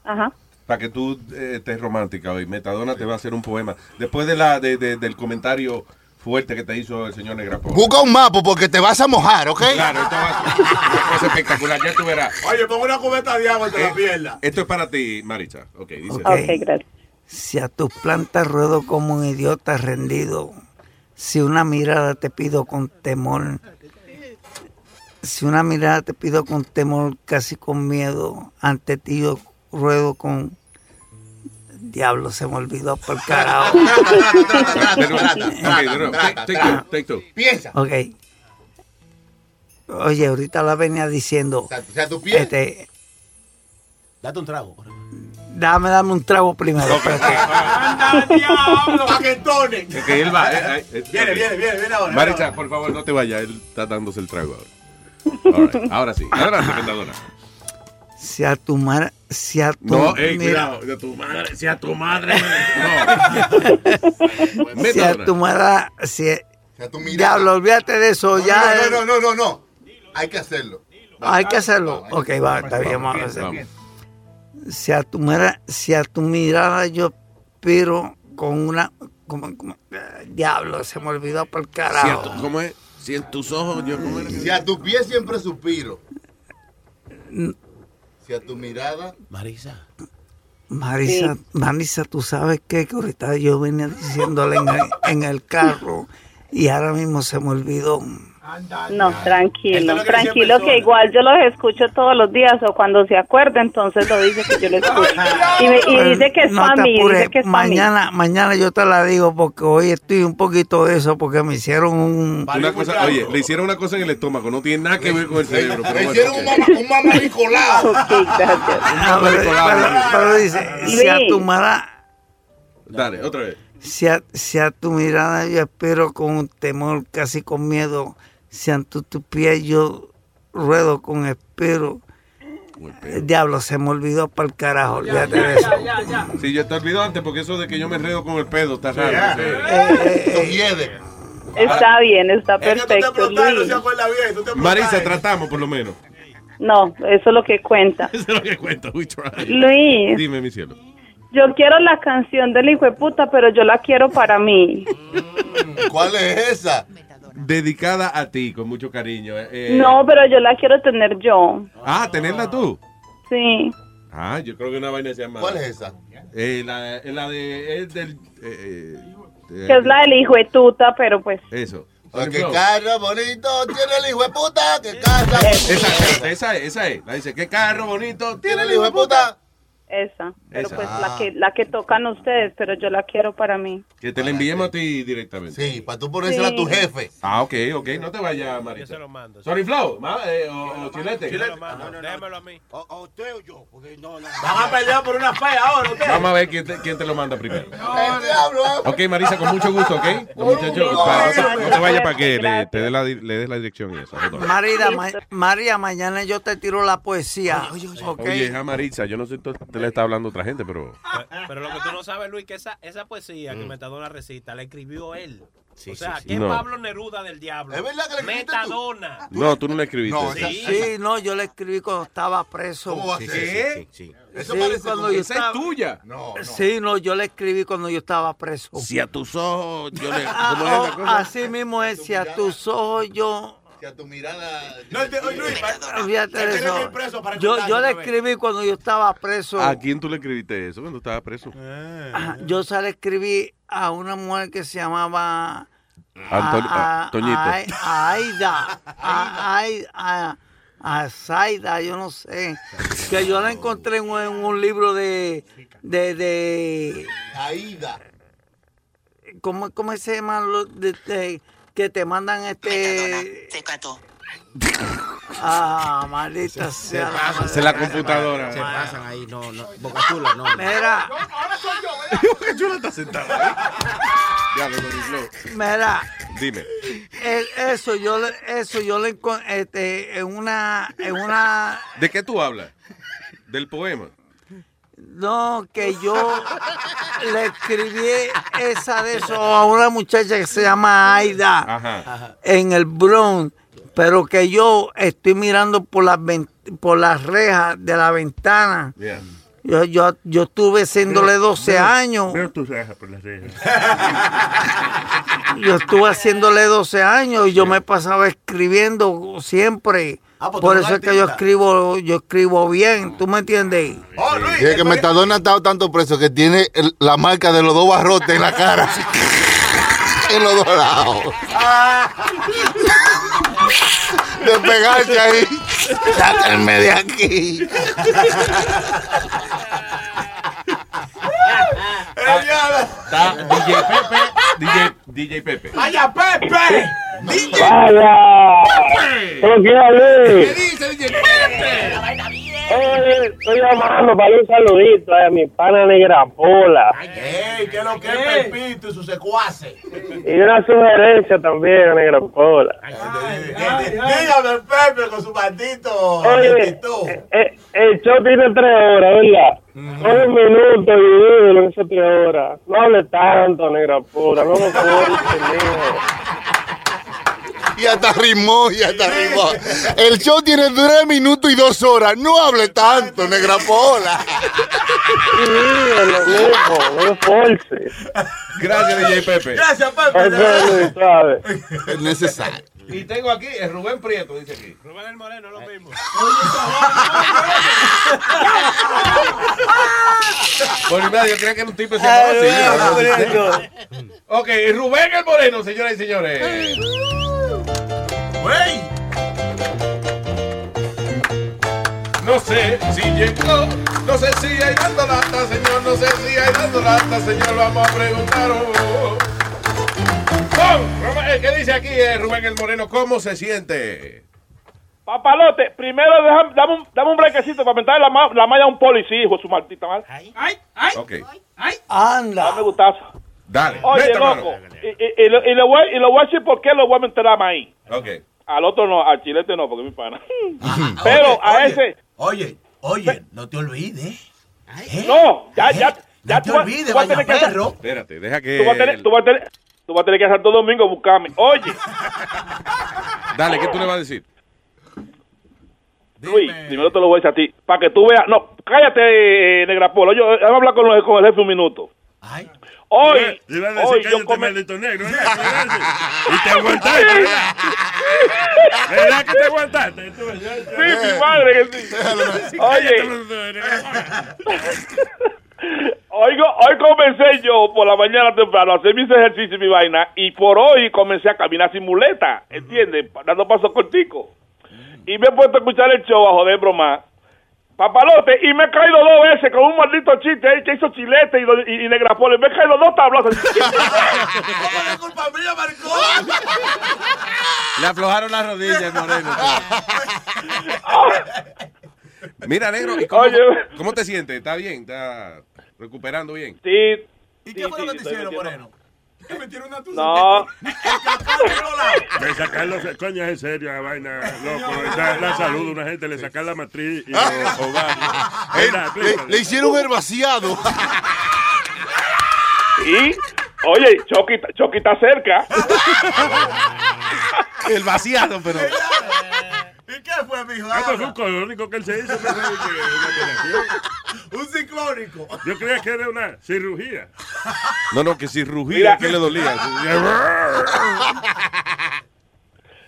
S27: Ajá.
S22: para que tú eh, estés romántica hoy, Metadona te va a hacer un poema. Después de la, de- de- del comentario fuerte que te hizo el señor Negrapo.
S38: Busca un mapa porque te vas a mojar, ¿ok?
S22: Claro, esto va a ser una cosa espectacular, ya tú verás.
S28: Oye, pongo una cubeta de agua entre la pierna.
S22: Eh, Esto es para ti, Marisa. Ok, dice.
S27: gracias.
S29: Si a tus plantas ruedo como un idiota rendido, si una mirada te pido con temor, si una mirada te pido con temor, casi con miedo, ante ti yo ruedo con... Diablo, se me olvidó por carajo.
S38: Piensa.
S29: Ok. Oye, ahorita la venía diciendo.
S38: sea, tu piel.
S29: este,
S28: Date un trago.
S29: dame, dame un trago primero.
S28: ¡Anda, diablo! ¡Paquetones!
S22: Ok, él va, eh, eh, eh,
S28: Viene,
S22: ok.
S28: viene, viene, viene ahora.
S22: Maricha, por favor, no te vayas. Él está dándose el trago ahora. All right, Ahora sí. Adelante, Metadona.
S29: Si a tu mar... Si a tu...
S22: No, ey,
S29: mira-
S22: cuidado. De tu madre, sea tu madre.
S29: Si a tu mara, si ah, Diablo, olvídate de eso.
S38: No,
S29: ya
S38: no,
S29: eh,
S38: no, no, no, no. Hay que hacerlo.
S29: hay que hacerlo. ok, va, está bien, vamos a hacerlo. Si a tu mara, si a tu mirada yo piro con una. como- como- eh, diablo, se me olvidó por
S22: Si a
S29: carajo.
S22: tu- ¿Cómo es? Si en tus ojos yo como era.
S38: Si a tu pie siempre suspiro. Si a tu mirada.
S28: Marisa.
S29: Marisa, Marisa, tú sabes qué? que ahorita yo venía diciéndole en el, en el carro y ahora mismo se me olvidó.
S27: No, tranquilo,
S29: Esto es lo que
S27: tranquilo
S29: decía
S27: que igual yo los escucho todos los días o cuando se acuerda, entonces lo dice que yo lo escucho. Y, me- Eh, y dice que es
S29: Eh, No
S27: para
S29: te
S27: mí,
S29: apures,
S27: dice que es para mí.
S29: mañana, mañana yo te la digo porque hoy estoy un poquito de eso porque me hicieron un...
S22: Una cosa, oye, le hicieron una cosa en el estómago, no tiene nada que ver con el cerebro. pero bueno,
S38: hicieron
S22: ok.
S38: un mamá, un mamá Nicolau.
S29: No, pero, pero- pero dice, si a tu mara,
S22: Dale, otra vez.
S29: si a, si a tu mirada yo espero con un temor, casi con miedo, si ante tu pies yo ruedo con espero. Diablo, se me olvidó para el carajo, olvídate de eso.
S22: Si yo te olvido antes, porque eso de que yo me enredo con el pedo está raro. sí.
S29: eh,
S27: Está bien, está
S22: Eh, Es que tú te
S27: perfecto,
S22: preguntas, no
S27: Luis.
S22: se acuerda Marisa, tratamos por lo menos.
S27: No, eso es lo que cuenta.
S22: Eso es lo que cuenta. We try.
S27: Luis.
S22: Dime, mi cielo.
S27: Yo quiero la canción del hijo de puta, pero yo la quiero para mí.
S38: ¿Cuál es esa?
S22: Dedicada a ti, con mucho cariño. eh.
S27: No, pero yo la quiero tener yo.
S22: Ah, tenerla tú.
S27: Sí.
S22: Ah, yo creo que una vaina se llama.
S38: ¿Cuál es esa?
S22: Eh, la, eh, la de. Es del. eh, eh, eh,
S27: Que es la del hijo de tuta, pero pues.
S22: Eso.
S38: Porque carro bonito tiene el hijo de puta.
S29: Eh,
S38: Que carro.
S22: Esa es, esa es, esa es. La dice, qué carro bonito tiene el hijo de puta.
S27: Esa. Pero
S22: Esa.
S27: pues
S22: Ah.
S27: la que la que tocan ustedes, pero yo la quiero para mí.
S22: Que te la enviemos a ti directamente. Sí,
S38: para tú
S27: ponérsela a tu Sí.
S38: jefe.
S22: Ah, ok, ok. No te vayas, Marita. Yo se lo mando. Sorry, Flow. ma- eh, o, o Chilete.
S32: Déjamelo a mí.
S6: O usted o yo. porque No, no.
S28: Van a pelear por una fea ahora, ustedes.
S22: Vamos a ver quién te, quién te lo manda primero.
S38: El diablo, ¿eh?
S22: Ok, Marisa, con mucho gusto, ¿ok? Los muchachos, para- no, te- no te vayas para que le, te dé la, di- le des la dirección y eso. hold on.
S29: Marida, ma- María, mañana yo te tiro la poesía. ¿ok?
S22: Oye, esa Maritza, yo no sé si tú te le está hablando a otra gente, pero...
S32: Pero lo que tú no sabes, Luis, que esa, esa poesía que Metadona recita la escribió él. o sea,
S22: sí.
S32: que es
S22: No.
S32: Pablo Neruda del diablo.
S29: ¿Es verdad que la escribiste tú?
S32: Metadona.
S22: No, tú no la escribiste.
S29: No, sí, no, yo la escribí cuando estaba preso.
S32: ¿Cómo va a Sí, ser? sí, sí, sí, sí. Eso
S22: parece como que esa es tuya.
S29: No, Sí, no, yo la escribí cuando yo estaba preso.
S22: Si a tus ojos yo le...
S29: Ah,
S38: ¿cómo es la
S29: oh,
S38: cosa?
S29: así mismo es, si a tus ojos yo...
S38: Que a tu mirada.
S29: Fíjate
S38: Te
S29: de
S38: tienen
S29: eso.
S38: que ir preso para
S29: Yo,
S38: contarlo
S29: yo la
S38: otra vez.
S29: escribí cuando yo estaba preso.
S22: ¿A quién tú le escribiste eso cuando estaba preso?
S29: Ajá, Yo se la escribí a una mujer que se llamaba...
S22: Antonio-
S29: a-
S22: a- Toñito.
S29: a- a Aida. A, Ai- a, a Zaida, yo no sé. Que yo la encontré en un, en un libro de... de, de
S38: Aida.
S29: ¿cómo, ¿Cómo se llama? lo de- de- que te mandan este... Ah, maldita sea. la madre.
S22: Se la computadora.
S6: Se pasan ahí, no, no. Boca chula, no.
S29: Mira.
S22: Boca chula está sentada. Ya, lo Flow.
S29: Mira,
S22: Dime.
S29: el- eso yo le- eso yo le encon- este, en una en una
S22: ¿De qué tú hablas? ¿Del poema?
S29: no que yo le escribí esa de eso a una muchacha que se llama Aida en el Bronx, pero que yo estoy mirando por las ven- por las rejas de la ventana.
S20: Yeah.
S29: Yo, yo, yo estuve haciéndole 12 años.
S20: Veo tus cejas por las rejas.
S29: Yo estuve haciéndole 12 años y yo me pasaba escribiendo siempre.
S38: Ah, pues tú
S29: Por
S38: eres
S29: eso es que yo
S38: artista.
S29: escribo, yo escribo bien, ¿tú me entiendes?
S38: Y es que Metadona ha estado tanto preso que tiene el- la marca de los dos barrotes en la cara. en los dos lados. Ah, De pegarse ahí. Sáquenme de aquí.
S22: Está DJ Pepe. DJ, DJ Pepe.
S28: ¡Vaya, Pepe! ¡DJ!
S7: ¿Cómo quiera, Luis?
S28: dice, DJ Pepe?
S7: Oye, estoy llamando para un saludito eh. a mi pana Negra Pola.
S28: ¡Ey, qué lo que es Pepito y sus secuaces!
S7: Y una sugerencia también a Negra Pola.
S28: Dígame, Pepe, con su maldito
S7: Oye, eh, eh, el show tiene tres horas, ¿verdad? Coge Un minuto y divídelo en esas tres horas. No hable tanto, Negra Pola. No lo cortes, mijo.
S38: Y hasta rimó, y hasta rimó. El show tiene tres minutos y dos horas. No hable tanto, negra pola.
S7: Divídelo, mijo. No lo forces.
S22: Gracias, DJ Pepe.
S28: Gracias,
S7: Eso es lo que sabe.
S38: Es necesario.
S22: Y tengo aquí, es Rubén Prieto, dice aquí. Eh. Bueno, mira, yo creía que era un tipo que se llamaba
S28: Ay,
S22: así.
S28: Rubén el
S22: ¿verdad? Ah, Ok, Rubén el Moreno, señoras y señores. No sé si llegó, no sé si hay dando lata, señor, no sé si hay dando lata, señor, vamos a preguntar. oh, oh. Con Rubén, eh, ¿Qué dice aquí eh, Rubén el Moreno? ¿Cómo se siente?
S7: Papalote, primero deja- dame, un, dame un brequecito para meter la, ma- la malla a un policía, hijo de su maldita madre.
S22: Ok,
S29: Anda.
S7: Dame gustazo.
S22: dale.
S7: Oye,
S22: meta mano.
S7: loco, y, y, y, lo, y, lo voy, y lo voy a decir por qué lo voy a meter a maíz.
S22: Ok.
S7: Al otro no, al chilete no, porque es mi pana. Pero a ese...
S28: Oye, oye, no te olvides. ¿Eh?
S7: No, ya, ya, ya
S28: No te
S7: tú vas-
S28: olvides,
S7: tú vas a
S28: vaya
S7: tener que hacer-
S28: perro.
S22: Espérate, deja que.
S7: tú vas a tener- tú vas a tener- tú vas a tener que hacer todo domingo a buscarme. Oye,
S22: Dale, ¿qué tú le vas a decir?
S7: Luis, primero te lo voy a decir a ti, para que tú veas. No, cállate, eh, Negra Polo. Yo, eh, vamos a hablar con, los- con el jefe un minuto. Hoy,
S3: Le iba a
S7: hoy
S3: decir,
S7: yo
S3: cállate,
S7: come-
S3: maldito negro. ¿eh? Y te aguantaste, ¿verdad? ¿Verdad que te aguantaste? Tú, ya, ya.
S7: Sí, mi madre que sí. Oye, hoy, go- hoy comencé yo por la mañana temprano a hacer mis ejercicios y mi vaina y por hoy comencé a caminar sin muleta, ¿entiendes? Pa- Dando pasos corticos. Y me he puesto a escuchar el show a joder broma. Papalote, y me he caído dos veces con un maldito chiste ahí que hizo chilete y, do- y, y negrapole. Me he caído dos tablazos.
S37: culpa mía, Marco!
S22: Le aflojaron las rodillas, Moreno. Mira, negro, ¿y cómo, cómo te sientes? ¿Está bien? ¿Está recuperando bien?
S7: Sí.
S22: ¿Y
S7: qué fue lo que te hicieron,
S22: Moreno?
S7: No.
S3: Le sacan los coño es en serio la vaina, loco. La, la salud de una gente, le sacan la matriz y los ovarios. Verdad,
S38: Le, le hicieron el vaciado.
S7: Y, oye, Chucky, está- Chucky está cerca.
S22: El vaciado, pero.
S3: ¿Y qué fue, mijo?
S20: Ah, pues,
S3: Esto fue un colónico que él se hizo. no sé, que- una operación.
S2: Un ciclónico.
S3: Yo creía que era una cirugía.
S22: No, no, que si rugía,
S7: Mira.
S22: ¿qué le dolía?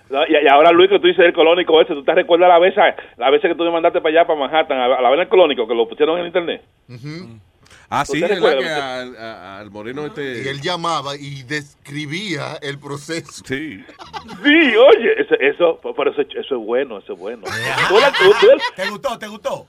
S7: No, y, y ahora, Luis, que tú dices el colónico ese, ¿tú te recuerdas la vez, la vez que tú me mandaste para allá, para Manhattan, a, la- a la vez del colónico, que lo pusieron en internet?
S22: Ah, sí,
S7: ¿Usted
S22: ¿verdad?
S7: recuerda?
S22: Que al, a- al Moreno este.
S38: Y él llamaba y describía el proceso.
S22: Sí.
S7: Sí, oye, eso, eso, por eso, eso es bueno, eso es bueno. Duele- du- duele-
S2: ¿Te gustó? ¿Te gustó?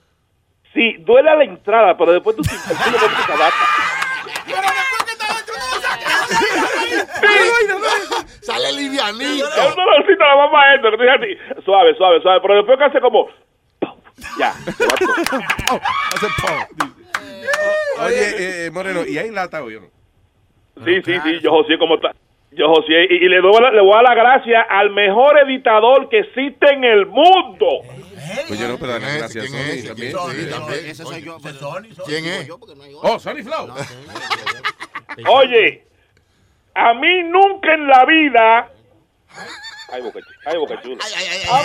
S7: sí, duele a la entrada, pero después tú, tú le pones esa data.
S38: Sale livianito.
S7: Es un dolorcito a la mamá esto, que te dije a ti, Suave, suave, suave, pero después que hace como... ¡pau! Ya,
S22: Oye, eh, Moreno, ¿y hay lata hoy o no?
S7: Sí, sí, sí, yo José como está. Yo José y, y le doy la- le voy a dar la gracia al mejor editador que existe en el mundo.
S22: Pues yo no, pero dale gracias a Sony también. Sí, también.
S40: Ese soy yo. pero-
S22: ¿Quién
S40: digo
S22: es?
S40: yo, porque no hay
S22: Oh, Sony Flow.
S7: Oye, a mí nunca en la vida Ay, boca chula. Ay, boca chula.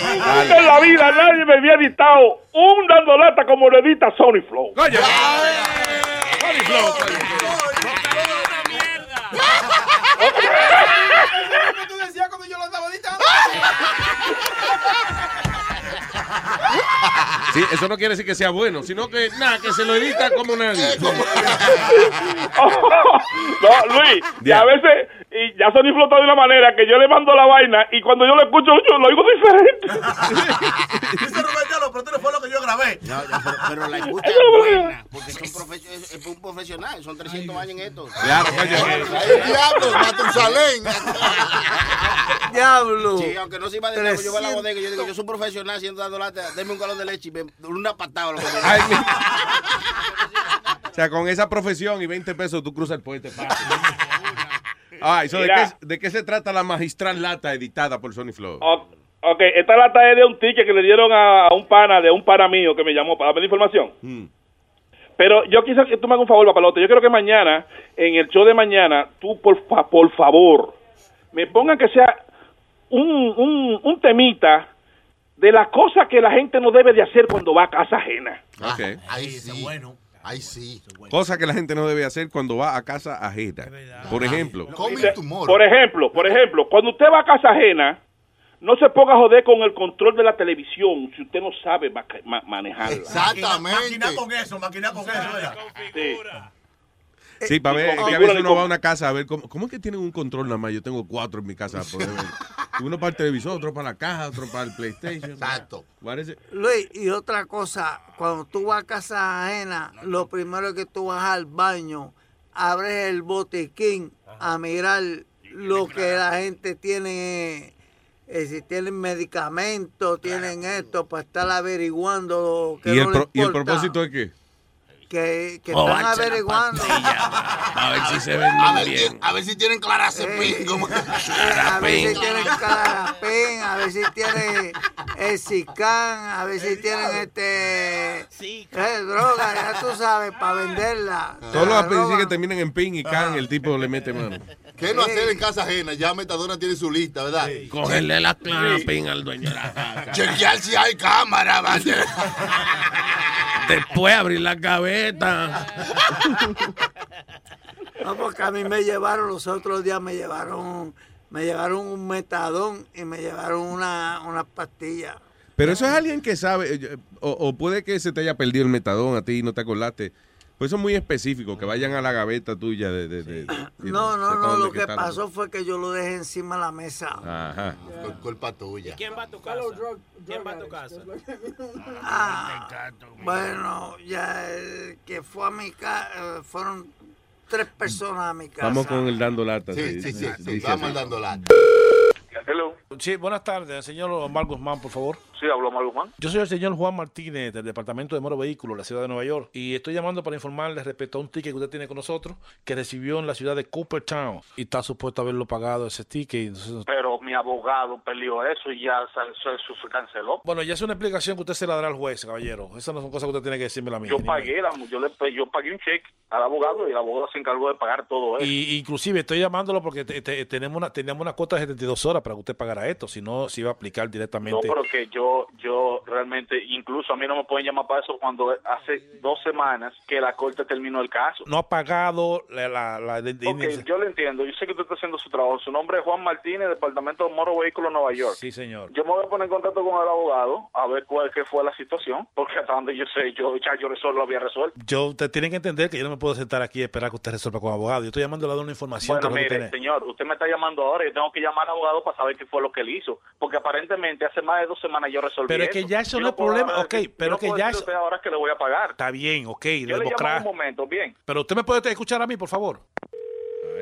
S7: Nunca en la vida nadie me había editado un dando lata como lo edita Sony Flow.
S22: Oye,
S7: Sony Flow.
S2: Eso es lo que tú decías cuando yo lo andaba editando.
S22: Sí, eso no quiere decir que sea bueno, sino que nada, que se lo edita como nadie.
S7: no, Luis, y a veces y ya Sony Flow está de una manera que yo le mando la vaina y cuando yo lo escucho yo lo oigo diferente.
S40: No, no, pero, pero la industria
S7: Ay, no,
S40: es buena,
S7: no.
S40: porque son profe- es, es un profesional, son 300 años en esto.
S22: Claro, coño.
S40: El
S38: diablo, Matusalén.
S29: Diablo.
S40: Sí, aunque no sirva de nada, yo voy a la bodega y yo digo, yo soy un profesional siendo dando lata, deme un galón de leche y me- una patada. Lo que me-
S22: O sea, con esa profesión y 20 pesos tú cruzas el puente fácil. Ah, eso de,
S7: Mira.
S22: qué, ¿de qué se trata la magistral lata editada por Sony Flow?
S7: O- Ok, esta lata es de un ticket que le dieron a a un pana, de un pana mío que me llamó para darme la información.
S22: Mm.
S7: Pero yo quisiera que tú me hagas un favor, papalote. Yo quiero que mañana, en el show de mañana, tú por, fa- por favor, me pongan que sea un, un, un temita de las cosas que la gente no debe de hacer cuando va a casa ajena.
S22: Ok.
S38: Ahí sí. Bueno. Ahí sí.
S22: Cosa que la gente no debe hacer cuando va a casa ajena. Por ejemplo.
S7: Dice, Por ejemplo, por ejemplo, cuando usted va a casa ajena, no se ponga a joder con el control de la televisión si usted no sabe ma- ma- manejarla.
S2: Maquina con eso, maquina con eso, ¿verdad?
S7: Sí.
S22: Sí, para ver,
S7: Configura
S22: que a veces
S7: el
S22: uno va
S7: com-
S22: a una casa a ver cómo, cómo es que tienen un control nada más. Yo tengo cuatro en mi casa. por ejemplo. uno para el televisor, otro para la caja, otro para el PlayStation. Exacto. Parece.
S29: Luis, y otra cosa, cuando tú vas a casa ajena, lo primero que tú vas al baño, abres el botiquín a mirar lo que la gente tiene, eh, si tienen medicamentos, tienen esto, para estar averiguando lo que
S22: ¿Y el,
S29: no
S22: pro-
S29: le
S22: ¿Y el
S29: importa,
S22: propósito es qué?
S29: que, que
S22: Oh,
S29: están
S22: bacha la
S29: averiguando.
S22: A ver si se
S38: A ver, si- a ver si tienen clarazepin. como-
S29: Eh, A ver si tienen carapén, a ver si tienen el sicán, a ver si tienen este eh, droga, ya tú sabes, para venderla. Ah.
S22: Todos los apéndices que terminan en pin y can, el tipo le mete mano.
S38: ¿Qué no hacer en casa ajena? Ya Metadona tiene su lista, ¿verdad?
S22: Cogerle la clapping al dueño de la casa.
S38: Chequear si hay cámara, ¿vale?
S22: Después abrir la gaveta.
S29: No, porque a mí me llevaron, los otros días me llevaron, me llevaron un metadón y me llevaron una, una pastilla.
S22: Pero eso es alguien que sabe, eh, o, o puede que se te haya perdido el metadón a ti y no te acordaste. Pues eso es muy específico, que vayan a la gaveta tuya de... de, de- de-
S29: No,
S22: de
S29: no, no,
S22: dónde
S29: lo que
S22: está la-
S29: pasó fue que yo lo dejé encima de la mesa.
S22: Ajá.
S38: Culpa tuya.
S32: ¿Quién va a tu casa? ¿Quién va a tu casa?
S29: Ah, bueno, ya el que fue a mi casa, fueron tres personas a mi casa.
S22: Vamos con el dando lata.
S38: Sí, sí, sí, sí, vamos al dando lata.
S11: Sí, buenas tardes, señor Omar Guzmán, por favor.
S34: Sí, habló Omar Guzmán.
S11: Yo soy el señor Juan Martínez del Departamento de Moro Vehículos, la ciudad de Nueva York, y estoy llamando para informarle respecto a un ticket que usted tiene con nosotros que recibió en la ciudad de Cooperstown y está supuesto haberlo pagado ese ticket. entonces-
S34: Pero mi abogado peleó eso y ya se- se- eso se canceló.
S11: bueno, ya es una explicación que usted se la dará al juez, caballero. Esas no son cosas que usted tiene que decirme a mí.
S34: Yo
S11: ni-
S34: pagué, la- yo, le, pe- yo pagué un cheque al abogado y el abogado se encargó de pagar todo
S7: pues.
S34: eso.
S11: Y inclusive estoy llamándolo porque te- te- tenemos una teníamos una cuota de 72 horas para que usted pagara esto, si no se iba a aplicar
S34: No,
S11: directamente.
S34: pero que yo, yo realmente, incluso a mí no me pueden llamar para eso cuando hace dos semanas que la corte terminó el caso.
S11: No ha pagado la, la, la- de- de-
S34: Ok, yo le entiendo, yo sé que usted está haciendo su trabajo. Su nombre es Juan Martínez, Departamento de Moro Vehículo, Nueva York.
S11: Sí, señor.
S34: Yo me voy a poner en contacto con el abogado a ver cuál que fue la situación, porque hasta donde yo sé, yo ya yo resol- lo había resuelto.
S11: Yo, usted tiene que entender que yo no me puedo sentar aquí y esperar que usted resuelva con abogado. Yo estoy llamando a dar una información
S34: Bueno,
S11: que no
S34: mire, este,
S11: tiene.
S34: señor, usted me está llamando ahora y yo tengo que llamar al abogado para saber qué fue lo que él hizo, porque aparentemente hace más de dos semanas yo resolví
S11: Pero es que ya eso no es problema. Ok, pero que ya eso-
S34: usted ahora que le voy a pagar.
S11: Está bien, ok,
S34: Yo le llamo en un
S11: democracia.
S34: momento, bien.
S11: Pero usted me puede te- escuchar a mí, por favor.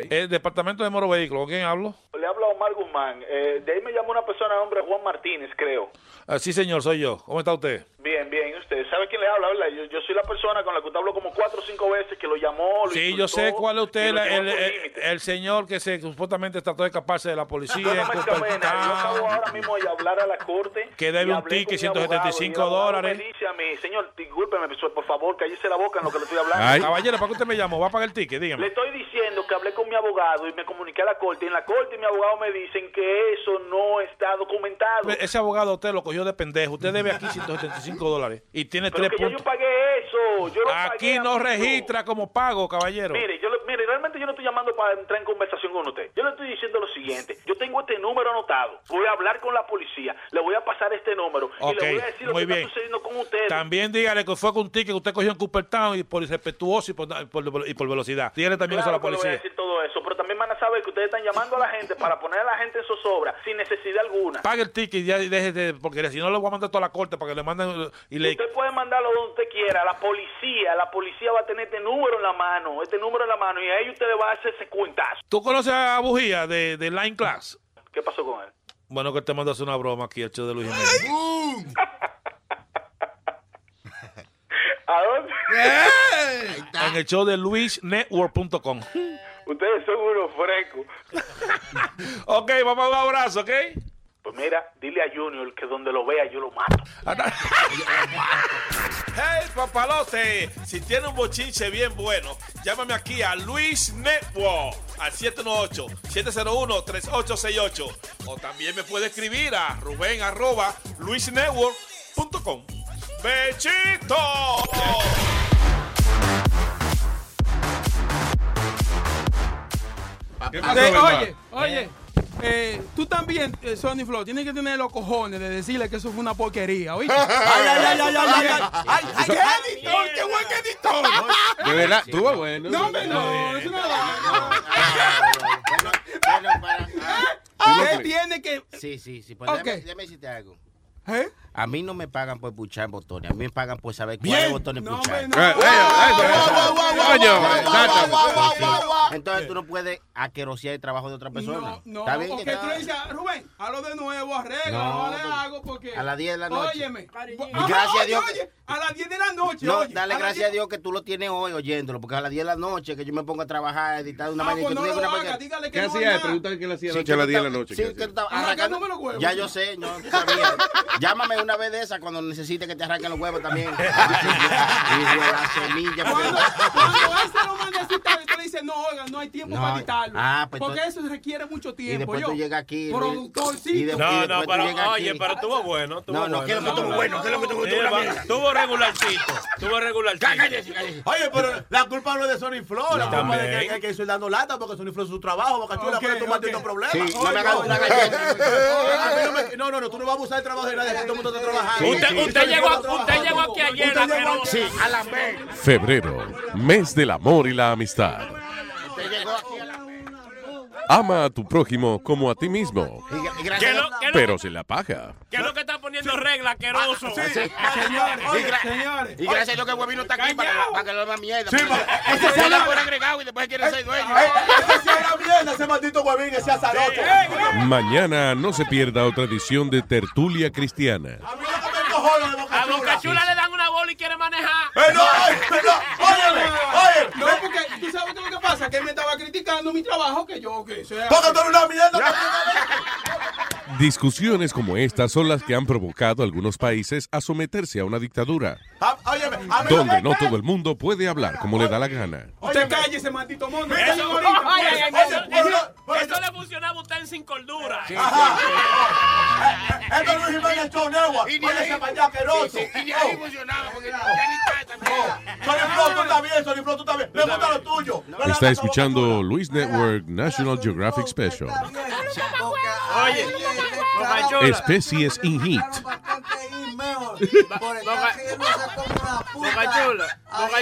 S11: El departamento de Moro Vehículo, ¿con quién hablo?
S34: Le habla Omar Guzmán. Eh, de ahí me llamó una persona de nombre Juan Martínez, creo.
S11: Ah, sí, señor, soy yo. ¿Cómo está usted?
S34: Bien, bien. Usted sabe quién le habla, ¿verdad? Yo, yo soy la persona con la que usted habló como cuatro o cinco veces que lo llamó. lo
S11: Sí,
S34: insultó
S11: yo sé cuál es
S34: y
S11: usted,
S34: lo
S11: la-
S34: llevó
S11: el,
S34: por
S11: el-
S34: límite.
S11: el señor que se supuestamente trató de escaparse de la policía.
S34: Yo no me
S11: en
S34: escapé de nada. Yo
S11: Cooperstown.
S34: acabo ahora mismo de hablar a la corte.
S11: Ah. Que debe
S34: y
S11: un
S34: hablé
S11: ticket,
S34: con mi abogado, y el
S11: 175
S34: abogado
S11: dólares.
S34: Me dice a mí, señor, discúlpeme, por favor, cállese la boca en lo que le estoy hablando.
S11: Ay. Caballero, ¿para qué usted me llamó? ¿Va a pagar el ticket?
S34: Le
S11: Dígame.
S34: estoy diciendo que hablé con mi abogado y me comuniqué a la corte. Y en la corte mi abogado me dicen que eso no está documentado.
S11: Ese abogado usted lo cogió de pendejo. Usted debe aquí 175 dólares y tiene
S34: Pero
S11: tres
S34: que ya yo
S11: puntos.
S34: pagué eso. Yo lo
S11: Aquí
S34: pagué
S11: no
S34: amigo.
S11: registra como pago, caballero.
S34: Mire, yo, le- mire, realmente yo no estoy llamando para entrar en conversación con usted. Yo le estoy diciendo lo siguiente. Yo tengo este número anotado. Voy a hablar con la policía. Le voy a pasar este número. y le voy a decir lo
S11: muy
S34: que
S11: bien.
S34: está sucediendo con ustedes.
S11: También dígale que fue con un ticket que usted cogió en Cooperstown y por irrespetuoso y por, por- y por velocidad. Dígale también eso a la
S34: Claro que le voy a
S11: policía.
S34: decir todo eso, pero también van a saber que ustedes están llamando a la gente para poner a la gente en zozobra sin necesidad alguna.
S11: Pague el ticket y ya deje de. Porque si no, le voy a mandar a toda la corte para que le manden. Y le,
S34: Usted puede mandarlo donde usted quiera, a la policía, la policía va a tener este número en la mano, este número en la mano, y ahí usted le va a hacer ese cuentazo.
S11: ¿Tú conoces a Bujía de, de Line Class?
S34: ¿Qué pasó con él?
S11: Bueno, que te mando a hacer una broma aquí, el show de Luis Jiménez.
S34: ¿A dónde?
S11: En el show de luisnetwork.com.
S34: Ustedes son unos frescos.
S11: ok, vamos a un abrazo, ¿ok?
S34: Pues mira, dile a Junior que donde lo vea yo lo mato.
S11: ¡Hey, papalote! Si tiene un bochinche bien bueno, llámame aquí a Luis Network al 718-701-3868. O también me puede escribir a Rubén arroba luisnetwork.com. ¡Bechito!
S22: ¿Qué
S8: De-
S22: pasó,
S8: oye,
S22: oye?
S8: oye, eh, tú también, eh, Sony Flow, tienes que tener los cojones de decirle que eso fue una porquería, ¿oíste? ay, ay, ay, ay, ay, ay, ay, ay, ay, qué editor, qué buen editor.
S22: De verdad, estuvo bueno.
S8: No, hombre, no, es una Ah,
S40: Él
S8: tiene que.
S40: Sí, sí, sí. Pues
S8: Ok.
S40: déjame, déjame decirte algo.
S8: ¿Eh?
S40: A mí no me pagan por puchar botones, a mí me pagan por saber cuáles botones puchar.
S22: no. Eh, eh, eh,
S40: Guau, guau, guau,
S22: Coño,
S40: guau,
S22: eh,
S40: guau,
S22: sácame.
S40: guau, guau,
S22: Sí.
S40: guau, guau. Entonces tú no puedes aquerosear el trabajo de otra persona.
S8: No,
S40: Está bien que
S8: porque
S40: está-
S8: tú le dices, Rubén, hazlo de nuevo, arregla,
S40: No,
S8: no, le hago porque.
S40: a las 10 de la noche.
S8: Óyeme.
S40: Y
S8: Ajá,
S40: gracias a
S8: oye,
S40: Dios que-
S8: oye, a las 10 de la noche.
S40: No,
S8: oye,
S40: dale
S8: a las
S40: gracias a Dios que tú lo tienes hoy oyéndolo, porque a las 10 de la noche que yo me pongo a trabajar, a editar una
S8: Ah,
S40: vaina y
S8: pues
S40: que tú
S8: no
S40: digas
S8: lo
S40: una
S8: haga,
S40: vaina-
S8: dígale
S22: ¿Qué hacía? Preguntan qué le hacía
S40: Sí,
S22: anoche
S40: que
S22: a las
S40: tú
S22: 10 de la
S40: estabas-
S22: noche.
S40: sí,
S22: ¿qué
S40: que tú
S22: hacía?
S40: estabas
S8: Arrancándome
S40: arrancando-
S8: los huevos.
S40: Ya yo sé, no, tú sabías. Llámame una vez de esa cuando necesite que te arranquen los huevos también. Hijo de la semilla. porque-
S13: Cuando, cuando ese lo manda a citar, tú le dices, no, oiga, no hay tiempo
S40: No,
S13: para editarlo.
S40: ah, pues
S13: porque
S40: entonces-
S13: eso requiere mucho
S40: Y
S13: tiempo.
S40: después
S13: yo,
S40: tú llegas aquí. Luis,
S13: productorcito.
S40: y de- y
S32: No, no,
S40: después tú llegas
S32: pero
S40: aquí.
S32: oye, pero estuvo bueno. Estuvo
S40: No, no,
S32: bueno,
S40: ¿qué es lo que estuvo bueno?
S32: ¿Qué es lo que estuvo bueno? Estuvo regularcito. Estuvo regularcito.
S28: Oye, pero la culpa no es de Sony Flow, la culpa
S32: También.
S28: es de que, que, que estoy dando lata porque Sony Flow es su trabajo, Boca Chula, pero tú mantienes un problema.
S40: Sí, no me hagas
S28: no,
S40: una
S28: no,
S40: galleta.
S28: no, a mí no, me- no, no, no, tú no vas a abusar del trabajo de nadie, que todo el mundo está
S8: eh,
S28: trabajando.
S40: Sí, Usted- sí. usted
S28: Sony
S40: llegó-
S28: Flow está
S40: usted llegó
S28: trabajando.
S40: aquí ayer,
S28: Usted llegó
S40: pero-
S28: aquí-
S40: Sí, a la vez.
S22: Febrero, mes del amor y la amistad. Ama a tu prójimo como a ti mismo.
S32: ¿Qué lo- qué lo-
S22: Pero sin la paja.
S32: ¿Qué es lo que está poniendo regla, asqueroso?
S40: Ah,
S32: Ah,
S40: Señores, y gra-
S13: señores.
S40: Y gracias a Dios que Huevino está aquí para, que- para que lo haga mierda.
S28: Sí,
S40: porque-
S28: ese
S40: Ese
S28: señor-
S40: le fue agregado y después quiere ser dueño.
S28: Eh, Ese sí era mierda, ese maldito huevín, ese azaroso.
S22: Mañana no se pierda otra edición de Tertulia Cristiana.
S32: A Boca Chula le dan una bola y quiere manejar.
S28: Eh, no, eh, no, óyeme, óyeme.
S13: No, porque tú sabes qué es lo que pasa, que él me estaba criticando mi trabajo, que yo, que sea.
S28: Porque tú eres una mierda.
S22: Discusiones como estas son las que han provocado a algunos países a someterse a una dictadura,
S28: Ah, Óyeme, a mí no
S22: donde no todo el mundo puede hablar como le da la gana.
S13: Usted calle ese maldito mono.
S32: Eso,
S13: Eso,
S32: oye,
S13: ahorita,
S32: oye,
S13: eso,
S32: eso-
S13: eso,
S28: eh.
S32: eso- eso le funcionaba a usted en sin cordura.
S28: Esto Luis Jiménez echó en agua.
S40: Y ni
S28: Oye,
S40: ahí-
S28: ese para allá, asqueroso.
S40: Sí, sí, y ni ahí
S28: Oh.
S40: funcionaba, porque ya ni está esta mierda.
S28: Sony Flow, tú estás bien, Sony Flow, tú estás bien. Me gusta lo tuyo. No le
S22: Está
S28: hagas a Boca
S22: escuchando Luis Network National Geographic Special.
S29: Oye,
S32: Boca Chula.
S22: Especies in heat.
S32: Boca Chula, Boca Chula.
S13: Ahora, ahora,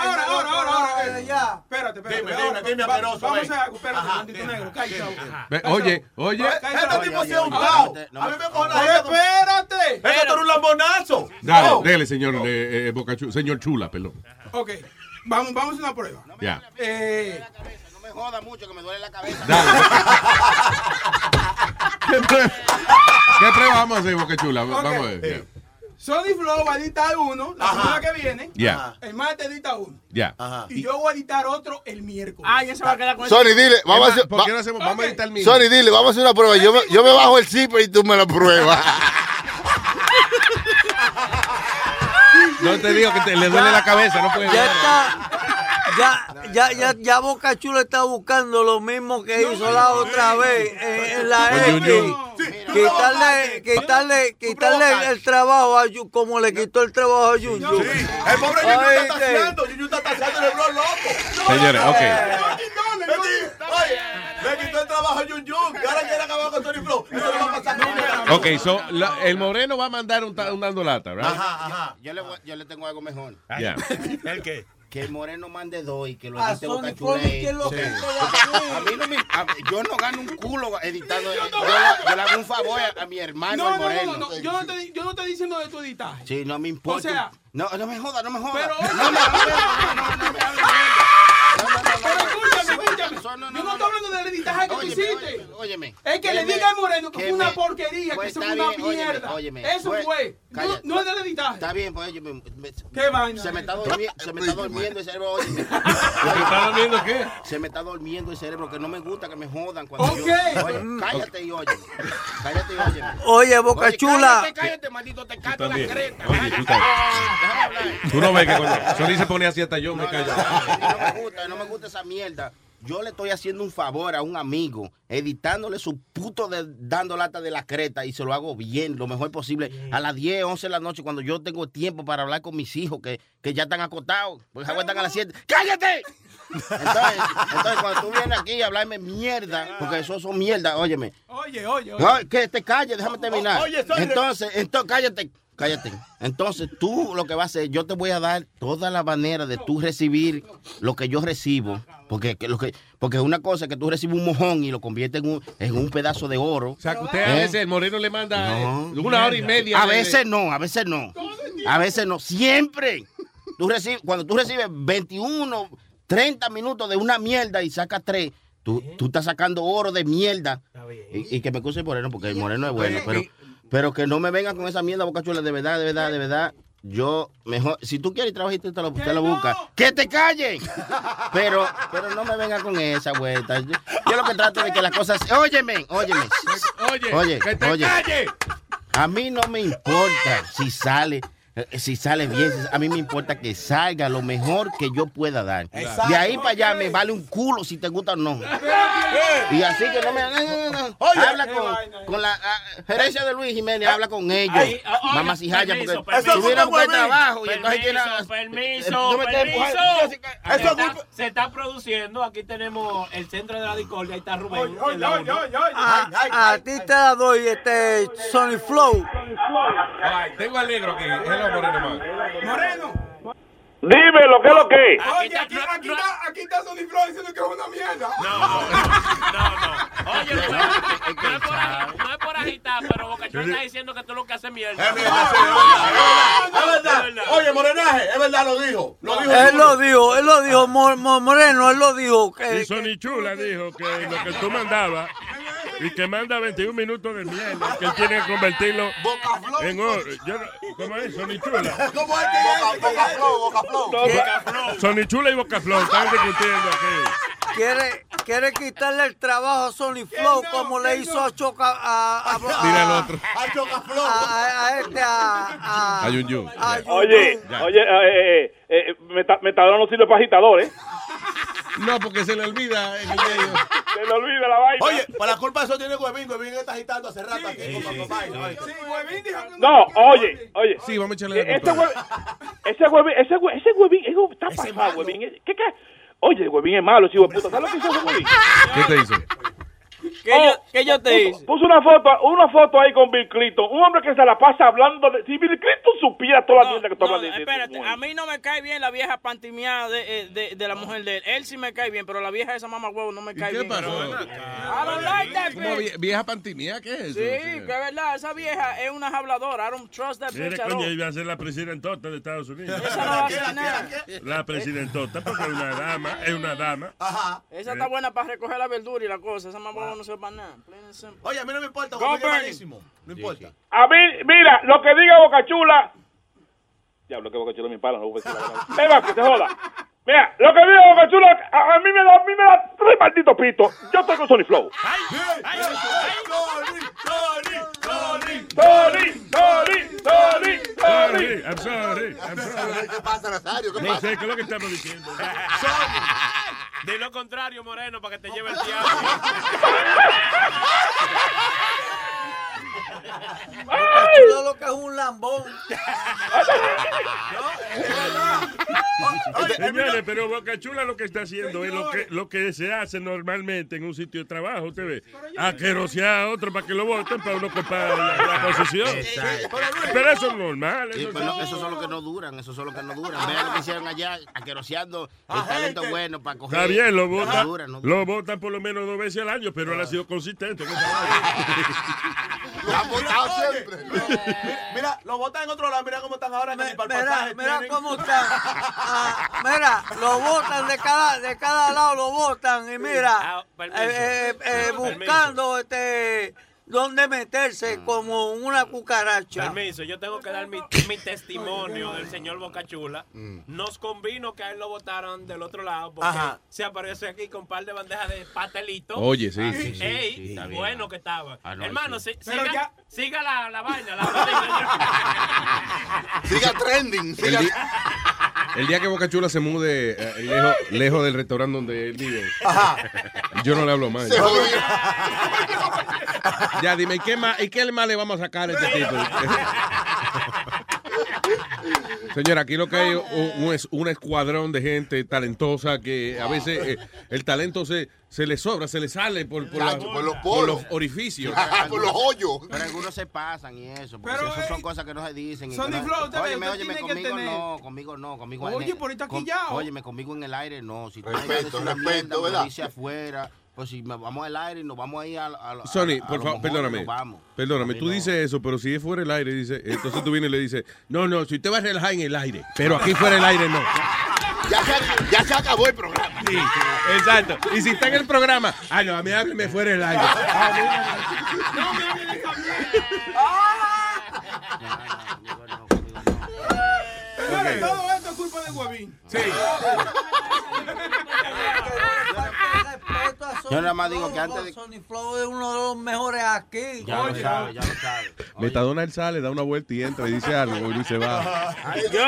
S13: ahora, ahora, ahora. Espérate, espérate.
S28: Dime,
S13: ahora,
S28: dime, dime,
S13: va-
S28: asqueroso,
S13: Vamos
S28: ven.
S13: a algo, espérate, maldito negro, cállate.
S22: Ve, Oye, oye.
S28: Este tipo sí es un cao. A mí me cojones.
S13: Espérate.
S28: Eso tú eres un lambonazo.
S22: Dale,
S28: Oh.
S22: dele, señor eh, eh, Boca Chu- señor Chula, perdón.
S13: Ok, vamos, vamos a una prueba.
S22: Ya.
S13: Eh,
S40: No me joda mucho que me duele la cabeza.
S22: ¿Qué prueba, qué prueba vamos a hacer, Boca Chula? Vamos a ver. ya.
S13: Sony Flow va a editar uno la semana que viene.
S22: Ya.
S13: El martes edita uno.
S22: Ya.
S28: Ah.
S13: Y yo voy a editar otro el miércoles. Ah, ya se va a quedar con
S38: Sony, dile, vamos a
S22: Es más,
S38: hacer.
S22: Pues, ¿por
S38: va-
S22: qué no hacemos? Vamos a editar el mismo.
S38: Sony, dile, vamos a hacer una prueba. Yo me, yo me bajo el zipper y tú me lo pruebas.
S22: No te digo que te- le duele la cabeza, no puede.
S29: Ya está. Ya, ya, ya, ya Boca Chula está buscando lo mismo que hizo la otra vez eh, en, la
S22: Con
S29: X.
S22: Jun Jun.
S29: Quitarle, quitarle, quitarle el trabajo a Jun, como le quitó el trabajo a Jun Jun.
S28: El pobre Yuyu
S29: Ay,
S28: está
S29: te-
S28: taseando, Yuyu está taseando el bro loco.
S22: Señores, ok.
S28: Oye, me quitó el trabajo Yun Yun, que ahora quiere acabar con Tony Flow. Eso no va a pasar nunca.
S22: Ok, so, la- el moreno va a mandar un, ta- un dando lata, ¿verdad?
S40: Ajá, ajá. Yo le, voy- yo le tengo algo mejor.
S22: Ya.
S40: ¿El qué? Ah, Que el Moreno mande dos y que lo
S29: A
S40: edite Boca
S29: Sony Flow,
S40: Chula.
S29: ¿quién lo
S40: Porque-
S29: quitó de
S40: porque A mí no me. a- yo no gano un culo editando. Yo,
S13: no
S40: le-
S13: gano.
S40: yo le hago un favor a, a mi hermano,
S13: No,
S40: el
S13: no, no,
S40: Moreno.
S13: no, no. Yo no te, yo no estoy diciendo de tu editaje.
S40: Sí, no me importa.
S13: O sea-
S40: no, no me jodas, no me jodas.
S13: Pero-
S40: no me Ah,
S13: Pero escúchame, escúchame. yo no estoy hablando del editaje que tú
S40: Óyeme,
S13: hiciste.
S40: Óyeme.
S13: Es que le
S40: óyeme,
S13: diga al Moreno que fue una
S40: me- pues
S13: porquería, que eso
S40: está
S13: fue una
S40: bien, óyeme,
S13: mierda.
S40: óyeme, pues,
S13: Eso fue. No-
S40: Cállate.
S13: no es del editaje.
S40: Está bien, pues oye, me- me-
S13: ¿Qué vaina?
S40: Se me está durmiendo, se me está durmiendo el cerebro. oye.
S22: ¿Se está durmiendo qué?
S40: Se me está durmiendo el cerebro, que no me gusta que me jodan cuando
S13: Ok.
S40: yo. Oye, cállate y óyeme. Cállate y óyeme.
S29: Oye, Boca
S40: Oye,
S29: Chula.
S40: Cállate, cállate, maldito, te cato la
S22: también.
S40: creta.
S22: Eh, Oye,
S40: cállate.
S22: tú también.
S40: Ah. Déjame hablar.
S22: Tú no ves que cuando Sony se pone así hasta yo me callo.
S40: No me gusta, no me gusta esa mierda. Yo le estoy haciendo un favor a un amigo, editándole su puto de, dando lata de la creta y se lo hago bien, lo mejor posible, a las 10, 11 de la noche, cuando yo tengo tiempo para hablar con mis hijos que, que ya están acostados, porque se acuestan a las 7. ¡Cállate! Entonces, entonces, cuando tú vienes aquí a hablarme mierda, porque eso son mierda, óyeme.
S13: Oye, oye, oye.
S40: No, que te calles, déjame terminar.
S13: Oye, soy-
S40: entonces, entonces, cállate, cállate. Entonces, tú lo que vas a hacer, yo te voy a dar toda la manera de tú recibir lo que yo recibo. Porque que lo que, porque una cosa es que tú recibes un mojón y lo conviertes en un, en un pedazo de oro.
S22: O sea, que usted a
S40: ¿Eh?
S22: veces el moreno le manda eh, una hora y media.
S40: A
S22: de- de-
S40: veces no, a veces no. A veces no, siempre. Tú recibes, cuando tú recibes 21, 30 minutos de una mierda y sacas 3, tú, tú estás sacando oro de mierda. Y, y que me excuse el moreno, porque el moreno es bueno, pero, pero que no me vengan con esa mierda, bocachula, de verdad, de verdad, de verdad. Yo, mejor, si tú quieres trabajar, tú te lo, te lo buscas. ¡Que te callen! Pero, pero no me vengan con esa vuelta. Yo, yo lo que trato de que las cosas. Óyeme, óyeme.
S22: Oye,
S40: Oye,
S22: que te
S40: oye.
S22: calle.
S40: A mí no me importa si sale. eh, Si sale bien, si- a mí me importa que salga lo mejor que yo pueda dar.
S13: Exacto.
S40: De ahí para allá me vale un culo si te gusta o no. Y así que no me. no, no, no.
S13: Oye,
S40: habla
S13: qué
S40: con, con la ah, gerencia de Luis Jiménez, habla con ellos.
S13: ay, ay,
S40: Mamá Cijaya, porque
S13: permiso, permiso. Eso
S40: tuvieron que buscar
S13: fue Huevín.
S40: trabajo. y entonces
S32: Permiso,
S40: quieren-
S32: permiso,
S40: No me estés
S32: permiso.
S40: empujando.
S32: Se
S40: Eso es
S32: está- Se está produciendo. Aquí tenemos el centro de la discordia. Ahí está Rubén. en la uno. Ah,
S29: A, a ti te la doy este Sony Flow.
S22: Ay, tengo al negro aquí. Es el hombre nomás.
S7: Dime lo que es lo que
S11: Ah,
S7: es.
S13: Oye, aquí, aquí está, aquí está Sony Flow diciendo que es una mierda.
S32: Oye, no, no, es por agi- no es por agitar, pero Bocachón está diciendo que Ah, tú lo que haces es mierda. Ah,
S13: Es verdad.
S29: Oye,
S13: Morenaje, es verdad, lo dijo.
S29: Él lo dijo, él lo dijo, Mo- Mo- Moreno, él lo dijo. que-
S20: Y Sony Chula dijo que lo que tú mandabas y que manda 21 minutos de mierda, que él tiene que convertirlo en oro. Yo no- ¿Cómo es? Sony Chula.
S13: ¿Cómo es que es? Boca Flow, Boca Flow.
S20: Sony Chula y Boca Flow están discutiendo aquí.
S29: Quiere, quiere quitarle el trabajo a Sony Flow como le hizo a Choca a, a, a-
S22: Mira el otro.
S29: a- a este a, a-
S22: Hay un you.
S7: Oye, oye, eh, eh, eh, eh, meta- Metadona no sirve para agitadores.
S22: No, porque se le olvida.
S7: Se le olvida la vaina.
S28: Oye, por la culpa de eso tiene Huevín. Huevín está agitando hace rato aquí.
S7: No, oye, oye.
S22: Sí, vamos a echarle la
S7: Ese
S22: culpa.
S7: huevín, ese huevín, ese hue- ese huevín, ese huevín, está pasado, huevín. ¿eh? ¿Qué, qué? Oye, el huevín es malo, ese hijo de puta. ¿Sabes lo que hizo ese huevín?
S22: ¿Qué te hizo?
S7: ¿Qué, yo, te hice? Puso una foto, una foto ahí con Bill Clinton, un hombre que se la pasa hablando de... Si Bill Clinton supiera toda la mierda que está
S32: No,
S7: hablando de- de-
S32: espérate, a mí no me cae bien la vieja pantimeada de, eh, de, de la mujer de él. Él sí me cae bien, pero la vieja esa mamá huevo no me cae
S22: ¿Qué
S32: bien.
S22: pasó?
S32: I don't like that
S22: ¿Cómo vie-
S32: bitch.
S22: vieja pantimía? ¿Qué es
S32: Sí,
S22: eso?
S32: que es verdad, esa vieja es una habladora. I don't trust that bitch
S20: Mire,
S32: at
S20: coño,
S32: all.
S20: iba a ser la presidentota de Estados Unidos.
S32: Esa no va a hacer nada.
S20: La presidentota, porque es una dama, es una dama.
S32: Ajá. Esa está
S20: Eh.
S32: buena para recoger la verdura y la cosa. Esa mamá huevo no se para nada. Plain and simple.
S28: Oye, a mí no me importa.
S32: Go
S28: Huevín es
S32: Bernie.
S28: malísimo. No importa.
S7: A mí, mira, lo que diga Bocachula. Diablo, que Bocachula me impala, no voy a decir la verdad. Me va, que se joda. Mira, lo que diga Bocachula, a, a mí me da, a mí me da tres malditos pitos. Yo estoy con Sony Flow.
S13: Tony,
S7: Tony, Tony, Tony, Tony.
S20: Sorry, I'm sorry, I'm sorry.
S6: ¿Qué pasa, Nazario? ¿Qué
S20: No
S6: pasa?
S20: sé qué es lo que estamos diciendo.
S32: De lo contrario, Moreno, para que te lleve el diablo.
S29: Chulo lo que es un lambón.
S20: Señores, pero Boca Chula lo que está haciendo es lo que, lo que se hace normalmente en un sitio de trabajo. Usted ve, aquerosear a otro para que lo voten para uno comprar la, la posición.
S40: Exacto.
S20: Pero eso es normal.
S40: Sí,
S20: Eso
S40: pero
S20: es-
S40: esos son los que no duran, esos son los que no
S6: Ah.
S40: duran. Vean lo que hicieron allá, aqueroseando el talento bueno para coger.
S20: Está bien, lo
S40: No
S20: votan,
S40: dura, no Ah. dura.
S20: lo votan por lo menos dos veces al año, pero él ha sido consistente. con esa vaina.
S28: pues, Mira, mira, lo botan en otro lado. Mira cómo están ahora. Mira,
S29: Mira, mira cómo están. Ah, mira, lo botan de cada, de cada lado, lo botan. Y mira,
S13: Ah, permiso.
S29: eh, eh, eh,
S13: No,
S29: buscando este dónde
S13: Mm.
S29: meterse como una cucaracha.
S32: Permiso, yo tengo que dar mi, mi testimonio del señor Bocachula. Nos convino que a él lo votaron del otro lado porque
S22: Mm. Ajá.
S32: se apareció aquí con un par de bandejas de pastelito.
S22: Oye, sí, sí, sí,
S32: Ey,
S22: sí, está bien.
S32: bueno que estaba.
S22: Ah, no,
S32: Hermano,
S22: sí.
S32: si- siga, siga la, la vaina. la vaina.
S6: Siga trending.
S22: El, di- el día que Boca Chula se mude eh, lejos, lejos del restaurante donde él vive, yo no le hablo más. Ya, Ya, dime, ¿y qué, más, ¿y qué más le vamos a sacar a este tipo? Señora, aquí lo que hay un, un es- un escuadrón de gente talentosa que a veces eh, el talento se, se le sobra, se le sale por, por, la-
S6: Chacho, por los
S22: por los
S6: poros.
S22: orificios.
S6: Ah, Por los hoyos.
S40: Pero algunos se pasan y eso, porque eso son cosas que no se dicen. y
S6: Sonny
S40: que no-
S6: Flow, usted ve,
S40: óyeme,
S6: usted
S40: óyeme,
S6: tiene que
S40: conmigo
S6: tener-
S40: no, conmigo no, conmigo en
S6: Oye,
S40: el-
S6: por ahí está
S40: con-
S6: quillao.
S40: Óyeme, conmigo en el aire no. Si tú
S6: Respeto,
S40: me haces una
S6: respeto,
S40: mierda, me
S6: ¿verdad?
S40: lo dice afuera, pues si me vamos al aire y nos vamos ahí a... a, a-
S22: Sony,
S40: a- a
S22: por
S40: lo
S22: favor,
S40: mejor
S22: perdóname.
S40: nos vamos.
S22: Perdóname, tú dices eso, pero si es fuera el aire, dice, entonces tú vienes y le dices, no, no, si usted va a relajar en el aire, pero aquí fuera el aire no.
S6: Ya se, ya se acabó el programa.
S22: Sí, exacto. Y si está en el programa, ah, no, a mí hábleme fuera el aire.
S13: Señores, todo esto es culpa de Huevín.
S22: Sí.
S29: Respeto a
S40: Yo nada más digo que antes de.
S29: Sony Flow es uno de los mejores aquí.
S40: Ya lo sabe, ya lo sabe.
S22: Metadona él sale, da una vuelta y entra y dice algo y se va.
S24: Yo,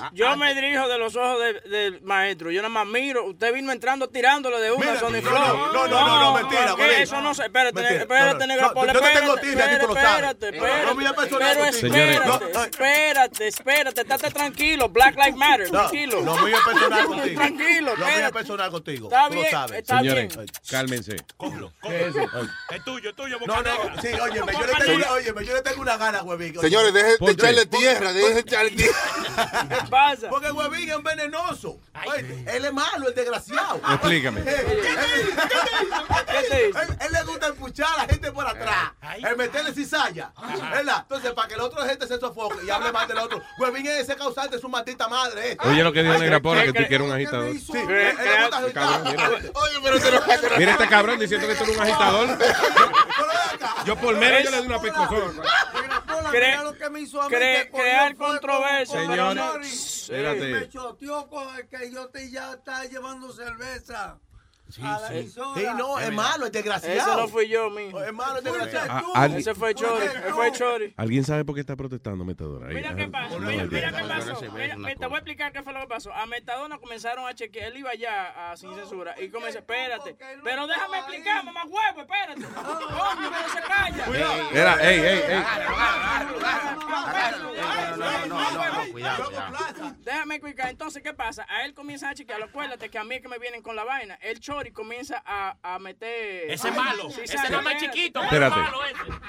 S8: Ah,
S24: yo me dirijo de los ojos de- del maestro. Yo nada más miro. Usted vino entrando tirándole de una a Sony Flow.
S8: no, no, no, no, mentira,
S24: ¿qué?
S8: güey.
S24: Eso no se. Espérate,
S8: Mentira, no,
S24: espérate,
S8: no,
S24: negra
S8: no,
S24: Pola,
S8: yo no tengo
S24: espérate,
S8: tigre aquí, tú lo
S24: Espérate,
S8: sabes. No, no,
S24: espérate.
S8: mira,
S24: Pero
S8: personal, Señores,
S24: espérate, espérate, espérate. Estate tranquilo. Black Lives Matter. Tranquilo.
S28: Lo mío es personal contigo.
S24: Tranquilo,
S28: Lo mío es
S24: espérate.
S28: personal contigo.
S24: Está
S28: Tú
S24: bien,
S28: lo sabes.
S24: está
S22: Señores, cálmense.
S28: Es tuyo, es tuyo. No, no, sí, óyeme, yo le tengo
S38: Señor-
S28: una, óyeme, yo le tengo una gana, huevín. oye.
S38: Señores, dejen de
S28: Ponte.
S38: echarle tierra, dejen de echarle tierra.
S24: pasa?
S28: Porque huevín es venenoso. Oye, él es malo, el desgraciado.
S22: Explícame.
S28: Eh, ¿Qué te hizo? ¿Qué te hizo? Él, él le gusta empuchar a la gente por atrás. El meterle cizalla. ¿Verdad? Entonces, para que el otro gente se sofoque y hable más del otro. Huevín es ese causante, es su maldita madre. eh.
S22: Oye lo que dijo
S28: Ay,
S22: Negra Pola, que
S28: ¿qué-
S22: tú quieres un agitador.
S28: Sí, él le gusta
S22: Este cabrón,
S28: agitar.
S22: mira.
S28: Oye, pero te lo
S22: Mira este cabrón diciendo que tú eres un agitador. Yo por menos yo le doy una pescozón.
S24: Cre-
S29: Mira lo que me hizo a mí.
S24: cre-
S29: que cogió
S24: crear
S29: fue con-
S24: controversia.
S29: con
S24: pero no-
S29: Nori.
S24: Sí.
S29: Me choteó con el que yo te ya estaba llevando cerveza. a la
S28: sí.
S29: emisora.
S28: Sí, no, es malo, es desgraciado.
S24: Eso no fui yo, mijo.
S28: Es malo, es desgraciado.
S22: Ah, alguien-
S24: Ese fue Chori. Ese fue Chori.
S22: ¿Alguien sabe por qué está protestando Metadona? Ahí,
S24: Mira
S22: ah,
S24: qué pasó,
S22: una
S24: mira,
S22: vuelta.
S24: mira qué pasó.
S40: Una
S24: Mira,
S40: cosa.
S24: te voy a explicar qué fue lo que pasó. A Metadona comenzaron a chequear, él iba ya a sin censura y comenzó, espérate, pero déjame explicar, mamá huevo, espérate. Coño, pero se calla.
S22: Mira, ey, ey, ey.
S24: Déjame explicar. Entonces, ¿qué pasa? A él comienza a chequearlo. Acuérdate que a mí es que me vienen con la vaina. El Chori comienza a, a meter.
S13: Ese es malo.
S24: Sí,
S13: Ese
S24: sabe,
S13: nada más
S24: espérate.
S13: chiquito, más
S22: Espérate.
S13: malo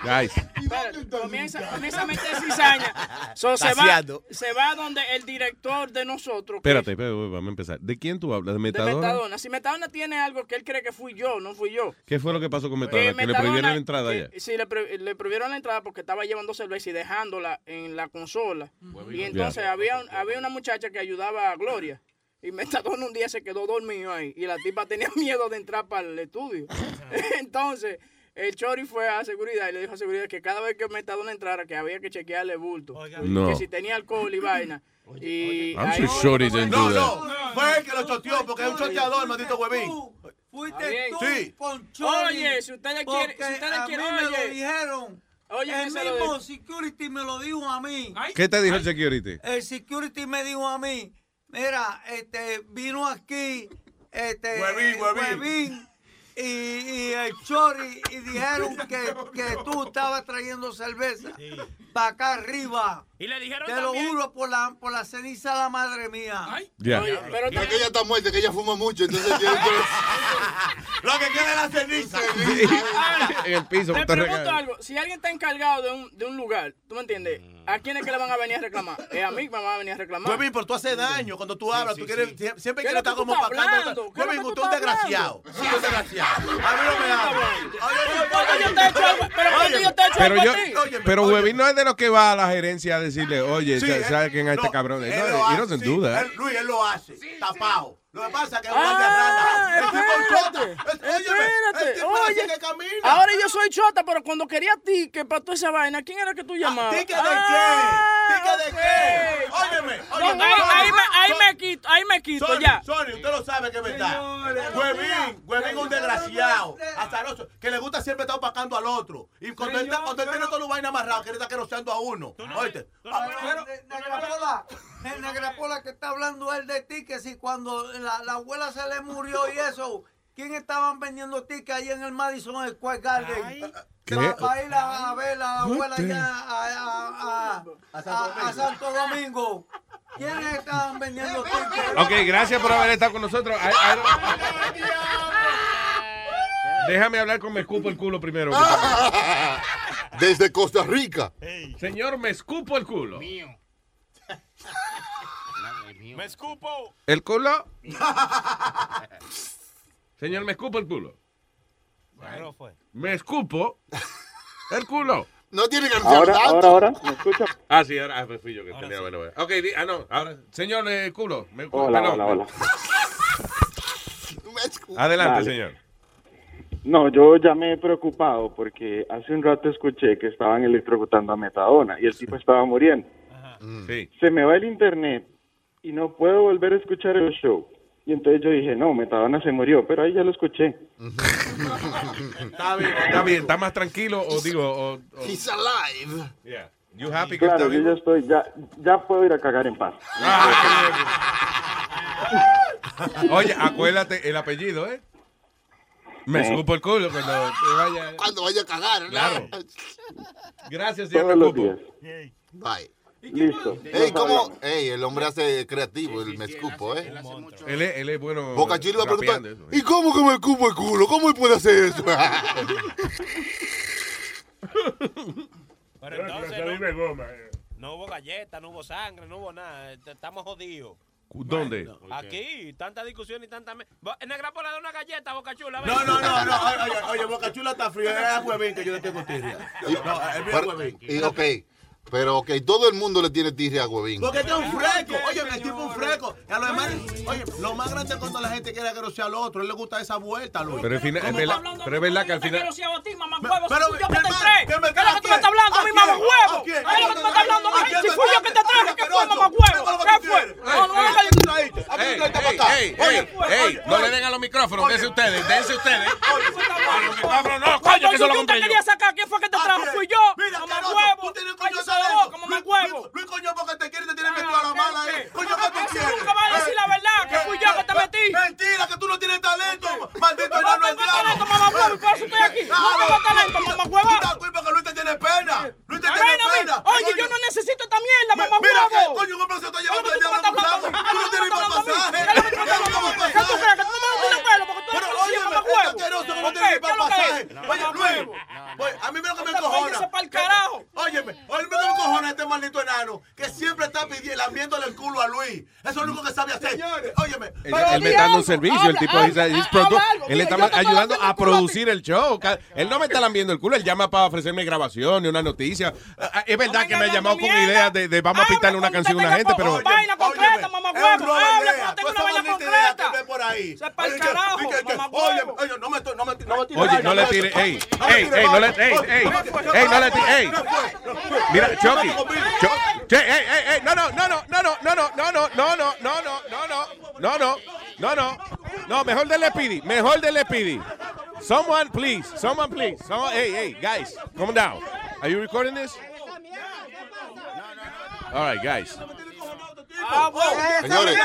S22: Guys.
S24: Espérate, comienza, comienza a meter cizaña. So, se, va,
S22: Saciando.
S24: se va donde el director de nosotros. que es
S22: Espérate, espérate, vamos a empezar. ¿De quién tú hablas? ¿De
S24: De
S22: Metadona?
S24: Metadona. Si Metadona tiene algo que él cree que fui yo, no fui yo.
S22: ¿Qué fue lo que pasó con
S24: Que
S22: Metadona? Que le
S24: Metadona-
S22: prohibieron la entrada ya.
S24: que- Sí, le, pre- le prohibieron la entrada porque estaba llevando cerveza y dejándola en la consola. Y entonces
S22: Ya.
S24: había, un- había una muchacha que ayudaba a Gloria. Y Metadona un día se quedó dormido ahí. Y la tipa tenía miedo de entrar para el estudio. entonces, el Chori fue a seguridad y le dijo a seguridad que cada vez que Metadona entrara, que había que chequearle bulto. Y
S22: No.
S24: Que si tenía alcohol y vaina. y
S22: I'm
S24: ahí-
S22: so sure he didn't
S28: No,
S22: do that.
S28: no, fue él que lo choteó porque es un choteador, maldito huevín.
S29: Fuiste
S24: Está
S29: tú
S24: bien.
S29: con Chori.
S24: Oye, si ustedes
S29: porque
S24: quieren- si ustedes
S29: a
S24: quieren,
S29: mí me
S24: oye.
S29: lo dijeron.
S24: Oye,
S29: el
S24: ¿quién se lo
S29: mismo
S24: dijo?
S29: security me lo dijo a mí.
S22: ¿Qué te dijo el security?
S29: El security me dijo a mí, mira, este, vino aquí, este,
S8: Huevín, huevín.
S29: Huevín y, y el Chori y dijeron que, que tú estabas trayendo cerveza para acá arriba.
S13: Y le dijeron
S29: Te
S13: también-
S29: lo juro por la, por la ceniza de la madre mía.
S22: Ya.
S24: pero
S38: No, que ella está muerta, que ella fuma mucho, entonces tiene que-
S28: Lo que queda es la ceniza.
S22: en el piso,
S24: Te
S22: te
S24: pregunto
S22: regalas.
S24: algo. Si alguien está encargado de un, de un lugar, ¿tú me entiendes? ¿A quién es que le van a venir a reclamar? Es a mí que me van a venir a reclamar.
S28: Huevín, pero tú haces daño cuando tú hablas, tú quieres, sie- siempre
S24: ¿Qué es lo
S28: quieres
S24: que
S28: estar
S24: tú
S28: como
S24: estás
S28: pacando.
S24: hablando? ¿Qué es lo
S28: Huevín,
S24: que
S28: usted
S24: tú
S28: es un
S24: estás
S28: desgraciado. Sí, un desgraciado. A mí no me hablas.
S24: Oye, yo te he hecho algo- pero ¿por qué yo te he hecho
S22: Pero
S24: algo
S22: yo,
S24: a ti?
S22: pero Huevín no es de los que va a la gerencia a decirle, oye, sa- saquen a este cabrón. No,
S28: Él lo hace,
S22: y no se
S28: sí.
S22: duda. ¿eh?
S28: Él- Luis, él lo hace, tapado. Lo que pasa es que es un rana. El tipo chota. Es- óyeme, El
S24: Ah, Espérate,
S28: tipo
S24: oye,
S28: dice que camina.
S24: ahora yo soy chota, pero cuando quería ticket para toda esa vaina, ¿quién era que tú llamabas?
S28: ¿Ticket de
S24: Ah,
S28: qué? ¿Ticket de qué?
S24: ok.
S28: Óyeme,
S24: No,
S28: óyeme.
S24: ahí-
S28: Sony,
S24: ahí me- ahí
S28: Sony,
S24: me quito, ahí me quito,
S28: Sony,
S24: ya.
S28: Sony, usted lo sabe que es verdad. Huevín, Huevín es un desgraciado, azaroso, que le gusta siempre estar opacando al otro. Y cuando él está- cuando él tiene todo lo vaina amarrado, quiere estar queroseando a uno. Oíste.
S29: Ah, Pero, Negrapola, ne- Negrapola que está hablando él de ti, que si cuando la, la abuela se le murió y eso, ¿quién estaban vendiendo tickets ahí en el Madison Square Garden?
S22: ¿Qué?
S29: Para ir a, a ver a la abuela
S22: What the-
S29: allá a, a- a- a- a Santo Domingo. ¿Quiénes estaban vendiendo tickets?
S22: Ok, gracias por haber estado con nosotros. I- I don't- Déjame hablar con Me Escupo el Culo primero.
S28: Ah.
S38: Desde Costa Rica.
S22: Señor, me escupo el culo.
S13: Me escupo.
S22: ¿El culo? Señor, me escupo el culo.
S13: Bueno, fue.
S22: Me escupo el culo.
S38: No tiene que
S22: Ahora, ahora, ahora,
S38: ¿me escucha?
S22: Ah, sí, ahora ah, pues fui yo que tenía. Bueno, bueno. Ok, di- ah, no. Ahora, señor, eh, culo. Me,
S51: Hola,
S22: perdón.
S51: hola, hola.
S22: Adelante,
S51: Dale.
S22: señor.
S51: No, yo ya me he preocupado porque hace un rato escuché que estaban electrocutando a Metadona y el tipo estaba muriendo.
S22: Sí.
S51: Se me va el internet y no puedo volver a escuchar el show. Y entonces yo dije, no, Metadona se murió, pero ahí ya lo escuché.
S22: Está bien, está bien, está más tranquilo o digo. O, o-
S38: He's alive.
S22: Yeah. You happy que está
S51: Claro, yo
S22: vivo? Ah.
S51: ya estoy, ya, ya puedo ir a cagar en paz.
S22: Oye, acuérdate el apellido, ¿eh? Me supo el culo cuando te vaya.
S38: Cuando vaya a cagar, ¿no?
S22: Claro. Gracias,
S38: Todos los días.
S22: Bye.
S38: Listo. Ey, ¿cómo? Ey, el hombre hace creativo, el me escupo, ¿eh?
S22: Él es, él es bueno.
S38: Boca Chula va a preguntar,
S22: rapeando eso, ¿eh?
S38: ¿y cómo que me escupo el culo? ¿Cómo él puede hacer eso?
S32: Pero entonces no,
S28: eh.
S32: no hubo galleta, no hubo sangre, no hubo nada. Est- Estamos jodidos.
S22: ¿Dónde?
S32: Aquí, tanta discusión y tanta... me- Bo- Negra, por la de una galleta, boca chula.
S28: No, no, no, no. Oye, oye, oye, Boca Chula está frío. Era el huevín que yo le tengo tirria. No, el mío es
S38: Pero-
S28: huevín.
S38: y, ok, pero ok, todo el mundo le tiene tirria a Huevín.
S28: Porque este es un fresco. Oye, el tipo es un fresco. Y a los demás, oye, lo más grande es cuando la gente quiere agrosear al otro. A él le gusta esa vuelta, Luis.
S22: Pero, al final- es verdad, pero es verdad que al final.
S28: Pero,
S32: fui yo que
S28: mi
S32: te
S28: hermano,
S32: traje.
S28: ¿qué me
S32: ¿Qué es lo que tú me estás hablando,
S28: ¿A
S32: mi
S28: quién?
S32: mamá huevo?
S28: ¿A
S32: ¿Qué
S28: quién?
S32: es lo que tú me
S28: ¿A
S32: estás
S28: quién?
S32: hablando?
S28: ¿A
S32: Ay,
S28: quién
S32: si
S28: me
S32: fui yo que te traje, ¿qué fue, mamá huevo? ¿Qué fue? No, no, hágale tú
S22: Ey, ey, ey, ey, no le den a los micrófonos, dense ustedes, dense ustedes. A los micrófonos, no, coño, que eso lo
S32: Cuando
S22: compré
S32: Yuyu te
S22: yo.
S32: quería sacar, ¿quién fue
S28: Ah,
S32: que te trajo? Fui yo. Mamá huevo. Cállese la boca, mamá huevo. Ah,
S28: Luis, coño, porque te quiere, te tiene metido a la mala, eh. Coño, que tú quieres. Eh,
S32: nunca vas a decir la verdad, que fui yo que te metí.
S28: Mentira, que tú no tienes talento, maldito
S32: Mamá,
S28: enano
S32: tengo
S28: entrado.
S32: talento, mamá huevo, y por eso estoy aquí. No tengo talento, mamá huevo.
S28: Tú te das culpa que Luis te tiene pena. Luis te
S32: Ay,
S28: tiene
S32: no me-
S28: pena.
S32: Oye,
S28: Coño.
S32: yo no necesito esta mierda, mamá
S28: Mira que
S32: huevo.
S28: coño, un hombre se está llevando
S32: ¿Qué es
S28: allá
S32: lo que tú me estás
S28: a un
S32: hablando?
S28: Tú no tienes ni para pasaje.
S32: ¿Qué tú crees? ¿Que tú no me das pelo? Porque tú eres
S28: Pero
S32: policía,
S28: óyeme,
S32: mamá
S28: este
S32: huevo.
S28: asqueroso que no
S32: Ok,
S28: tiene ni
S32: ¿qué es
S28: para
S32: lo que es?
S28: pasaje. Oye, Luis, oye, a mí mira que me encojona.
S32: Este pa'l carajo.
S28: Óyeme, oye, mira que me encojona este maldito enano que siempre está pidiendo, lamiéndole el culo a Luis. Eso es lo único que sabe hacer. Óyeme.
S22: Él, él me está dando un servicio, el tipo, he's a- he's produ- él le está ayudando a producir el show. Ca- Él no me está lambiendo el culo, él llama para ofrecerme grabación y una noticia. Ah, ah, Es verdad que me ha llamado con ideas de, de vamos a pitarle una canción a una gente, pero
S32: Vaina concreta, mamá huevo. Habla cuando tengo una vaina concreta.
S28: ve por ahí.
S32: Se pa'l carajo, mamá
S28: Oye, oye, no me to- no me no me tires
S22: oye,
S28: vaina,
S22: no le
S28: me-
S22: tire, ey,
S28: no me
S22: ey,
S28: tires
S22: ey, no le,
S28: vaina.
S22: ey,
S28: Oye,
S22: ey,
S28: no me tires
S22: ey, no le
S28: vaina.
S22: tire, ey. Mira, Chucky, Chu- Che, ey, ey, ey, no, no, no, no, no, no, no, no, no, no, no, no, no, no, no, no, no, no, no, no, mejor del Speedy, mejor del Speedy. Someone, please, someone, please, someone, hey, hey, guys, come down. Are you recording this? All right, guys.
S38: Señores.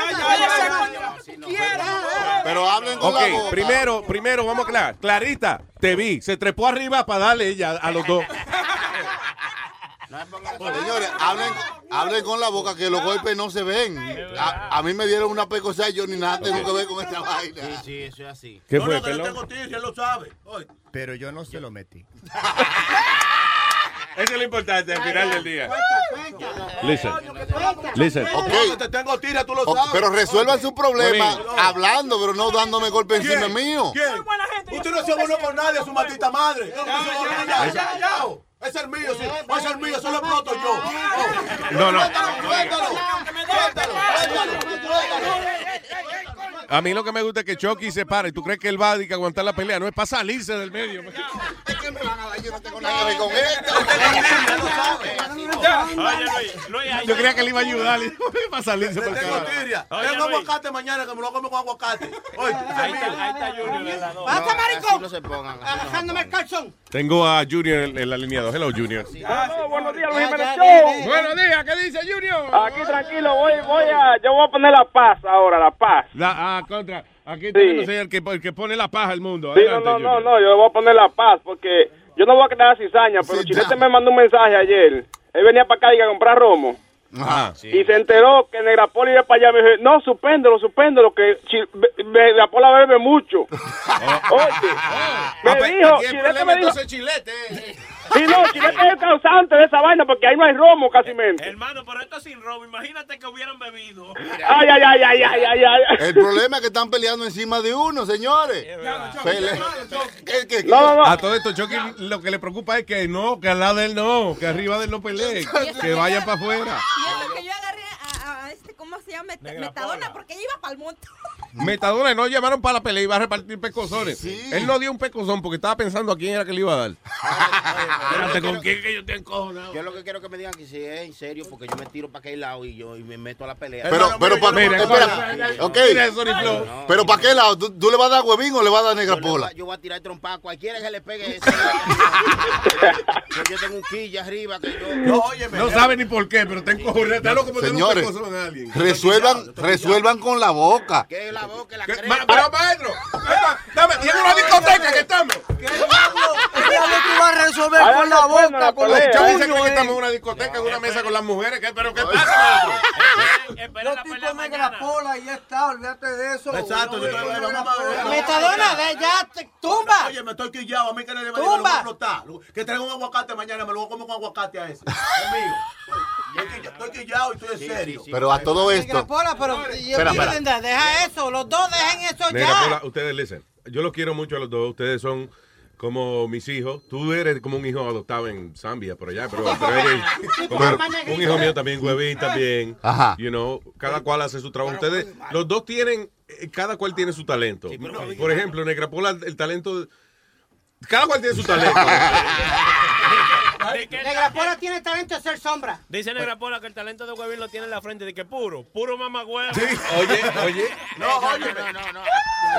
S38: Pero hablen con
S22: Ok,
S38: la boca.
S22: primero, primero vamos a aclarar. Clarita, te vi. Se trepó arriba para darle ella a los dos.
S38: Señores, hablen, hablen con la boca que los golpes no se ven. A, a mí me dieron una pecosa y yo ni nada Ah, tengo que ver con este esta vaina.
S35: Sí, sí, eso es así.
S22: ¿Qué
S28: No,
S22: fue,
S28: no, que le
S22: pelón?
S28: tengo tirria, él lo sabe. Oye,
S35: Pero yo no se lo metí.
S22: Eso es lo importante al final del día. Listen.
S35: Listen.
S28: Ok. Te tengo tira, tú lo
S38: O-
S28: sabes.
S38: Oh, pero resuelvan su problema
S28: Huevín.
S38: hablando, pero no dándome golpe encima mío.
S28: ¿Quién? Usted no se uno con nadie, su maldita madre. No, no se abonó, ya, ya, ya. Es el mío, sí. Es el mío, eso lo exploto yo. Oh.
S22: No, no.
S28: Suéltalo, suéltalo. Suéltalo, suéltalo, suéltalo.
S22: A mí lo que me gusta es que Chucky se pare. ¿Tú crees que él va a aguantar la pelea? No es para salirse del medio.
S32: Oye, Luis, Luis, ahí
S22: Yo creía que le iba a ayudar. Para salirse
S28: Le
S22: por
S28: tengo tirria. Tengo aguacate mañana que me lo come con aguacate. Oye, ahí está, ahí está
S35: Pasa, maricón.
S52: No se pongan.
S35: Agarrándome el calzón.
S22: Tengo a Junior en, en la línea 2. Hello, Junior.
S35: buenos
S13: días, Luis Jiménez Show.
S22: Buenos días, ¿qué dice Junior?
S13: Aquí tranquilo, voy, voy a, yo voy a poner la paz ahora, la paz.
S22: La, ah, contra. Aquí
S13: Sí.
S22: tenemos el que, el que pone la paja al mundo.
S13: Sí, no,
S22: Adelante,
S13: no, no,
S22: Junior.
S13: no, yo voy a poner la paz porque yo no voy a quedar cizaña, pero Chilete me mandó un mensaje ayer. Él venía para acá y que a comprar romo.
S22: Ajá.
S13: Y se enteró que Negrapol iba para allá. Me dijo, no, suspéndelo, suspéndelo, que Chi- be- Negrapola bebe mucho. Oye, me
S22: Ah, pues,
S13: dijo,
S22: aquí el
S13: Chilete
S22: problema
S13: me dijo...
S22: entonces es Chilete.
S13: Sí, no, Chilete es el causante de esa vaina porque ahí no hay romo casi menos.
S32: Hermano, pero esto es sin robo. Imagínate que hubieran bebido.
S13: Ay, ay, ay, ay, ay, ay, ay.
S38: El problema es que están peleando encima de uno, señores. Pele- ¿Qué, qué, qué?
S22: A todo esto, Chucky lo que le preocupa es que no, que al lado de él no, que arriba de él no pelee, que vayan para afuera.
S36: Y eso que yo agarré a, a- a este, ¿cómo se llama? Met-
S22: Negra
S36: Metadona, porque ella iba para el monte.
S22: Metadona, no llamaron para la pelea y va a repartir pescozones. Él no dio un pescozón porque estaba pensando a quién era que le iba a dar.
S40: Espérate,
S22: ¿con quién
S40: que yo te encojonado? Yo lo que quiero que me digan que si es en serio, porque yo me tiro para aquel lado y yo y me meto a la pelea.
S38: Pero, pero, para, espera, ok. Pero, ¿para qué lado? ¿Tú, tú le vas a dar huevín o le vas a dar negra pola?
S40: Yo voy a tirar trompa a cualquiera que le pegue eso. Porque yo tengo un quilla arriba que yo.
S22: No, no sabe ni por qué, pero está encojonado. Está loco por tener un
S38: Señores,
S22: pescozón a alguien.
S38: resuelvan, resuelvan con la boca.
S22: Ma- Pero, maestro, venga, dame, tiene una discoteca que estamos.
S29: diablo tú vas a resolver
S22: Ahora
S29: con
S22: no
S29: la
S22: prendo
S29: boca,
S22: la
S29: con los
S22: pelea. Yo dice
S29: puños,
S22: que
S29: eh?
S22: estamos en una discoteca, en una mesa con las mujeres. ¿qué? ¿Pero qué pasa, maestro?
S29: Yo tipo negra pola y ya está, olvídate de eso.
S28: Exacto, yo estoy-
S29: Negra
S28: no, no,
S29: pola.
S28: no, no.
S29: Metadona, ve, ya te tumba.
S28: Oye, me estoy quillado, a mí que le debe
S29: Tumba.
S28: lo voy a explotar. Lo- Que traiga un aguacate mañana, me lo voy a comer con aguacate a ese. Conmigo. Estoy quillado- Estoy quillado y estoy en serio.
S38: Pero a todo
S29: Negra
S38: esto.
S29: pola, pero yo
S38: Espera,
S29: quiero
S38: espera.
S29: entender, deja eso, los dos dejen eso
S22: Negra Pola,
S29: ya.
S22: ustedes listen. Yo los quiero mucho a los dos. Ustedes son como mis hijos. Tú eres como un hijo adoptado en Zambia, por allá, pero, pero eres como
S38: Pero-
S22: un hijo mío también, huevín también.
S38: Ajá.
S22: You know, cada cual hace su trabajo. Ustedes, los dos tienen, eh, cada cual tiene su talento. Por ejemplo, Negrapola, el talento. de- Cada cual tiene su talento.
S39: Negra
S9: Pola tiene talento de ser sombra.
S39: Dice Negra Pola que el talento de Huevín lo tiene en la frente. De que puro, puro mamagüevo.
S22: Oye, oye.
S39: No, oye. No, no, no.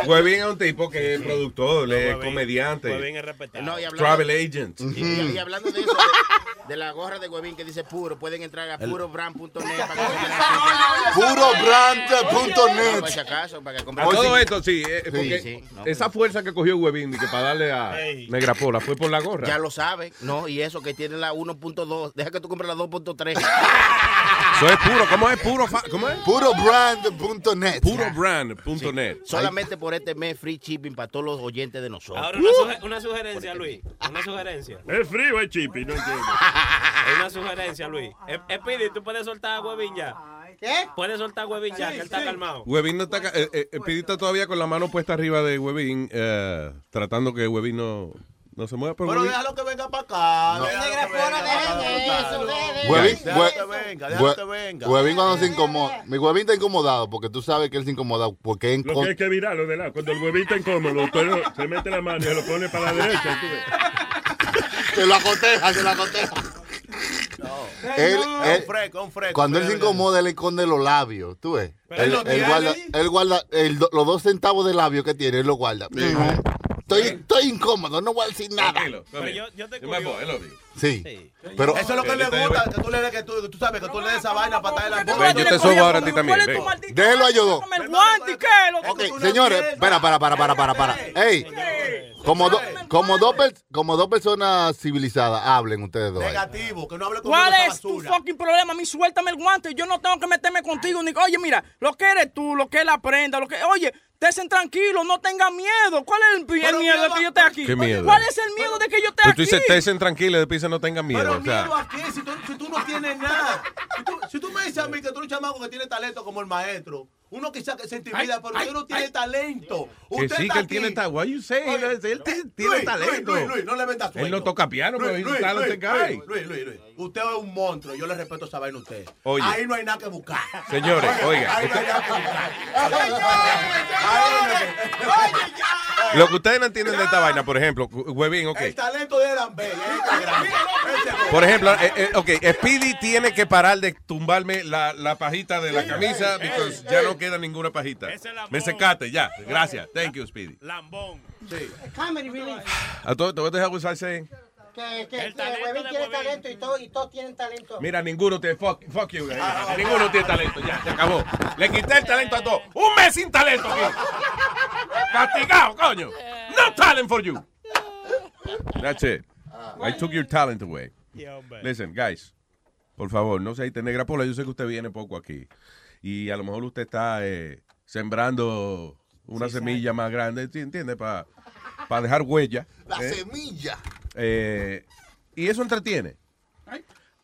S22: Huevín es un tipo que es productor, es comediante,
S39: Huevín es respetado.
S40: No, y hablando-
S22: travel agent.
S40: Y, y- y hablando de eso, de, de la gorra de Huevín que dice puro, pueden entrar a
S22: El-
S40: purobrand.net.
S38: Purobrand.net.
S40: Por si acaso, para que
S22: A
S40: compren.
S22: todo esto, sí. eh,
S40: Sí,
S22: porque
S40: sí, no,
S22: esa fuerza que cogió Huevín y que para darle a
S40: Ey.
S22: Negra Pola fue por la gorra.
S40: Ya lo saben, ¿no? Y eso que tiene la 1.2, deja que tú compres la 2.3.
S22: Eso es puro. ¿Cómo es puro? fa- ¿Cómo es?
S38: Purobrand.net.
S22: Purobrand.net.
S40: Solamente por este mes free shipping para todos los oyentes de nosotros.
S39: Ahora
S13: Uh.
S39: una, suge- una sugerencia, Luis. Una sugerencia.
S3: ¿Es frío o es chipi? No entiendo.
S39: Es una sugerencia, Luis. Eh, eh, Pidi, tú puedes soltar a Huevín ya.
S29: ¿Qué?
S39: Puedes soltar a Huevín ya, que él está calmado.
S22: Huevín no está. ca- eh, eh, eh, Pidi está todavía con la mano puesta arriba de Huevín, eh, tratando que Huevín no, no se mueva. Pero
S28: Pero
S22: Huevín-
S28: déjalo que venga para acá.
S22: No.
S28: Negra fuera,
S38: Huevín,
S28: Déjalo que
S38: hue-
S28: venga,
S38: hue-
S28: déjalo que venga.
S38: Huevín cuando se incomoda. Mi huevín está incomodado porque tú sabes que él se incomoda porque en
S3: Lo que hay que virarlo de lado. Cuando el huevito está incómodo, usted lo- se mete la mano y se lo pone para la derecha.
S40: pues.
S38: Se lo acoteja, se lo acoteja. Él- él- Cuando él se incomoda, él esconde los labios, tú ves.
S28: Pero
S38: él,
S28: él lo
S38: él guarda,
S28: tiene.
S38: él guarda el do- los dos centavos de labio que tiene, él lo guarda. Estoy, estoy incómodo, no voy a decir nada.
S40: Pero
S22: yo,
S39: yo te
S38: pues,
S22: curio.
S38: Sí. Pero,
S28: Eso es lo que le gusta, que tú le des que tú, tú sabes que tú le des esa vaina para traer la
S38: Ven, yo te sobo ahora a ti también. ven. Déjelo a ellos dos.
S28: el guante
S38: Ok, señores, espera, para, para, para, para, para. Ey, como, do- como, dos per- como dos personas civilizadas, hablen ustedes dos. ahí.
S28: Negativo, que no hable conmigo
S25: ¿Cuál
S28: esa
S25: es tu
S28: basura.
S25: fucking problema? A mí suéltame el guante. Yo no tengo que meterme contigo. Ni... Oye, mira, lo que eres tú, lo que es la prenda, lo que... Oye, desen tranquilo, no tengan miedo. ¿Cuál es el, el miedo de que yo esté aquí?
S22: ¿Qué miedo?
S25: ¿Cuál es el miedo de que yo esté
S22: Pero
S25: aquí?
S22: tú dices, estén tranquilos, después dice, no tengan miedo.
S28: Pero
S22: o sea.
S28: miedo a qué si tú, si tú no tienes nada. Si tú, si tú me dices a mí que tú eres un chamaco que tiene talento como el maestro, uno quizás que se intimida, pero usted no tiene talento.
S22: Que
S28: Usted
S22: sí,
S28: está
S22: que él
S28: aquí.
S22: tiene talento. What you saying? él él t- tiene
S28: Luis,
S22: talento.
S28: Luis, Luis, Luis, no le vendas
S22: él no toca piano, pero
S28: Luis,
S22: es
S28: Luis,
S22: un talented
S28: Luis,
S22: guy.
S28: Luis, Luis, Luis, Usted es un monstruo. Yo le respeto esa vaina a usted.
S22: Oye.
S28: Ahí no hay nada que buscar.
S22: Señores, oiga,
S28: Ahí no hay
S22: usted-
S28: nada que buscar.
S22: Lo que ustedes no entienden de esta vaina, por ejemplo, Huevín, ok.
S28: El talento de Lambert. ahí está grande.
S22: Por ejemplo, eh, eh, ok, Speedy tiene que parar de tumbarme la, la pajita de la camisa porque ya no queda ninguna pajita. Me secate, ya. Gracias. Thank you, Speedy.
S39: Lambón.
S28: Sí.
S9: Eh, Comedy relief.
S22: A todo esto, what the hell was I saying?
S9: Que, que, que Huevín tiene talento y todos y todos tienen talento.
S22: Mira, ninguno tiene fuck, fuck you. guys.
S28: Ah,
S22: Ninguno tiene talento, ya, se acabó. Le quité el talento a todos. Un mes sin talento aquí. Castigado, coño. No talent for you. That's it. I took your talent away. Listen, guys, por favor, no se te negra pola. Yo sé que usted viene poco aquí. Y a lo mejor usted está eh, sembrando una semilla más grande, ¿sí ¿entiende? Para dejar huella.
S38: La
S22: ¿eh?
S38: semilla.
S22: Eh, y eso entretiene.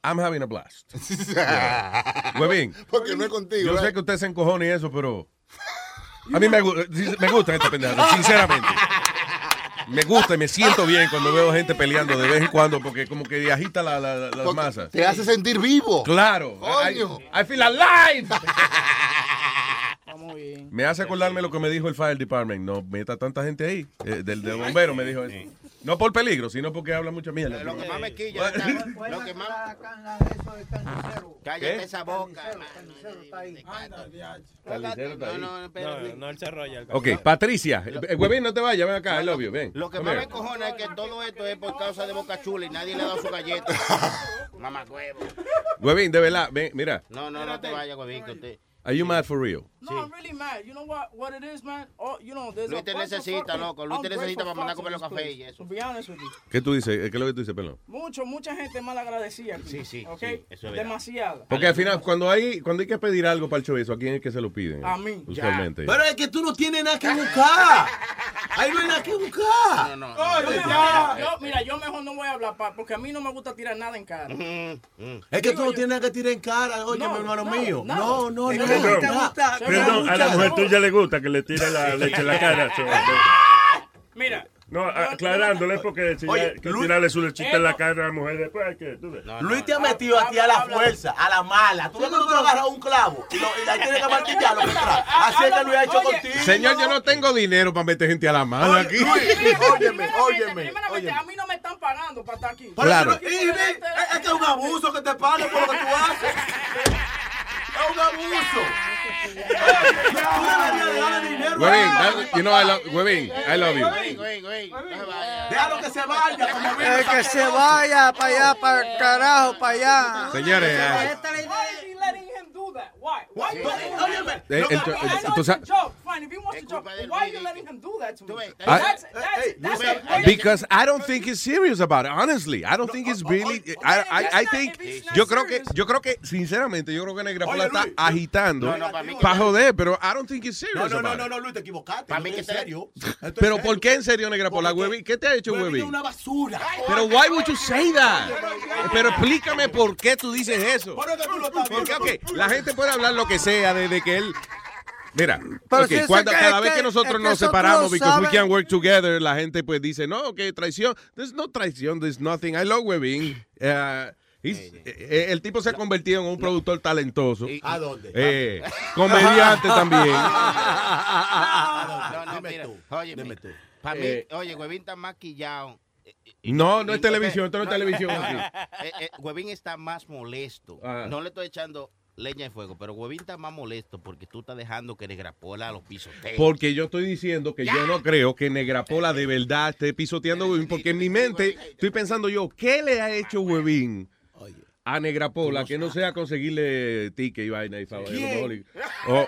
S22: I'm having a blast. Yeah. Huevín.
S38: Porque no es contigo.
S22: Yo
S38: ¿verdad?
S22: sé que usted se encojona y eso, pero. A mí me, gu- sí, me gusta esta pendeja, sinceramente. Me gusta y me siento bien cuando veo gente peleando de vez en cuando porque como que agita la, la, la- las masas.
S38: Te hace sentir vivo.
S22: Claro.
S38: Coño.
S22: I feel alive.
S25: bien.
S22: Me hace acordarme lo que me dijo el fire department. No meta tanta gente ahí. Eh, del, del bombero me dijo eso. No por peligro, sino porque habla mucha mierda.
S40: Lo que más me quilla. está- Lo que más. Cállate esa boca.
S39: No, no, espérate. No, no, él se rolla. el
S22: Ok, Patricia. Eh, Huevín, no te vayas, ven acá, I love you, ven.
S40: Lo que
S22: Come
S40: más
S22: here.
S40: me cojona es que todo esto es por causa de Boca Chula y nadie le ha dado su galleta. Mamá huevo.
S22: Huevín, de verdad, ven, mira.
S40: No, no, no te vayas, huevín, que usted.
S22: Are you mad for real?
S25: No, I'm really mad. You know what, what it is, man? Oh, you know, there's
S40: Luis
S25: a
S40: te
S25: bunch of
S40: necesita,
S25: fucking
S40: loco. Luis te necesita
S25: ungrateful
S40: para mandar a
S25: fucks in
S40: comer los
S25: this
S40: cafés
S25: place,
S40: y eso.
S25: To be honest with you.
S22: ¿Qué tú dices? ¿Qué es lo que tú dices, perdón?
S25: Mucho, mucha gente mal agradecida. aquí,
S40: Sí, sí,
S25: ¿ok?
S40: sí, eso es verdad.
S25: Demasiada.
S22: Porque al final, cuando hay, cuando hay que pedir algo para el chorizo, ¿a quién es que se lo piden?
S25: A mí.
S22: Usualmente.
S28: Pero es que tú no tienes nada que buscar. Ahí no hay nada que buscar.
S40: No,
S25: Yo
S28: Oye,
S25: mejor-
S28: ya.
S25: yo- mira, yo mejor no voy a hablar pa- porque a mí no me gusta tirar nada en cara.
S28: Es que tú no tienes nada que tirar en cara, oye, mi hermano mío.
S25: nada.
S28: No, no,
S25: Es
S28: no.
S25: que
S28: no,
S25: te gusta-
S28: no.
S3: Perdón, a la mujer tuya le gusta que le tire la leche en la cara. so-
S25: Mira,
S3: No, aclarándole porque si
S28: Oye,
S3: hay que
S28: Luis-
S3: tirarle su lechita en
S25: Eh,
S3: la cara a la mujer después hay que... tú ves.
S28: Luis te ha metido a ti a la fuerza, a la mala. Tú ves que tú te agarras un clavo y, lo, y ahí tienes que martillarlo. para atrás. Así es que Luis ha hecho contigo.
S22: Señor, yo no tengo dinero para meter gente a la mano aquí.
S28: Óyeme, óyeme.
S25: primeramente, a mí no me están pagando para estar aquí.
S22: Claro.
S28: Y, y, es es que es un abuso que te pagan por lo que tú haces. Es un abuso. Tú deberías dejarle dinero.
S22: Huevín, that- you know, I love, Huevín, I love you.
S28: Déjalo que se vaya. como vino
S29: El que se vaya para allá, para el carajo, para allá.
S22: Señores, ah,
S25: Why is he letting him do that? Why? Why?
S40: Sí,
S25: why-
S40: sí.
S25: Óyeme,
S22: Eh,
S25: look,
S22: el-
S25: I know
S22: el-
S25: it's
S22: tú
S25: a
S22: sabes-
S25: joke. Fine, if he wants to joke, but why are you letting him do that to me? That's, that's, that's the point.
S22: Because I don't think he's serious about it, honestly. I don't think he's really. I, I, I think. Yo creo que, yo creo que, sinceramente, yo creo que Negrapola está agitando
S40: No,
S22: para
S40: no, para mí que-
S22: joder, pero I don't think he's
S28: No,
S22: serious
S28: no, no,
S22: about
S28: no,
S22: it.
S28: no, Luis, te equivocaste.
S40: Para
S28: Para
S40: mí
S28: mí
S40: que
S28: en
S40: te-
S28: serio.
S22: Pero ¿por qué en serio, Negrapola? Huevín, ¿Qué te ha hecho,
S28: Luis es
S22: Huevín?
S28: una basura.
S22: Pero why would you say that? Pero explícame por qué tú dices eso.
S28: Bueno, que tú lo estás
S22: Porque,
S28: viendo.
S22: ok, la gente puede hablar lo que sea desde que él. Mira,
S28: Pero
S22: ok,
S28: si eso
S22: cuando-
S28: que-
S22: cada
S28: es
S22: vez
S28: que-
S22: que nosotros
S28: es que
S22: nos
S28: eso tú lo
S22: separamos, because we
S28: sabes.
S22: can't work together, la gente pues dice, no, ok, traición. There's no traición, there's nothing. I love Webin. Uh, he's- eh, el tipo se ha convertido en un productor talentoso.
S28: ¿A dónde?
S22: Eh, comediante también.
S40: No, no, mira. Oye, para mí,
S22: Eh,
S40: oye, Huevín está maquillado.
S22: No, no es televisión, esto no es televisión. aquí. Ah.
S40: Eh, eh, Huevín está más molesto.
S22: Ajá.
S40: No le estoy echando leña de fuego, pero Huevín está más molesto porque tú estás dejando que Negrapola los pisotees.
S22: Porque yo estoy diciendo que yo no creo que Negrapola de verdad esté pisoteando a Huevín, porque en mi mente estoy pensando yo, ¿qué le
S28: Ah,
S22: ha hecho Huevín a Negrapola que no sea conseguirle ticket y vaina y Oh, favor?
S28: ¿Quién?
S22: O-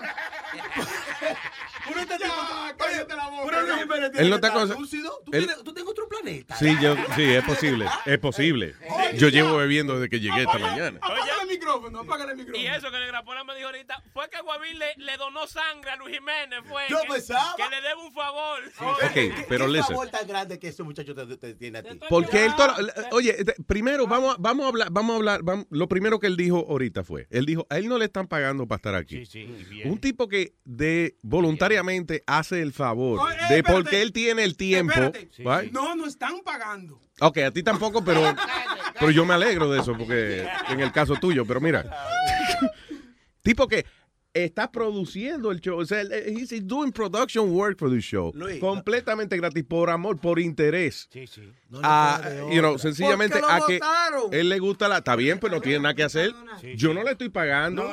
S28: Pero Luis Jiménez
S22: Él no
S28: tiene
S22: está
S28: que estar
S22: con-
S28: lúcido. Tú
S22: él-
S28: tienes- tú tienes otro planeta.
S22: sí, yo, sí, es posible, es posible. Yo llevo bebiendo desde que llegué esta mañana.
S39: Apágale el micrófono, apágale el micrófono. Y eso que Negrapola me dijo ahorita fue que Guavín le, le donó sangre a Luis Jiménez. Fue
S28: Yo
S39: que,
S28: pensaba.
S39: que le debe un favor.
S22: Ok, pero
S28: ¿Qué
S22: listen.
S28: favor tan grande que ese muchacho te, te tiene a ti?
S22: Porque él, todo- oye, este, primero vamos, a- vamos a hablar, vamos a hablar, vam- lo primero que él dijo ahorita fue, él dijo, a él no le están pagando para estar aquí. Un tipo que de voluntariamente hace el favor,
S2: Oh, eh,
S22: de
S2: espérate.
S22: porque él tiene el tiempo.
S2: Espérate.
S22: right?
S2: No, no están pagando.
S22: Ok, a ti tampoco, pero, pero yo me alegro de eso, porque en el caso tuyo, pero mira, tipo que está produciendo el show, o sea, él- él- he's doing production work for the show,
S28: Luis,
S22: completamente gratis, por amor, por interés.
S40: Sí, sí.
S22: Ah,
S28: queda de
S22: you know,
S28: otra.
S22: sencillamente
S28: ¿Por qué lo
S22: a que
S28: votaron?
S22: él le gusta la. Está bien, pero no tiene nada que hacer. Yo no le estoy pagando.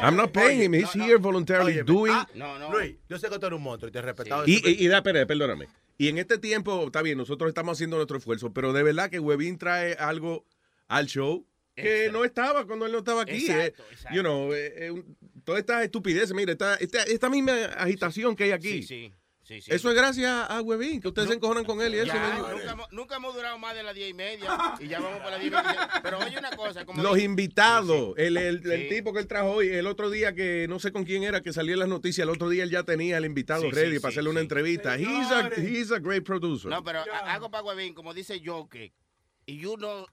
S22: I'm not paying him. He's here voluntarily doing.
S40: No, no.
S28: Luis, yo sé que tú eres un monstruo y te he respetado.
S22: Y, y, y da, espera, perdóname. Y en este tiempo, está bien, nosotros estamos haciendo nuestro esfuerzo, pero de verdad que Webin trae algo al show que no estaba cuando él no estaba aquí.
S40: Exacto,
S22: eh.
S40: exacto.
S22: You know, eh, eh, un- toda esta estupidez, mire, esta, esta, esta misma agitación que hay aquí.
S40: Sí, sí. Sí, sí.
S22: Eso es gracias a Webin, que ustedes se encojonan con él y él se
S40: Ya,
S22: le-
S40: nunca, hemos- nunca hemos durado más de las diez y media y ya vamos para las diez y media. Pero oye una cosa, como
S22: Los
S40: dice-
S22: invitados, el, el- el
S40: Sí.
S22: tipo que él trajo hoy, el otro día que no sé con quién era, que salió en las noticias, el otro día él ya tenía el invitado
S40: Sí, sí,
S22: ready
S40: sí,
S22: para hacerle una entrevista. He's a,
S40: Señores.
S22: he's a great producer.
S40: No, pero a- hago para Webin, como dice Joker, y you know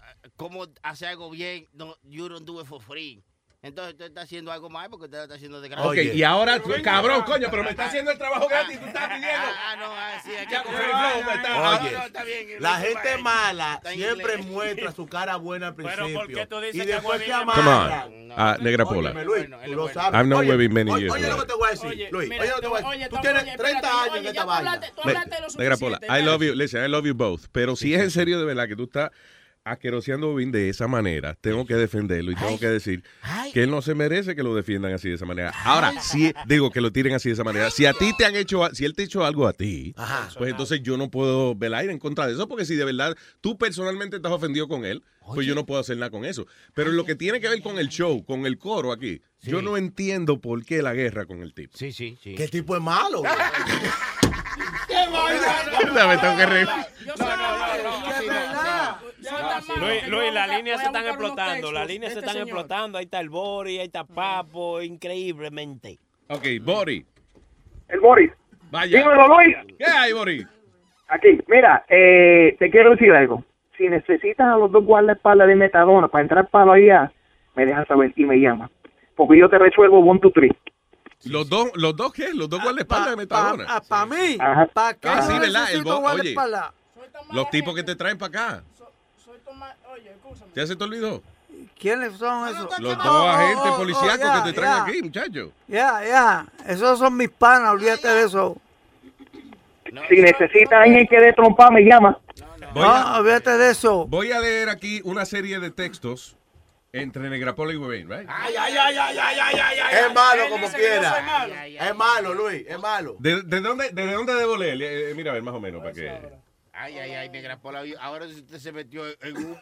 S40: ah, cómo hace algo bien, no, you don't do it for free. Entonces usted está haciendo algo mal porque usted lo está haciendo de gratis.
S22: Ok, y ahora, tú- cabrón, coño, pero me está haciendo el trabajo gratis y tú estás pidiendo.
S40: Ah, no, ah, sí, aquí
S22: Ya,
S40: con
S22: con
S40: el
S22: el flow, me está-
S40: Ah,
S22: Oye,
S40: no, no, está bien, el
S28: La
S40: flow
S28: gente
S40: está
S28: mala
S40: Está en
S28: siempre
S40: inglés.
S28: muestra su cara buena al
S40: Pero, ¿por
S28: principio.
S40: qué tú dices
S28: y
S40: que
S28: después
S40: Guavín
S28: que
S40: es
S28: amarra.
S22: Come on. Ah, Negra Pola.
S28: Óyeme, Luis, tú lo sabes.
S22: I've known
S28: Oye,
S22: Webby many
S28: oye,
S22: years.
S28: Oye, lo que te voy a decir, Luis. Oye, lo que te voy a decir. Tú tienes 30 años en esta vaina.
S22: Ne- Negra Pola, I love you, listen, I love you both. Pero si es en serio de verdad que tú estás asqueroseando a Bobin de esa manera, tengo que defenderlo y tengo que decir que él no se merece que lo defiendan así de esa manera. Ahora, si digo que lo tiren así de esa manera, si a ti te han hecho, a- si él te ha hecho algo a ti, pues entonces yo no puedo velar en contra de eso, porque si de verdad tú personalmente estás ofendido con él, pues yo no puedo hacer nada con eso. Pero lo que tiene que ver con el show, con el coro aquí, yo no entiendo por qué la guerra con el tipo.
S40: Sí, sí, sí.
S28: ¿Qué tipo es malo?
S9: ¡Qué vaina!
S22: Me tengo que reír.
S39: Luis, Luis, las líneas se están explotando,
S25: textos
S39: las líneas
S25: de
S39: se
S25: este
S39: están
S25: señor.
S39: explotando. Ahí está el Bori, ahí está Papo, increíblemente.
S22: Ok, Bori.
S5: El Boris.
S22: Vaya.
S5: Dímelo, Luis.
S22: ¿Qué hay, Boris?
S5: Aquí, mira, eh, te quiero decir algo. Si necesitas a los dos guardaespaldas de Metadona para entrar para allá, me dejas saber y me llama. Porque yo te resuelvo one, two, three.
S22: Los dos, los dos qué? Los dos
S29: Ah,
S22: guardaespaldas de Metadona.
S29: Para ah, mí,
S22: Ajá.
S29: para que
S22: Ah, sí,
S29: yo
S22: ¿verdad? El
S29: necesito
S22: bo- oye.
S29: guardaespaldas.
S22: Los tipos que te traen para acá. ¿Ya se te olvidó?
S29: ¿Quiénes son esos?
S22: Los
S29: Oh, oh,
S22: dos agentes
S29: oh,
S22: policíacos
S29: ya,
S22: que te traen
S29: ya.
S22: aquí, muchacho.
S29: Ya, ya. Esos son mis panas, olvídate de eso.
S5: Si necesitas a alguien que dé trompa, me llama.
S22: No,
S29: olvídate de eso.
S22: Voy a leer aquí una serie de textos entre Negrapola y Webin, ¿right?
S28: Ay, ay, ay, ay, ay, ay, ay, ay.
S22: Él
S28: Es malo
S22: dice
S28: como
S22: que yo soy
S28: quiera.
S22: malo.
S28: Es malo, Luis, es malo.
S22: ¿De, de dónde, de dónde debo leer? Eh, eh, mira, a ver, más o menos, para que...
S40: Ay, ay, ay, negra pola. Ahora usted se metió en un.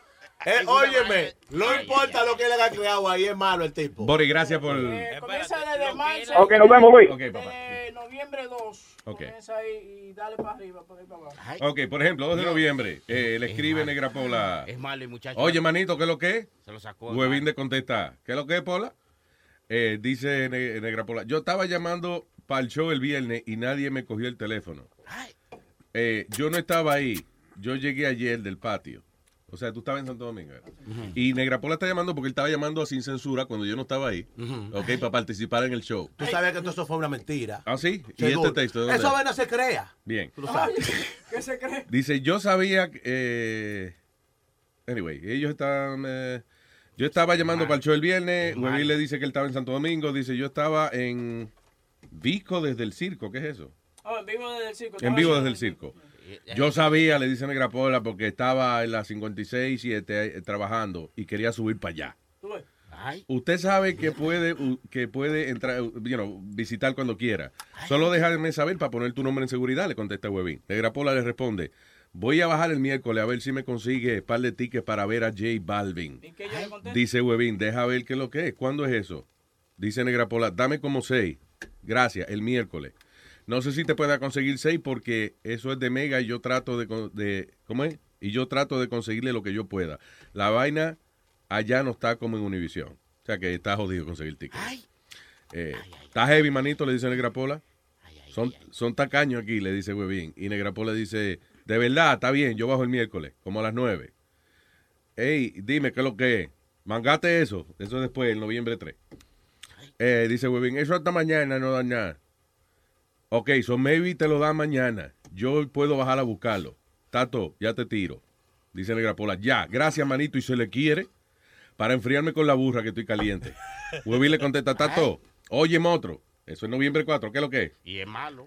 S28: Eh, óyeme, no importa lo que le haya creado ahí, es malo el tipo.
S22: Bori, gracias por...
S40: Eh,
S25: Comienza desde marzo.
S22: Ok, nos vemos, Luis. Ok, papá.
S25: Desde eh, noviembre 2.
S22: Ok.
S25: Comienza ahí y dale para arriba, para ahí para abajo.
S22: Ok, por ejemplo, 2 de noviembre, eh, le escribe Negrapola.
S40: Es malo el muchacho.
S22: Oye, manito, ¿qué es lo que es?
S40: Se lo sacó.
S22: Huevín de contesta. ¿Qué es lo que es, Pola? Eh, dice Ne- Negra Pola. Yo estaba llamando para el show el viernes y nadie me cogió el teléfono. Eh, yo no estaba ahí. Yo llegué ayer del patio. O sea, tú estabas en Santo Domingo. ¿verdad? Y Negra Pola está llamando porque él estaba llamando a Sin Censura cuando yo no estaba ahí. Ok, para participar en el show.
S28: Tú sabías que todo eso fue una mentira.
S22: ¿Ah, sí? ¿Y
S28: Seguro.
S22: este texto? de dónde
S28: Eso
S22: es?
S28: vaina se crea.
S22: Bien.
S28: Tú lo sabes.
S25: ¿Qué se cree?
S22: Dice, yo sabía que... eh, anyway, ellos estaban... eh, yo estaba llamando para el show el viernes. Huevín le dice que él estaba en Santo Domingo. Dice, yo estaba en Vico desde el circo. ¿Qué es eso?
S25: Oh, en vivo desde el circo.
S22: En vivo desde el circo. Yo sabía, le dice Negra Pola, porque estaba en la 56 y eh, trabajando y quería subir para allá. Usted sabe que puede u- que puede entrar, u- you know, visitar cuando quiera. Solo déjame saber para poner tu nombre en seguridad, le contesta Webin. Negra Pola le responde, voy a bajar el miércoles a ver si me consigue par de tickets para ver a J Balvin. Dice Webin, deja ver qué es lo que es. ¿Cuándo es eso? Dice Negra Pola, dame como seis. Gracias, el miércoles. No sé si te pueda conseguir seis porque eso es de mega y yo trato de, con- de- ¿cómo es? Y yo trato de conseguirle lo que yo pueda. La vaina allá no está como en Univisión. O sea que está jodido conseguir tickets. Eh, está heavy, manito, le dice Negra Pola. Son, son tacaños aquí, le dice Webin. Y Negra Pola dice, de verdad, está bien, yo bajo el miércoles, como a las nueve. Ey, dime, ¿qué es lo que es? Mangate eso. Eso es después, el noviembre 3. Eh, dice Webin, eso hasta mañana no da nada. Ok, so maybe te lo da mañana. Yo puedo bajar a buscarlo. Tato, ya te tiro. Dice Negra Pola, ya, gracias manito y se le quiere para enfriarme con la burra que estoy caliente. Webin le contesta, Tato, oye Motro, eso es noviembre 4, ¿qué es lo que es?
S40: Y es malo.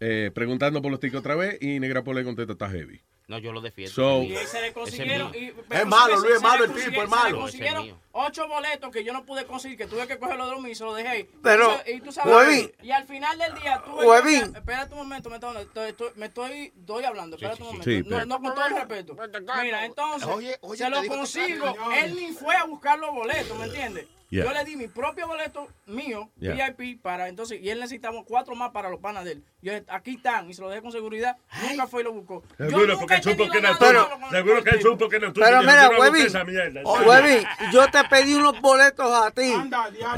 S22: Eh, preguntando por los tickets otra vez y Negra Pola le contesta, está heavy.
S40: No, yo lo defiendo.
S22: So-
S40: Ese es mío.
S22: Y se
S25: le
S40: Ese es
S25: consiguieron.
S40: mío.
S25: y- pero
S28: malo,
S25: se-
S28: Luis, es
S25: se
S28: malo
S25: le
S28: el tipo,
S25: consigue-
S28: es malo.
S25: Se le
S40: Ese es
S25: consiguieron ocho boletos que yo no pude conseguir, que tuve que cogerlo de mí y se lo dejé.
S29: Pero,
S25: y, tú sa- y tú sabes,
S29: Huevín.
S25: y al final del día tú.
S29: Huevín.
S25: Espera un momento, me estoy, estoy- estoy- me estoy doy hablando. Espera un momento.
S29: sí. Sí,
S25: no,
S29: pero-
S25: no, con todo el respeto. Mira, entonces,
S40: Oye, oye,
S25: se
S40: te
S25: lo
S40: digo que
S25: consigo.
S40: está bien,
S25: Él ni fue a buscar los boletos, ¿me entiendes?
S22: Yeah.
S25: Yo le di mi propio boleto mío,
S22: Yeah.
S25: VIP, para entonces, y él necesitamos cuatro más para los panas de él. Yo, aquí están, y se lo dejé con seguridad. Nunca fue y lo buscó. Yo
S3: Seguro,
S25: nunca
S3: porque
S25: he
S3: él supo
S25: tenido
S3: que no
S25: nada
S3: tuyo.
S25: malo con-
S3: Seguro que él supo que no tuyo.
S29: Pero
S3: Yo no
S29: mira,
S3: hago
S29: Webby,
S3: esa mierda.
S29: Webby, yo te pedí unos boletos a ti.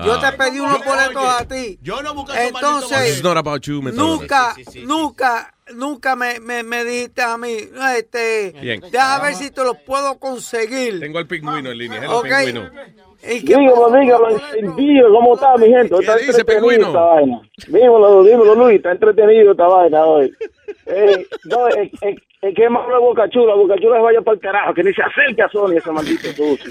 S29: Yo te pedí unos boletos
S28: Oye,
S29: a ti.
S28: Yo no busqué esos
S22: This
S29: Entonces,
S22: is not about you, Metadona.
S29: nunca, nunca, nunca me, me, me dijiste a mí, no, este,
S22: Bien.
S29: deja ver si te los puedo conseguir.
S22: Tengo al pingüino en línea, hello
S29: Ok.
S22: pingüino.
S13: Dígalo, dígalo, dígalo, ¿cómo está mi gente? Está
S22: dice,
S13: entretenido
S22: pingüino?
S13: esta vaina. Dímelo, dímelo, Luis, está entretenido esta vaina hoy. Eh, no, el, el- el que más habla es Boca Chula, Boca Chula se vaya para el carajo, que ni se acerque a Sony ese maldito sucio.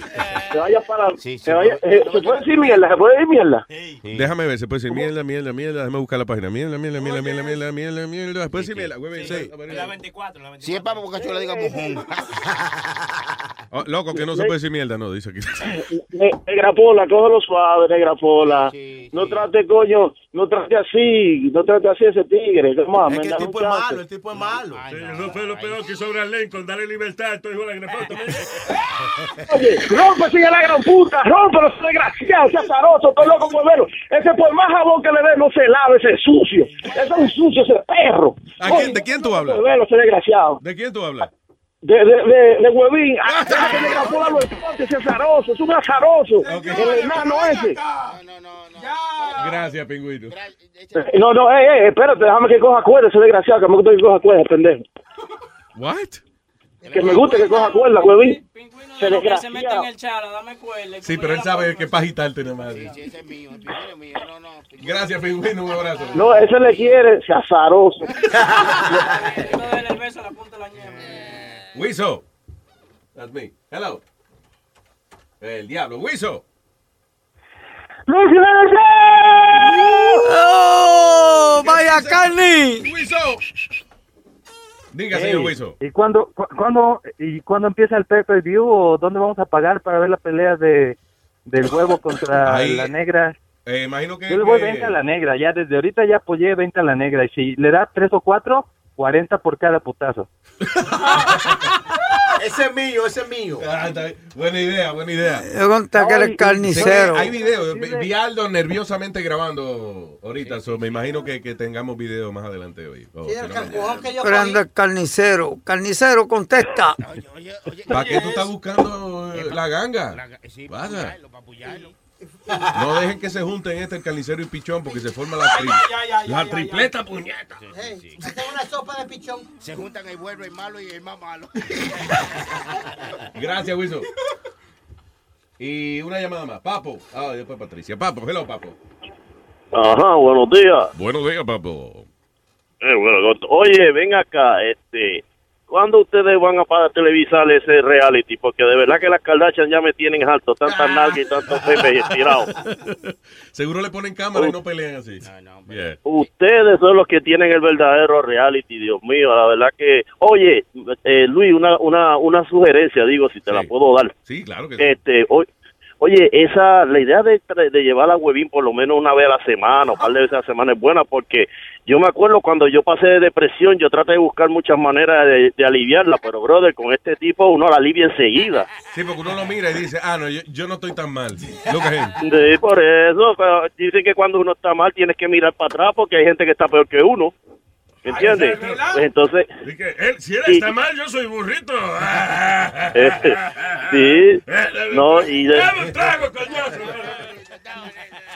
S13: Se vaya para... se, vaya, eh, se puede decir mierda, se puede decir mierda.
S22: Déjame ver, se puede decir mierda, mierda, mierda. Déjame buscar la página. Mierda, mierda, mierda, mierda, mierda, mierda, mierda. Después decir mierda, güey. Sí.
S40: La 24, la 24. Si es para Bocachula, diga
S27: Eh,
S40: mojón.
S22: Oh, loco, que no se puede decir mierda, no, dice aquí.
S13: Ne- Negra Pola, cógelo suave, Negra Pola. no trate, coño, no trate así, no trate así a ese tigre. que mames, dale un chance.
S53: el tipo es malo.
S20: no fue lo peor que hizo Abraham Lincoln, darle libertad a tu hijo de la gran puta.
S13: Oye, rómpese ya la gran puta, rómpelo, ese desgraciado, ese azaroso, todo loco por verlo. Ese por más jabón que le dé, no se lava, ese es sucio. Ese es un sucio, ese perro.
S22: ¿A quién- ¿De quién tú hablas?
S13: Por verlo, ese desgraciado.
S22: ¿De quién tú hablas?
S13: De, de, de, de huevín, Ah, ese negra Pola lo esconde, ese azaroso, es un azaroso. El enano ese.
S22: Gracias, pingüino.
S13: Eh, No, no, eh, eh, espérate, déjame que coja cuerda, ese desgraciado, que me gusta que coja cuerda, pendejo.
S22: What?
S13: Que me gusta que coja cuerda, huevín. Se
S24: Que se
S13: desgraciado.
S24: mete en el chala, dame cuerda.
S22: Sí, pero él sabe que pajitarte nomás. Sí, sí, ese es mío, el mío. Gracias, pingüino, un abrazo.
S13: No, ese le quiere, se azaroso.
S22: Wiso. That's me. Hello. El diablo. Wiso.
S13: ¡Luis Jiménez!
S5: ¡Oh! ¡Vaya carne!
S22: Diga,
S39: Ey,
S22: señor Wiso.
S39: ¿Y cuándo, cu- cuándo- y cuándo empieza el pay per view o dónde vamos a pagar para ver la pelea de, del huevo contra
S22: Ahí.
S39: la negra?
S22: Eh, imagino que.
S39: Yo le voy
S22: que-
S39: 20 a la negra, ya desde ahorita ya apoyé 20 a la negra y si le da 3 o 4, 40 por cada putazo.
S5: Ese es mío, ese es mío.
S22: Ah, Buena idea, Ah, buena idea.
S29: Yo conté que eres carnicero.
S22: Hay videos. Vi- Vi a Aldo nerviosamente grabando ahorita. so me imagino que, que tengamos video más adelante hoy. O si no, mañana.
S29: Pero anda el carnicero. Carnicero, contesta.
S22: ¿Para qué tú estás buscando eh, la ganga? Vaya. No dejen que se junten este el carnicero y pichón porque se forma la, tri- la tripleta puñeta.
S9: Hacen una sopa de pichón.
S40: Se juntan el bueno, el malo y el más malo.
S22: Gracias, Wiso. Y una llamada más. Papo. Ah, y después Patricia. Papo, hello, Papo.
S21: Ajá, buenos días.
S22: Buenos días, Papo.
S21: Eh, bueno, got- oye, ven acá, este, ¿cuándo ustedes van a para televisar ese reality? Porque de verdad que las Kardashian ya me tienen alto, tantas nalgas y tantos pepes estirados.
S22: Seguro le ponen cámara y no pelean así. Yeah.
S21: Ustedes son los que tienen el verdadero reality, Dios mío, la verdad que... Oye, eh, Luis, una, una, una sugerencia, digo, si te la puedo dar.
S22: Sí, claro que sí.
S21: Este, o- oye, esa, la idea de, tra- de llevar a Huevín por lo menos una vez a la semana, o par de veces a la semana es buena, porque yo me acuerdo cuando yo pasé de depresión, yo traté de buscar muchas maneras de, de aliviarla, pero brother, con este tipo uno la alivia enseguida.
S22: Sí, porque uno lo mira y dice, ah, no, yo, yo no estoy tan mal. Look at him.
S21: Sí, por eso, pero dicen que cuando uno está mal tienes que mirar para atrás porque hay gente que está peor que uno. ¿Entiendes? Pues entonces,
S20: Y que él, si él
S21: Sí.
S20: está mal, yo soy burrito.
S21: eh, sí, no, y de-
S20: Dame un trago, coñazo.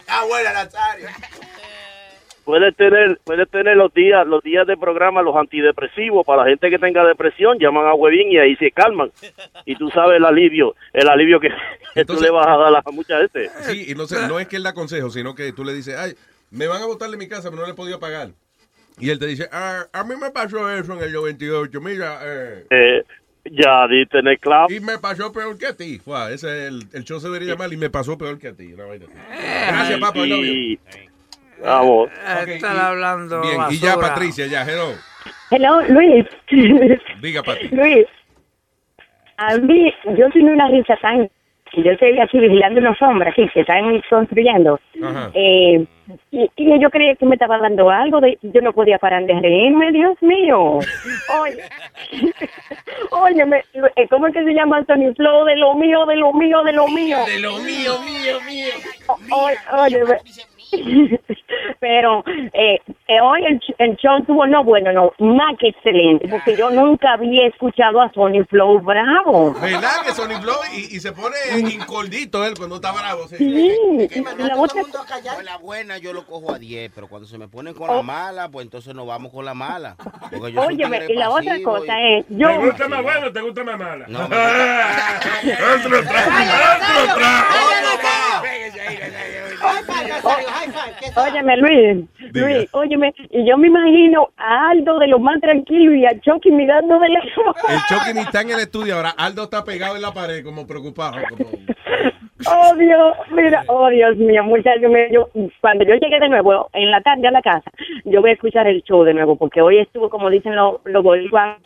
S5: Abuela Nazario.
S21: Puedes tener, puedes tener los días, los días de programa, los antidepresivos, para la gente que tenga depresión, llaman a Huevín y ahí se calman. Y tú sabes el alivio, el alivio que, que tú le vas a este. dar a mucha gente.
S22: Sí, y no, sé, no es que él da consejo, sino que tú le dices, ay, me van a botar de mi casa, pero no le he podido pagar. Y él te dice, ah, a mí me pasó eso en el 98, mira, eh,
S21: Eh, ya diste en el clavo.
S22: y me pasó peor que a ti. Fua, ese es el, el show se debería llamar y me pasó peor que a ti. una vaina así. Gracias, papá, I love you.
S21: Y- Vamos.
S22: Ok,
S29: Están
S22: y-
S29: hablando
S22: Bien, y ya
S29: basura.
S22: Patricia, ya, hello.
S27: Hello, Luis.
S22: Diga, Patricia.
S27: Luis, a mí, yo tengo una risa tan... que Yo estoy así vigilando los hombres, así, se están construyendo.
S5: Ajá.
S27: Eh, y, y yo creía que me estaba dando algo, de- yo no podía parar de reírme, Dios mío. Oye, óyeme, eh, ¿cómo es que se llama Anthony Flow? De lo mío, de lo mío, de lo mío.
S5: De lo mío, mío, mío.
S27: Oye, óyeme. Pero eh, eh, hoy el, ch- el show estuvo, no, bueno, no, más que excelente, porque yo nunca había escuchado a Sony Flow Bravo.
S22: ¿Verdad que Sony Flow y, y se pone incordito él cuando está bravo? sí.
S27: Sí, y
S40: a
S27: la otra...
S40: Con la buena yo lo cojo a 10, pero cuando se me ponen con la mala, pues entonces nos vamos con la mala. Porque yo soy un
S27: Oh. Óyeme,
S40: tigre
S27: y la otra
S40: pasivo y-
S27: cosa es, yo...
S20: ¿Te gusta
S40: É.
S20: más bueno o te gusta más mala?
S40: No,
S20: otro trago, otro trago.
S27: Oh, Óyeme, Luis, Luis, óyeme, y yo me imagino a Aldo de lo más tranquilo y a Chucky mirando de lejos.
S22: El Chucky ni está en el estudio ahora. Aldo está pegado en la pared como preocupado. como-
S27: Oh, Dios, mira, oh, Dios mío, muchachos, mira, yo, cuando yo llegué de nuevo, en la tarde a la casa, yo voy a escuchar el show de nuevo, porque hoy estuvo, como dicen los, los bolivianos,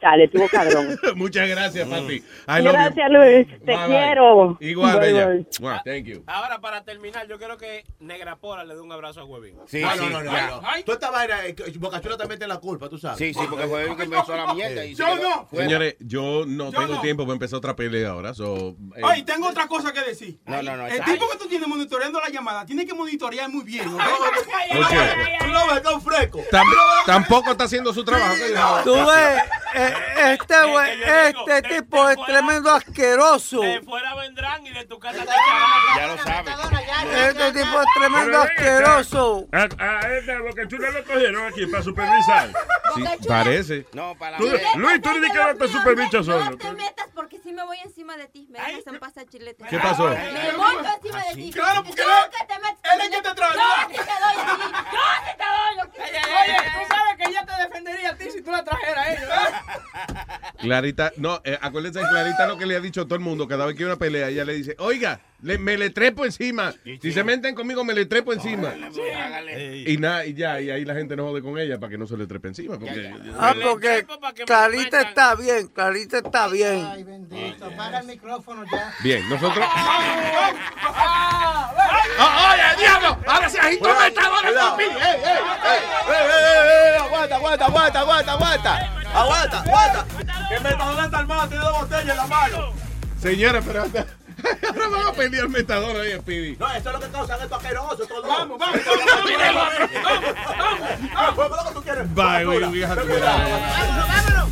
S27: sale, estuvo cabrón.
S22: Muchas gracias, papi. I love you.
S27: Gracias, Luis, te
S22: Bye, bye.
S27: quiero.
S22: Igual,
S27: Bye,
S22: bella.
S27: bye.
S22: Mua, Thank you.
S32: Ahora, para terminar, yo quiero que Negra Pola le dé un abrazo a Huevín.
S40: Sí,
S28: Ah,
S40: sí,
S28: no, no, no,
S40: ya.
S28: no. Tú esta vaina, eh, Bocachula también tiene la culpa, tú sabes. Eh.
S40: Sí, sí, porque fue el que empezó la mierda y se
S54: Yo
S40: quedó
S54: no.
S40: fuera.
S22: Señores, yo no tengo tiempo para empezar otra pelea ahora. So, eh,
S54: Ay, tengo otra cosa que decir.
S40: No, no, no,
S54: El
S40: está
S54: tipo que tú tienes monitoreando la llamada tiene que monitorear muy bien. ¿ok?
S22: ¿Por qué?
S28: Tú lo ves tan fresco.
S22: tam- tampoco está haciendo su trabajo.
S29: Tú ves, eh, este, güey, este tipo es tremendo asqueroso.
S32: Ya lo sabes.
S29: Este tipo es tremendo asqueroso.
S20: A, a esta Bocachula lo cogieron aquí para supervisar.
S22: Sí, parece.
S40: No, para
S20: Tú- Luis, tú ni que vas para supervisar solo.
S5: te metas porque si me voy encima de ti. Me dejas en paz a chilete.
S20: ¿Qué pasó? Ah,
S5: Me monto encima de ti.
S54: Claro, porque
S5: Nunca te metes.
S54: él es que te trae.
S5: Yo sí te doy a ti. Yo sí te doy lo que
S24: Oye, tú sabes que ella te defendería a ti si tú la trajeras a ellos.
S22: Clarita, no, eh, acuérdense, Clarita lo que le ha dicho a todo el mundo, cada vez que hay una pelea, ella le dice, oiga, le- me le trepo encima. Si se meten conmigo, me le trepo encima. Y nada, y ya, y ahí la gente no jode con ella para que no se le trepe encima. Porque,
S29: Ah, porque Clarita está bien, Clarita está bien. Ay,
S13: bendito, apaga el micrófono ya.
S22: Bien, nosotros...
S13: ¡Oye, diablo! ¡Ahora se agitó el metador,
S28: papi! ¡Ey, ey! ¡Ey, ey, ey! ¡Aguanta, aguanta, aguanta, aguanta, aguanta! ¡Aguanta, aguanta! ¡Que metadona está armado! ¡Tiene dos botellas en la mano!
S22: Señora, pero hasta- ahora van a pedir el metador ahí, Speedy.
S28: No, eso es lo que causan estos asquerosos. Todos. ¡Vamos, vamos! ¡Vamos, vamos! ¡Vamos, vamos! lo que tú quieres!
S22: Bye, we, we have to go down.